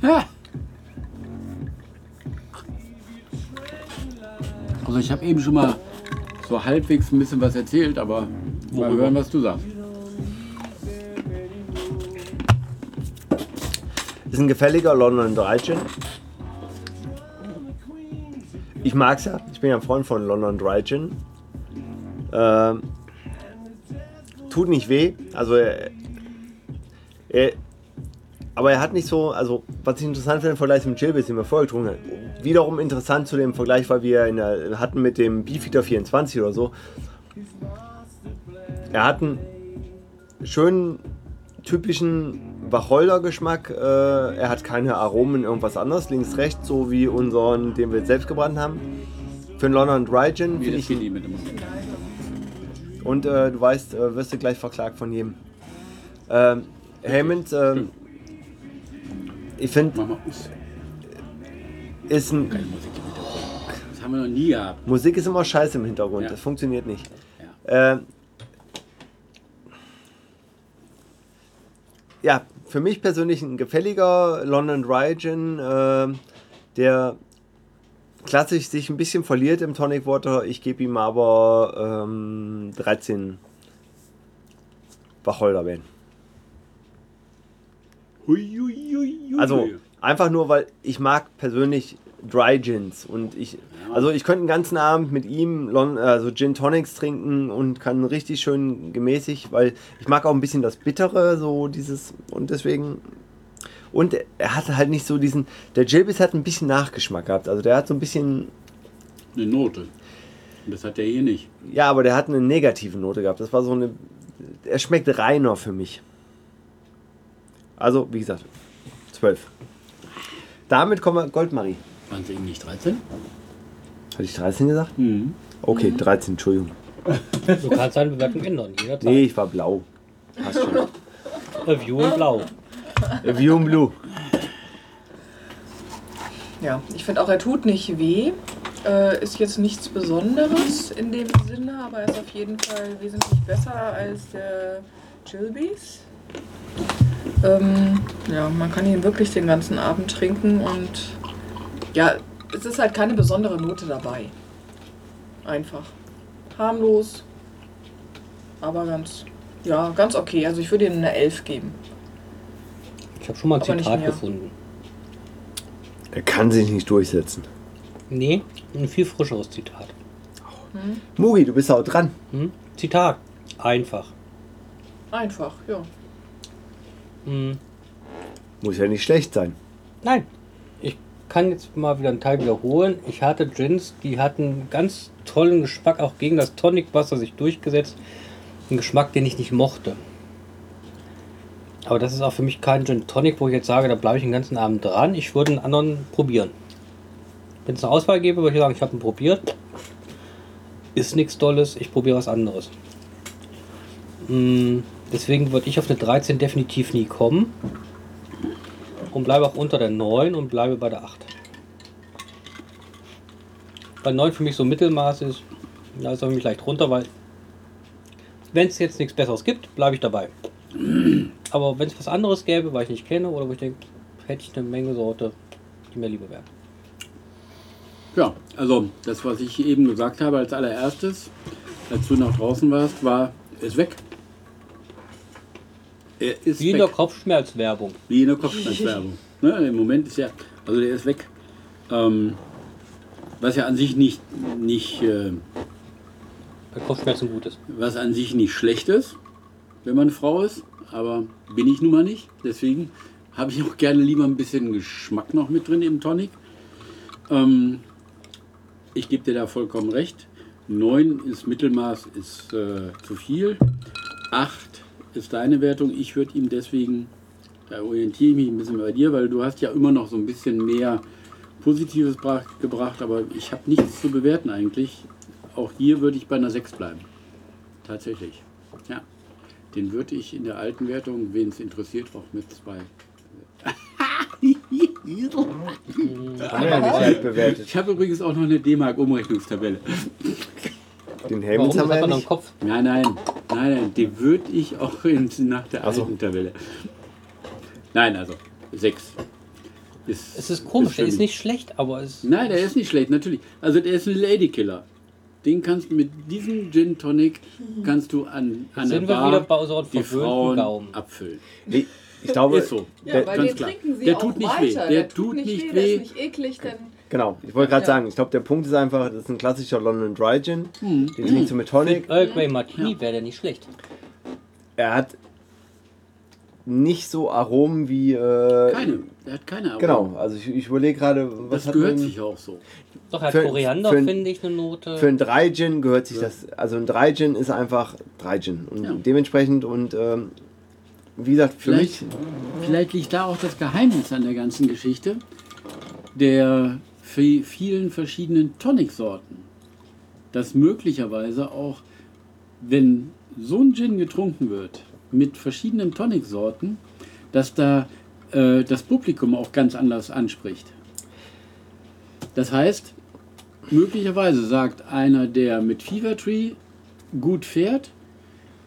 Speaker 3: Also ich habe eben schon mal so halbwegs ein bisschen was erzählt, aber mal hören, was du sagst.
Speaker 2: Ist ein gefälliger London Dry Gin. Ich mag's ja. Ich bin ja ein Freund von London Dry Gin. Ähm, tut nicht weh. Also, er, er, aber er hat nicht so. Also, was ich interessant finde im Vergleich zum Chilbis, den wir vorher getrunken haben. Wiederum interessant zu dem Vergleich, weil wir ihn ja hatten mit dem Beefeater 24 oder so. Er hat einen schönen typischen Wacholdergeschmack. Äh, er hat keine Aromen, irgendwas anderes. Links, rechts, so wie unseren, den wir jetzt selbst gebrannt haben. Für einen London Dry Gin
Speaker 3: Nee,
Speaker 2: finde
Speaker 3: das
Speaker 2: ich
Speaker 3: geht nicht mit dem
Speaker 2: Und äh, du weißt, äh, wirst du gleich verklagt von jedem. Ähm, Hammond, äh, ich finde,
Speaker 3: Mach mal Uss.
Speaker 2: ist ein,
Speaker 3: Keine Musik im Hintergrund. Das haben wir noch nie gehabt.
Speaker 2: Musik ist immer scheiße im Hintergrund.
Speaker 3: Ja.
Speaker 2: Das funktioniert nicht.
Speaker 3: Ja.
Speaker 2: Ähm, ja, für mich persönlich ein gefälliger London Dry Gin, ähm, der klassisch sich ein bisschen verliert im Tonic Water. Ich gebe ihm aber ähm, 13 Wacholderbeeren.
Speaker 3: Hui, hui, hui, hui.
Speaker 2: Also einfach nur, weil ich mag persönlich Dry Gins und ich, also ich könnte den ganzen Abend mit ihm Lon also Gin Tonics trinken und kann richtig schön gemäßig, weil ich mag auch ein bisschen das Bittere, so dieses und deswegen und er hatte halt nicht so diesen, der Gilbis hat ein bisschen Nachgeschmack gehabt, also der hat so ein bisschen,
Speaker 3: Eine Note. Und das hat der hier nicht.
Speaker 2: ja, aber der hat eine negative Note gehabt, das war so eine, er schmeckt reiner für mich. Also, wie gesagt, 12. Damit kommen wir, Goldmarie.
Speaker 3: Waren sie eben nicht 13?
Speaker 2: Hatte ich 13 gesagt?
Speaker 3: Mhm.
Speaker 2: Okay, 13, Entschuldigung.
Speaker 1: Du kannst deine Bewertung ändern, jederzeit.
Speaker 2: Nee, ich war blau. Passt schon.
Speaker 1: Review in Blau.
Speaker 2: View in Blue.
Speaker 6: Ja, ich finde auch, er tut nicht weh. Äh, ist jetzt nichts Besonderes in dem Sinne, aber er ist auf jeden Fall wesentlich besser als der Chilbys. Ähm, ja, man kann ihn wirklich den ganzen Abend trinken und ja, es ist halt keine besondere Note dabei. Einfach. Harmlos, aber ganz, ja, ganz okay. Also ich würde ihm eine 11 geben.
Speaker 1: Ich habe schon mal ein
Speaker 6: Aber nicht
Speaker 1: Zitat
Speaker 6: mehr.
Speaker 1: gefunden.
Speaker 2: Er kann sich nicht durchsetzen.
Speaker 1: Nee, ein viel frischeres Zitat.
Speaker 2: Mugi, du bist auch dran.
Speaker 1: Hm? Zitat. Einfach.
Speaker 6: Einfach, ja.
Speaker 1: Hm.
Speaker 2: Muss ja nicht schlecht sein.
Speaker 1: Nein. Ich kann jetzt mal wieder einen Teil wiederholen. Ich hatte Gins, die hatten ganz tollen Geschmack, auch gegen das Tonicwasser sich durchgesetzt. Ein Geschmack, den ich nicht mochte. Aber das ist auch für mich kein Gin Tonic, wo ich jetzt sage, da bleibe ich den ganzen Abend dran. Ich würde einen anderen probieren. Wenn es eine Auswahl gäbe, würde ich sagen, ich habe ihn probiert. Ist nichts Tolles, ich probiere was anderes. Mm, Deswegen würde ich auf eine 13 definitiv nie kommen und bleibe auch unter der 9 und bleibe bei der 8. Weil 9 für mich so Mittelmaß ist, da ist er für mich leicht runter, weil wenn es jetzt nichts Besseres gibt, bleibe ich dabei. Aber wenn es was anderes gäbe, was ich nicht kenne oder wo ich denke, hätte ich eine Menge Sorte, die mir lieber wären.
Speaker 3: Ja, also das, was ich eben gesagt habe als allererstes, als du nach draußen warst, war, er ist weg. Er ist
Speaker 1: Wie in
Speaker 3: weg.
Speaker 1: der Kopfschmerzwerbung.
Speaker 3: Wie in der Kopfstandswerbung. ne, Im Moment ist er, also der ist weg. Ähm, was ja an sich nicht, nicht, äh,
Speaker 1: Bei Kopfschmerzen gut ist.
Speaker 3: was an sich nicht schlecht ist, wenn man eine Frau ist, aber bin ich nun mal nicht. Deswegen habe ich auch gerne lieber ein bisschen Geschmack noch mit drin im Tonic. Ähm, ich gebe dir da vollkommen recht. 9 ist Mittelmaß, ist äh, zu viel. 8 ist deine Wertung. Ich würde ihm deswegen, da orientiere ich mich ein bisschen bei dir, weil du hast ja immer noch so ein bisschen mehr Positives bra- gebracht, aber ich habe nichts zu bewerten eigentlich. Auch hier würde ich bei einer 6 bleiben. Tatsächlich. Ja. Den würde ich in der alten Wertung, wen es interessiert, auch mit zwei.
Speaker 2: Haben wir ja nicht halt bewertet.
Speaker 3: Ich habe übrigens auch noch eine D-Mark-Umrechnungstabelle.
Speaker 2: Den
Speaker 1: Warum
Speaker 2: Helmut
Speaker 1: das
Speaker 2: haben
Speaker 1: hat man
Speaker 2: wir ja
Speaker 1: noch im
Speaker 2: nicht.
Speaker 1: Kopf?
Speaker 3: Nein, nein, nein, nein, die würde ich auch in, nach der
Speaker 1: Also.
Speaker 2: Ach so.
Speaker 3: alten Tabelle. Nein, also sechs.
Speaker 1: Es ist komisch, der
Speaker 3: für
Speaker 1: ist
Speaker 3: mich-
Speaker 1: nicht schlecht, aber es
Speaker 3: Nein, der ist nicht schlecht, natürlich. Also der ist ein Ladykiller. Den kannst mit diesem Gin Tonic kannst du an, an der
Speaker 1: sind wir wieder
Speaker 3: Bar
Speaker 1: bei unseren
Speaker 3: die
Speaker 1: verwöhnten
Speaker 3: Frauen
Speaker 1: Gaumen.
Speaker 3: abfüllen.
Speaker 2: Ich, ich glaube,
Speaker 3: Ist so.
Speaker 2: Der-
Speaker 9: Ja, weil
Speaker 3: ganz
Speaker 9: den
Speaker 3: klar.
Speaker 9: trinken sie
Speaker 3: Der
Speaker 9: auch
Speaker 3: tut nicht
Speaker 9: weiter.
Speaker 3: weh.
Speaker 9: Der, tut nicht weh. Der ist nicht eklig, denn
Speaker 2: genau. Ich wollte gerade
Speaker 6: Ja.
Speaker 2: sagen, ich glaube, der Punkt ist einfach, das ist ein klassischer London Dry Gin.
Speaker 3: Mhm.
Speaker 2: Den trinkst du mit Tonic.
Speaker 1: Earl Grey Martini wäre der nicht schlecht.
Speaker 2: Er hat nicht so Aromen wie. Äh,
Speaker 3: Keine, der hat keine Aromen.
Speaker 2: Genau. Also ich, ich überlege gerade, was
Speaker 3: Das
Speaker 2: hat
Speaker 3: gehört
Speaker 2: man-
Speaker 3: sich auch so.
Speaker 1: Doch, er hat
Speaker 2: Für-
Speaker 1: Koriander,
Speaker 2: für ein-
Speaker 1: finde ich, eine Note.
Speaker 2: Für einen 3 Gin gehört sich das. Also ein 3 Gin ist einfach 3 Gin. Und
Speaker 3: Ja.
Speaker 2: dementsprechend und ähm, Wie gesagt, für
Speaker 3: Vielleicht,
Speaker 2: mich.
Speaker 3: vielleicht liegt da auch das Geheimnis an der ganzen Geschichte der vi- vielen verschiedenen Tonic-Sorten. Dass möglicherweise auch, wenn so ein Gin getrunken wird mit verschiedenen Tonic-Sorten, dass da äh, das Publikum auch ganz anders anspricht. Das heißt, möglicherweise sagt einer, der mit Fever Tree gut fährt,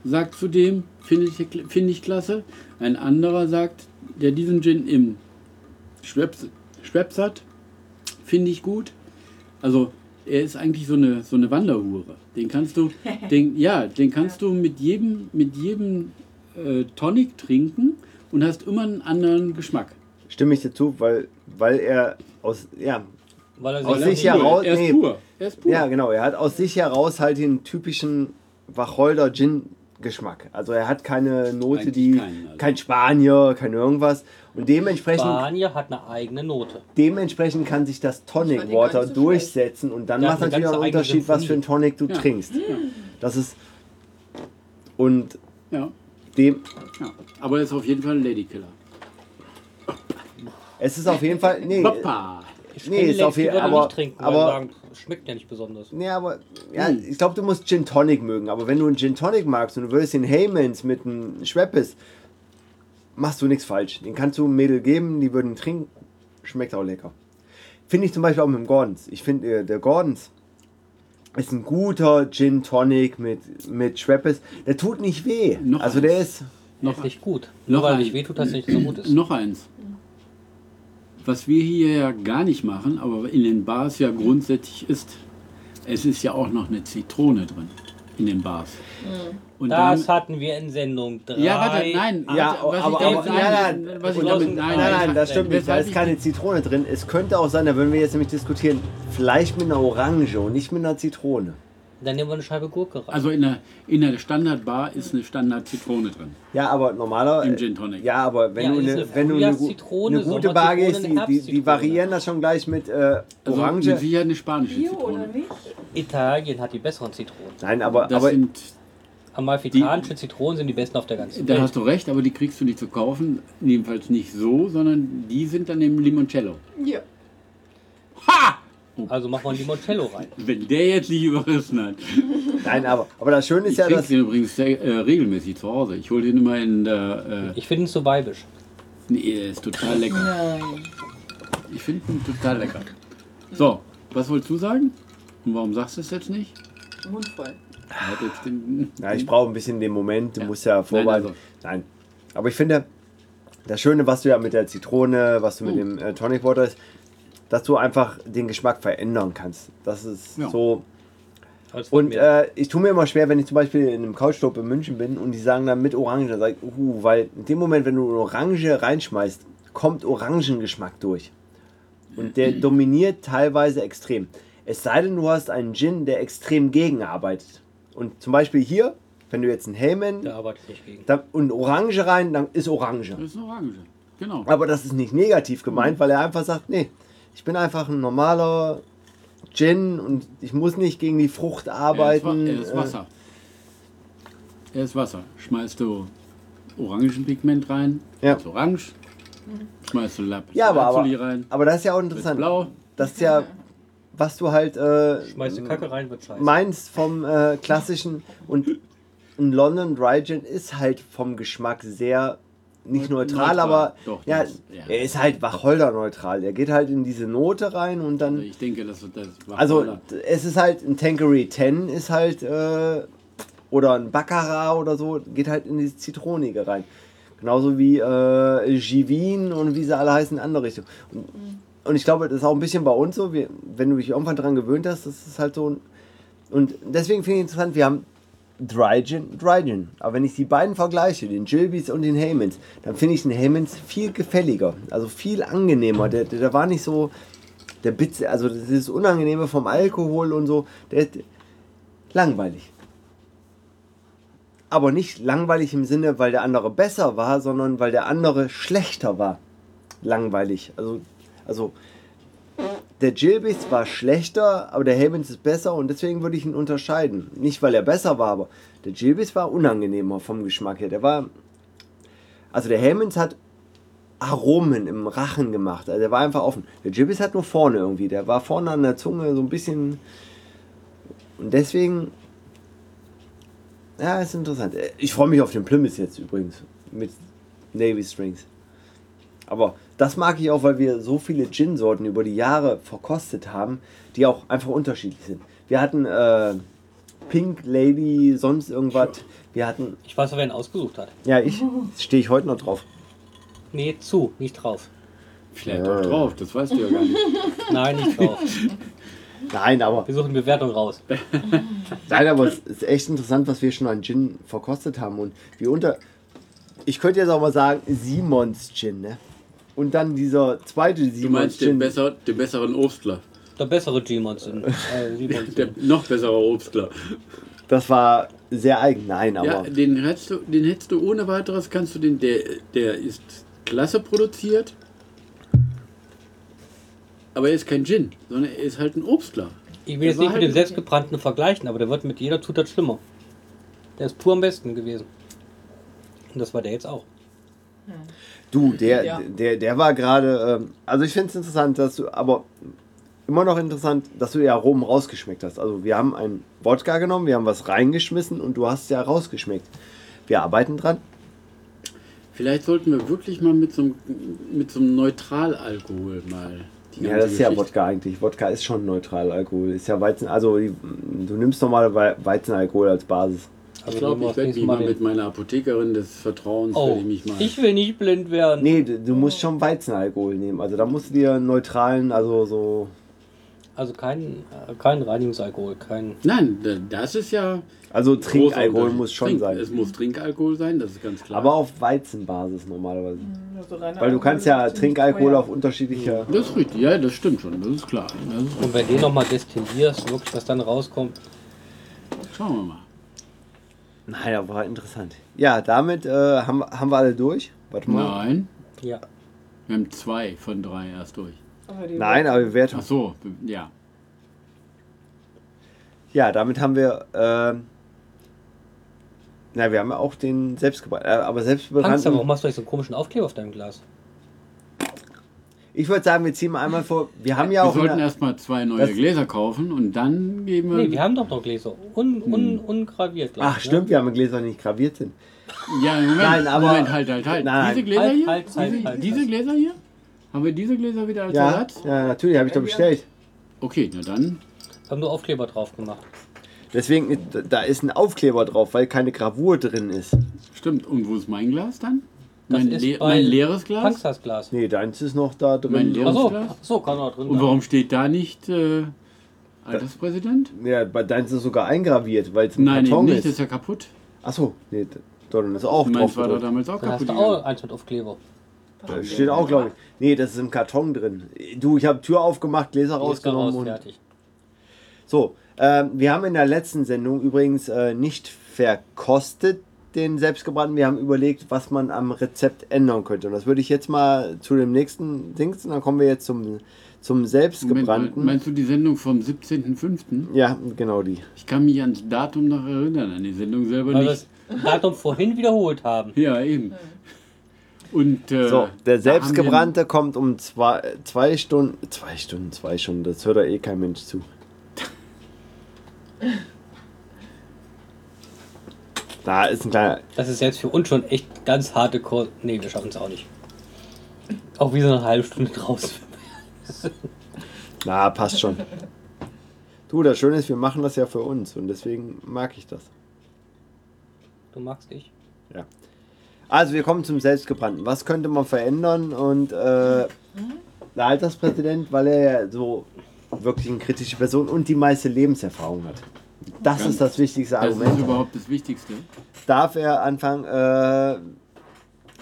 Speaker 3: sagt zudem, finde ich, finde ich klasse. Ein anderer sagt, der diesen Gin im Schweppes, Schweppes hat, finde ich gut. Also er ist eigentlich so eine, so eine Wanderhure. Den kannst du, den, ja, den kannst du mit jedem, mit jedem äh, Tonic trinken und hast immer einen anderen Geschmack.
Speaker 2: Stimme ich dir zu, weil, weil er aus. Ja,
Speaker 1: Weil er
Speaker 2: Aus
Speaker 1: selber-
Speaker 2: sich heraus-
Speaker 3: er ist
Speaker 2: nee.
Speaker 3: pur. Er ist pur.
Speaker 2: ja, genau. Er hat aus sich heraus halt den typischen Wacholder-Gin-Geschmack. Also er hat keine Note,
Speaker 3: Eigentlich
Speaker 2: die.
Speaker 3: keinen, also.
Speaker 2: Kein Spanier, kein irgendwas. Und dementsprechend,
Speaker 1: Spanier hat eine eigene Note.
Speaker 2: dementsprechend kann sich das Tonic
Speaker 7: fand den gar
Speaker 2: Water
Speaker 7: nicht so
Speaker 2: durchsetzen und dann
Speaker 1: Der
Speaker 2: macht
Speaker 1: hat eine
Speaker 2: natürlich auch
Speaker 1: ganze
Speaker 2: einen
Speaker 1: eigene
Speaker 2: Unterschied, was
Speaker 1: Symphonie.
Speaker 2: für ein Tonic du
Speaker 3: Ja.
Speaker 2: trinkst. Das ist. Und
Speaker 3: Ja,
Speaker 2: dem,
Speaker 3: ja. Aber er ist auf jeden Fall ein Ladykiller.
Speaker 2: es ist auf jeden Fall. Nee,
Speaker 3: Papa!
Speaker 1: Ich
Speaker 2: Nee,
Speaker 1: kenne
Speaker 2: ist
Speaker 1: Leute,
Speaker 2: auf
Speaker 1: die
Speaker 2: jeden-
Speaker 1: würden
Speaker 2: aber-
Speaker 1: nicht trinken, weil
Speaker 2: aber-
Speaker 1: sagen, schmeckt ja nicht besonders.
Speaker 2: Nee, aber ja,
Speaker 3: Hm.
Speaker 2: ich glaube, du musst Gin Tonic mögen. Aber wenn du einen Gin Tonic magst und du würdest den Heymans mit einem Schweppes, machst du nichts falsch. Den kannst du einem Mädel geben, die würden ihn trinken. Schmeckt auch lecker. Finde ich zum Beispiel auch mit dem Gordons. Ich finde, äh, der Gordons ist ein guter Gin Tonic mit, mit Schweppes. Der tut nicht weh.
Speaker 3: Noch
Speaker 2: also
Speaker 3: eins.
Speaker 2: der ist.
Speaker 1: Noch
Speaker 3: Noch
Speaker 1: ist nicht gut.
Speaker 3: noch
Speaker 1: Nur weil
Speaker 3: ein-
Speaker 1: nicht wehtut, dass es nicht so gut ist.
Speaker 3: Noch eins. Was wir hier ja gar nicht machen, aber in den Bars ja grundsätzlich ist, es ist ja auch noch eine Zitrone drin in den Bars. Und
Speaker 1: Das
Speaker 3: damit-
Speaker 1: hatten wir in Sendung 3.
Speaker 3: ja, warte, nein,
Speaker 2: Ja,
Speaker 3: Ah, warte, was
Speaker 2: aber,
Speaker 3: ich da
Speaker 2: aber
Speaker 3: jetzt
Speaker 1: eben
Speaker 2: nein,
Speaker 3: sagen-
Speaker 2: nein,
Speaker 3: was ich
Speaker 2: und
Speaker 3: da
Speaker 1: damit-
Speaker 3: jetzt-
Speaker 2: nein,
Speaker 1: nein,
Speaker 2: nein,
Speaker 1: ich-
Speaker 2: das stimmt nicht. Da
Speaker 3: weshalb
Speaker 2: ist
Speaker 3: ich-
Speaker 2: keine Zitrone drin. Es könnte auch sein, da würden wir jetzt nämlich diskutieren, vielleicht mit einer Orange und nicht mit einer Zitrone.
Speaker 1: Dann nehmen wir eine Scheibe Gurke rein.
Speaker 3: Also in der, in der Standardbar ist eine Standard-Zitrone drin.
Speaker 2: Ja, aber normaler.
Speaker 3: Im Gin Tonic.
Speaker 2: Äh, Ja, aber wenn
Speaker 1: Ja,
Speaker 2: du
Speaker 1: ist
Speaker 2: eine,
Speaker 1: eine
Speaker 2: wenn du eine, gu-
Speaker 1: Frühjahrs-Zitrone,
Speaker 2: eine gute
Speaker 1: Sommerzitrone,
Speaker 2: Bar gehst, die,
Speaker 1: eine
Speaker 2: die, die
Speaker 1: Herbstzitrone.
Speaker 2: variieren das schon gleich mit äh,
Speaker 3: Also
Speaker 2: Orange.
Speaker 3: mit Sicherheit eine spanische
Speaker 6: Bio oder
Speaker 3: Zitrone.
Speaker 6: nicht?
Speaker 1: Italien hat die besseren Zitronen.
Speaker 2: Nein, aber,
Speaker 3: Das
Speaker 2: aber
Speaker 3: sind,
Speaker 1: Amalfitanische Zitronen sind die besten auf der ganzen
Speaker 3: da
Speaker 1: Welt.
Speaker 3: hast du recht, aber die kriegst du nicht zu kaufen. Jedenfalls nicht so, sondern die sind dann im Limoncello.
Speaker 4: Ja.
Speaker 3: Ha!
Speaker 1: Also machen wir ein Limoncello rein.
Speaker 3: Wenn der jetzt nicht überrissen hat.
Speaker 2: nein, aber, aber das Schöne ist
Speaker 3: Ich
Speaker 2: ja,
Speaker 3: trinke
Speaker 2: dass
Speaker 3: den übrigens sehr, äh, regelmäßig zu Hause. Ich hole den immer in der. Äh,
Speaker 1: Ich finde es so weibisch.
Speaker 3: nee, der ist total lecker.
Speaker 7: Nein.
Speaker 3: Ich finde ihn total lecker. So, was wolltest du sagen? Und warum sagst du es jetzt nicht?
Speaker 7: Mund voll.
Speaker 3: Er hat jetzt den-
Speaker 2: Ja, ich brauche ein bisschen den Moment, du
Speaker 3: Mhm. Ja.
Speaker 2: musst ja vorbereiten. Nein,
Speaker 3: also.
Speaker 2: aber ich finde, das Schöne, was du ja mit der Zitrone, was du mit dem
Speaker 3: Mhm.
Speaker 2: äh, Tonic Water ist, dass du einfach den Geschmack verändern kannst. Das ist
Speaker 3: Ja.
Speaker 2: so.
Speaker 1: Aber das
Speaker 2: Und
Speaker 1: wird mir-
Speaker 2: äh, ich tue mir immer schwer, wenn ich zum Beispiel in einem Couchclub in München bin und die sagen dann mit Orange, dann sage ich, uh, weil in dem Moment, wenn du eine Orange reinschmeißt, kommt Orangengeschmack durch. Und der dominiert teilweise extrem. Es sei denn, du hast einen Gin, der extrem gegenarbeitet. Und zum Beispiel hier, wenn du jetzt einen Heyman
Speaker 1: da arbeite ich nicht gegen.
Speaker 2: da, und Orange rein, dann ist Orange.
Speaker 3: Das ist eine Orange. Genau.
Speaker 2: Aber das ist nicht negativ gemeint, weil er einfach sagt, nee, ich bin einfach ein normaler Gin und ich muss nicht gegen die Frucht
Speaker 3: Er ist, Wa-
Speaker 2: arbeiten.
Speaker 3: er ist
Speaker 2: äh,
Speaker 3: Wasser. Er ist Wasser. Schmeißt du Orangenpigment rein,
Speaker 2: Ja.
Speaker 3: ist orange. Schmeißt du Lapis
Speaker 2: Ja, aber,
Speaker 3: Lazuli
Speaker 2: aber,
Speaker 3: rein,
Speaker 2: aber das ist ja auch
Speaker 3: ist
Speaker 2: interessant.
Speaker 3: blau.
Speaker 2: Das ist ja, was du halt äh,
Speaker 1: Schmeißt du Kacke rein, wird scheiße.
Speaker 2: meinst vom äh, klassischen. Und ein London Dry Gin ist halt vom Geschmack sehr, nicht neutral,
Speaker 3: Ne-, Neutral,
Speaker 2: aber
Speaker 3: doch,
Speaker 2: ja,
Speaker 3: das- ja.
Speaker 2: er ist halt wacholderneutral. Er geht halt in diese Note rein und
Speaker 3: Also
Speaker 2: dann.
Speaker 3: ich denke, das, das war
Speaker 2: Also
Speaker 3: Cola.
Speaker 2: es ist halt ein Tankery 10 ist halt äh, oder ein Baccarat oder so geht halt in diese Zitronige rein. Genauso wie äh, Givin und wie sie alle heißen in andere Richtung. Und, und ich glaube, das ist auch ein bisschen bei uns so, wir, wenn du dich irgendwann daran gewöhnt hast, das ist halt so ein und deswegen finde ich interessant, wir haben Dry Gin, Dry Gin. Aber wenn ich die beiden vergleiche, den Gilbys und den Haymans, dann finde ich den Haymans viel gefälliger, also viel angenehmer. Der, der, der war nicht so, der Bitz, also das ist Unangenehme vom Alkohol und so, der ist langweilig. Aber nicht langweilig im Sinne, weil der andere besser war, sondern weil der andere schlechter war. Langweilig. Also, also der Gilbis war schlechter, aber der Helmins ist besser und deswegen würde ich ihn unterscheiden. Nicht, weil er besser war, aber der Gilbis war unangenehmer vom Geschmack her. Der war. Also der Helmens hat Aromen im Rachen gemacht. Also der war einfach offen. Der Gibbis hat nur vorne irgendwie. Der war vorne an der Zunge so ein bisschen. Und deswegen. Ja, ist interessant. Äh, Ich freue mich auf den Plymouth jetzt übrigens. Mit Navy Strings. Aber das mag ich auch, weil wir so viele Gin-Sorten über die Jahre verkostet haben, die auch einfach unterschiedlich sind. Wir hatten äh, Pink Lady, sonst irgendwas. Wir hatten.
Speaker 1: Ich weiß, wer ihn ausgesucht hat.
Speaker 2: Ja, ich. Stehe ich heute noch drauf.
Speaker 1: Nee, zu, nicht drauf.
Speaker 3: Vielleicht auch drauf, das weißt du ja gar nicht.
Speaker 1: Nein, nicht drauf.
Speaker 2: Nein, aber.
Speaker 1: Wir suchen Bewertung raus.
Speaker 2: Nein, aber es ist echt interessant, was wir schon an Gin verkostet haben und wie unter. Ich könnte jetzt auch mal sagen, Simons Gin, ne? Und dann dieser zweite
Speaker 3: Du
Speaker 2: Simons
Speaker 3: meinst den,
Speaker 2: Gin.
Speaker 3: besser, den besseren Obstler.
Speaker 1: Der bessere G-Monson. Äh, Simons.
Speaker 3: Der noch bessere Obstler.
Speaker 2: Das war sehr eigen. Nein, aber.
Speaker 3: Ja, äh, den hättest, du, den hättest du ohne weiteres, kannst du den, der, der ist klasse produziert, aber er ist kein Gin, sondern er ist halt ein Obstler.
Speaker 1: Ich
Speaker 3: Der
Speaker 1: will jetzt
Speaker 3: war
Speaker 1: nicht mit dem
Speaker 3: halt-
Speaker 1: selbstgebrannten vergleichen, aber der wird mit jeder Zutat schlimmer. Der ist pur am besten gewesen. Und das war der jetzt auch.
Speaker 2: Du, der,
Speaker 6: Ja.
Speaker 2: der, der war gerade. Ähm, also ich finde es interessant, dass du, aber immer noch interessant, dass du ja Aromen rausgeschmeckt hast. Also wir haben einen Wodka genommen, wir haben was reingeschmissen und du hast ja rausgeschmeckt. Wir arbeiten dran.
Speaker 3: Vielleicht sollten wir wirklich mal mit so einem, mit so einem Neutralalkohol mal die
Speaker 2: Ja,
Speaker 3: ganze
Speaker 2: das ist ja
Speaker 3: Geschichte-
Speaker 2: Wodka eigentlich. Wodka ist schon neutral Alkohol. Ist ja Weizen, also die- du nimmst normal Wei- Weizenalkohol als Basis.
Speaker 1: Also
Speaker 3: Ich glaube,
Speaker 1: nehmen wir
Speaker 3: ich
Speaker 1: das
Speaker 3: werde
Speaker 1: nächste
Speaker 3: mich mal
Speaker 1: den-
Speaker 3: mit meiner Apothekerin des Vertrauens,
Speaker 1: Oh,
Speaker 3: werde ich mich mal.
Speaker 1: ich will nicht blind werden.
Speaker 2: Nee, du, du musst schon Weizenalkohol nehmen. Also da musst du dir einen neutralen, also so.
Speaker 1: Also kein, äh, kein Reinigungsalkohol, kein.
Speaker 3: Nein, da- das ist ja.
Speaker 2: Also
Speaker 3: großer
Speaker 2: Trinkalkohol
Speaker 3: Unterschied.
Speaker 2: muss schon
Speaker 3: Trink,
Speaker 2: sein.
Speaker 3: Es muss Trinkalkohol sein, das ist ganz klar.
Speaker 2: Aber auf Weizenbasis normalerweise.
Speaker 7: Also reiner
Speaker 2: Weil du kannst ja
Speaker 7: Alkohol ist ziemlich
Speaker 2: Trinkalkohol
Speaker 7: teuer.
Speaker 2: auf unterschiedliche.
Speaker 3: das ist richtig, ja, das stimmt schon, das ist klar. Das ist
Speaker 1: Und wenn du den nochmal destillierst, wirklich, was dann rauskommt.
Speaker 3: Schauen wir mal.
Speaker 2: Nein, aber war interessant. Ja, damit äh, haben, wir- haben wir alle durch. Warte mal.
Speaker 3: Nein,
Speaker 1: Ja.
Speaker 3: wir haben zwei von drei erst durch.
Speaker 7: Aber die-
Speaker 2: Nein, aber wir
Speaker 3: Ach
Speaker 2: werden.
Speaker 3: so, ja.
Speaker 2: Ja, damit haben wir. Äh, na, wir haben ja auch den selbstgebrannten. Äh, aber
Speaker 1: Hans, warum
Speaker 2: selbstgebrannten.
Speaker 1: machst du eigentlich so einen komischen Aufkleber auf deinem Glas?
Speaker 2: Ich würde sagen, wir ziehen mal einmal vor. Wir haben ja
Speaker 3: Wir
Speaker 2: auch.
Speaker 3: sollten
Speaker 2: eine-
Speaker 3: erstmal zwei neue
Speaker 2: Das-
Speaker 3: Gläser kaufen und dann geben wir.
Speaker 1: Nee, wir haben doch noch Gläser. Un,
Speaker 3: Hm.
Speaker 1: un, ungraviert. glaub
Speaker 2: Ach,
Speaker 1: ich,
Speaker 2: stimmt,
Speaker 1: Ne?
Speaker 2: wir haben Gläser die nicht graviert sind.
Speaker 3: ja, Moment,
Speaker 2: Nein, aber-
Speaker 3: Moment, halt, halt, halt.
Speaker 2: Nein.
Speaker 3: Diese Gläser
Speaker 1: Halt,
Speaker 3: hier?
Speaker 1: halt, halt,
Speaker 3: diese,
Speaker 1: halt.
Speaker 3: diese Gläser hier? Haben wir diese Gläser wieder als
Speaker 2: Ja,
Speaker 3: Ersatz?
Speaker 2: ja, natürlich, habe ich doch bestellt.
Speaker 3: Okay, na dann.
Speaker 1: Wir haben nur Aufkleber drauf gemacht.
Speaker 2: Deswegen, da ist ein Aufkleber drauf, weil keine Gravur drin ist.
Speaker 3: Stimmt. Und wo ist mein Glas dann?
Speaker 1: Das
Speaker 3: Mein,
Speaker 1: ist
Speaker 3: le
Speaker 1: bei
Speaker 3: mein leeres Glas?
Speaker 1: Punks das Glas.
Speaker 2: Nee, deins ist noch da drin.
Speaker 3: Mein Lehrer-
Speaker 1: Achso,
Speaker 3: Glas?
Speaker 1: achso, kann auch drin
Speaker 3: Und
Speaker 1: sein.
Speaker 3: warum steht da nicht äh, Alterspräsident?
Speaker 2: Ja, bei deins ist sogar eingraviert, weil es ein
Speaker 3: Nein, eben
Speaker 2: Karton
Speaker 3: nicht, das
Speaker 2: ist.
Speaker 3: ist ja kaputt.
Speaker 2: Achso, nee, Dortmund ist auch drauf.
Speaker 3: Meins war da
Speaker 2: gedruckt.
Speaker 3: damals auch
Speaker 1: Dann hast
Speaker 3: kaputt.
Speaker 1: du auch
Speaker 3: gegangen.
Speaker 1: eins mit Aufkleber.
Speaker 2: Da steht auch, glaube ich. Nee, das ist im Karton drin. Du, ich habe Tür aufgemacht, Gläser
Speaker 1: Die ist da raus,
Speaker 2: rausgenommen und.
Speaker 1: fertig.
Speaker 2: So, ähm, wir haben in der letzten Sendung übrigens äh, nicht verkostet den selbstgebrannten. Wir haben überlegt, was man am Rezept ändern könnte. Und das würde ich jetzt mal zu dem nächsten Dings. Und dann kommen wir jetzt zum, zum
Speaker 3: Moment,
Speaker 2: selbstgebrannten.
Speaker 3: meinst du die Sendung vom 17.05.?
Speaker 2: ja, genau die.
Speaker 3: Ich kann mich ans Datum noch erinnern, an die Sendung selber
Speaker 1: Weil wir
Speaker 3: nicht.
Speaker 1: das Datum vorhin wiederholt haben.
Speaker 3: Ja, eben. Und äh,
Speaker 2: So, der
Speaker 3: da haben wir-
Speaker 2: selbstgebrannte kommt um zwei, zwei Stunden. Zwei Stunden, zwei Stunden. Das hört ja eh kein Mensch zu. Da ist ein kleiner.
Speaker 1: Das ist selbst für uns schon echt ganz harte Kurs. Nee, wir schaffen es auch nicht. Auch wie so eine halbe Stunde draus.
Speaker 2: Na, passt schon. Du, das Schöne ist, wir machen das ja für uns und deswegen mag ich das.
Speaker 1: Du magst dich.
Speaker 2: Also, wir kommen zum Selbstgebrannten. Was könnte man verändern? Und äh, der Alterspräsident, weil er ja so wirklich eine kritische Person und die meiste Lebenserfahrung hat. Das ist das wichtigste
Speaker 3: Das
Speaker 2: Argument.
Speaker 3: ist überhaupt das Wichtigste.
Speaker 2: darf er anfangen. Äh,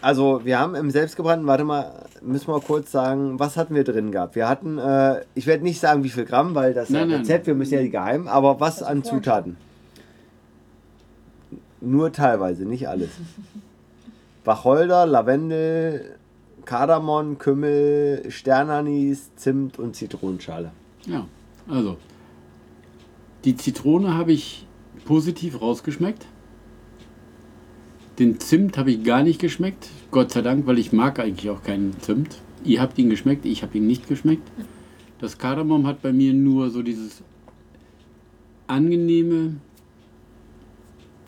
Speaker 2: also wir haben im selbstgebrannten, warte mal, müssen wir kurz sagen, was hatten wir drin gehabt? Wir hatten, äh, ich werde nicht sagen, wie viel Gramm, weil das ist
Speaker 3: Nein,
Speaker 2: ein
Speaker 3: nein.
Speaker 2: Rezept, wir müssen ja die geheim, aber was an Zutaten? Nur teilweise, nicht alles. Wacholder, Lavendel, Kardamom, Kümmel, Sternanis, Zimt und Zitronenschale.
Speaker 3: Ja, also die Zitrone habe ich positiv rausgeschmeckt. Den Zimt habe ich gar nicht geschmeckt. Gott sei Dank, weil ich mag eigentlich auch keinen Zimt. Ihr habt ihn geschmeckt, ich habe ihn nicht geschmeckt. Das Kardamom hat bei mir nur so dieses angenehme,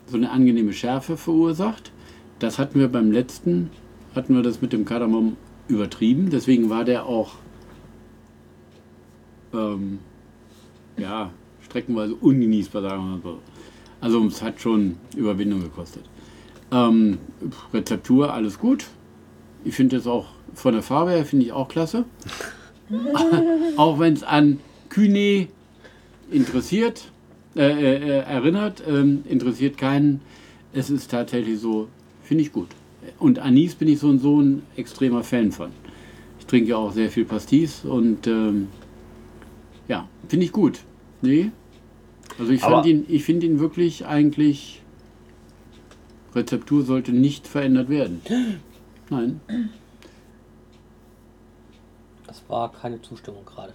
Speaker 3: so eine angenehme Schärfe verursacht. Das hatten wir beim letzten, hatten wir das mit dem Kardamom übertrieben. Deswegen war der auch ähm, ja, streckenweise ungenießbar, sagen wir mal so. Also es hat schon Überwindung gekostet. Ähm, Rezeptur, alles gut. Ich finde es auch von der Farbe her finde ich auch klasse. auch wenn es an Kühne interessiert, äh, äh, erinnert, ähm, interessiert keinen. Es ist tatsächlich so, finde ich gut. Und Anis bin ich so und so ein extremer Fan von. Ich trinke ja auch sehr viel Pastis und ähm, ja, finde ich gut. Nee. Also ich fand
Speaker 2: Aber-
Speaker 3: ihn, ich finde ihn wirklich eigentlich. Rezeptur sollte nicht verändert werden. Nein.
Speaker 1: Das war keine Zustimmung gerade.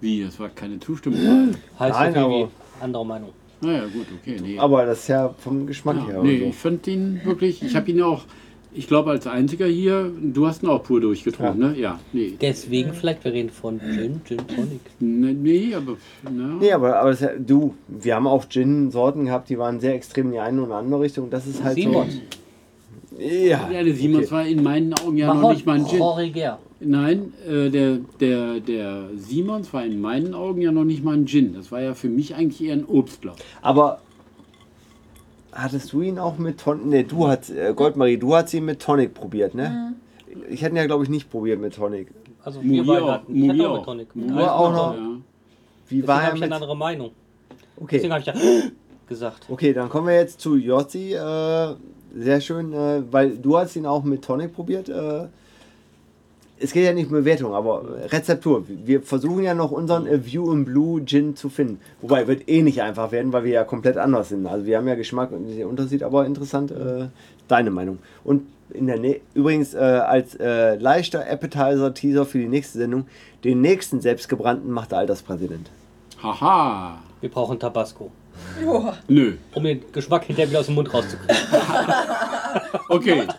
Speaker 3: Wie? Das war keine Zustimmung.
Speaker 1: Heißt
Speaker 2: Nein,
Speaker 1: Nein, irgendwie
Speaker 2: aber-
Speaker 1: andere Meinung.
Speaker 3: Naja, gut, okay. Nee.
Speaker 2: Aber das ist ja vom Geschmack her.
Speaker 3: Ja,
Speaker 2: oder
Speaker 3: nee,
Speaker 2: so.
Speaker 3: ich fand ihn wirklich, ich habe ihn auch, ich glaube als einziger hier, du hast ihn auch pur durchgetrunken, ne? Ja, nee.
Speaker 1: Deswegen vielleicht, wir reden von Gin, Gin Tonic.
Speaker 3: Nee, nee aber, na,
Speaker 2: Nee, aber, aber das, du, wir haben auch Gin-Sorten gehabt, die waren sehr extrem in die eine oder andere Richtung. Das ist halt
Speaker 1: Simons.
Speaker 2: so. Ja,
Speaker 3: ja, der Simons
Speaker 2: okay.
Speaker 3: war in meinen Augen ja noch
Speaker 1: Mahon,
Speaker 3: nicht mal ein Gin.
Speaker 1: Jorger.
Speaker 3: Nein, äh, der, der, der Simons war in meinen Augen ja noch nicht mal ein Gin. Das war ja für mich eigentlich eher ein Obstler.
Speaker 2: Aber hattest du ihn auch mit Tonic? Ne, du hast, äh, Goldmarie, du hast ihn mit Tonic probiert, ne? Ich hätte ihn ja, glaube ich, nicht probiert mit Tonic.
Speaker 1: Also wir
Speaker 3: Murier
Speaker 1: beide
Speaker 3: auch.
Speaker 1: hatten. Ich hatte
Speaker 3: Murier
Speaker 1: auch mit
Speaker 3: auch.
Speaker 1: Tonic.
Speaker 2: Murier auch noch.
Speaker 3: Ja.
Speaker 2: Wie
Speaker 1: Deswegen
Speaker 2: war
Speaker 1: habe ich
Speaker 2: er
Speaker 1: eine
Speaker 2: mit.
Speaker 1: andere Meinung. Deswegen
Speaker 2: Okay.
Speaker 1: habe ich ja gesagt.
Speaker 2: okay, dann kommen wir jetzt zu Jossi. Äh, sehr schön, äh, weil du hast ihn auch mit Tonic probiert. Äh, es geht ja nicht um Bewertung, aber Rezeptur. Wir versuchen ja noch unseren A View in Blue Gin zu finden. Wobei, wird eh nicht einfach werden, weil wir ja komplett anders sind. Also wir haben ja Geschmack und den Unterschied, aber interessant, äh, deine Meinung. Und in der Nä übrigens äh, als äh, leichter Appetizer-Teaser für die nächste Sendung, den nächsten selbstgebrannten macht der Alterspräsident.
Speaker 3: Haha.
Speaker 1: Wir brauchen Tabasco.
Speaker 3: Nö.
Speaker 1: Um den Geschmack hinterher wieder aus dem Mund rauszukriegen.
Speaker 3: Okay,
Speaker 6: Dann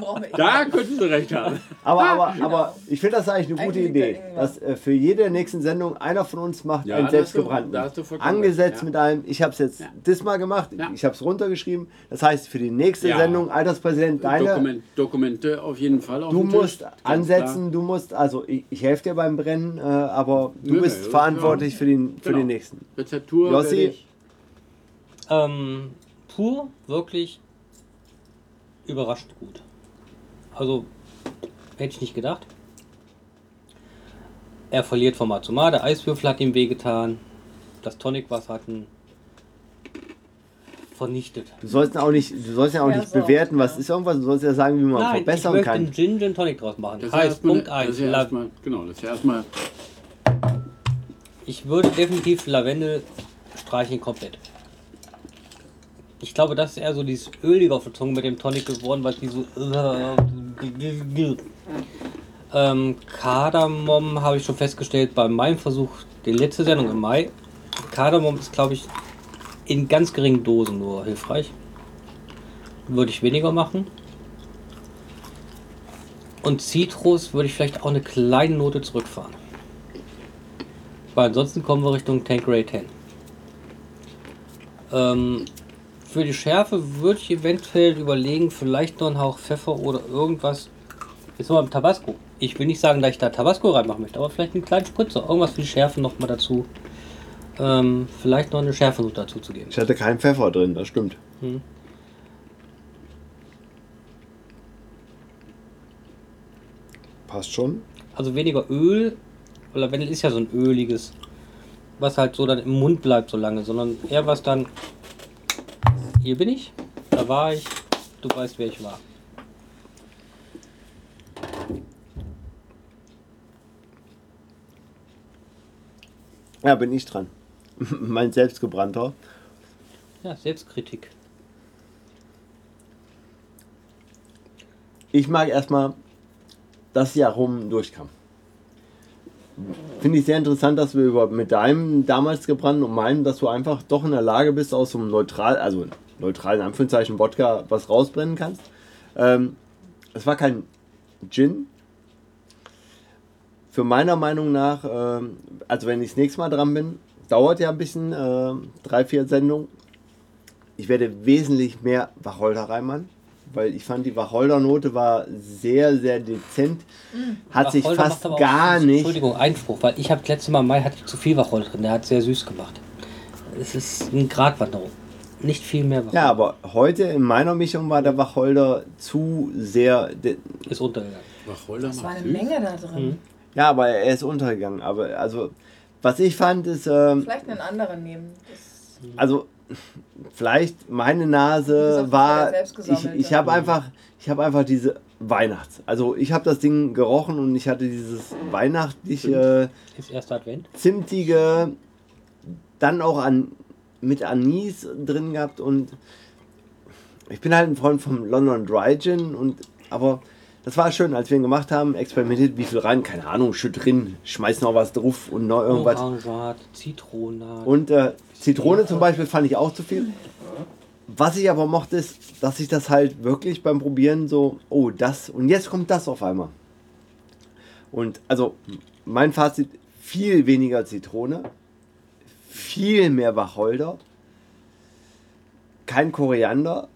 Speaker 6: brauchen wir
Speaker 3: da könntest du recht haben.
Speaker 2: Aber, aber, aber ich finde das eigentlich eine gute
Speaker 6: Eigentlich
Speaker 2: Idee,
Speaker 6: der Ingwer.
Speaker 2: dass äh, für jede nächsten Sendung einer von uns macht
Speaker 3: Ja,
Speaker 2: einen
Speaker 3: da hast du-
Speaker 2: selbstgebrannten.
Speaker 3: da hast du vollkommen
Speaker 2: Angesetzt
Speaker 3: recht, ja.
Speaker 2: mit einem, ich habe es jetzt diesmal gemacht,
Speaker 3: Ja.
Speaker 2: ich habe es runtergeschrieben. Das heißt, für die nächste
Speaker 3: Ja. Äh,
Speaker 2: Sendung, Alterspräsident, deine,
Speaker 3: Dokument, Dokumente auf jeden Fall auf
Speaker 2: du
Speaker 3: dem
Speaker 2: musst
Speaker 3: Tisch, ganz
Speaker 2: ansetzen,
Speaker 3: klar.
Speaker 2: du musst, also ich, ich helfe dir beim Brennen, äh, aber du
Speaker 3: Nö,
Speaker 2: bist
Speaker 3: nö,
Speaker 2: verantwortlich
Speaker 3: ja.
Speaker 2: für, den, für
Speaker 3: Genau.
Speaker 2: den nächsten.
Speaker 3: Rezeptur
Speaker 2: Jossi.
Speaker 3: werde ich
Speaker 1: ähm, pur, wirklich überraschend gut. Also, hätte ich nicht gedacht. Er verliert vom Azumar, der Eiswürfel hat ihm wehgetan. Das Tonicwasser hat ihn vernichtet.
Speaker 2: Du sollst ihn auch nicht, du sollst ihn auch
Speaker 6: Ja,
Speaker 2: nicht
Speaker 6: so,
Speaker 2: bewerten, was
Speaker 6: ja.
Speaker 2: ist irgendwas, du sollst ja sagen, wie man
Speaker 1: Nein, ich
Speaker 2: verbessern
Speaker 1: möchte
Speaker 2: kann.
Speaker 1: einen Gin Gin Tonic draus machen.
Speaker 3: Das
Speaker 1: Das
Speaker 3: ist
Speaker 1: heißt,
Speaker 3: erstmal-
Speaker 1: Punkt 1.
Speaker 3: Das ist ja erstmal, genau, das ist ja erstmal.
Speaker 1: Ich würde definitiv Lavendel streichen komplett. Ich glaube, das ist eher so dieses ölige auf der Zunge mit dem Tonic geworden, was die so. äh, Ähm, Kardamom habe ich schon festgestellt bei meinem Versuch, die letzte Sendung im Mai. Kardamom ist, glaube ich, in ganz geringen Dosen nur hilfreich. Würde ich weniger machen. Und Zitrus würde ich vielleicht auch eine kleine Note zurückfahren. Weil ansonsten kommen wir Richtung Tankeray 10. Ähm, für die Schärfe würde ich eventuell überlegen, vielleicht noch einen Hauch Pfeffer oder irgendwas. Jetzt nochmal mit Tabasco. Ich will nicht sagen, dass ich da Tabasco reinmachen möchte, aber vielleicht einen kleinen Spritzer. Irgendwas für die Schärfe nochmal dazu. Ähm, vielleicht noch eine Schärfe dazu zu geben.
Speaker 2: Ich hatte keinen Pfeffer drin, das stimmt. Passt schon.
Speaker 1: Also weniger Öl. weil Lavendel ist ja so ein öliges, was halt so dann im Mund bleibt so lange, sondern eher was dann. Hier bin ich, da war ich, du weißt, wer ich war.
Speaker 2: Ja, bin ich dran. mein selbstgebrannter.
Speaker 1: Ja, Selbstkritik.
Speaker 2: Ich mag erstmal, dass die Aromen durchkamen. Finde ich sehr interessant, dass wir über mit deinem damals gebrannten und meinem, dass du einfach doch in der Lage bist, aus so einem neutral, also neutralen Anführungszeichen Wodka was rausbrennen kannst. Ähm, es war kein Gin. Für meiner Meinung nach, ähm, also wenn ich das nächste Mal dran bin, dauert ja ein bisschen, äh, drei, vier Sendungen. Ich werde wesentlich mehr Wacholder reinmachen, weil ich fand, die Wacholdernote war sehr, sehr dezent. Hat sich
Speaker 1: Mm. Wacholder
Speaker 2: fast
Speaker 1: macht aber auch-
Speaker 2: gar nicht.
Speaker 1: Entschuldigung, Einspruch, weil ich habe letztes Mal im Mai hatte ich zu viel Wacholder drin, der hat sehr süß gemacht. Es ist eine Gratwanderung. Nicht viel mehr Wacholder.
Speaker 2: Ja, aber heute in meiner Mischung war der Wacholder zu sehr. de-
Speaker 1: Ist untergegangen.
Speaker 3: Wacholder
Speaker 6: Es war
Speaker 3: macht
Speaker 6: eine
Speaker 3: süß.
Speaker 6: Menge da drin.
Speaker 9: Mhm.
Speaker 2: Ja, aber er ist untergegangen. Aber also, was ich fand, ist. Ähm,
Speaker 6: Vielleicht einen anderen nehmen. Das
Speaker 2: also vielleicht meine
Speaker 6: Das ist
Speaker 2: Nase
Speaker 6: auch
Speaker 2: war
Speaker 6: der selbst
Speaker 2: ich,
Speaker 6: gesammelte.
Speaker 2: ich habe einfach ich habe einfach diese Weihnachts also ich habe das Ding gerochen und ich hatte dieses weihnachtliche
Speaker 1: Ist erster Advent.
Speaker 2: zimtige dann auch an mit Anis drin gehabt und ich bin halt ein Freund vom London Dry Gin und aber das war schön, als wir ihn gemacht haben, experimentiert, wie viel rein, keine Ahnung, schütt drin, schmeiß noch was drauf und noch irgendwas.
Speaker 1: Orangenat, Zitronat.
Speaker 2: Und äh, Zitrone zum Beispiel fand ich auch zu viel. Was ich aber mochte, ist, dass ich das halt wirklich beim Probieren so, oh, das und jetzt kommt das auf einmal. Und also mein Fazit, viel weniger Zitrone, viel mehr Wacholder, kein Koriander.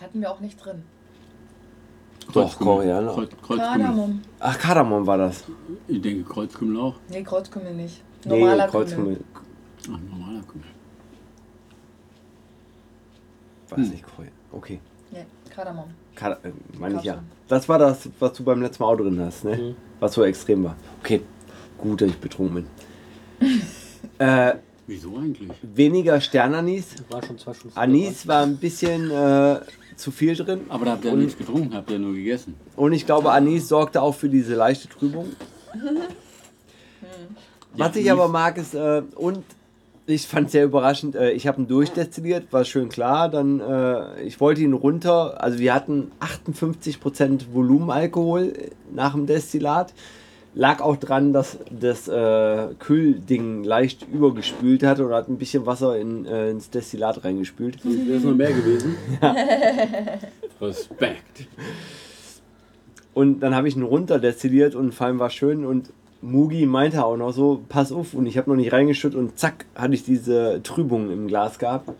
Speaker 6: hatten wir auch nicht drin.
Speaker 2: Koriander.
Speaker 3: Kreuz, Kreuzkümmel.
Speaker 6: Kardamom.
Speaker 2: Ach, Kardamom war das.
Speaker 3: Ich denke Kreuzkümmel auch.
Speaker 6: Nee, Kreuzkümmel nicht. Normaler Kümmel.
Speaker 2: Kreuzkümmel.
Speaker 3: Ach, normaler Kümmel.
Speaker 2: Weiß nicht, Koriander. Okay.
Speaker 6: Nee, Kardamom.
Speaker 2: Kar äh, meine ich ja.
Speaker 6: Kapseln.
Speaker 2: Das war das, was du beim letzten Mal auch drin hast, ne?
Speaker 1: Mhm.
Speaker 2: Was so extrem war. Okay, gut, dass ich betrunken bin. äh,
Speaker 3: Wieso eigentlich?
Speaker 2: weniger Sternanis.
Speaker 1: war schon zwei Stunden.
Speaker 2: Anis war ein bisschen äh, zu viel drin.
Speaker 3: Aber da habt ihr ja nichts getrunken, habt ihr nur gegessen.
Speaker 2: Und ich glaube, Anis sorgte auch für diese leichte Trübung. Was
Speaker 3: Ja,
Speaker 2: ich aber
Speaker 3: Anis.
Speaker 2: mag ist, äh, und ich fand sehr überraschend, äh, ich habe ihn durchdestilliert, war schön klar. Dann, äh, ich wollte ihn runter, also wir hatten 58% Volumenalkohol äh, nach dem Destillat. Lag auch dran, dass das äh, Kühlding leicht übergespült hat und hat ein bisschen Wasser in, äh, ins Destillat reingespült.
Speaker 3: Sonst wäre es noch mehr gewesen. Respekt.
Speaker 2: Und dann habe ich ihn runterdestilliert und vor allem war schön und Mugi meinte auch noch so, pass auf und ich habe noch nicht reingeschüttet und zack, hatte ich diese Trübung im Glas gehabt.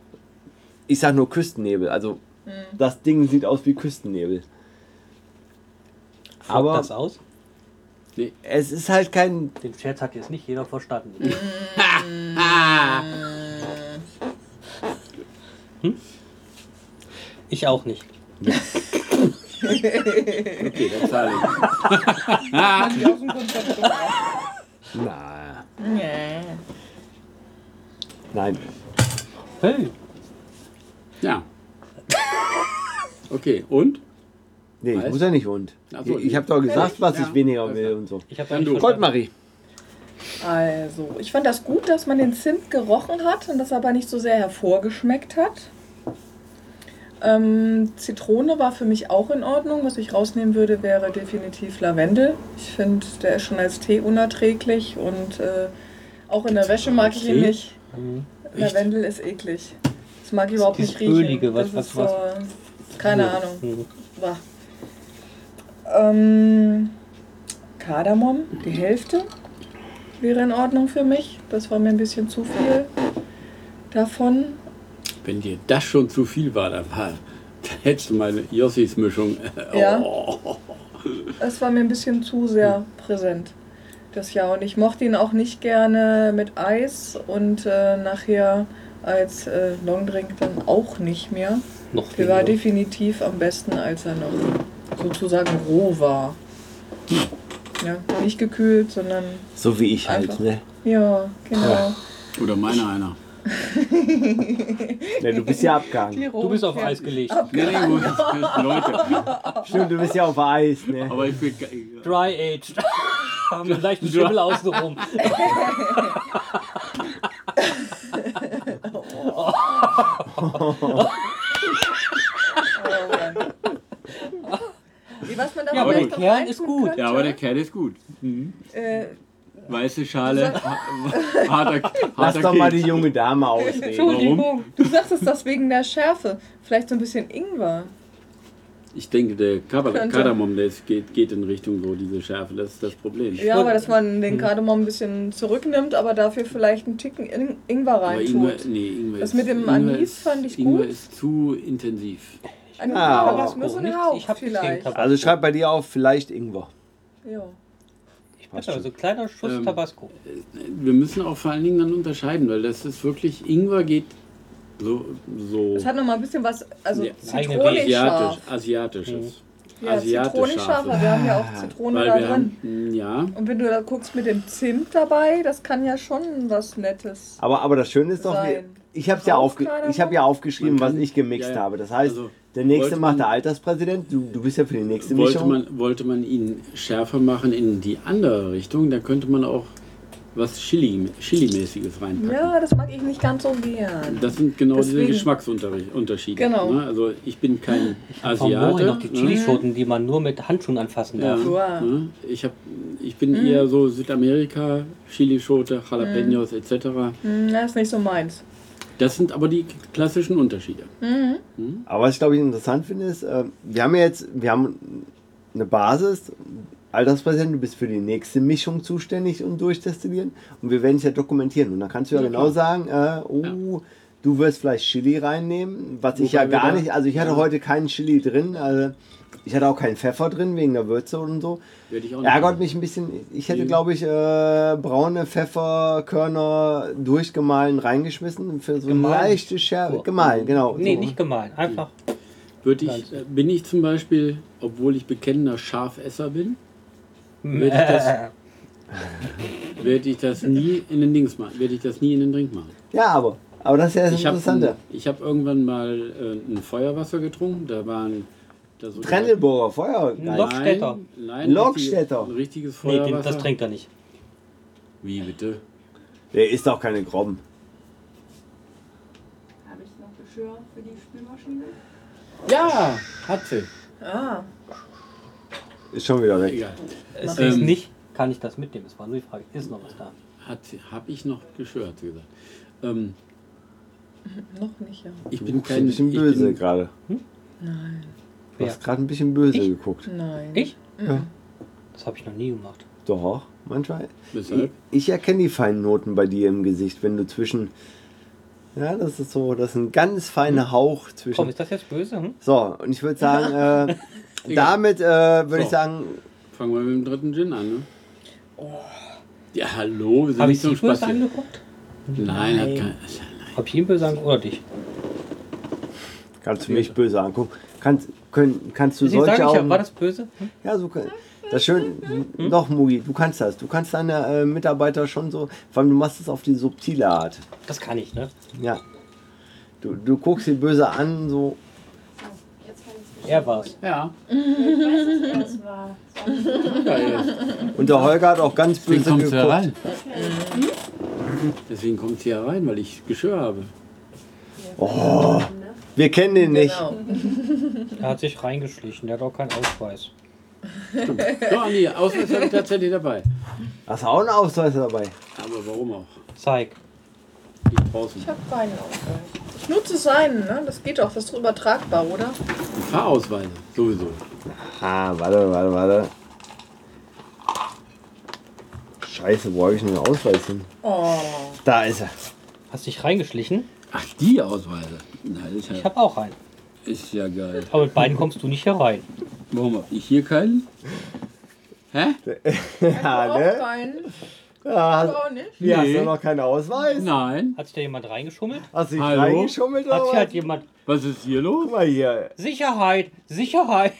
Speaker 2: Ich sag nur Küstennebel, also das Ding sieht aus wie Küstennebel.
Speaker 1: Flockt
Speaker 2: Aber
Speaker 1: das aus?
Speaker 2: es ist halt kein,
Speaker 1: Den Scherz hat jetzt nicht jeder verstanden.
Speaker 6: Mm.
Speaker 1: Hm? Ich auch nicht.
Speaker 3: Okay, dann zahle ich.
Speaker 9: Ah.
Speaker 2: na,
Speaker 6: Nee.
Speaker 2: nein.
Speaker 1: Hey,
Speaker 3: Ja. Okay, und?
Speaker 2: Nee, ich
Speaker 3: Weiß?
Speaker 2: muss ja nicht und.
Speaker 3: Ach so,
Speaker 2: ich ich
Speaker 3: nee.
Speaker 2: habe doch gesagt, was
Speaker 3: Ja.
Speaker 2: ich weniger
Speaker 3: Alles
Speaker 2: will
Speaker 3: klar.
Speaker 2: und so.
Speaker 1: ich habe
Speaker 3: Dann
Speaker 1: nicht
Speaker 3: du.
Speaker 1: verstanden.
Speaker 2: Goldmarie.
Speaker 6: Also, ich fand das gut, dass man den Zimt gerochen hat und das aber nicht so sehr hervorgeschmeckt hat. Ähm, Zitrone war für mich auch in Ordnung. Was ich rausnehmen würde, wäre definitiv Lavendel. Ich finde, der ist schon als Tee unerträglich und äh, auch in der Wäsche mag ich ihn
Speaker 3: Tee?
Speaker 6: nicht.
Speaker 1: Mhm.
Speaker 6: Lavendel ist eklig. Das mag ich überhaupt
Speaker 1: Dieses
Speaker 6: nicht riechen.
Speaker 1: Ölige, was-
Speaker 6: das ist
Speaker 1: was-
Speaker 6: so, keine Ahnung.
Speaker 1: Mhm.
Speaker 6: Bah. Ähm, Kardamom, die Hälfte wäre in Ordnung für mich. Das war mir ein bisschen zu viel davon.
Speaker 3: Wenn dir das schon zu viel war, dann, war, dann hättest du meine Jossis Mischung.
Speaker 6: Ja.
Speaker 3: Oh.
Speaker 6: Es war mir ein bisschen zu sehr präsent. Das Jahr. Und ich mochte ihn auch nicht gerne mit Eis und äh, nachher als äh, Longdrink dann auch nicht mehr.
Speaker 1: Noch
Speaker 6: Der war
Speaker 1: weniger.
Speaker 6: definitiv am besten, als er noch sozusagen roh war. Ja, nicht gekühlt, sondern
Speaker 2: So wie ich halt,
Speaker 6: Einfach.
Speaker 2: ne?
Speaker 6: ja, genau.
Speaker 3: Oder meiner einer.
Speaker 6: Oh
Speaker 2: ne? Du bist ja abgegangen.
Speaker 1: Du bist auf Eis gelegt.
Speaker 3: Nee, nee, wo- Leute.
Speaker 2: Stimmt, du bist ja auf Eis, ne?
Speaker 3: Aber ich bin ge-
Speaker 1: Dry aged. Haben einen leichten Schimmel außenrum.
Speaker 6: Wie was man da
Speaker 1: Ja, aber
Speaker 6: vielleicht
Speaker 1: der
Speaker 6: noch
Speaker 1: Kern ist
Speaker 6: reintun
Speaker 1: gut.
Speaker 6: könnte,
Speaker 3: Ja, aber der Kerl ist gut. Mhm.
Speaker 6: äh,
Speaker 3: Weiße Schale, ha- harter,
Speaker 2: Lass
Speaker 3: harter
Speaker 2: doch mal die
Speaker 3: Keks.
Speaker 2: junge Dame ausreden.
Speaker 6: Entschuldigung, du sagst es das wegen der Schärfe. Vielleicht so ein bisschen Ingwer.
Speaker 3: Ich denke, der Kabar-
Speaker 6: Könnte.
Speaker 3: Kardamom, der ist, geht, geht in Richtung so diese Schärfe. Das ist das Problem.
Speaker 6: Ja, aber dass man den Kardamom ein bisschen zurücknimmt, aber dafür vielleicht einen Ticken In Ingwer
Speaker 3: Aber Ingwer,
Speaker 6: reintut.
Speaker 3: nee, Ingwer
Speaker 6: Das
Speaker 3: ist-
Speaker 6: mit dem
Speaker 3: Ingwer
Speaker 6: Anis
Speaker 3: ist-
Speaker 6: fand ich
Speaker 3: Ingwer
Speaker 6: gut.
Speaker 3: ist zu intensiv.
Speaker 6: Ein
Speaker 2: Ah,
Speaker 6: aber das
Speaker 2: auch
Speaker 6: müssen
Speaker 1: nichts.
Speaker 6: wir auch
Speaker 1: Ich hab nichts gegen
Speaker 6: vielleicht.
Speaker 1: Tabasco.
Speaker 2: Also schreib bei dir auf, vielleicht Ingwer.
Speaker 6: Ja.
Speaker 1: Ich
Speaker 2: Passt
Speaker 1: bitte,
Speaker 2: schon.
Speaker 1: also kleiner Schuss
Speaker 3: Ähm,
Speaker 1: Tabasco.
Speaker 3: Wir müssen auch vor allen Dingen dann unterscheiden, weil das ist wirklich, Ingwer geht so, so
Speaker 6: Das hat nochmal ein bisschen was, also
Speaker 3: Ja,
Speaker 6: zitronisch
Speaker 3: asiatisch,
Speaker 6: scharf.
Speaker 3: asiatisches.
Speaker 6: Ja, zitronisch
Speaker 3: asiatisch
Speaker 6: scharf, weil wir haben ja auch Zitrone da
Speaker 3: Ah, Weil wir
Speaker 6: drin.
Speaker 3: haben, ja,
Speaker 6: Und wenn du da guckst mit dem Zimt dabei, das kann ja schon was Nettes.
Speaker 2: Aber, aber das Schöne ist doch,
Speaker 6: Sein.
Speaker 2: ich habe ja, aufge
Speaker 6: Raufkleider
Speaker 2: ich hab ja aufgeschrieben,
Speaker 3: Man
Speaker 2: was
Speaker 3: kann-
Speaker 2: ich gemixt
Speaker 3: ja, ja.
Speaker 2: habe. Das heißt,
Speaker 3: Also,
Speaker 2: der nächste
Speaker 3: wollte
Speaker 2: macht
Speaker 3: man-
Speaker 2: der Alterspräsident. Du, du bist ja für die nächste
Speaker 3: wollte
Speaker 2: Mischung.
Speaker 3: man, wollte man ihn schärfer machen in die andere Richtung, da könnte man auch was Chili- Chili-mäßiges reinpacken.
Speaker 6: Ja, das mag ich nicht ganz so gern.
Speaker 3: Das sind genau
Speaker 6: Deswegen.
Speaker 3: diese Geschmacksunterschiede.
Speaker 6: Genau.
Speaker 3: Ne? Also ich bin kein
Speaker 1: Vom Mori
Speaker 3: Asiate.
Speaker 1: noch die Chilischoten, die man nur mit Handschuhen anfassen
Speaker 3: ne? Ja,
Speaker 1: darf.
Speaker 6: Wow. Mhm.
Speaker 3: ne? ich, hab, ich bin eher so Südamerika, Chilischote, Jalapenos etc.
Speaker 6: Hm, Das ist nicht so meins.
Speaker 3: Das sind aber die klassischen Unterschiede.
Speaker 2: Aber was ich glaube ich interessant finde, ist, äh, wir haben ja jetzt, wir haben eine Basis. Alterspräsident, du bist für die nächste Mischung zuständig und durchtestillieren. Und wir werden es ja dokumentieren. Und dann kannst du ja, genau sagen, äh, oh, du wirst vielleicht Chili reinnehmen, was ich
Speaker 3: Wobei
Speaker 2: ja
Speaker 3: wir
Speaker 2: gar
Speaker 3: da-
Speaker 2: nicht, also ich hatte heute keinen Chili drin. Also ich hatte auch keinen Pfeffer drin wegen der Würze und so.
Speaker 3: Würde ich auch nicht
Speaker 2: Ärgert
Speaker 3: sagen.
Speaker 2: mich ein bisschen. Ich hätte,
Speaker 3: Nee.
Speaker 2: glaube ich, äh, braune Pfefferkörner durchgemahlen reingeschmissen für so eine
Speaker 1: Gemahlen.
Speaker 2: leichte Schärfe.
Speaker 1: Oh.
Speaker 2: Gemahlen, genau.
Speaker 1: Nee,
Speaker 2: so.
Speaker 1: nicht gemahlen. Einfach.
Speaker 3: Würde ich,
Speaker 1: Pflanzen.
Speaker 3: äh, bin ich zum Beispiel, obwohl ich bekennender Schafesser bin, werde ich das, werd ich das nie in den Dings machen, werde ich das nie in den Drink machen.
Speaker 2: Ja, aber, aber das ist ja das
Speaker 3: Ich habe
Speaker 2: Interessante.
Speaker 3: hab irgendwann mal äh, ein Feuerwasser getrunken, da waren da so
Speaker 2: Trendelburger Feuer.
Speaker 1: Nein.
Speaker 2: Nein.
Speaker 1: Lokstädter.
Speaker 3: Nein, nein,
Speaker 2: Lokstädter.
Speaker 3: Ein richtiges
Speaker 1: Nee,
Speaker 3: Feuerwasser.
Speaker 1: den, das trinkt er nicht.
Speaker 3: Wie bitte?
Speaker 2: Der isst auch keine Grobben.
Speaker 9: Habe ich noch Geschirr für die Spülmaschine?
Speaker 3: Ja, hat sie.
Speaker 6: Ah,
Speaker 2: Ist schon wieder weg.
Speaker 3: Egal.
Speaker 1: Es
Speaker 3: Ähm.
Speaker 1: ist nicht, kann ich das mitnehmen? Das war nur die Frage. Ist noch was da?
Speaker 3: Hat sie, hab ich noch geschwört, hat sie gesagt. Ähm,
Speaker 6: noch nicht, ja.
Speaker 3: ich
Speaker 2: Du
Speaker 3: bin
Speaker 2: guckst ein
Speaker 3: kein.
Speaker 2: bisschen
Speaker 3: ich
Speaker 2: böse
Speaker 3: bin, Hm?
Speaker 2: gerade. Du
Speaker 1: Wer?
Speaker 2: hast gerade ein bisschen böse
Speaker 1: Ich?
Speaker 2: geguckt.
Speaker 6: Nein.
Speaker 1: Ich?
Speaker 2: Ja.
Speaker 1: Das habe ich noch nie gemacht.
Speaker 2: Doch, manchmal. Ich,
Speaker 3: weshalb?
Speaker 2: ich erkenne die feinen Noten bei dir im Gesicht, wenn du zwischen. Ja, das ist so, das ist ein ganz feiner
Speaker 3: Hm.
Speaker 2: Hauch zwischen.
Speaker 1: Komm, ist das jetzt böse? Hm?
Speaker 2: So, und ich würde sagen, äh,
Speaker 3: Egal.
Speaker 2: damit äh, würde
Speaker 3: So.
Speaker 2: ich sagen,
Speaker 3: Fangen wir mit dem dritten Gin an, ne? Ja, hallo, wir sind
Speaker 1: Habe
Speaker 3: nicht
Speaker 1: ich
Speaker 3: so ein
Speaker 1: dich
Speaker 3: Spaß
Speaker 1: böse
Speaker 3: hier.
Speaker 1: angeguckt?
Speaker 3: Nein, hat kein,
Speaker 1: Habe ich ihn böse angeguckt oder dich?
Speaker 2: kannst du mich böse angucken. Kannst, können, kannst du
Speaker 1: Sie
Speaker 2: solche
Speaker 1: sage ich ja,
Speaker 2: Augen.
Speaker 1: war das böse? Hm?
Speaker 2: Ja, so kann, das schön.
Speaker 3: Hm?
Speaker 2: Doch, Mugi, du kannst das. Du kannst deine äh, Mitarbeiter schon so, vor allem du machst es auf die subtile Art.
Speaker 1: Das kann ich, ne?
Speaker 2: Ja. Du, du guckst sie böse an, so.
Speaker 8: Jetzt kann ich
Speaker 1: Er war's.
Speaker 3: ja.
Speaker 8: Ich weiß, dass er es war. Das war nicht
Speaker 3: ja, ja.
Speaker 2: Und der Holger hat auch ganz
Speaker 3: Deswegen
Speaker 2: böse
Speaker 3: kommt sie ja
Speaker 2: geguckt.
Speaker 3: rein. Deswegen kommt sie ja rein, weil ich Geschirr habe.
Speaker 2: Wir kennen den nicht.
Speaker 6: Genau.
Speaker 1: Er hat sich reingeschlichen, der hat auch keinen Ausweis.
Speaker 3: So, Andi, Ausweis habe ich tatsächlich dabei.
Speaker 2: Hast du auch einen Ausweis dabei?
Speaker 3: Aber warum auch?
Speaker 1: Zeig.
Speaker 3: Ich brauch's nicht.
Speaker 6: Ich habe keinen Ausweis. Ich nutze seinen, ne? Das geht doch, das ist übertragbar, oder?
Speaker 3: Ein Fahrausweise, sowieso.
Speaker 2: Ah, warte, warte, warte. Scheiße, wo habe ich denn den Ausweis hin?
Speaker 6: Oh.
Speaker 2: Da ist er.
Speaker 1: Hast dich reingeschlichen?
Speaker 3: Ach, die Ausweise? Na, ist
Speaker 1: Ich
Speaker 3: ja,
Speaker 1: habe auch einen.
Speaker 3: ist ja geil.
Speaker 1: Aber mit beiden kommst du nicht herein.
Speaker 3: Warum hab ich hier keinen? Hä?
Speaker 2: Ja,
Speaker 6: auch
Speaker 2: ne?
Speaker 6: keinen.
Speaker 2: Ja, hast,
Speaker 6: Auch nicht.
Speaker 2: ja, hast du
Speaker 3: Nee.
Speaker 2: noch keinen Ausweis?
Speaker 3: Nein.
Speaker 1: Hat sich da jemand reingeschummelt?
Speaker 2: Hast du dich
Speaker 3: Hallo?
Speaker 2: reingeschummelt oder
Speaker 1: Hat sich
Speaker 2: was?
Speaker 1: halt jemand.
Speaker 3: Was ist hier
Speaker 2: Guck
Speaker 3: los?
Speaker 2: mal hier.
Speaker 1: Sicherheit! Sicherheit!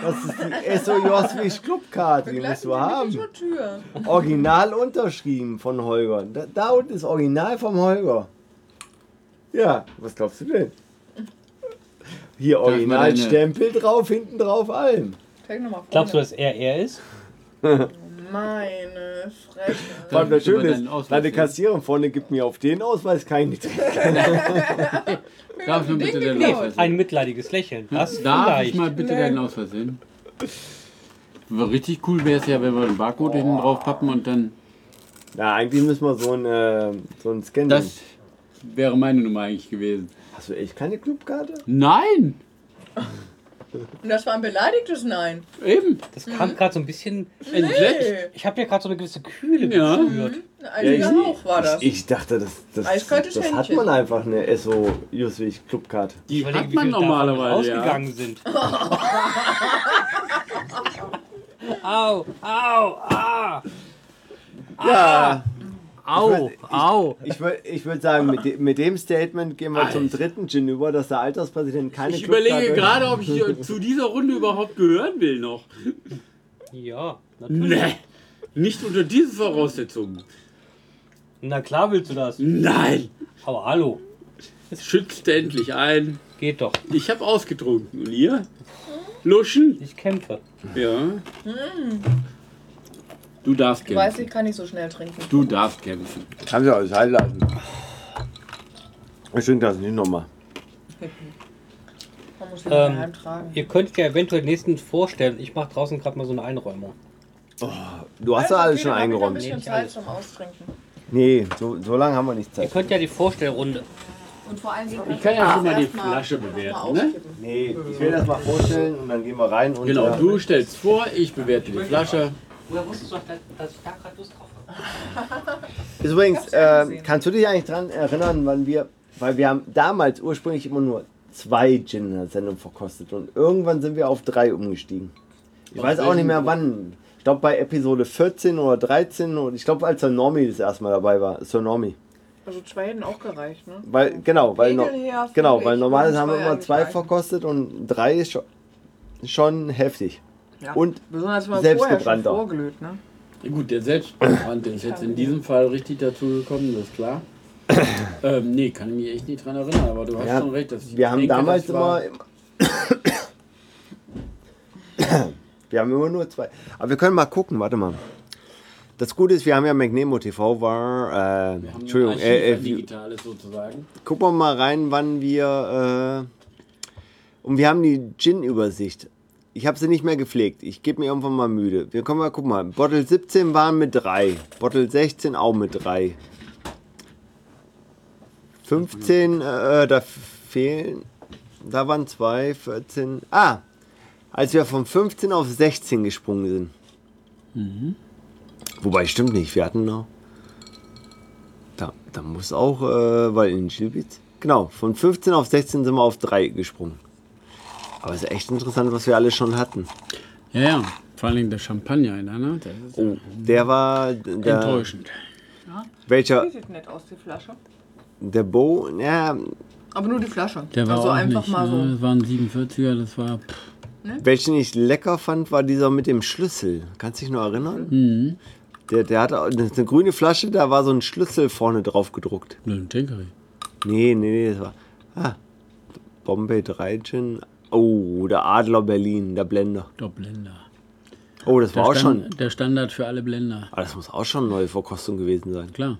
Speaker 2: Das ist die SOJWISCH Clubkarte, die musst du
Speaker 6: Begleiten Sie mich
Speaker 2: haben.
Speaker 6: zur Tür.
Speaker 2: Original unterschrieben von Holger. Da, da unten ist Original vom Holger. Ja, was glaubst du denn? Hier
Speaker 3: ich mal deine-
Speaker 2: Originalstempel drauf, hinten drauf allem.
Speaker 6: Zeig nochmal vorne.
Speaker 1: Glaubst du, dass er er ist?
Speaker 6: Meine Fresse.
Speaker 2: Vor allem das
Speaker 3: Darf ich
Speaker 2: Schöne
Speaker 3: aber
Speaker 2: ist,
Speaker 3: deinen Ausweis
Speaker 2: deine
Speaker 3: sehen?
Speaker 2: Kassiererin vorne gibt mir auf den Ausweis keinen Getränk.
Speaker 3: Darf ich mir bitte den
Speaker 1: Nee,
Speaker 3: Ausweis
Speaker 1: ein mitleidiges Lächeln. Das
Speaker 3: Darf
Speaker 1: vielleicht.
Speaker 3: ich mal bitte deinen Ausweis sehen? War richtig cool wäre es ja, wenn wir den Barcode hinten drauf pappen und dann
Speaker 2: Ja, eigentlich müssen wir so einen, äh, so einen Scan
Speaker 3: Das wäre meine Nummer eigentlich gewesen.
Speaker 2: Hast du echt keine Clubkarte?
Speaker 3: Nein!
Speaker 6: Und das war ein beleidigtes Nein.
Speaker 3: Eben!
Speaker 1: Das kam gerade so ein bisschen.
Speaker 3: Entsetzt!
Speaker 1: Ich habe ja gerade so eine gewisse Kühle
Speaker 3: Ja.
Speaker 1: gespürt.
Speaker 6: Ein eisiger
Speaker 2: ich-
Speaker 6: Rauch war das.
Speaker 2: Ich, ich dachte, das, das,
Speaker 6: Eiskaltes
Speaker 2: das hat
Speaker 6: Händchen.
Speaker 2: man einfach eine SO Juswig Clubkarte.
Speaker 3: Die
Speaker 1: Überlege,
Speaker 3: hat
Speaker 1: wie
Speaker 3: man
Speaker 1: viele davon
Speaker 3: normalerweise, ja.
Speaker 1: rausgegangen sind. au, au, ah,
Speaker 6: Ah.
Speaker 2: Ja,
Speaker 1: au,
Speaker 2: Ich würd- ich-
Speaker 1: au.
Speaker 2: ich würde ich würd sagen, mit, de, mit dem Statement gehen wir zum dritten Gin über, dass der Alterspräsident keine
Speaker 3: Ich
Speaker 2: Clubkarte
Speaker 3: überlege gerade, ob ich äh, zu dieser Runde überhaupt gehören will noch.
Speaker 1: Ja, natürlich.
Speaker 3: Nee! Nicht unter diesen Voraussetzungen.
Speaker 1: Na klar willst du das.
Speaker 3: Nein!
Speaker 1: Aber hallo,
Speaker 3: Es schützt endlich ein.
Speaker 1: geht doch.
Speaker 3: Ich habe ausgetrunken. Und ihr? Luschen?
Speaker 1: Ich kämpfe.
Speaker 3: Ja. Du darfst
Speaker 6: Ich weiß,
Speaker 3: kämpfen.
Speaker 6: ich kann nicht so schnell trinken.
Speaker 3: Du darfst kämpfen.
Speaker 2: Kann sie alles einladen. Ich trinke das nicht nochmal.
Speaker 6: Man muss ihn
Speaker 1: Ähm,
Speaker 6: daheim tragen.
Speaker 1: Ihr könnt ja eventuell nächstens vorstellen, ich mache draußen gerade mal so eine Einräumung.
Speaker 2: Du hast
Speaker 6: Also,
Speaker 2: ja alles schon
Speaker 6: okay, dann hab ich noch
Speaker 2: eingeräumt.
Speaker 6: Ein bisschen
Speaker 1: Nee, nicht
Speaker 6: Zeit
Speaker 1: alles.
Speaker 6: zum Austrinken.
Speaker 2: Nee, so, so lange haben wir nicht
Speaker 1: Ihr
Speaker 2: Zeit.
Speaker 1: könnt ja die Vorstellrunde.
Speaker 9: Und vor allen Dingen
Speaker 3: Ich kann
Speaker 7: Ah.
Speaker 3: ja schon mal die
Speaker 6: erstmal-
Speaker 3: Flasche
Speaker 6: Mal
Speaker 3: bewerten, ne?
Speaker 6: auskippen.
Speaker 2: Nee, ich will das mal vorstellen und dann gehen wir rein und.
Speaker 3: Genau,
Speaker 2: äh,
Speaker 3: du stellst vor, ich bewerte die Flasche.
Speaker 1: Woher wusstest du, dass ich da gerade Lust drauf habe?
Speaker 2: Ist übrigens,
Speaker 6: Ich hab's ja
Speaker 2: äh,
Speaker 6: gesehen.
Speaker 2: kannst du dich eigentlich daran erinnern, wann wir, weil wir haben damals ursprünglich immer nur zwei Gin in der Sendung verkostet und irgendwann sind wir auf drei umgestiegen. Ich weiß auch nicht mehr wann. Ich glaube bei Episode 14 oder 13 und ich glaube als der Normie das erste Mal dabei war, Sir Normie.
Speaker 7: Also zwei hätten auch gereicht, ne?
Speaker 2: Weil, genau, weil, no,
Speaker 6: Regel her finde
Speaker 2: genau, weil
Speaker 6: ich,
Speaker 2: normal
Speaker 6: und
Speaker 2: haben wir
Speaker 6: zwei
Speaker 2: immer
Speaker 6: eigentlich
Speaker 2: zwei
Speaker 6: reichen.
Speaker 2: verkostet und drei ist schon, schon heftig.
Speaker 7: Ja.
Speaker 2: Und
Speaker 7: Besonders mal vorher schon
Speaker 2: selbstgebrannter.
Speaker 7: vorgelöt, ne?
Speaker 3: Ja, gut, der Selbstbrand ist jetzt in diesem Fall richtig dazugekommen, das ist klar. ähm, nee, kann ich mich echt nicht dran erinnern, aber du hast
Speaker 2: Ja,
Speaker 3: schon recht. Dass ich
Speaker 2: Wir haben
Speaker 3: denke,
Speaker 2: damals
Speaker 3: das war-
Speaker 2: immer. wir haben immer nur zwei. Aber wir können mal gucken, warte mal. Das Gute ist, wir haben ja Magnemo TV war. Äh,
Speaker 3: Wir haben
Speaker 2: Entschuldigung,
Speaker 3: ein Archiv,
Speaker 2: äh,
Speaker 3: ein
Speaker 2: äh, wie,
Speaker 3: digitales sozusagen.
Speaker 2: gucken wir mal rein, wann wir. Äh, und wir haben die Gin-Übersicht. Ich habe sie nicht mehr gepflegt. Ich gebe mir irgendwann mal müde. Wir kommen mal, guck mal. Bottle 17 waren mit drei. Bottle 16 auch mit drei. 15, äh, da fehlen. Da waren zwei, 14. Ah! Als wir von 15 auf 16 gesprungen sind. Wobei, stimmt nicht. Wir hatten noch. Da, da muss auch, äh, weil in Schilbitz. Genau, von 15 auf 16 sind wir auf 3 gesprungen. Aber es ist echt interessant, was wir alle schon hatten.
Speaker 3: Ja, ja, vor allen Dingen der Champagner in der Hand. Das ist
Speaker 2: Oh, der war. Der,
Speaker 3: enttäuschend.
Speaker 2: Welcher?
Speaker 7: Die sieht nett aus, die Flasche.
Speaker 2: Der Bo? Ja,
Speaker 7: Aber nur die Flasche.
Speaker 3: Der war
Speaker 7: also
Speaker 3: auch
Speaker 7: einfach
Speaker 3: nicht,
Speaker 7: mal so.
Speaker 3: ne? Das waren 47er, das war. Pff.
Speaker 2: Welchen ich lecker fand, war dieser mit dem Schlüssel. Kannst dich noch erinnern? Der, der hatte auch- das ist eine grüne Flasche, da war so ein Schlüssel vorne drauf gedruckt.
Speaker 3: Ne, ein Tankery.
Speaker 2: Nee, nee, nee, das war. Ah, Bombay 3 Gin. Oh, der Adler Berlin, der Blender.
Speaker 3: Der Blender.
Speaker 2: Oh, das
Speaker 3: Der,
Speaker 2: war auch
Speaker 3: Stand-
Speaker 2: schon.
Speaker 3: der Standard für alle Blender.
Speaker 2: Ah, das muss auch schon neue Verkostung gewesen sein.
Speaker 3: Klar.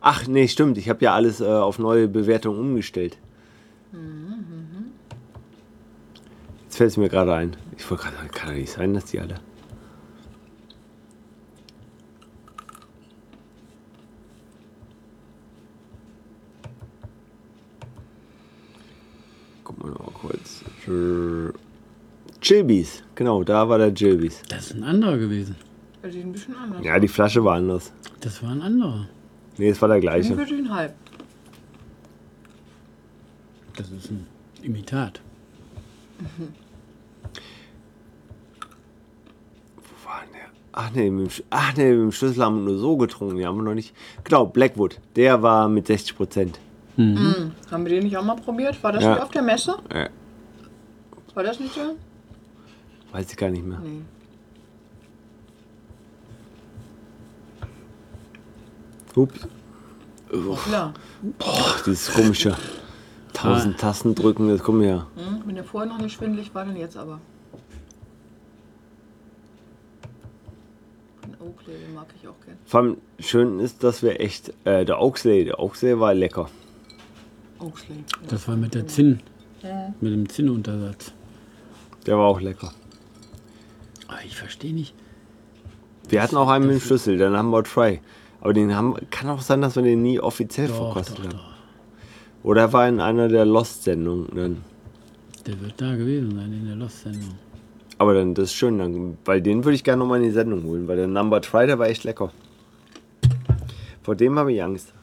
Speaker 2: Ach, nee, stimmt. Ich habe ja alles äh, auf neue Bewertungen umgestellt. Jetzt fällt es mir gerade ein. Ich wollte gerade sagen, kann doch nicht sein, dass die alle. Guck mal noch mal kurz. Chilbies, genau, da war der Chilbies.
Speaker 3: Das ist ein anderer gewesen.
Speaker 7: Der sieht ein bisschen anders.
Speaker 2: Ja, die Flasche war anders.
Speaker 3: Das war ein anderer.
Speaker 2: Nee, es war der gleiche.
Speaker 7: Den würde ich ihn halb.
Speaker 3: Das ist ein Imitat.
Speaker 2: war denn der? ne. Ach nee, mit dem, Sch- ach nee, mit dem Schlüssel haben wir nur so getrunken. Die haben wir noch nicht. Genau, Blackwood. Der war mit 60 Prozent.
Speaker 7: Haben wir den nicht auch mal probiert? War das
Speaker 2: Ja.
Speaker 7: nicht auf der Messe?
Speaker 2: Ja.
Speaker 7: War das nicht so?
Speaker 2: Weiß ich gar nicht mehr.
Speaker 7: Nee.
Speaker 2: Ups.
Speaker 7: Klar.
Speaker 2: Ach, dieses komische. Tausend Tasten drücken, das kommt ja.
Speaker 7: Hm? Wenn der vorher noch nicht schwindelig war, dann jetzt aber. Den Oakley, den mag ich auch gerne.
Speaker 2: Vor allem schön ist, dass wir echt. Äh, der Oxley, der Oxley war lecker.
Speaker 7: Oakley.
Speaker 3: Das war mit der Zinn. Mit dem Zinnuntersatz.
Speaker 2: Der war auch lecker.
Speaker 3: Ah, Aber ich verstehe nicht.
Speaker 2: Wir hatten auch einen mit dem Schlüssel, den haben wir Try. Aber den haben, kann auch sein, dass wir den nie offiziell
Speaker 3: Doch,
Speaker 2: verkostet
Speaker 3: doch,
Speaker 2: haben.
Speaker 3: doch.
Speaker 2: Oder er war in einer der Lost-Sendungen dann.
Speaker 3: Der wird da gewesen sein in der Lost-Sendung.
Speaker 2: Aber dann, das ist schön, dann, weil den würde ich gerne nochmal in die Sendung holen, weil der Number Try, der war echt lecker. Vor dem habe ich Angst.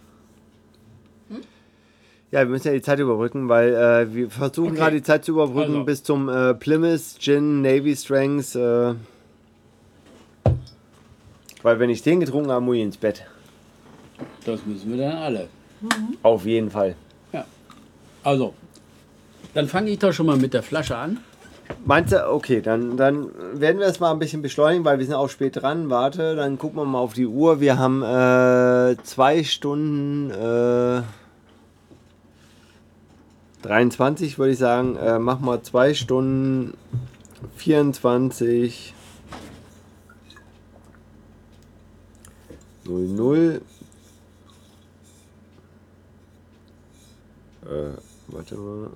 Speaker 3: Hm?
Speaker 2: Ja, wir müssen ja die Zeit überbrücken, weil äh, wir versuchen gerade die Zeit zu überbrücken
Speaker 3: Also.
Speaker 2: bis zum äh, Plymouth Gin Navy Strengths. Äh, weil wenn ich den getrunken habe, muss ich ins Bett.
Speaker 3: Das müssen wir dann alle.
Speaker 2: Auf jeden Fall.
Speaker 3: Also, dann fange ich doch schon mal mit der Flasche an.
Speaker 2: Meinst du, okay, dann, dann werden wir es mal ein bisschen beschleunigen, weil wir sind auch spät dran. Warte, dann gucken wir mal auf die Uhr. Wir haben äh, zwei Stunden äh, 23, würde ich sagen. Äh, mach mal zwei Stunden 24. 00. Äh, warte mal.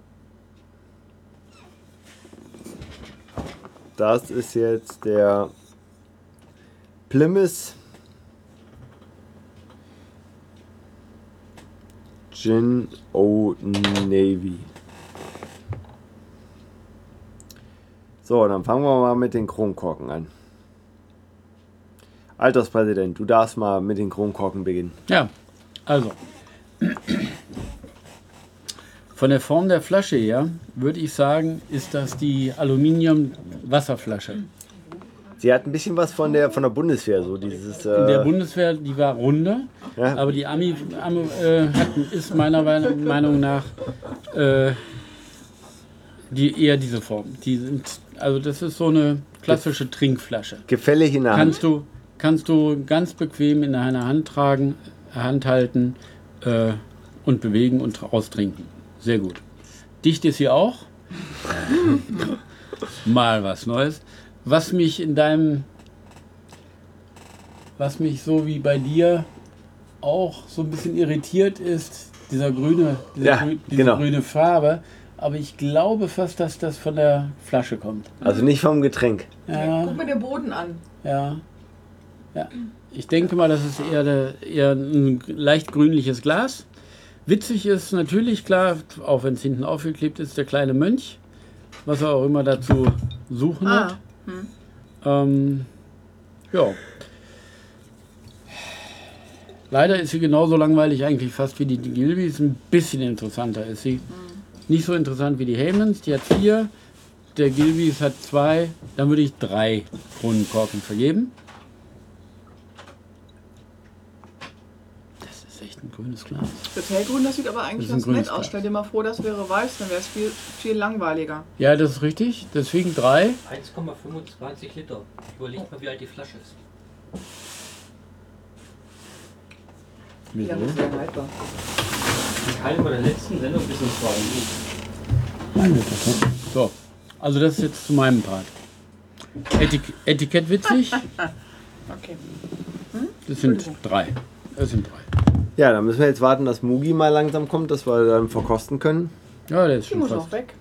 Speaker 2: Das ist jetzt der Plymouth Gin O Navy. So, dann fangen wir mal mit den Kronkorken an. Alterspräsident, du darfst mal mit den Kronkorken beginnen.
Speaker 3: Ja, also. Von der Form der Flasche her würde ich sagen, ist das die Aluminium-Wasserflasche.
Speaker 2: Sie hat ein bisschen was von der von der Bundeswehr, so dieses.
Speaker 3: In der
Speaker 2: Äh,
Speaker 3: Bundeswehr, die war runde,
Speaker 2: Ja.
Speaker 3: aber die Ami, Ami äh, hat, ist meiner Wei- Meinung nach äh, die, eher diese Form. Die sind, also das ist so eine klassische Trinkflasche.
Speaker 2: gefällig in der Hand.
Speaker 3: Kannst du, kannst du ganz bequem in deiner Hand tragen, Hand halten äh, und bewegen und tra- austrinken. Sehr gut. Dicht ist hier auch. Mal was Neues. Was mich in deinem, was mich so wie bei dir auch so ein bisschen irritiert ist, dieser grüne, diese,
Speaker 2: Ja,
Speaker 3: grü- diese
Speaker 2: genau.
Speaker 3: grüne Farbe. Aber ich glaube fast, dass das von der Flasche kommt.
Speaker 2: Also nicht vom Getränk.
Speaker 3: Ja.
Speaker 6: Guck mir den Boden an.
Speaker 3: Ja. ja. Ich denke mal, das ist eher, der, eher ein leicht grünliches Glas. Witzig ist natürlich klar, auch wenn es hinten aufgeklebt ist, der kleine Mönch, was er auch immer dazu suchen
Speaker 6: Ah.
Speaker 7: Ah.
Speaker 3: hat. Ähm, ja. Leider ist sie genauso langweilig eigentlich fast wie die Gilbys. Ein bisschen interessanter ist sie. Nicht so interessant wie die Haymans, die hat vier. Der Gilbys hat zwei. Dann würde ich drei Kronenkorken vergeben. Das ist echt ein grünes Glas.
Speaker 6: Das hellgrün, das sieht aber eigentlich
Speaker 3: Das ist
Speaker 6: ganz
Speaker 3: ein
Speaker 6: nett
Speaker 3: grünes
Speaker 6: aus. Stell dir mal vor, das wäre weiß, dann wäre es viel, viel langweiliger.
Speaker 3: Ja, das ist richtig. Deswegen drei.
Speaker 1: 1,25 Liter. Überlegt mal, wie alt die Flasche ist.
Speaker 3: Wieso?
Speaker 7: das wäre haltbar.
Speaker 1: Keine bei der letzten Sendung bis ins Warum.
Speaker 3: So, also das ist jetzt zu meinem Part. Etik Etikett witzig.
Speaker 6: Okay.
Speaker 3: Das sind drei. Das sind drei.
Speaker 2: Ja, dann müssen wir jetzt warten, dass Mugi mal langsam kommt, dass wir dann verkosten können.
Speaker 3: Ja, der ist
Speaker 6: Die
Speaker 3: schon
Speaker 6: muss auch
Speaker 3: fast.
Speaker 6: weg.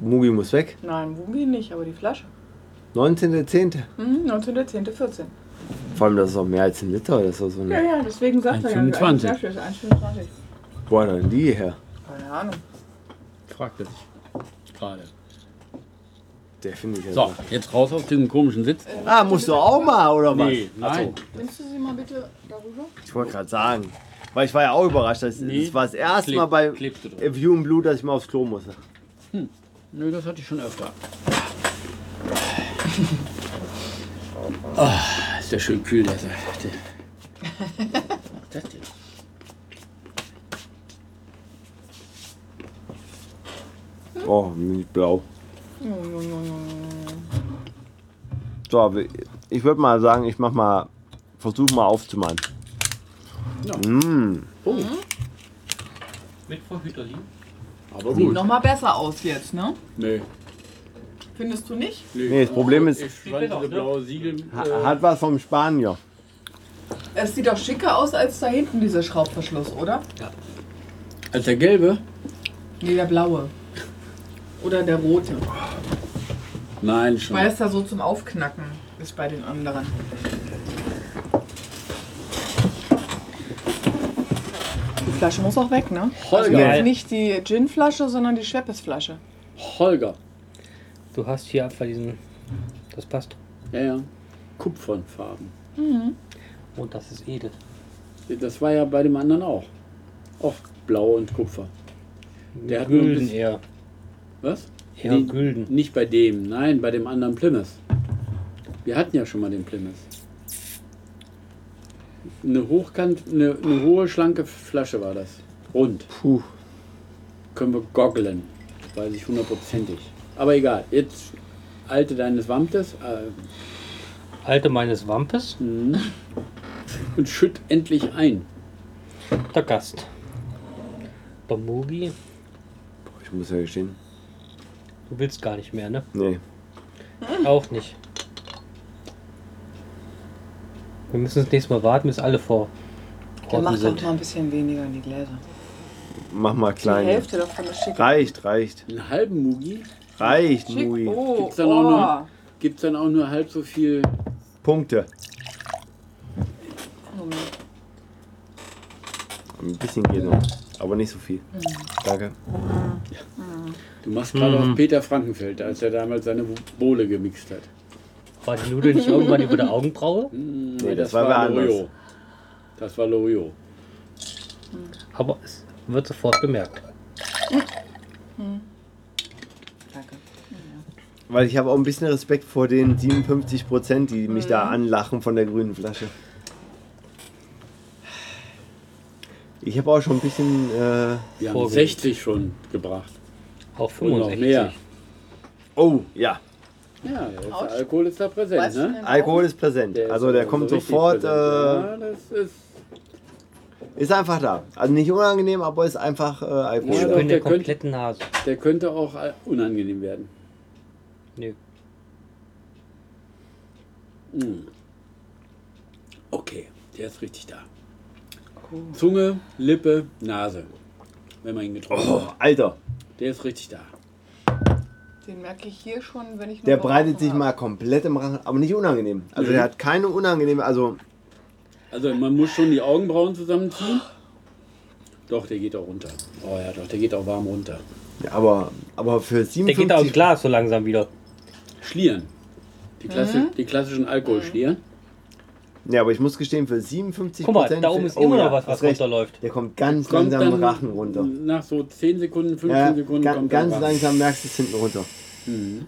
Speaker 2: Mugi muss weg.
Speaker 6: Nein, Mugi nicht, aber die Flasche.
Speaker 2: 19.10.
Speaker 6: Hm, 19.10.14.
Speaker 2: Vor allem, das ist auch mehr als ein Liter. Das ist auch so
Speaker 6: Ja,
Speaker 2: eine.
Speaker 6: ja, deswegen sagt er ja, die
Speaker 3: 1,25.
Speaker 6: Flasche ist 1,25.
Speaker 2: Boah, dann die her.
Speaker 6: Keine Ahnung.
Speaker 3: Fragt er sich. Gerade.
Speaker 2: Der finde ich ja.
Speaker 3: So, jetzt raus aus diesem komischen Sitz.
Speaker 2: Ah, musst du auch mal, oder was?
Speaker 3: Äh, Nee, nein.
Speaker 6: Nimmst du sie mal bitte darüber?
Speaker 2: Ich wollte gerade sagen. Weil ich war ja auch überrascht. Das,
Speaker 3: Nee.
Speaker 2: das war das erste Mal
Speaker 3: Kleb-
Speaker 2: bei
Speaker 3: klebst du drauf.
Speaker 2: View and Blue, dass ich mal aufs Klo musste.
Speaker 3: Nö, das hatte ich schon öfter. Ah, ist ja schön kühl, der Saft. Was ist das denn?
Speaker 2: Oh, bin ich blau. So, aber ich würde mal sagen, ich mach mal. Versuch mal aufzumachen.
Speaker 3: Ja.
Speaker 2: Mm.
Speaker 1: Mit Verhüterlin.
Speaker 3: Aber
Speaker 6: Sieht
Speaker 3: gut.
Speaker 6: nochmal besser aus jetzt, ne?
Speaker 3: Nee,
Speaker 6: Findest du nicht?
Speaker 2: Nee, das Problem ist,
Speaker 3: Ich fand diese blaue Siegel.
Speaker 2: ha- hat was vom Spanier.
Speaker 6: Es sieht doch schicker aus als da hinten dieser Schraubverschluss, oder?
Speaker 3: Als der gelbe?
Speaker 6: Nee, der blaue. Oder der rote.
Speaker 3: Nein, schon.
Speaker 6: Weil es da so zum Aufknacken.
Speaker 7: ist bei den anderen. Die Flasche muss auch weg, ne?
Speaker 3: Holger.
Speaker 7: Also jetzt nicht die Gin-Flasche, sondern die Schweppes-Flasche.
Speaker 3: Holger.
Speaker 1: Du hast hier einfach diesen. Das passt.
Speaker 3: Ja, ja. Kupfernfarben.
Speaker 1: Und das ist edel.
Speaker 3: Das war ja bei dem anderen auch. Auch blau und Kupfer. Der hat nur ein
Speaker 1: Gülden
Speaker 3: bisschen-
Speaker 1: eher.
Speaker 3: Was?
Speaker 1: Eher
Speaker 3: Nee.
Speaker 1: Gülden.
Speaker 3: Nicht bei dem, nein, bei dem anderen Plymouth. Wir hatten ja schon mal den Plymouth. Eine hochkant, eine, eine hohe, schlanke Flasche war das. Rund.
Speaker 2: Puh.
Speaker 3: Können wir goggeln. Weiß ich hundertprozentig. Aber egal, jetzt alte deines Wamtes äh,
Speaker 1: Alte meines Wampes,
Speaker 3: Hm. und schütt endlich ein.
Speaker 1: der Gast. Bamugi,
Speaker 2: Boah, ich muss ja gestehen.
Speaker 1: du willst gar nicht mehr, ne?
Speaker 2: Nee.
Speaker 1: Auch nicht. Wir müssen das nächste Mal warten, bis alle vor.
Speaker 7: Dann mach
Speaker 1: Orten
Speaker 7: doch
Speaker 1: sind.
Speaker 7: mal ein bisschen weniger in die Gläser.
Speaker 2: Mach mal
Speaker 6: Die
Speaker 2: kleine.
Speaker 6: Hälfte davon ist schick.
Speaker 2: Reicht, reicht.
Speaker 3: Einen halben Mugi
Speaker 2: Reicht,
Speaker 6: schick.
Speaker 2: Mui.
Speaker 6: Oh,
Speaker 3: Gibt's da noch
Speaker 6: oh.
Speaker 3: gibt es dann auch nur halb so viel.
Speaker 2: Punkte.
Speaker 6: Moment.
Speaker 2: Ein bisschen geht noch. Aber nicht so viel.
Speaker 6: Hm.
Speaker 2: Danke.
Speaker 3: Du machst gerade auf Peter Frankenfeld, als er damals seine Bohle gemixt hat.
Speaker 1: War die Nudel nicht irgendwann über der Augenbraue?
Speaker 3: Hm.
Speaker 2: Nee, das war wer anders.
Speaker 3: Loriot. Das war Loriot.
Speaker 1: Aber es wird sofort bemerkt.
Speaker 7: Danke.
Speaker 2: Weil ich habe auch ein bisschen Respekt vor den 57 Prozent, die mich
Speaker 6: Hm.
Speaker 2: da anlachen von der grünen Flasche. Ich habe auch schon ein bisschen. Äh,
Speaker 3: Wir haben
Speaker 1: Vorbild.
Speaker 3: 60 schon gebracht.
Speaker 1: Auch
Speaker 3: Und noch
Speaker 1: 65.
Speaker 3: mehr.
Speaker 2: oh, ja.
Speaker 3: Ja, der Alkohol ist da präsent,
Speaker 7: Weißt du
Speaker 3: ne?
Speaker 7: denn
Speaker 2: Alkohol ist präsent.
Speaker 3: ist
Speaker 2: also der
Speaker 3: so
Speaker 2: kommt
Speaker 3: richtig
Speaker 2: sofort.
Speaker 3: präsent.
Speaker 2: Äh,
Speaker 3: ja, das ist.
Speaker 2: ist einfach da. Also nicht unangenehm, aber ist einfach äh, Alkohol.
Speaker 1: Ich
Speaker 3: Ja,
Speaker 2: da.
Speaker 3: doch,
Speaker 1: bin der
Speaker 3: der könnte-
Speaker 1: kompletten Nase.
Speaker 3: Der könnte auch äh, unangenehm werden.
Speaker 1: Nö.
Speaker 3: Hm. Okay, der ist richtig da. Zunge, Lippe, Nase. Wenn man ihn getrunken
Speaker 2: Oh,
Speaker 3: hat.
Speaker 2: Alter,
Speaker 3: Der ist richtig da.
Speaker 6: Den merke ich hier schon, wenn ich noch
Speaker 2: der
Speaker 6: was
Speaker 2: breitet
Speaker 6: offen
Speaker 2: sich
Speaker 6: habe.
Speaker 2: mal komplett im Rachen, aber nicht unangenehm. Also
Speaker 3: Mhm.
Speaker 2: der hat keine unangenehme. Also
Speaker 3: Also man muss schon die Augenbrauen zusammenziehen. Doch, der geht auch runter. Oh ja, doch, der geht auch warm runter.
Speaker 2: Ja, aber, aber für
Speaker 1: Der geht aus
Speaker 2: 57
Speaker 1: dem Glas so langsam wieder.
Speaker 3: Schlieren. Die, Klasse, die klassischen Alkoholschlieren.
Speaker 2: Ja, aber ich muss gestehen, für 57
Speaker 1: Guck mal, da oben
Speaker 3: Oh
Speaker 1: ist immer noch was, was
Speaker 2: Oh, hast recht.
Speaker 1: runterläuft.
Speaker 2: Der kommt ganz
Speaker 3: Kommt
Speaker 2: langsam
Speaker 3: dann
Speaker 2: im Rachen runter.
Speaker 3: Nach so 10 Sekunden, 15
Speaker 2: Ja,
Speaker 3: Sekunden
Speaker 2: ga,
Speaker 3: kommt
Speaker 2: ganz
Speaker 3: der Rachen.
Speaker 2: langsam merkst du es hinten runter.
Speaker 3: Mhm.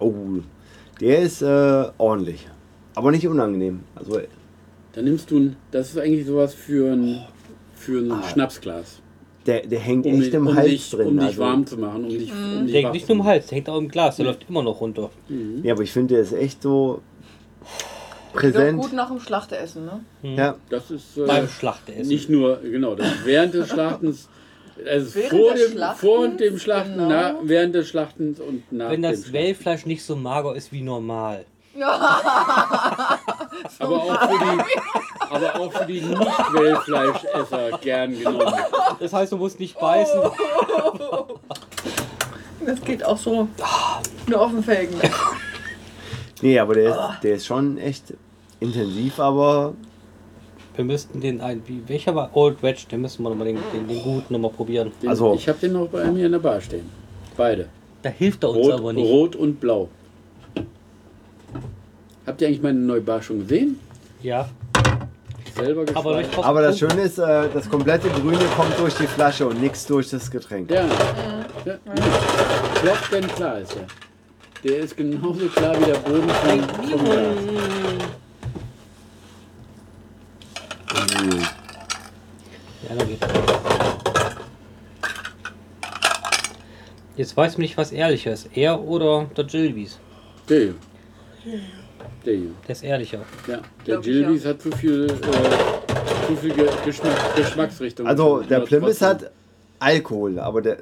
Speaker 2: Oh, der ist äh, ordentlich. Aber nicht unangenehm. Also,
Speaker 3: Dann nimmst du ein, das ist eigentlich sowas für ein, für ein Schnapsglas.
Speaker 2: der, der hängt
Speaker 3: Um,
Speaker 2: Ah. echt
Speaker 3: dich-
Speaker 2: im
Speaker 3: um,
Speaker 2: Hals
Speaker 3: dich,
Speaker 2: drin.
Speaker 3: um dich
Speaker 2: also,
Speaker 3: warm zu machen, um dich, um dich
Speaker 1: Der hängt
Speaker 3: wach
Speaker 1: Mhm. nicht
Speaker 3: zu
Speaker 1: nur im
Speaker 3: machen.
Speaker 1: Hals, der hängt auch im Glas, der läuft immer noch runter.
Speaker 2: Ja, aber ich finde, der ist echt so
Speaker 6: Geht doch
Speaker 2: präsent.
Speaker 6: gut nach dem Schlachtessen, ne?
Speaker 2: Ja,
Speaker 3: Das ist
Speaker 1: Beim
Speaker 3: äh,
Speaker 1: Schlachtessen.
Speaker 3: nicht nur, genau, das ist während des Schlachtens, also
Speaker 6: Während
Speaker 3: vor,
Speaker 6: des
Speaker 3: dem, vor und dem
Speaker 6: Schlachtens,
Speaker 3: Schlachten,
Speaker 6: genau.
Speaker 3: na, während des Schlachtens und nach
Speaker 1: Wenn
Speaker 3: dem
Speaker 1: das
Speaker 3: Schlachten.
Speaker 1: Wellfleisch nicht so mager ist wie normal.
Speaker 3: aber, auch für die, aber auch für die Nicht-Wellfleischesser gern genommen.
Speaker 1: Das heißt, du musst nicht beißen.
Speaker 6: Das geht auch so. Nur auf dem Felgen.
Speaker 2: nee, aber der ist, der ist schon echt intensiv, aber
Speaker 1: Wir müssten den einen, wie, welcher war Old Wedge, den müssen wir nochmal den, den, den guten nochmal probieren.
Speaker 3: Den,
Speaker 2: Also-
Speaker 3: ich habe den noch bei mir in der Bar stehen. Beide.
Speaker 1: Da hilft er uns
Speaker 3: Rot,
Speaker 1: aber nicht.
Speaker 3: Rot und Blau. Habt ihr eigentlich meine neue Bar schon gesehen?
Speaker 1: Ja,
Speaker 3: Selber geschweißt.
Speaker 1: aber durch Kosten-
Speaker 2: Aber das Schöne ist, äh, das komplette Grüne kommt durch die Flasche und nichts durch das Getränk.
Speaker 3: Ja. ja. ja. Klopft denn klar ist er. Der ist genauso klar wie der Boden von, vom Glas.
Speaker 1: Ja, da geht. Jetzt weiß man nicht, was ehrlicher ist. Er oder der Gilbys?
Speaker 3: Der. Der hier.
Speaker 1: Der ist ehrlicher.
Speaker 3: Ja. Der
Speaker 6: Glaub ich,
Speaker 3: Gilbys hat zu viel, äh, zu viel Ge Geschmack, Geschmacksrichtung.
Speaker 2: Also der
Speaker 3: Trotzdem.
Speaker 2: Plymouth hat Alkohol, aber der,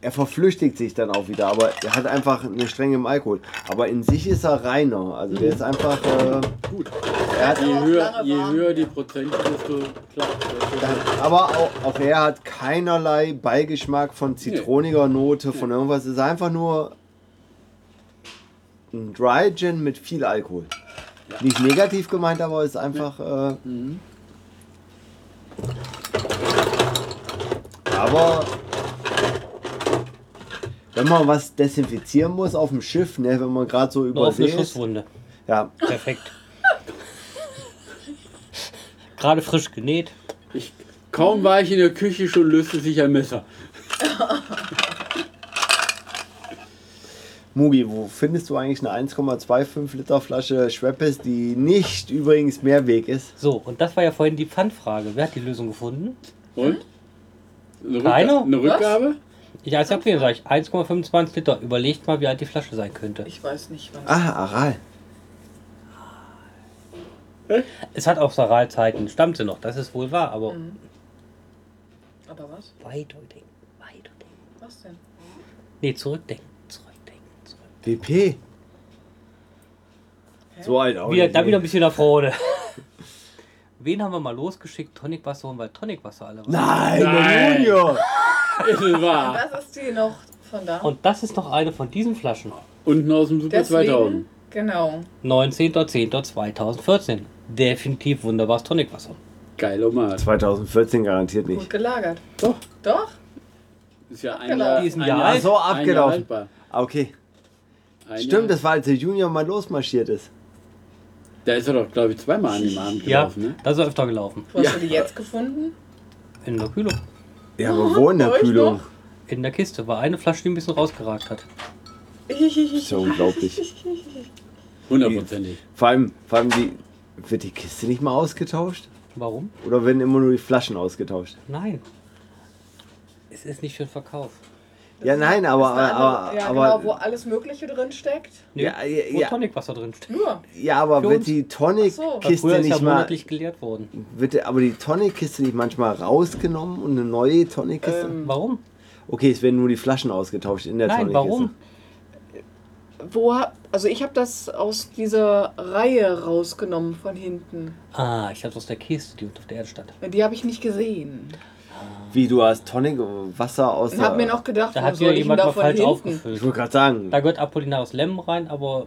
Speaker 2: er verflüchtigt sich dann auch wieder, aber er hat einfach eine Strenge im Alkohol. Aber in sich ist er reiner, also der ist einfach, äh,
Speaker 3: Gut.
Speaker 2: er hat,
Speaker 3: Je höher,
Speaker 6: lange
Speaker 3: je
Speaker 6: warm.
Speaker 3: höher die Prozent, desto klar. Desto
Speaker 2: aber auch, auch er hat keinerlei Beigeschmack von zitroniger Note, von irgendwas, es ist einfach nur ein Dry Gin mit viel Alkohol. Nicht negativ gemeint, aber ist einfach. Äh, Aber wenn man was desinfizieren muss auf dem Schiff, ne, wenn man gerade so
Speaker 1: Eine offene
Speaker 2: übersee ist,
Speaker 1: Schusswunde.
Speaker 2: ja,
Speaker 1: Perfekt. Gerade frisch genäht.
Speaker 3: Ich, kaum war ich in der Küche, schon löste sich ein Messer.
Speaker 2: Mugi, wo findest du eigentlich eine 1,25 Liter Flasche Schweppes, die nicht übrigens Mehrweg ist?
Speaker 1: So, und das war ja vorhin die Pfandfrage. Wer hat die Lösung gefunden?
Speaker 6: Hm?
Speaker 3: Und? Eine, Rückga-
Speaker 1: Keine?
Speaker 3: eine Rückgabe?
Speaker 1: Ja, ich hab mir gesagt, 1,25 Liter. Überlegt mal, wie alt die Flasche sein könnte.
Speaker 7: Ich weiß nicht, was.
Speaker 2: Ah, Aral.
Speaker 1: Es hat auch Saralzeiten, stammt sie noch, das ist wohl wahr, aber.
Speaker 7: Aber was?
Speaker 1: Weit denken, weit denken.
Speaker 7: Was denn?
Speaker 1: Nee, zurückdenken, zurückdenken, zurückdenken.
Speaker 2: WP. So alt auch.
Speaker 1: Wieder,
Speaker 2: nicht,
Speaker 1: dann
Speaker 2: ne?
Speaker 1: wieder ein bisschen nach vorne. Wen haben wir mal losgeschickt? Tonicwasser holen, weil Tonicwasser alle waren.
Speaker 2: Nein, der
Speaker 3: Nein.
Speaker 2: Junior.
Speaker 3: Ist es wahr?
Speaker 6: Was ist die noch von da?
Speaker 1: Und das ist noch eine von diesen Flaschen.
Speaker 3: Unten aus dem Super 2000.
Speaker 6: Deswegen, genau.
Speaker 1: 19.10.2014. Definitiv wunderbares Tonicwasser.
Speaker 3: Geil, Omat.
Speaker 2: 2014 garantiert
Speaker 6: Gut
Speaker 2: nicht.
Speaker 6: gelagert.
Speaker 3: Doch.
Speaker 6: Doch?
Speaker 3: Ist ja ein
Speaker 6: Abgelaufen.
Speaker 3: Jahr,
Speaker 1: Die ist ein
Speaker 3: ein
Speaker 1: Jahr
Speaker 3: Jahr,
Speaker 1: alt.
Speaker 2: So,
Speaker 3: ein Jahr
Speaker 2: abgelaufen.
Speaker 3: haltbar.
Speaker 2: Ah, Okay.
Speaker 3: Ein
Speaker 2: Stimmt,
Speaker 3: Jahr.
Speaker 2: das war, als der Junior mal losmarschiert ist.
Speaker 3: Da ist er doch, glaube ich, zweimal an dem Abend
Speaker 1: Ja,
Speaker 3: gelaufen, ne?
Speaker 1: das ist öfter gelaufen.
Speaker 6: Wo hast
Speaker 3: Ja.
Speaker 6: du die jetzt gefunden?
Speaker 1: In der Kühlung.
Speaker 2: Ja, aber wo in der
Speaker 6: Bei euch
Speaker 2: Kühlung?
Speaker 1: In der Kiste war eine Flasche, die ein bisschen rausgeragt hat.
Speaker 2: Ist ja unglaublich.
Speaker 3: Hundertprozentig.
Speaker 2: Vor allem, vor allem die, wird die Kiste nicht mal ausgetauscht?
Speaker 1: Warum?
Speaker 2: Oder werden immer nur die Flaschen ausgetauscht?
Speaker 1: Nein. Es ist nicht für den Verkauf.
Speaker 2: Ja, nein, aber. aber,
Speaker 6: ja,
Speaker 2: aber
Speaker 6: genau, wo alles Mögliche drin steckt.
Speaker 1: Nee,
Speaker 2: Ja, ja,
Speaker 1: wo
Speaker 2: ja.
Speaker 1: Tonicwasser drinsteht.
Speaker 6: Nur.
Speaker 2: ja, aber
Speaker 1: Für
Speaker 2: wird
Speaker 1: uns.
Speaker 2: die
Speaker 6: Ach so.
Speaker 2: Tonic-Kiste
Speaker 1: Weil Früher ist ja
Speaker 2: nicht mal.
Speaker 1: monatlich geleert worden.
Speaker 2: Wird, der- aber die Tonic-Kiste nicht manchmal rausgenommen und eine neue Tonic-Kiste?
Speaker 1: Warum?
Speaker 2: okay, es werden nur die Flaschen ausgetauscht in der
Speaker 1: Ähm. Nein,
Speaker 2: Tonic-Kiste.
Speaker 1: warum?
Speaker 6: Wo hab, also ich habe das aus dieser Reihe rausgenommen von hinten.
Speaker 1: Ah, ich hab's aus der Kiste, die auf der Erde stand.
Speaker 6: Die habe ich nicht gesehen.
Speaker 2: Wie, du hast Tonic-Wasser aus
Speaker 6: Und habe mir
Speaker 2: der.
Speaker 6: noch gedacht,
Speaker 1: Da
Speaker 6: wo
Speaker 1: hat
Speaker 6: soll
Speaker 1: wieder
Speaker 6: ich denn
Speaker 1: jemand mal
Speaker 6: da von
Speaker 1: falsch
Speaker 6: hinten?
Speaker 2: Ich
Speaker 1: aufgefüllt.
Speaker 2: wollte gerade sagen.
Speaker 1: Da gehört Apollinaris Lemon rein, aber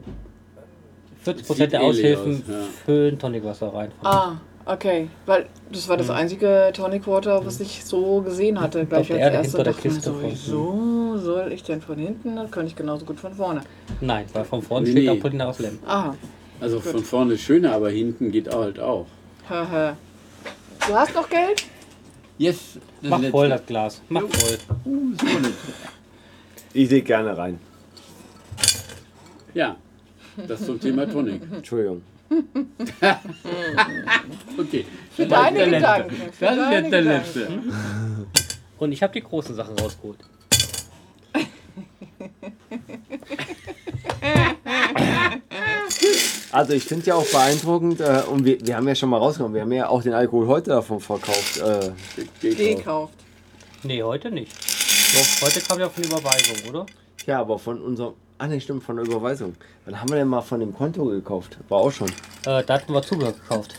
Speaker 1: 40% der
Speaker 3: Sieht ähnlich
Speaker 1: Aushilfen
Speaker 3: aus, ja.
Speaker 1: füllen Tonicwasser rein.
Speaker 6: Ah, okay. Weil das
Speaker 1: Hm.
Speaker 6: war das einzige Tonic Water, was ich so gesehen hatte. Gleich
Speaker 1: der
Speaker 6: als
Speaker 1: Erde
Speaker 6: erste
Speaker 1: hinter der
Speaker 6: dachte ich mir
Speaker 1: Kiste
Speaker 6: so,
Speaker 1: von-
Speaker 6: wieso soll ich denn von hinten? Dann kann ich genauso gut von vorne.
Speaker 1: Nein, weil von vorne
Speaker 3: Nee,
Speaker 1: steht
Speaker 3: nee.
Speaker 1: Apollinaris Lemon.
Speaker 6: Aha.
Speaker 3: Also von vorne ist schöner, aber hinten geht halt auch.
Speaker 6: Haha. du hast noch Geld?
Speaker 3: Yes, das
Speaker 1: Mach
Speaker 3: letzte.
Speaker 1: voll das Glas. Mach voll.
Speaker 2: Ich sehe gerne rein.
Speaker 3: Ja, das zum Thema Tonic.
Speaker 1: Hm.
Speaker 2: Entschuldigung.
Speaker 3: Okay.
Speaker 6: Für deine
Speaker 3: der letzte.
Speaker 6: Gedanken. Für
Speaker 3: Das ist
Speaker 6: deine
Speaker 3: jetzt der
Speaker 6: Gedanken.
Speaker 3: letzte.
Speaker 1: Und ich habe die großen Sachen rausgeholt.
Speaker 2: Also ich finde ja auch beeindruckend, äh, und wir, wir haben ja schon mal rausgenommen, wir haben ja auch den Alkohol heute davon verkauft. Äh,
Speaker 3: Gekauft.
Speaker 6: Gekauft.
Speaker 1: Nee, heute nicht. Doch, heute kam ja von Überweisung, oder?
Speaker 2: ja, aber von unserem. Ah ne, stimmt, von der Überweisung. Wann haben wir denn mal von dem Konto gekauft? War auch schon.
Speaker 1: Äh, da hatten wir Zubehör gekauft.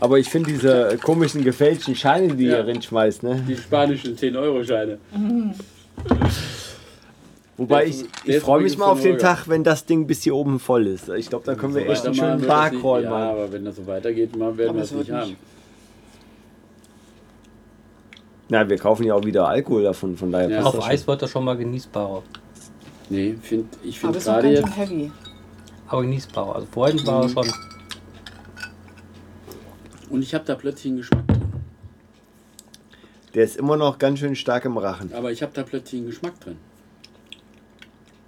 Speaker 2: Aber ich finde diese komischen gefälschten Scheine, die
Speaker 3: Ja.
Speaker 2: ihr reinschmeißt, ne?
Speaker 3: Die spanischen 10-Euro-Scheine.
Speaker 2: Wobei
Speaker 3: Der ist-
Speaker 2: ich,
Speaker 3: der
Speaker 2: ich
Speaker 3: ist
Speaker 2: freue mich
Speaker 3: übrigens
Speaker 2: mal auf
Speaker 3: von
Speaker 2: den
Speaker 3: Holger.
Speaker 2: Tag, wenn das Ding bis hier oben voll ist. Ich glaube, dann können wir echt einen schönen
Speaker 3: Weitermachen wird das nicht-
Speaker 2: Barcall
Speaker 3: ja,
Speaker 2: machen.
Speaker 3: aber wenn das so weitergeht, mal werden wir es nicht haben.
Speaker 2: Na, wir kaufen ja auch wieder Alkohol davon, von daher
Speaker 3: Ja.
Speaker 2: passt
Speaker 1: Auf
Speaker 2: das
Speaker 1: Eis wird das schon mal genießbarer.
Speaker 3: Nee, find, ich
Speaker 6: Aber
Speaker 3: finde
Speaker 6: es ist noch
Speaker 3: gerade
Speaker 6: ganz schön
Speaker 3: jetzt.
Speaker 6: heavy.
Speaker 1: Aber genießbarer. Also vorhin war er schon.
Speaker 3: Und ich habe da plötzlich einen Geschmack drin.
Speaker 2: schon. Der ist immer noch ganz schön stark im Rachen.
Speaker 3: Aber ich habe da plötzlich einen Geschmack drin.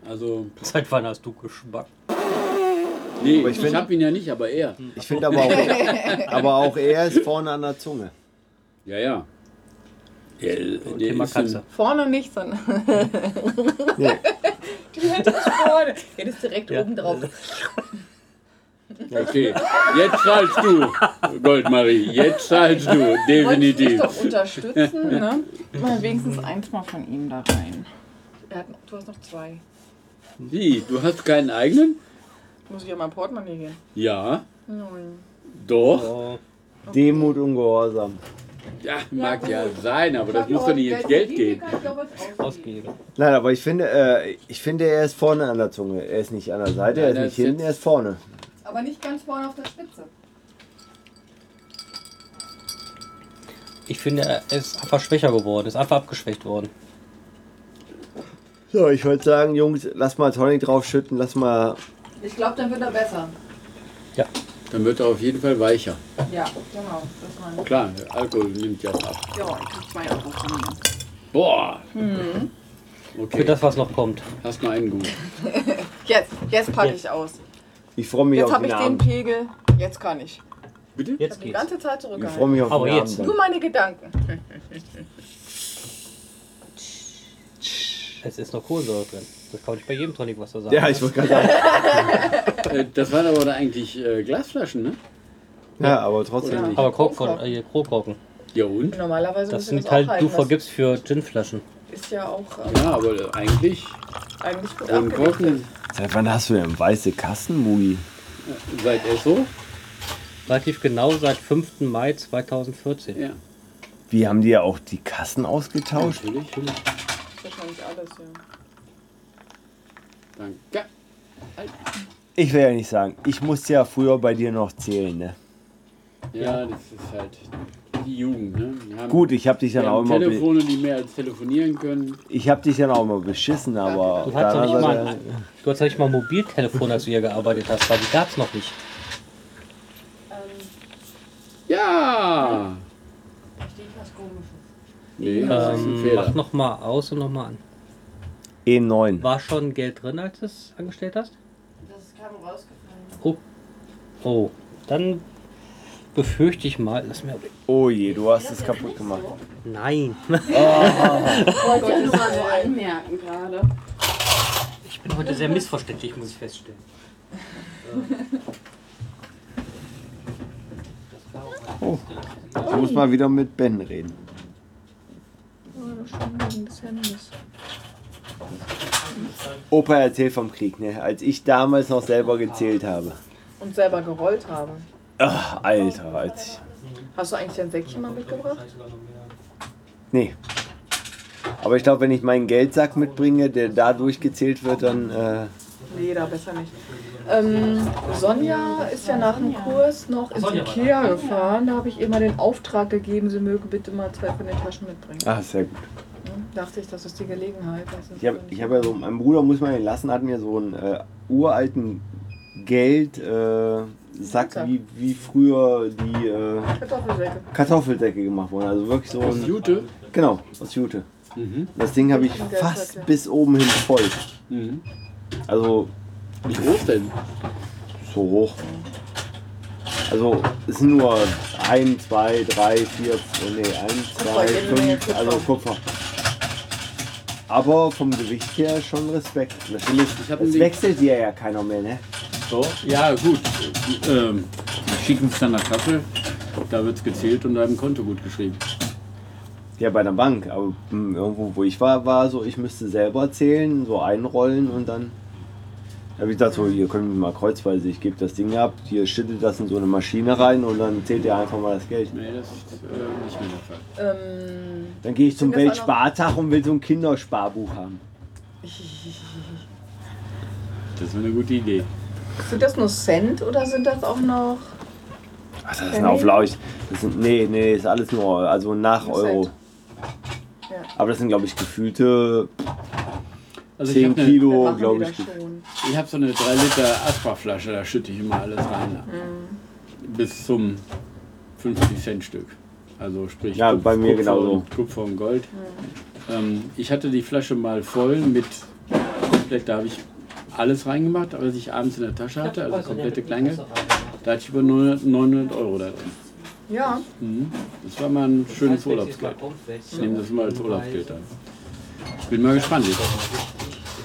Speaker 3: Also,
Speaker 1: Seit wann hast du Geschmack?
Speaker 3: nee,
Speaker 2: Aber ich
Speaker 3: ich,
Speaker 2: find-
Speaker 3: habe ihn ja nicht, aber er.
Speaker 2: Ich finde aber auch, aber auch er ist vorne an der Zunge.
Speaker 3: Ja, ja. Der, der
Speaker 1: Thema
Speaker 3: ist ein,
Speaker 1: Katze.
Speaker 6: Vorne nicht, sondern.
Speaker 2: Nee.
Speaker 6: Die hätte ich vorne. Ja, das ist direkt oben drauf.
Speaker 3: okay, jetzt zahlst du, Goldmarie, jetzt zahlst du,
Speaker 6: Wollte ich
Speaker 3: definitiv.
Speaker 6: doch unterstützen, ne? Mal wenigstens eins mal von ihm da rein. Er hat, du hast noch zwei.
Speaker 3: Wie, du hast keinen eigenen?
Speaker 6: Muss ich an mein Portemonnaie gehen?
Speaker 3: Ja,
Speaker 6: Nein.
Speaker 3: doch.
Speaker 1: Oh,
Speaker 2: Demut und Gehorsam.
Speaker 3: Ja, mag ja sein, aber das
Speaker 9: Dafür
Speaker 3: muss doch nicht
Speaker 9: auch
Speaker 3: ins Geld
Speaker 9: verdienen,
Speaker 3: gehen.
Speaker 9: kann ich auch was ausgeben.
Speaker 1: Ausgeben.
Speaker 2: Nein, aber ich finde, äh, ich finde, er ist vorne an der Zunge. Er ist nicht an der Seite, er
Speaker 3: Nein,
Speaker 2: ist
Speaker 3: er
Speaker 2: nicht
Speaker 3: ist
Speaker 2: hinten,
Speaker 3: jetzt-
Speaker 2: er ist vorne.
Speaker 9: Aber nicht ganz vorne auf der Spitze.
Speaker 1: Ich finde, er ist einfach schwächer geworden, ist einfach abgeschwächt worden.
Speaker 2: So, ich wollte sagen, Jungs, lass mal Tonic draufschütten, lass mal.
Speaker 9: Ich glaube, dann wird er besser.
Speaker 3: Dann wird er auf jeden Fall weicher.
Speaker 9: Ja, genau. Das war ein
Speaker 3: Klar, der Alkohol nimmt ja ab.
Speaker 4: Ja, ich hab zwei Euro von mir.
Speaker 3: Boah!
Speaker 1: Mhm. Für
Speaker 3: Okay,
Speaker 1: das, was noch kommt.
Speaker 3: hast mal einen gut.
Speaker 6: Jetzt, jetzt packe ich aus.
Speaker 2: Ich freue mich
Speaker 6: Jetzt
Speaker 2: auf
Speaker 6: habe
Speaker 2: den
Speaker 6: ich den
Speaker 2: Abend.
Speaker 6: Pegel. Jetzt kann ich.
Speaker 3: Bitte?
Speaker 1: Jetzt
Speaker 6: Die
Speaker 1: geht's.
Speaker 6: ganze Zeit
Speaker 2: Ich freue
Speaker 6: zurückgehalten.
Speaker 2: mich auf
Speaker 1: Aber
Speaker 2: den
Speaker 1: jetzt.
Speaker 2: Abend.
Speaker 6: Nur meine Gedanken.
Speaker 1: Es ist noch Kohlensäure drin. Das kann ich bei jedem Tonicwasser sagen.
Speaker 2: Ja, ich wollte gerade sagen.
Speaker 3: Äh, Das waren aber da eigentlich äh, Glasflaschen, ne?
Speaker 2: Ja, aber
Speaker 3: Oder
Speaker 2: trotzdem nicht.
Speaker 1: Aber Krogkorken, äh, Krogkorken.
Speaker 3: Ja und?
Speaker 6: Normalerweise
Speaker 1: Das
Speaker 6: muss ich
Speaker 1: sind
Speaker 6: Also das auch
Speaker 1: halt,
Speaker 6: halten.
Speaker 1: du vergibst für Ginflaschen.
Speaker 6: Das Ist ja auch äh,
Speaker 3: Ja, aber äh, eigentlich
Speaker 6: eigentlich gut
Speaker 3: roten
Speaker 6: abgewickelt.
Speaker 3: Korken
Speaker 2: Seit wann hast du denn weiße Kassen, Mugi?
Speaker 3: seit Esso.
Speaker 1: Relativ genau seit 5. Mai 2014.
Speaker 3: Ja,
Speaker 2: Wie haben die ja auch die Kassen ausgetauscht?
Speaker 3: natürlich.
Speaker 6: Wahrscheinlich alles, ja.
Speaker 3: Danke.
Speaker 2: Ich will ja nicht sagen, ich musste ja früher bei dir noch zählen, ne?
Speaker 3: Ja, das ist halt die Jugend, ne? Wir haben,
Speaker 2: Gut, ich habe dich dann
Speaker 3: wir
Speaker 2: auch
Speaker 3: haben
Speaker 2: immer be
Speaker 3: Telefone, die mehr als telefonieren können.
Speaker 2: ich habe dich dann auch immer beschissen, aber auf
Speaker 1: Du
Speaker 2: der
Speaker 1: hast doch nicht
Speaker 2: anderen
Speaker 1: mal,
Speaker 2: Seite,
Speaker 1: ein- du hast doch nicht mal ein Mobiltelefon, als du hier gearbeitet hast, weil die gab's noch nicht.
Speaker 8: ähm,
Speaker 3: Ja!
Speaker 9: verstehe ich was komisches.
Speaker 3: Nee, das ist ein
Speaker 1: Ähm, mach
Speaker 3: Fehler.
Speaker 1: nochmal aus und nochmal an.
Speaker 2: E E9.
Speaker 1: War schon Geld drin, als du es angestellt hast?
Speaker 9: Das kam rausgefallen.
Speaker 1: Oh. Oh. Dann befürchte ich mal, lass mir.
Speaker 2: Oh je, du hast es kaputt gemacht.
Speaker 1: Nein.
Speaker 6: Oh
Speaker 9: Ich wollte nur mal so anmerken gerade.
Speaker 1: Ich bin heute sehr missverständlich, muss ich feststellen.
Speaker 2: Oh. Ich muss mal wieder mit Ben reden. Opa erzählt vom Krieg, ne? Als ich damals noch selber gezählt habe.
Speaker 6: Und selber gerollt haben.
Speaker 2: Ach, Alter, als ich.
Speaker 6: Hast du eigentlich dein Säckchen mal mitgebracht?
Speaker 2: Nee. Aber ich glaube, wenn ich meinen Geldsack mitbringe, der da durchgezählt wird, dann. Äh,
Speaker 6: Nee, da besser nicht. Ähm, Sonja ist ja nach dem Kurs noch ins Ikea gefahren. Da habe ich ihr mal den Auftrag gegeben, sie möge bitte mal zwei von den Taschen mitbringen. Hm?
Speaker 2: ach, sehr gut.
Speaker 6: Dachte ich, das ist die Gelegenheit. Das ist
Speaker 2: Ah. Ich habe ich hab ja so, mein Bruder, muss man ihn lassen, hat mir so einen äh, uralten Geldsack, äh, Sack, wie, wie früher die äh,
Speaker 6: Kartoffelsäcke.
Speaker 2: Kartoffeldecke gemacht worden. Also wirklich so
Speaker 3: Das ist
Speaker 2: ein.
Speaker 3: Jute.
Speaker 2: Genau, aus Jute.
Speaker 3: Mhm.
Speaker 2: Das Ding habe ich fast bis oben hin voll.
Speaker 3: Mhm.
Speaker 2: Also
Speaker 3: Wie groß denn?
Speaker 2: so hoch. Also es sind nur 1, 2, 3, 4, nee, 1, 2,
Speaker 6: jede Menge
Speaker 2: 5, also Kupfer. Aber vom Gewicht her schon Respekt. Natürlich,
Speaker 3: Ich hab ein
Speaker 2: es
Speaker 3: Ding.
Speaker 2: wechselt dir ja keiner mehr, ne?
Speaker 3: So? Ja, gut. Ähm, die schicken es dann nach Kassel. Da wird es gezählt und deinem Konto gut geschrieben.
Speaker 2: Ja, bei der Bank. Aber hm, irgendwo, wo ich war, war so, ich müsste selber zählen, so einrollen und dann. Da habe ich gedacht, so, ihr könnt mich mal kreuzweise, ich gebe das Ding ab, ihr schüttet das in so eine Maschine rein und dann zählt ihr einfach mal das Geld.
Speaker 3: Nee, das ist äh, nicht mehr der Fall.
Speaker 6: Ähm,
Speaker 2: Dann gehe ich zum
Speaker 6: Sind das auch noch-
Speaker 2: Weltspartag und will so ein Kindersparbuch haben.
Speaker 3: Das ist eine gute Idee.
Speaker 6: sind das nur Cent oder sind das auch noch
Speaker 2: Ach, das ist
Speaker 6: Äh,
Speaker 2: ein Auflauf. Das sind, nee, nee, ist alles nur, also nach
Speaker 6: Cent.
Speaker 2: Euro.
Speaker 6: Ja.
Speaker 2: Aber das sind, glaube ich, gefühlte
Speaker 3: Also ich
Speaker 2: 10
Speaker 3: habe eine,
Speaker 6: Dann
Speaker 2: Kilo,
Speaker 6: machen
Speaker 2: glaube
Speaker 6: die
Speaker 2: ich.
Speaker 6: das schon.
Speaker 3: ich hab so eine 3 Liter Aquaflasche, da schütte ich immer alles rein. Bis zum 50 Cent Stück. Also sprich
Speaker 2: Ja,
Speaker 3: Kupf-
Speaker 2: bei mir
Speaker 3: Kupfer
Speaker 2: genauso.
Speaker 3: und- Kupfer und Gold. Ähm, ich hatte die Flasche mal voll mit komplett, da habe ich alles reingemacht, was ich abends in der Tasche hatte, also komplette Kleinge. Da hatte ich über 900, 900 Euro da drin.
Speaker 6: Ja,
Speaker 3: Mhm. Das war mal ein schönes Urlaubsgeld. Ich nehme das mal als Urlaubsgeld an. Ich bin mal gespannt jetzt.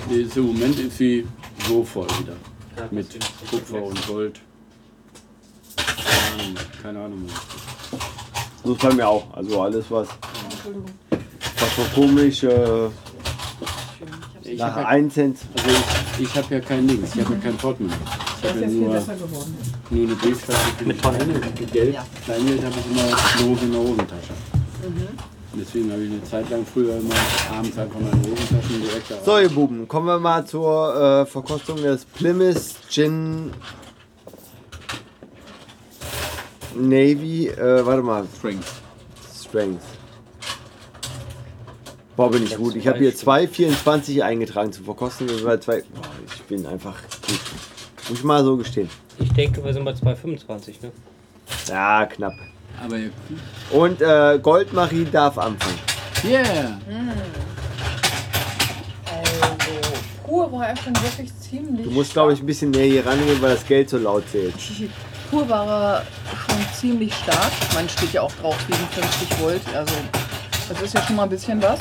Speaker 3: Die ist Im Moment ist sie so voll wieder. Mit Kupfer und Gold. Keine Ahnung, keine Ahnung mehr.
Speaker 2: So ist bei mir auch. Also alles, was, was so komisch äh,
Speaker 3: Ich
Speaker 2: nach
Speaker 3: habe ja,
Speaker 2: 1 Cent.
Speaker 3: also ich, ich hab ja kein Dings, ich habe ja kein Portemonnaie. Ich
Speaker 6: das
Speaker 3: habe ja
Speaker 6: ist ja viel
Speaker 3: nur,
Speaker 6: besser geworden.
Speaker 3: nur eine Brieftasche. Mit Kleingeld, Kleingeld habe ich immer lose in der Hosentasche. Deswegen habe ich eine Zeit lang früher immer abends einfach meine Hosentaschen direkt da.
Speaker 2: So, ihr Buben, kommen wir mal zur äh, Verkostung des Plymouth Gin Navy. Äh, warte mal,
Speaker 3: Strength.
Speaker 2: Strength. Boah, bin ich gut. Ich habe hier 2,24 eingetragen zu verkosten. Wir sind bei zwei. Boah, ich bin einfach gut. Muss ich mal so gestehen.
Speaker 1: Ich denke, wir sind bei 2,25, ne?
Speaker 2: Ja, knapp.
Speaker 3: Aber ihr-
Speaker 2: Und äh, Goldmarie darf anfangen.
Speaker 3: yeah!
Speaker 6: Also, pur war er schon wirklich ziemlich.
Speaker 2: Du musst, glaube ich,
Speaker 6: stark.
Speaker 2: ein bisschen näher hier rangehen, weil das Geld so laut zählt.
Speaker 6: Pur war er schon ziemlich stark. Man steht ja auch drauf, 57 Volt. Also, das ist ja schon mal ein bisschen was.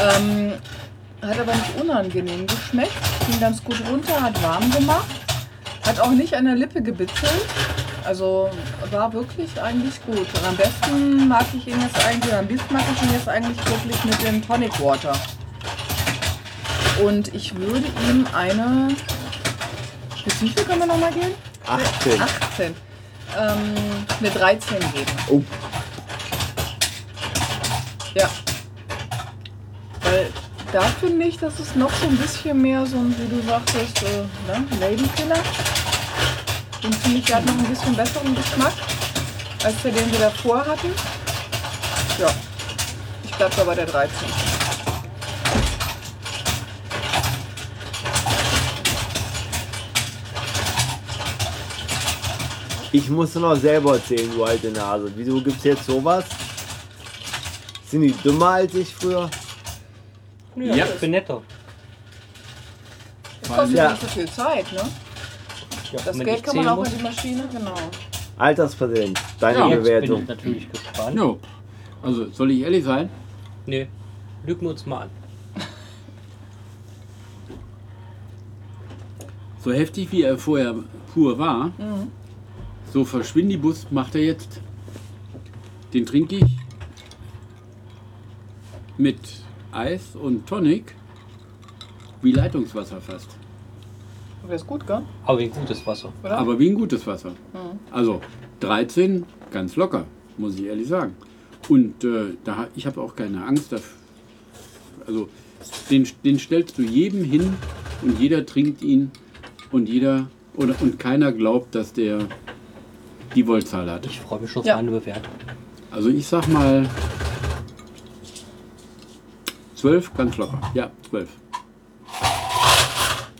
Speaker 6: Ähm, hat aber nicht unangenehm geschmeckt. Ging ganz gut runter, hat warm gemacht. Hat auch nicht an der Lippe gebitzelt. Also war wirklich eigentlich gut. Und am besten mag ich ihn jetzt eigentlich, oder am liebsten mag ich ihn jetzt eigentlich wirklich mit dem Tonic Water. Und ich würde ihm eine. Bis wie viel können wir nochmal gehen?
Speaker 2: 18.
Speaker 6: 18. Ähm, eine 13 geben.
Speaker 2: Oh.
Speaker 6: Ja. Weil da finde ich, dass es noch so ein bisschen mehr so ein, wie du sagtest, äh, ne, Ladykiller. Den finde ich, der hat noch ein bisschen besseren Geschmack, als wir den wir davor hatten. Ja. Ich bleibe da bei der 13.
Speaker 2: Ich musste noch selber erzählen, du alte Nase. Wieso gibt's jetzt sowas? Sind die dümmer als ich früher?
Speaker 1: Ja,
Speaker 3: Ja.
Speaker 1: ich bin netter.
Speaker 6: Das kostet
Speaker 2: Ja.
Speaker 6: nicht so viel Zeit, ne?
Speaker 1: Ja,
Speaker 6: Das
Speaker 1: wenn
Speaker 6: Geld
Speaker 1: ich
Speaker 6: kann man
Speaker 1: zählen
Speaker 6: auch
Speaker 1: muss.
Speaker 6: in die Maschine, genau.
Speaker 2: Alterspräsident, deine
Speaker 3: Ja.
Speaker 1: Jetzt bin
Speaker 2: Bewertung.
Speaker 1: ich natürlich gespannt.
Speaker 3: Jo. Also, soll ich ehrlich sein?
Speaker 1: Nee, lügen wir uns mal an.
Speaker 3: So heftig wie er vorher pur war, so verschwindibus macht er jetzt. Den trinke ich mit Eis und Tonic wie Leitungswasser fast.
Speaker 6: Aber ist gut, gell?
Speaker 1: Aber wie gutes Wasser.
Speaker 6: Ja.
Speaker 3: Aber wie ein gutes Wasser. Also 13, ganz locker, muss ich ehrlich sagen. Und äh, da, ha- ich habe auch keine Angst dafür. Also den, den stellst du jedem hin und jeder trinkt ihn und jeder oder, und keiner glaubt, dass der die Voltzahl hat.
Speaker 1: Ich freue mich schon auf
Speaker 6: Ja.
Speaker 1: meine Bewertung.
Speaker 3: Also ich sag mal 12, ganz locker. Ja, 12.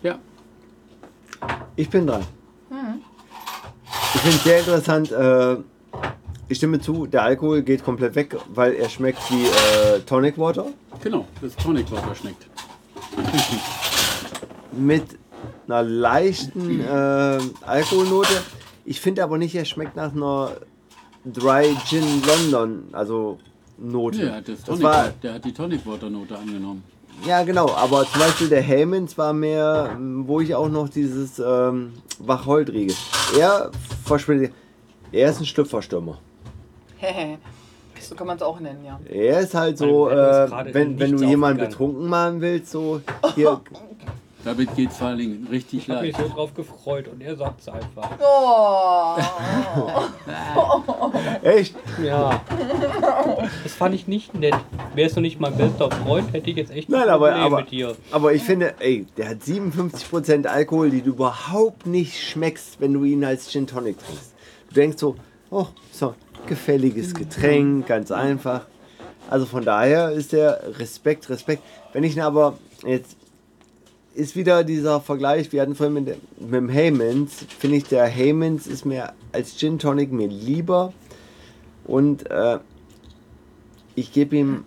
Speaker 3: Ja,
Speaker 2: Ich bin dran. Ich finde es sehr interessant. Äh, ich stimme zu, der Alkohol geht komplett weg, weil er schmeckt wie äh, Tonic Water
Speaker 3: genau, das Tonic Water schmeckt.
Speaker 2: mit einer leichten äh, Alkoholnote. Ich finde aber nicht, er schmeckt nach einer Dry Gin London, also Note.
Speaker 3: Der hat, das
Speaker 2: das
Speaker 3: Tonic,
Speaker 2: war,
Speaker 3: der hat die Tonic Water Note angenommen.
Speaker 2: ja, genau, aber zum Beispiel der Hellmans war mehr, ähm, wo ich auch noch dieses ähm, Wacholdriege. Er verschwindet. Er ist ein Schlüpferstürmer.
Speaker 6: so kann man es auch nennen, ja.
Speaker 2: Er ist halt so,
Speaker 1: Meine Bewertung ist
Speaker 2: äh,
Speaker 1: gerade
Speaker 2: wenn,
Speaker 1: in
Speaker 2: wenn du
Speaker 1: nichts
Speaker 2: jemanden
Speaker 1: aufgegangen.
Speaker 2: betrunken machen willst, so hier,
Speaker 3: Damit geht es vor allen Dingen richtig
Speaker 1: Ich habe mich
Speaker 3: leicht.
Speaker 1: so drauf gefreut und er sagt es einfach.
Speaker 6: Oh,
Speaker 2: echt,
Speaker 1: Ja. Das fand ich nicht nett. Wärst du nicht mein bester Freund, hätte ich jetzt echt ein
Speaker 2: Nein, aber-
Speaker 1: Problem
Speaker 2: aber-
Speaker 1: mit dir.
Speaker 2: aber ich finde, ey, der hat 57% Alkohol, die du überhaupt nicht schmeckst, wenn du ihn als Gin Tonic trinkst. Du denkst so, oh, so, gefälliges Getränk, ganz einfach. Also von daher ist der Respekt, Respekt. Wenn ich ihn aber, jetzt ist wieder dieser Vergleich, wir hatten vorhin mit, dem- mit dem Haymans, finde ich, der Haymans ist mir als Gin Tonic mir lieber und äh, ich gebe ihm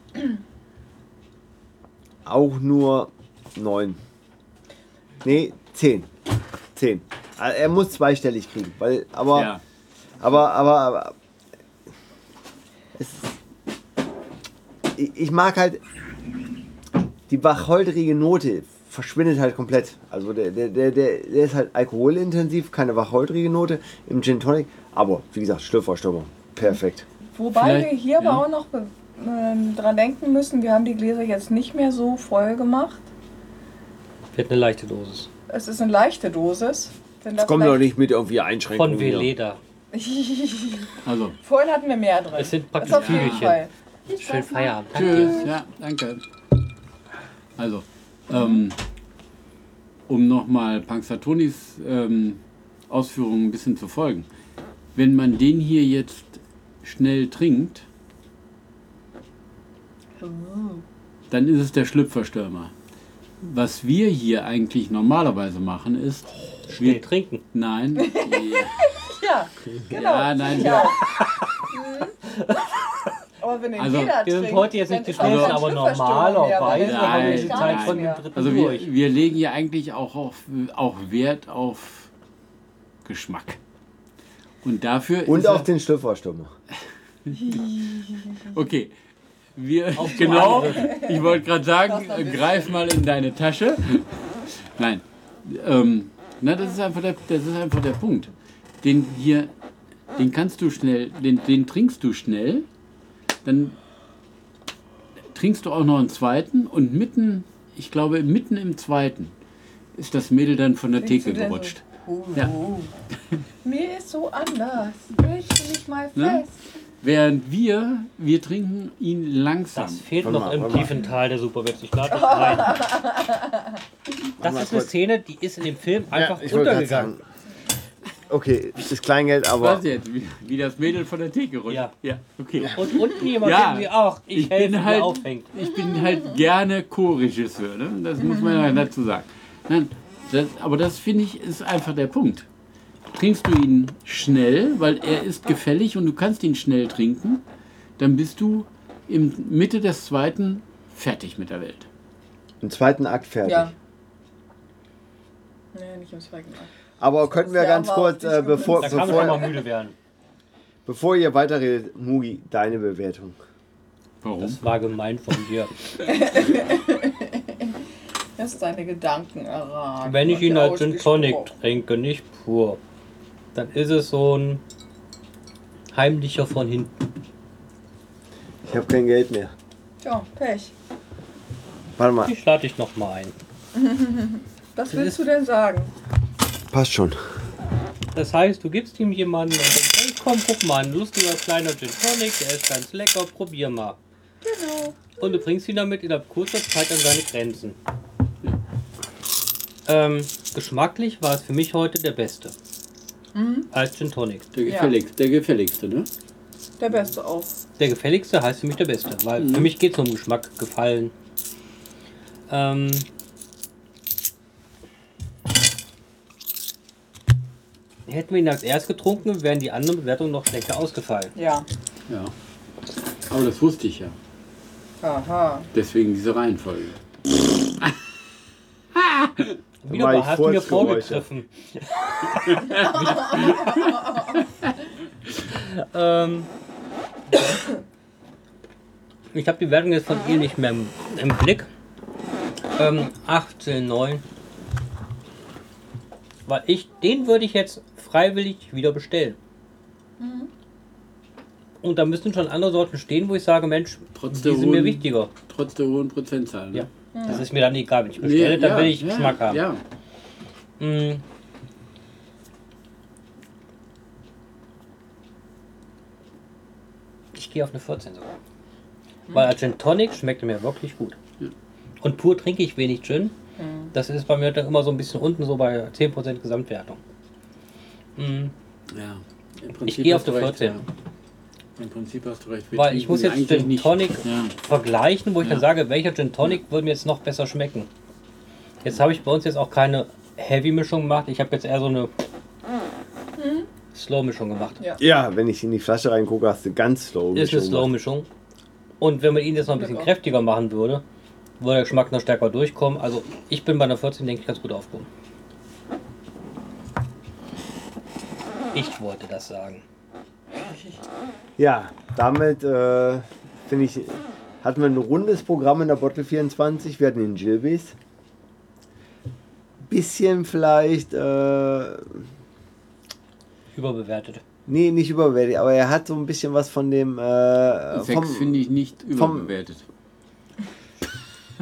Speaker 2: auch nur 9. Nee, 10. 10. Also Er muss zweistellig kriegen, weil, aber,
Speaker 3: Ja,
Speaker 2: aber, aber, aber es, ich, ich mag halt, die wacholderige Note verschwindet halt komplett. Also der, der, der, der der ist halt alkoholintensiv, keine wacholderige Note im Gin Tonic, aber wie gesagt, Schlürferstürmer, perfekt.
Speaker 6: Wobei wir
Speaker 3: Vielleicht,
Speaker 6: hier
Speaker 3: ja.
Speaker 6: aber auch noch be- ähm, dran denken müssen, wir haben die Gläser jetzt nicht mehr so voll gemacht.
Speaker 1: Wird eine leichte Dosis.
Speaker 6: Es ist eine leichte Dosis. Denn da
Speaker 2: Das kommt doch
Speaker 6: vielleicht-
Speaker 2: nicht mit irgendwie Einschränkungen.
Speaker 1: Von
Speaker 2: hier.
Speaker 1: Veleda.
Speaker 3: also
Speaker 6: Vorhin hatten wir mehr drin.
Speaker 1: Es sind
Speaker 6: Das
Speaker 1: praktisch
Speaker 6: auf jeden
Speaker 1: Kügelchen.
Speaker 6: Fall.
Speaker 1: Schönen Feierabend.
Speaker 3: Tschüss, ja, danke. Also, ähm, um nochmal Panxatonis ähm, Ausführungen ein bisschen zu folgen. Wenn man den hier jetzt schnell trinkt,
Speaker 1: Oh.
Speaker 3: dann ist es der Schlüpferstürmer. Was wir hier eigentlich normalerweise machen ist,
Speaker 1: Schnell trinken.
Speaker 3: nein,
Speaker 6: Ja, genau.
Speaker 3: ja, nein,
Speaker 6: Ja.
Speaker 3: wir,
Speaker 6: Aber wenn den
Speaker 3: Also,
Speaker 6: jeder
Speaker 1: Wir sind
Speaker 6: trinkt,
Speaker 1: heute jetzt nicht
Speaker 6: dann
Speaker 1: die
Speaker 6: ist das
Speaker 1: Schnellsten,
Speaker 6: kein
Speaker 1: aber
Speaker 6: Schlüpferstürmer mehr, weil
Speaker 1: normalerweise
Speaker 6: das
Speaker 1: haben wir
Speaker 3: Nein,
Speaker 1: die
Speaker 6: gar
Speaker 1: Zeit
Speaker 6: nicht
Speaker 1: von dem
Speaker 6: mehr.
Speaker 1: dritten
Speaker 3: Also wir,
Speaker 1: durch.
Speaker 3: wir legen hier eigentlich auch, auf, auch Wert auf Geschmack. Und dafür
Speaker 2: Und
Speaker 3: ist
Speaker 2: auf
Speaker 3: er-
Speaker 2: den Schlüpferstürmer.
Speaker 3: Okay. Wir, genau, ich wollte gerade sagen, äh, greif mal in deine Tasche. Nein, ähm, na, das, ist einfach der, das ist einfach der Punkt. Den hier, den kannst du schnell, den, den trinkst du schnell, dann trinkst du auch noch einen zweiten und mitten, ich glaube, mitten im zweiten ist das Mädel dann von der
Speaker 6: Trinkst
Speaker 3: Theke
Speaker 6: du denn so?
Speaker 3: gerutscht. Ja.
Speaker 6: Mir ist so anders. Willst du mich mal
Speaker 3: Ne?
Speaker 6: fest?
Speaker 3: Während wir, wir trinken ihn langsam.
Speaker 1: Das fehlt
Speaker 2: Warte
Speaker 1: noch
Speaker 2: mal,
Speaker 1: im
Speaker 2: warte mal.
Speaker 1: tiefen Tal der Superwebs. Ich lade das ein. Das ist eine Szene, die ist in dem Film einfach untergegangen.
Speaker 2: Okay, es ist Kleingeld,
Speaker 3: Ich weiß
Speaker 2: aber
Speaker 3: jetzt, wie, wie das Mädel von der Theke rutscht.
Speaker 1: Ja.
Speaker 3: okay.
Speaker 1: Und unten jemand,
Speaker 3: Ja,
Speaker 1: der sie auch, ich,
Speaker 3: ich bin
Speaker 1: helfe,
Speaker 3: halt-
Speaker 1: mir aufhängt.
Speaker 3: Ich bin halt gerne Co-Regisseur, ne? das muss man ja dazu sagen. Nein, das, aber das finde ich ist einfach der Punkt. Trinkst du ihn schnell, weil er ist gefällig und du kannst ihn schnell trinken, dann bist du im Mitte des zweiten fertig mit der Welt.
Speaker 2: im zweiten Akt fertig.
Speaker 6: Ja. Nee, nicht im zweiten Mal.
Speaker 2: Aber könnten wir
Speaker 6: Ja,
Speaker 2: ganz
Speaker 6: aber
Speaker 2: kurz,
Speaker 6: auf dich
Speaker 2: äh, bevor,
Speaker 1: Da kann man schon mal
Speaker 2: bevor,
Speaker 1: müde werden.
Speaker 2: bevor ihr weiterredet, Mugi, deine Bewertung.
Speaker 3: Warum?
Speaker 1: Das war gemein von dir.
Speaker 6: Lass deine Gedanken erraten.
Speaker 1: Wenn ich
Speaker 6: Und die
Speaker 1: ihn halt als Gin Tonic
Speaker 6: ausgesprochen.
Speaker 1: trinke, nicht pur, dann ist es so ein heimlicher von hinten.
Speaker 2: Ich habe kein Geld mehr.
Speaker 6: Tja, Pech.
Speaker 2: Warte mal,
Speaker 1: Ich lade dich nochmal ein.
Speaker 6: Was willst du denn sagen?
Speaker 2: passt schon.
Speaker 1: Das heißt, du gibst ihm jemanden und denkst, hey, komm, guck mal, ein lustiger kleiner Gin Tonic, der ist ganz lecker, probier mal. Genau. Und du bringst ihn damit innerhalb kurzer Zeit an seine Grenzen. Ähm, geschmacklich war es für mich heute der beste. Als Gin Tonic.
Speaker 3: Der gefälligste, der gefälligste ne?
Speaker 6: Der Beste auch.
Speaker 1: Der gefälligste heißt für mich der beste, weil für mich geht es um Geschmack, Gefallen. Ähm, hätten wir ihn als erst getrunken, wären die anderen Bewertungen noch schlechter ausgefallen.
Speaker 6: Ja.
Speaker 3: Ja. Aber das wusste ich ja.
Speaker 6: Aha.
Speaker 3: Deswegen diese Reihenfolge.
Speaker 1: Wieder
Speaker 2: war
Speaker 1: mal
Speaker 2: ich
Speaker 1: hast du mir
Speaker 2: Furzgeräusche.
Speaker 1: vorgegriffen. ähm, ich habe die Wertung jetzt von ihr nicht mehr im, im Blick. Ähm, 18,9. Weil ich, den würde ich jetzt freiwillig wieder bestellen. Und da müssen schon andere Sorten stehen, wo ich sage, Mensch,
Speaker 3: Trotz
Speaker 1: die
Speaker 3: der
Speaker 1: sind mir
Speaker 3: hohen-
Speaker 1: wichtiger.
Speaker 3: Trotz der hohen Prozentzahl. Ne?
Speaker 1: Ja. Das ist mir dann egal, wenn ich bestelle,
Speaker 3: Nee,
Speaker 1: dann will ich
Speaker 3: ja,
Speaker 1: Geschmack haben.
Speaker 3: Ja,
Speaker 1: Mm. Ich gehe auf eine 14 sogar. Weil als Gin Tonic schmeckt er mir wirklich gut. Und pur trinke ich wenig Gin. Das ist bei mir dann immer so ein bisschen unten, so bei 10% Gesamtwertung. Mm.
Speaker 3: Ja, im
Speaker 1: Ich
Speaker 3: Prinzip
Speaker 1: gehe
Speaker 3: hast
Speaker 1: auf die
Speaker 3: du recht,
Speaker 1: 14.
Speaker 3: ja. Im Prinzip hast du recht. wir
Speaker 1: Weil ich
Speaker 3: trinken
Speaker 1: muss
Speaker 3: sie
Speaker 1: jetzt
Speaker 3: eigentlich
Speaker 1: Gin Tonic
Speaker 3: Ja.
Speaker 1: vergleichen, wo ich dann
Speaker 3: Ja.
Speaker 1: sage, welcher Gin Tonic würde mir jetzt noch besser schmecken. Jetzt habe ich bei uns jetzt auch keine Heavy-Mischung gemacht. Ich habe jetzt eher so eine Slow-Mischung gemacht.
Speaker 2: Ja, wenn ich in die Flasche reingucke, hast du ganz
Speaker 1: Ist
Speaker 2: slow.
Speaker 1: eine
Speaker 2: Mischung gemacht.
Speaker 1: Slow-Mischung. Und wenn man ihn jetzt noch ein bisschen
Speaker 6: Lecker.
Speaker 1: kräftiger machen würde, würde der Geschmack noch stärker durchkommen. Also ich bin bei einer 14, denke ich, ganz gut aufgehoben. Ich wollte das sagen.
Speaker 2: Ja, damit äh, finde ich, hatten wir ein rundes Programm in der Bottle 24. Wir hatten den Gilbys. Bisschen vielleicht, äh,
Speaker 1: Überbewertet.
Speaker 2: nee, nicht überwältigt, aber er hat so ein bisschen was von dem, äh, vom,
Speaker 3: Sex finde ich nicht überbewertet.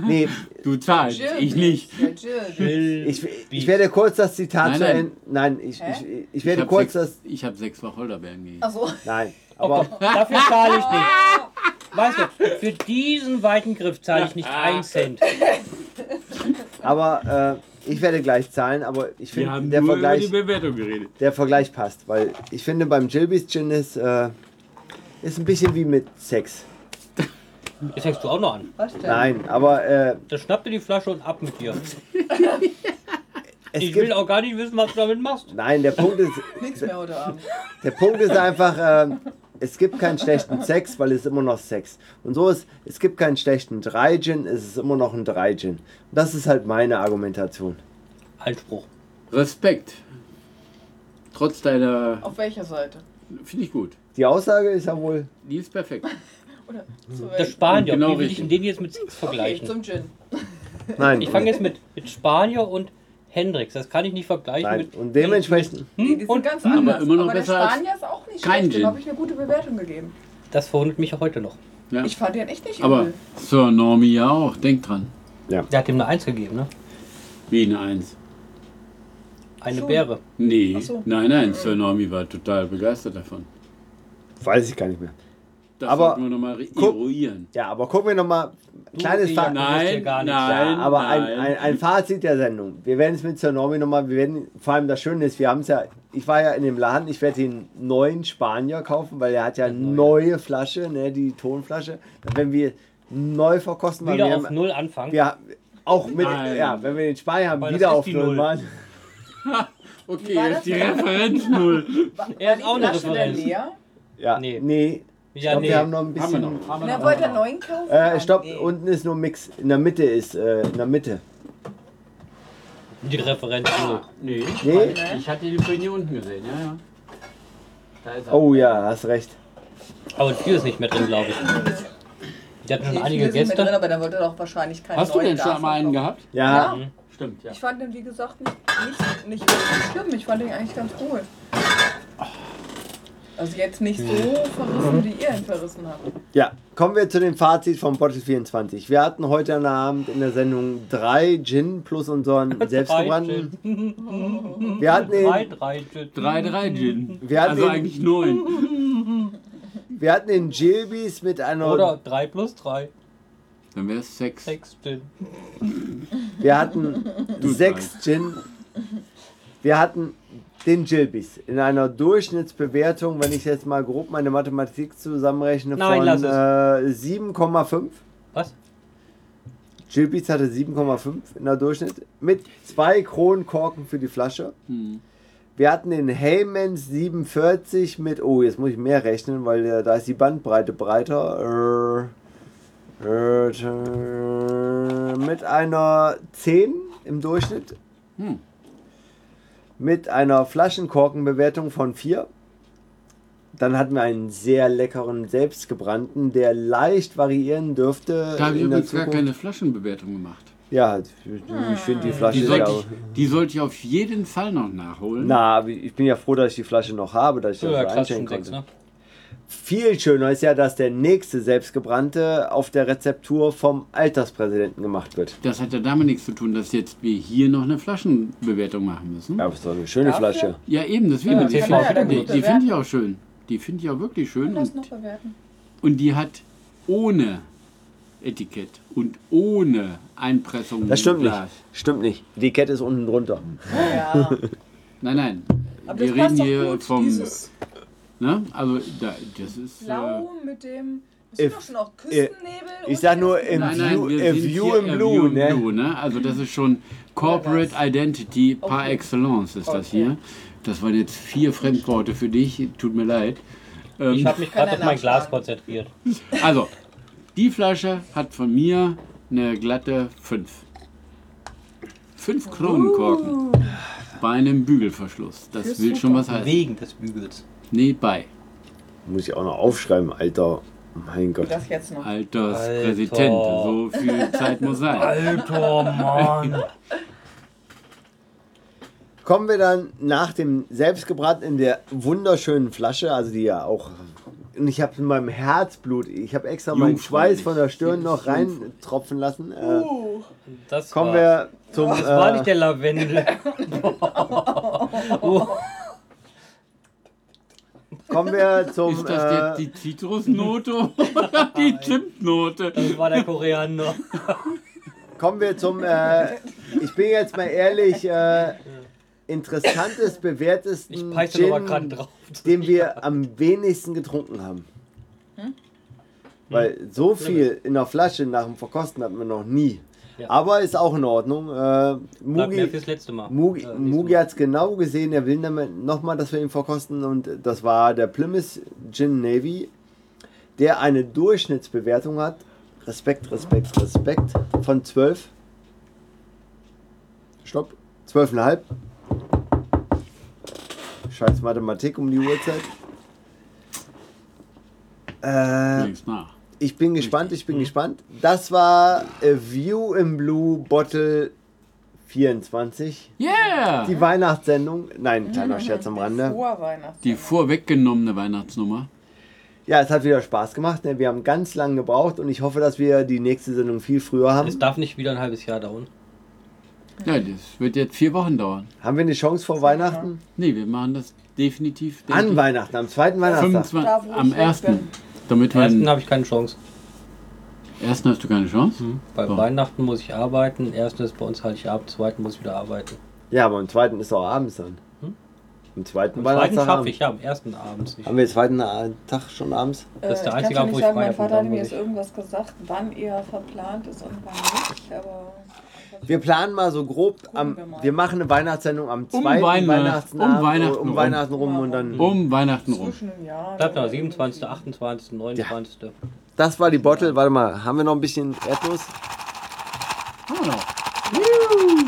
Speaker 2: nee,
Speaker 3: Du zahlst, ich nicht.
Speaker 6: Ja, Jill.
Speaker 2: ich, ich werde kurz das Zitat
Speaker 3: Nein,
Speaker 2: zu
Speaker 3: nein.
Speaker 2: Ende, nein, ich, ich, ich, werde
Speaker 3: hab
Speaker 2: kurz
Speaker 3: sechs,
Speaker 2: das, Oh
Speaker 3: Ich habe sechs Wacholderbeeren gegeben.
Speaker 6: Achso.
Speaker 2: nein, aber
Speaker 1: Dafür zahle ich nicht. Weißt du, für diesen weiten Griff zahle ich nicht einen Cent.
Speaker 2: Aber äh, ich werde gleich zahlen, aber ich
Speaker 3: Wir
Speaker 2: finde,
Speaker 3: haben
Speaker 2: der
Speaker 3: nur über die
Speaker 2: Vergleich,
Speaker 3: Bewertung geredet.
Speaker 2: der Vergleich passt. Weil ich finde, beim Jilbys Gin ist, äh, ist ein bisschen wie mit Sex.
Speaker 1: Jetzt hängst du auch noch an.
Speaker 7: Was denn?
Speaker 2: Nein, aber äh,
Speaker 1: Dann schnapp dir die Flasche und ab mit dir.
Speaker 2: es
Speaker 1: ich will
Speaker 2: gibt.
Speaker 1: auch gar nicht wissen, was du damit machst.
Speaker 2: Nein, der Punkt ist,
Speaker 7: Nichts mehr heute Abend.
Speaker 2: der Punkt ist einfach, äh, es gibt keinen schlechten Sex, weil es ist immer noch Sex. Und so ist, es gibt keinen schlechten 3-Gin, es ist immer noch ein 3-Gin. Das ist halt meine Argumentation.
Speaker 1: Einspruch.
Speaker 3: Respekt. Trotz deiner.
Speaker 6: Auf welcher Seite?
Speaker 3: Finde ich gut. Die
Speaker 2: Die Aussage ist ja wohl,
Speaker 3: ist perfekt.
Speaker 6: Oder zu
Speaker 1: Das
Speaker 6: welcher?
Speaker 1: Spanier.
Speaker 3: Genau
Speaker 1: Wie will ich denn
Speaker 3: richtig.
Speaker 1: den jetzt mit Sex
Speaker 6: Okay,
Speaker 1: vergleichen?
Speaker 6: zum Gin.
Speaker 2: nein.
Speaker 1: Ich fange jetzt mit, mit Spanier und Hendrix. Das kann ich nicht vergleichen
Speaker 2: nein.
Speaker 1: mit.
Speaker 2: Und dementsprechend,
Speaker 6: Nee,
Speaker 1: Hm?
Speaker 6: die sind
Speaker 1: Und
Speaker 6: ganz anders.
Speaker 3: immer noch
Speaker 6: aber
Speaker 3: besser
Speaker 6: der
Speaker 3: als
Speaker 6: Spanier ist auch nicht
Speaker 3: kein
Speaker 6: schlecht.
Speaker 3: Gin.
Speaker 6: Dem habe ich eine gute Bewertung gegeben.
Speaker 1: das verwundert mich auch heute noch.
Speaker 3: Ja.
Speaker 6: Ich fand den echt nicht
Speaker 3: Aber
Speaker 6: übel.
Speaker 3: Sir Normie ja auch. Denk dran.
Speaker 1: Der hat ihm eine Eins gegeben, ne?
Speaker 3: Wie eine Eins.
Speaker 1: Eine
Speaker 6: Schon.
Speaker 1: Beere.
Speaker 3: Nee.
Speaker 6: Ach so.
Speaker 3: Nein, nein. Sir Normie war total begeistert davon.
Speaker 2: weiß ich gar nicht mehr.
Speaker 3: Das
Speaker 2: Aber-
Speaker 3: sollten wir nochmal
Speaker 2: guck-
Speaker 3: eruieren.
Speaker 2: Ja, aber gucken wir nochmal, kleines
Speaker 1: ich-
Speaker 2: Fakt.
Speaker 1: wisst ihr
Speaker 3: Nein,
Speaker 1: gar
Speaker 3: nein,
Speaker 1: nicht.
Speaker 2: Ja, aber ein,
Speaker 3: nein.
Speaker 2: ein, ein Fazit der Sendung. Wir werden es mit zur Normi nochmal, wir werden, vor allem das Schöne ist, wir haben es ja, ich war ja in dem Laden, ich werde den neuen Spanier kaufen, weil er hat ja eine neue Flasche, ne, die Tonflasche. Wenn wir neu verkosten, weil wir
Speaker 1: Wieder auf
Speaker 2: haben,
Speaker 1: Null anfangen.
Speaker 2: wir, auch mit,
Speaker 3: Nein.
Speaker 2: ja, wenn wir den Spanier haben,
Speaker 1: Weil das
Speaker 2: wieder
Speaker 1: ist
Speaker 2: auf
Speaker 1: die
Speaker 2: Null
Speaker 1: Null.
Speaker 2: machen.
Speaker 3: Okay, jetzt die Referenz null.
Speaker 1: Er ist auch eine
Speaker 6: Flasche der
Speaker 1: Referenz.
Speaker 6: leer?
Speaker 2: Ja, nee.
Speaker 1: Nee.
Speaker 2: Ich
Speaker 1: Ja,
Speaker 2: glaube,
Speaker 1: nee.
Speaker 2: wir haben noch ein
Speaker 3: Haben wir
Speaker 2: bisschen.
Speaker 3: noch. Haben wir
Speaker 6: Na,
Speaker 3: noch.
Speaker 6: wollt ihr einen neuen kaufen?
Speaker 2: Äh, stopp,
Speaker 7: nee.
Speaker 2: unten ist nur Mix. In der Mitte ist, äh, in der Mitte.
Speaker 1: Die Referenz Null.
Speaker 3: Nee.
Speaker 2: Nee?
Speaker 3: Ich hatte die vorhin hier unten gesehen, ja, ja. Da ist er.
Speaker 2: Oh ja, hast recht.
Speaker 1: Aber viel ist nicht mehr drin, glaube ich. Die hatten schon
Speaker 6: Nee,
Speaker 1: einige
Speaker 6: viele sind mit drin,
Speaker 1: Gäste.
Speaker 6: aber dann wollt ihr doch wahrscheinlich keinen
Speaker 3: Hast du
Speaker 6: neuen
Speaker 3: denn schon
Speaker 6: Glas
Speaker 3: mal einen
Speaker 6: kaufen.
Speaker 3: gehabt?
Speaker 2: Ja,
Speaker 6: Ja,
Speaker 3: Stimmt, ja.
Speaker 6: ich fand den, wie gesagt, nicht, nicht, nicht wirklich schlimm. Ich fand den eigentlich ganz cool. Also jetzt nicht so
Speaker 1: Hm.
Speaker 6: verrissen, wie ihr ihn verrissen habt.
Speaker 2: Ja, kommen wir zu dem Fazit vom Bottle 24. Wir hatten heute an der Abend in der Sendung drei Gin plus unseren selbstgebrannten. Wir hatten,
Speaker 1: Drei,
Speaker 2: den,
Speaker 1: drei, Gin.
Speaker 3: 3-3 Gin.
Speaker 2: Wir hatten
Speaker 3: also
Speaker 2: ihn-
Speaker 3: eigentlich 9.
Speaker 2: wir hatten den Gilbys mit einer.
Speaker 1: Oder drei plus drei.
Speaker 3: Dann wäre es 6.
Speaker 1: Sechs Gin.
Speaker 2: Wir hatten sechs Gin. Wir hatten den Gilbys in einer Durchschnittsbewertung, wenn ich jetzt mal grob meine Mathematik zusammenrechne,
Speaker 1: Nein, lass
Speaker 2: von
Speaker 1: es.
Speaker 2: äh, 7,5.
Speaker 1: Was?
Speaker 2: Gilbys hatte 7,5 in der Durchschnitt mit zwei Kronkorken für die Flasche.
Speaker 3: Hm.
Speaker 2: Wir hatten den Heymans 47 mit, oh, jetzt muss ich mehr rechnen, weil äh, da ist die Bandbreite breiter. Äh, äh, äh, mit einer 10 im Durchschnitt.
Speaker 3: Hm.
Speaker 2: Mit einer Flaschenkorkenbewertung von 4. Dann hatten wir einen sehr leckeren selbstgebrannten, der leicht variieren dürfte.
Speaker 3: Da habe ich
Speaker 2: in der
Speaker 3: übrigens gar
Speaker 2: Zukunft.
Speaker 3: keine Flaschenbewertung gemacht.
Speaker 2: Ja, ich finde
Speaker 1: Hm.
Speaker 2: die Flasche
Speaker 3: Die
Speaker 2: sehr.
Speaker 3: sollte, ich, die sollte ich auf jeden Fall noch nachholen.
Speaker 2: Na, aber ich bin ja froh, dass ich die Flasche noch habe, dass ich das
Speaker 1: Ja,
Speaker 2: so
Speaker 1: klasse,
Speaker 2: einschenken
Speaker 1: schon sechs,
Speaker 2: konnte.
Speaker 1: ne?
Speaker 2: Viel schöner ist ja, dass der nächste selbstgebrannte auf der Rezeptur vom Alterspräsidenten gemacht wird.
Speaker 3: Das hat ja damit nichts zu tun, dass jetzt wir hier noch eine Flaschenbewertung machen müssen.
Speaker 2: Ja, aber ist doch eine schöne
Speaker 6: Dafür?
Speaker 2: Flasche.
Speaker 3: Ja, eben, deswegen.
Speaker 1: Ja,
Speaker 3: die
Speaker 1: kann man ja
Speaker 3: finde
Speaker 1: dann
Speaker 3: die,
Speaker 6: gut
Speaker 3: die
Speaker 6: bewerten.
Speaker 3: finde ich auch schön. Die finde ich auch wirklich schön.
Speaker 6: Lass
Speaker 3: Und,
Speaker 6: noch bewerten.
Speaker 3: und die hat ohne Etikett und ohne Einpressung
Speaker 2: Das stimmt
Speaker 3: im
Speaker 2: nicht.
Speaker 3: Glas.
Speaker 2: Stimmt nicht. Die Kette ist unten drunter.
Speaker 6: Ja,
Speaker 3: Nein, nein.
Speaker 6: aber
Speaker 3: wir
Speaker 6: das passt
Speaker 3: reden
Speaker 6: doch
Speaker 3: hier
Speaker 6: gut.
Speaker 3: vom.
Speaker 6: Dieses
Speaker 3: Ne? Also, da, das ist.
Speaker 6: Blau
Speaker 3: äh,
Speaker 6: mit dem... Das
Speaker 2: If-
Speaker 6: sind doch schon auch
Speaker 7: äh,
Speaker 6: Küstennebel.
Speaker 2: Ich
Speaker 6: und
Speaker 2: sag nur im View,
Speaker 3: nein, nein, wir
Speaker 2: a
Speaker 3: sind
Speaker 2: view
Speaker 3: hier
Speaker 2: in
Speaker 3: a
Speaker 2: Blue,
Speaker 3: in
Speaker 2: ne?
Speaker 3: Blue, ne? Also, das ist schon Corporate Identity par excellence, ist das
Speaker 6: Okay.
Speaker 3: hier. Das waren jetzt vier Fremdworte für dich, tut mir leid. Ähm,
Speaker 1: Ich habe mich gerade auf
Speaker 6: Kann er
Speaker 1: mein Glas
Speaker 6: nachschlagen.
Speaker 1: konzentriert.
Speaker 3: Also, die Flasche hat von mir eine glatte 5. 5
Speaker 7: Uh.
Speaker 3: Kronenkorken. Bei einem Bügelverschluss. Das will schon was heißen.
Speaker 1: Wegen des Bügels.
Speaker 3: Nee, bei.
Speaker 2: Muss ich auch noch aufschreiben, Alter. Mein Gott.
Speaker 6: Das jetzt noch.
Speaker 3: Alterspräsident.
Speaker 1: Alter.
Speaker 3: So viel Zeit muss sein.
Speaker 1: Alter Mann.
Speaker 2: Kommen wir dann nach dem selbstgebraten in der wunderschönen Flasche, also die ja auch. Und ich habe in meinem Herzblut, ich habe extra meinen
Speaker 3: Jungfräulich.
Speaker 2: Schweiß von der Stirn noch
Speaker 3: Jungfräulich.
Speaker 2: reintropfen lassen. Äh,
Speaker 1: Das
Speaker 2: kommen
Speaker 1: war,
Speaker 2: wir zum.
Speaker 1: Das war nicht
Speaker 2: Äh,
Speaker 1: der Lavendel. Oh.
Speaker 2: Kommen wir zum.
Speaker 3: Ist das jetzt
Speaker 2: äh,
Speaker 3: die Zitrusnote oder die Zimtnote?
Speaker 1: Das war der Koreaner.
Speaker 2: Kommen wir zum, äh, ich bin jetzt mal ehrlich, äh, interessantes,
Speaker 1: Ich
Speaker 2: bewährtesten
Speaker 1: peitsche
Speaker 2: Gin,
Speaker 1: nochmal gerade drauf.
Speaker 2: den wir am wenigsten getrunken haben.
Speaker 1: Hm.
Speaker 2: Weil so viel in der Flasche nach dem Verkosten hatten wir noch nie.
Speaker 1: Ja.
Speaker 2: Aber ist auch in Ordnung. Äh,
Speaker 1: Bleibt mir
Speaker 2: Mugi,
Speaker 1: fürs letzte Mal.
Speaker 2: Mugi,
Speaker 1: Äh, nächstes
Speaker 2: Mugi
Speaker 1: Mal.
Speaker 2: hat es genau gesehen, er will nochmal, dass wir ihn verkosten. Und das war der Plymouth Gin Navy, der eine Durchschnittsbewertung hat. Respekt, Respekt, Respekt. Von 12. Stopp. 12,5. Scheiß Mathematik um die Uhrzeit. Äh,
Speaker 3: Links nach.
Speaker 2: ich bin gespannt, ich bin gespannt. Das war A View in Blue Bottle 24.
Speaker 3: Yeah!
Speaker 2: Die Weihnachtssendung. Nein, kleiner Scherz am Rande.
Speaker 7: Hoher Weihnachten.
Speaker 3: Die vorweggenommene Weihnachtsnummer.
Speaker 2: Ja, es hat wieder Spaß gemacht. ne? Wir haben ganz lange gebraucht und ich hoffe, dass wir die nächste Sendung viel früher
Speaker 1: Es
Speaker 2: haben.
Speaker 1: darf nicht wieder ein halbes Jahr dauern.
Speaker 3: Ja, das wird jetzt vier Wochen dauern.
Speaker 2: Haben wir eine Chance vor Weihnachten?
Speaker 3: Nee, wir machen das definitiv. denke
Speaker 2: An
Speaker 3: ich,
Speaker 2: Weihnachten, am zweiten Weihnachtstag.
Speaker 3: 25,
Speaker 7: Da, wo
Speaker 3: am
Speaker 7: ich weg
Speaker 3: 1.
Speaker 7: bin.
Speaker 3: Damit
Speaker 2: Hm.
Speaker 3: wir
Speaker 1: Ersten
Speaker 3: ersten,
Speaker 1: habe ich keine Chance.
Speaker 3: ersten hast du keine Chance.
Speaker 1: Bei
Speaker 3: So.
Speaker 1: Weihnachten muss ich arbeiten. Ersten ist bei uns Heiligabend, zweiten muss ich wieder arbeiten.
Speaker 2: Ja, aber am zweiten ist auch abends dann.
Speaker 3: Hm?
Speaker 1: Am
Speaker 2: Am zweiten
Speaker 1: zweiten
Speaker 2: Weihnachtstag.
Speaker 1: schaffe
Speaker 2: haben-
Speaker 1: ich, ja, am ersten abends. nicht.
Speaker 2: Haben wir den zweiten äh, Tag schon abends?
Speaker 1: Das ist der
Speaker 7: Äh,
Speaker 1: einzige
Speaker 7: ich kann schon
Speaker 1: Abend, wo
Speaker 7: nicht
Speaker 1: ich
Speaker 7: sagen,
Speaker 1: frei
Speaker 7: mein
Speaker 1: habe,
Speaker 7: Vater
Speaker 1: dann
Speaker 7: hat mir
Speaker 1: muss
Speaker 7: jetzt irgendwas gesagt, wann er verplant ist und wann nicht. Aber
Speaker 2: Wir planen mal so grob, am,
Speaker 7: wir mal.
Speaker 2: wir machen eine Weihnachtssendung am
Speaker 3: Um
Speaker 2: zweiten
Speaker 3: Weihnachten-
Speaker 2: Weihnachtsabend,
Speaker 3: um Weihnachten
Speaker 2: um
Speaker 3: rum.
Speaker 2: Weihnachten rum und dann.
Speaker 3: Um Weihnachten rum.
Speaker 7: zwischen den Jahren.
Speaker 1: Bleibt noch 27., 28., 29.
Speaker 2: Das war die Bottle. Warte mal, haben wir noch ein bisschen Erdnuss?
Speaker 3: Haben wir noch.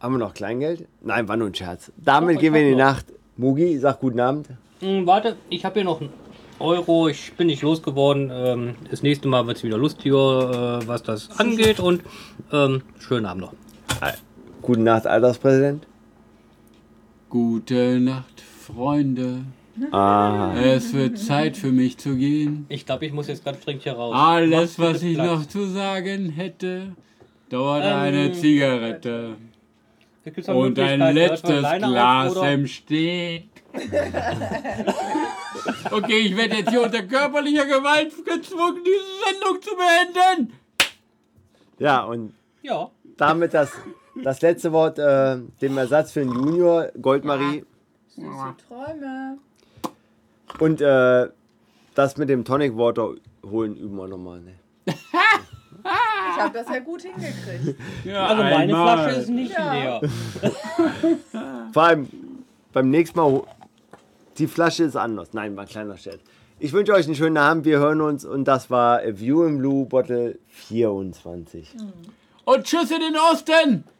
Speaker 2: Haben wir noch Kleingeld? Nein, war nur ein Scherz. Damit gehen wir in die Nacht. Mugi, sag guten Abend.
Speaker 1: Hm, warte, ich habe hier noch einen Euro. Ich bin nicht losgeworden. Ähm, das nächste Mal wird es wieder lustiger, äh, was das angeht. Und ähm, schönen Abend noch.
Speaker 2: Guten Nacht, Alterspräsident.
Speaker 3: Gute Nacht, Freunde.
Speaker 2: Ah.
Speaker 3: Es wird Zeit für mich zu gehen.
Speaker 1: Ich glaube, ich muss jetzt ganz dringend hier raus. Macht's
Speaker 3: Alles,
Speaker 1: gut,
Speaker 3: was
Speaker 1: bis
Speaker 3: ich
Speaker 1: Platz.
Speaker 3: noch zu sagen hätte, dauert eine Zigarette
Speaker 1: Hier gibt's noch
Speaker 3: und
Speaker 1: Möglichkeiten,
Speaker 3: ein
Speaker 1: hört man
Speaker 3: letztes
Speaker 1: alleine auf,
Speaker 3: Glas
Speaker 1: oder-
Speaker 3: im Steg. Okay, ich werde jetzt hier unter körperlicher Gewalt gezwungen, diese Sendung zu beenden.
Speaker 2: Ja, und
Speaker 1: Ja.
Speaker 2: damit das, das letzte Wort, äh, dem Ersatz für den Junior, Goldmarie.
Speaker 7: Süße Träume.
Speaker 2: Und äh, das mit dem Tonic Water holen üben wir nochmal. Ne?
Speaker 7: Ich habe das ja gut hingekriegt.
Speaker 3: Ja,
Speaker 1: Also meine
Speaker 3: einmal.
Speaker 1: Flasche ist nicht leer.
Speaker 2: Vor allem beim nächsten Mal, ho- die Flasche ist anders. Nein, war ein kleiner Scherz. Ich wünsche euch einen schönen Abend, wir hören uns und das war A View in Blue Bottle 24.
Speaker 3: Und Tschüss in den Osten!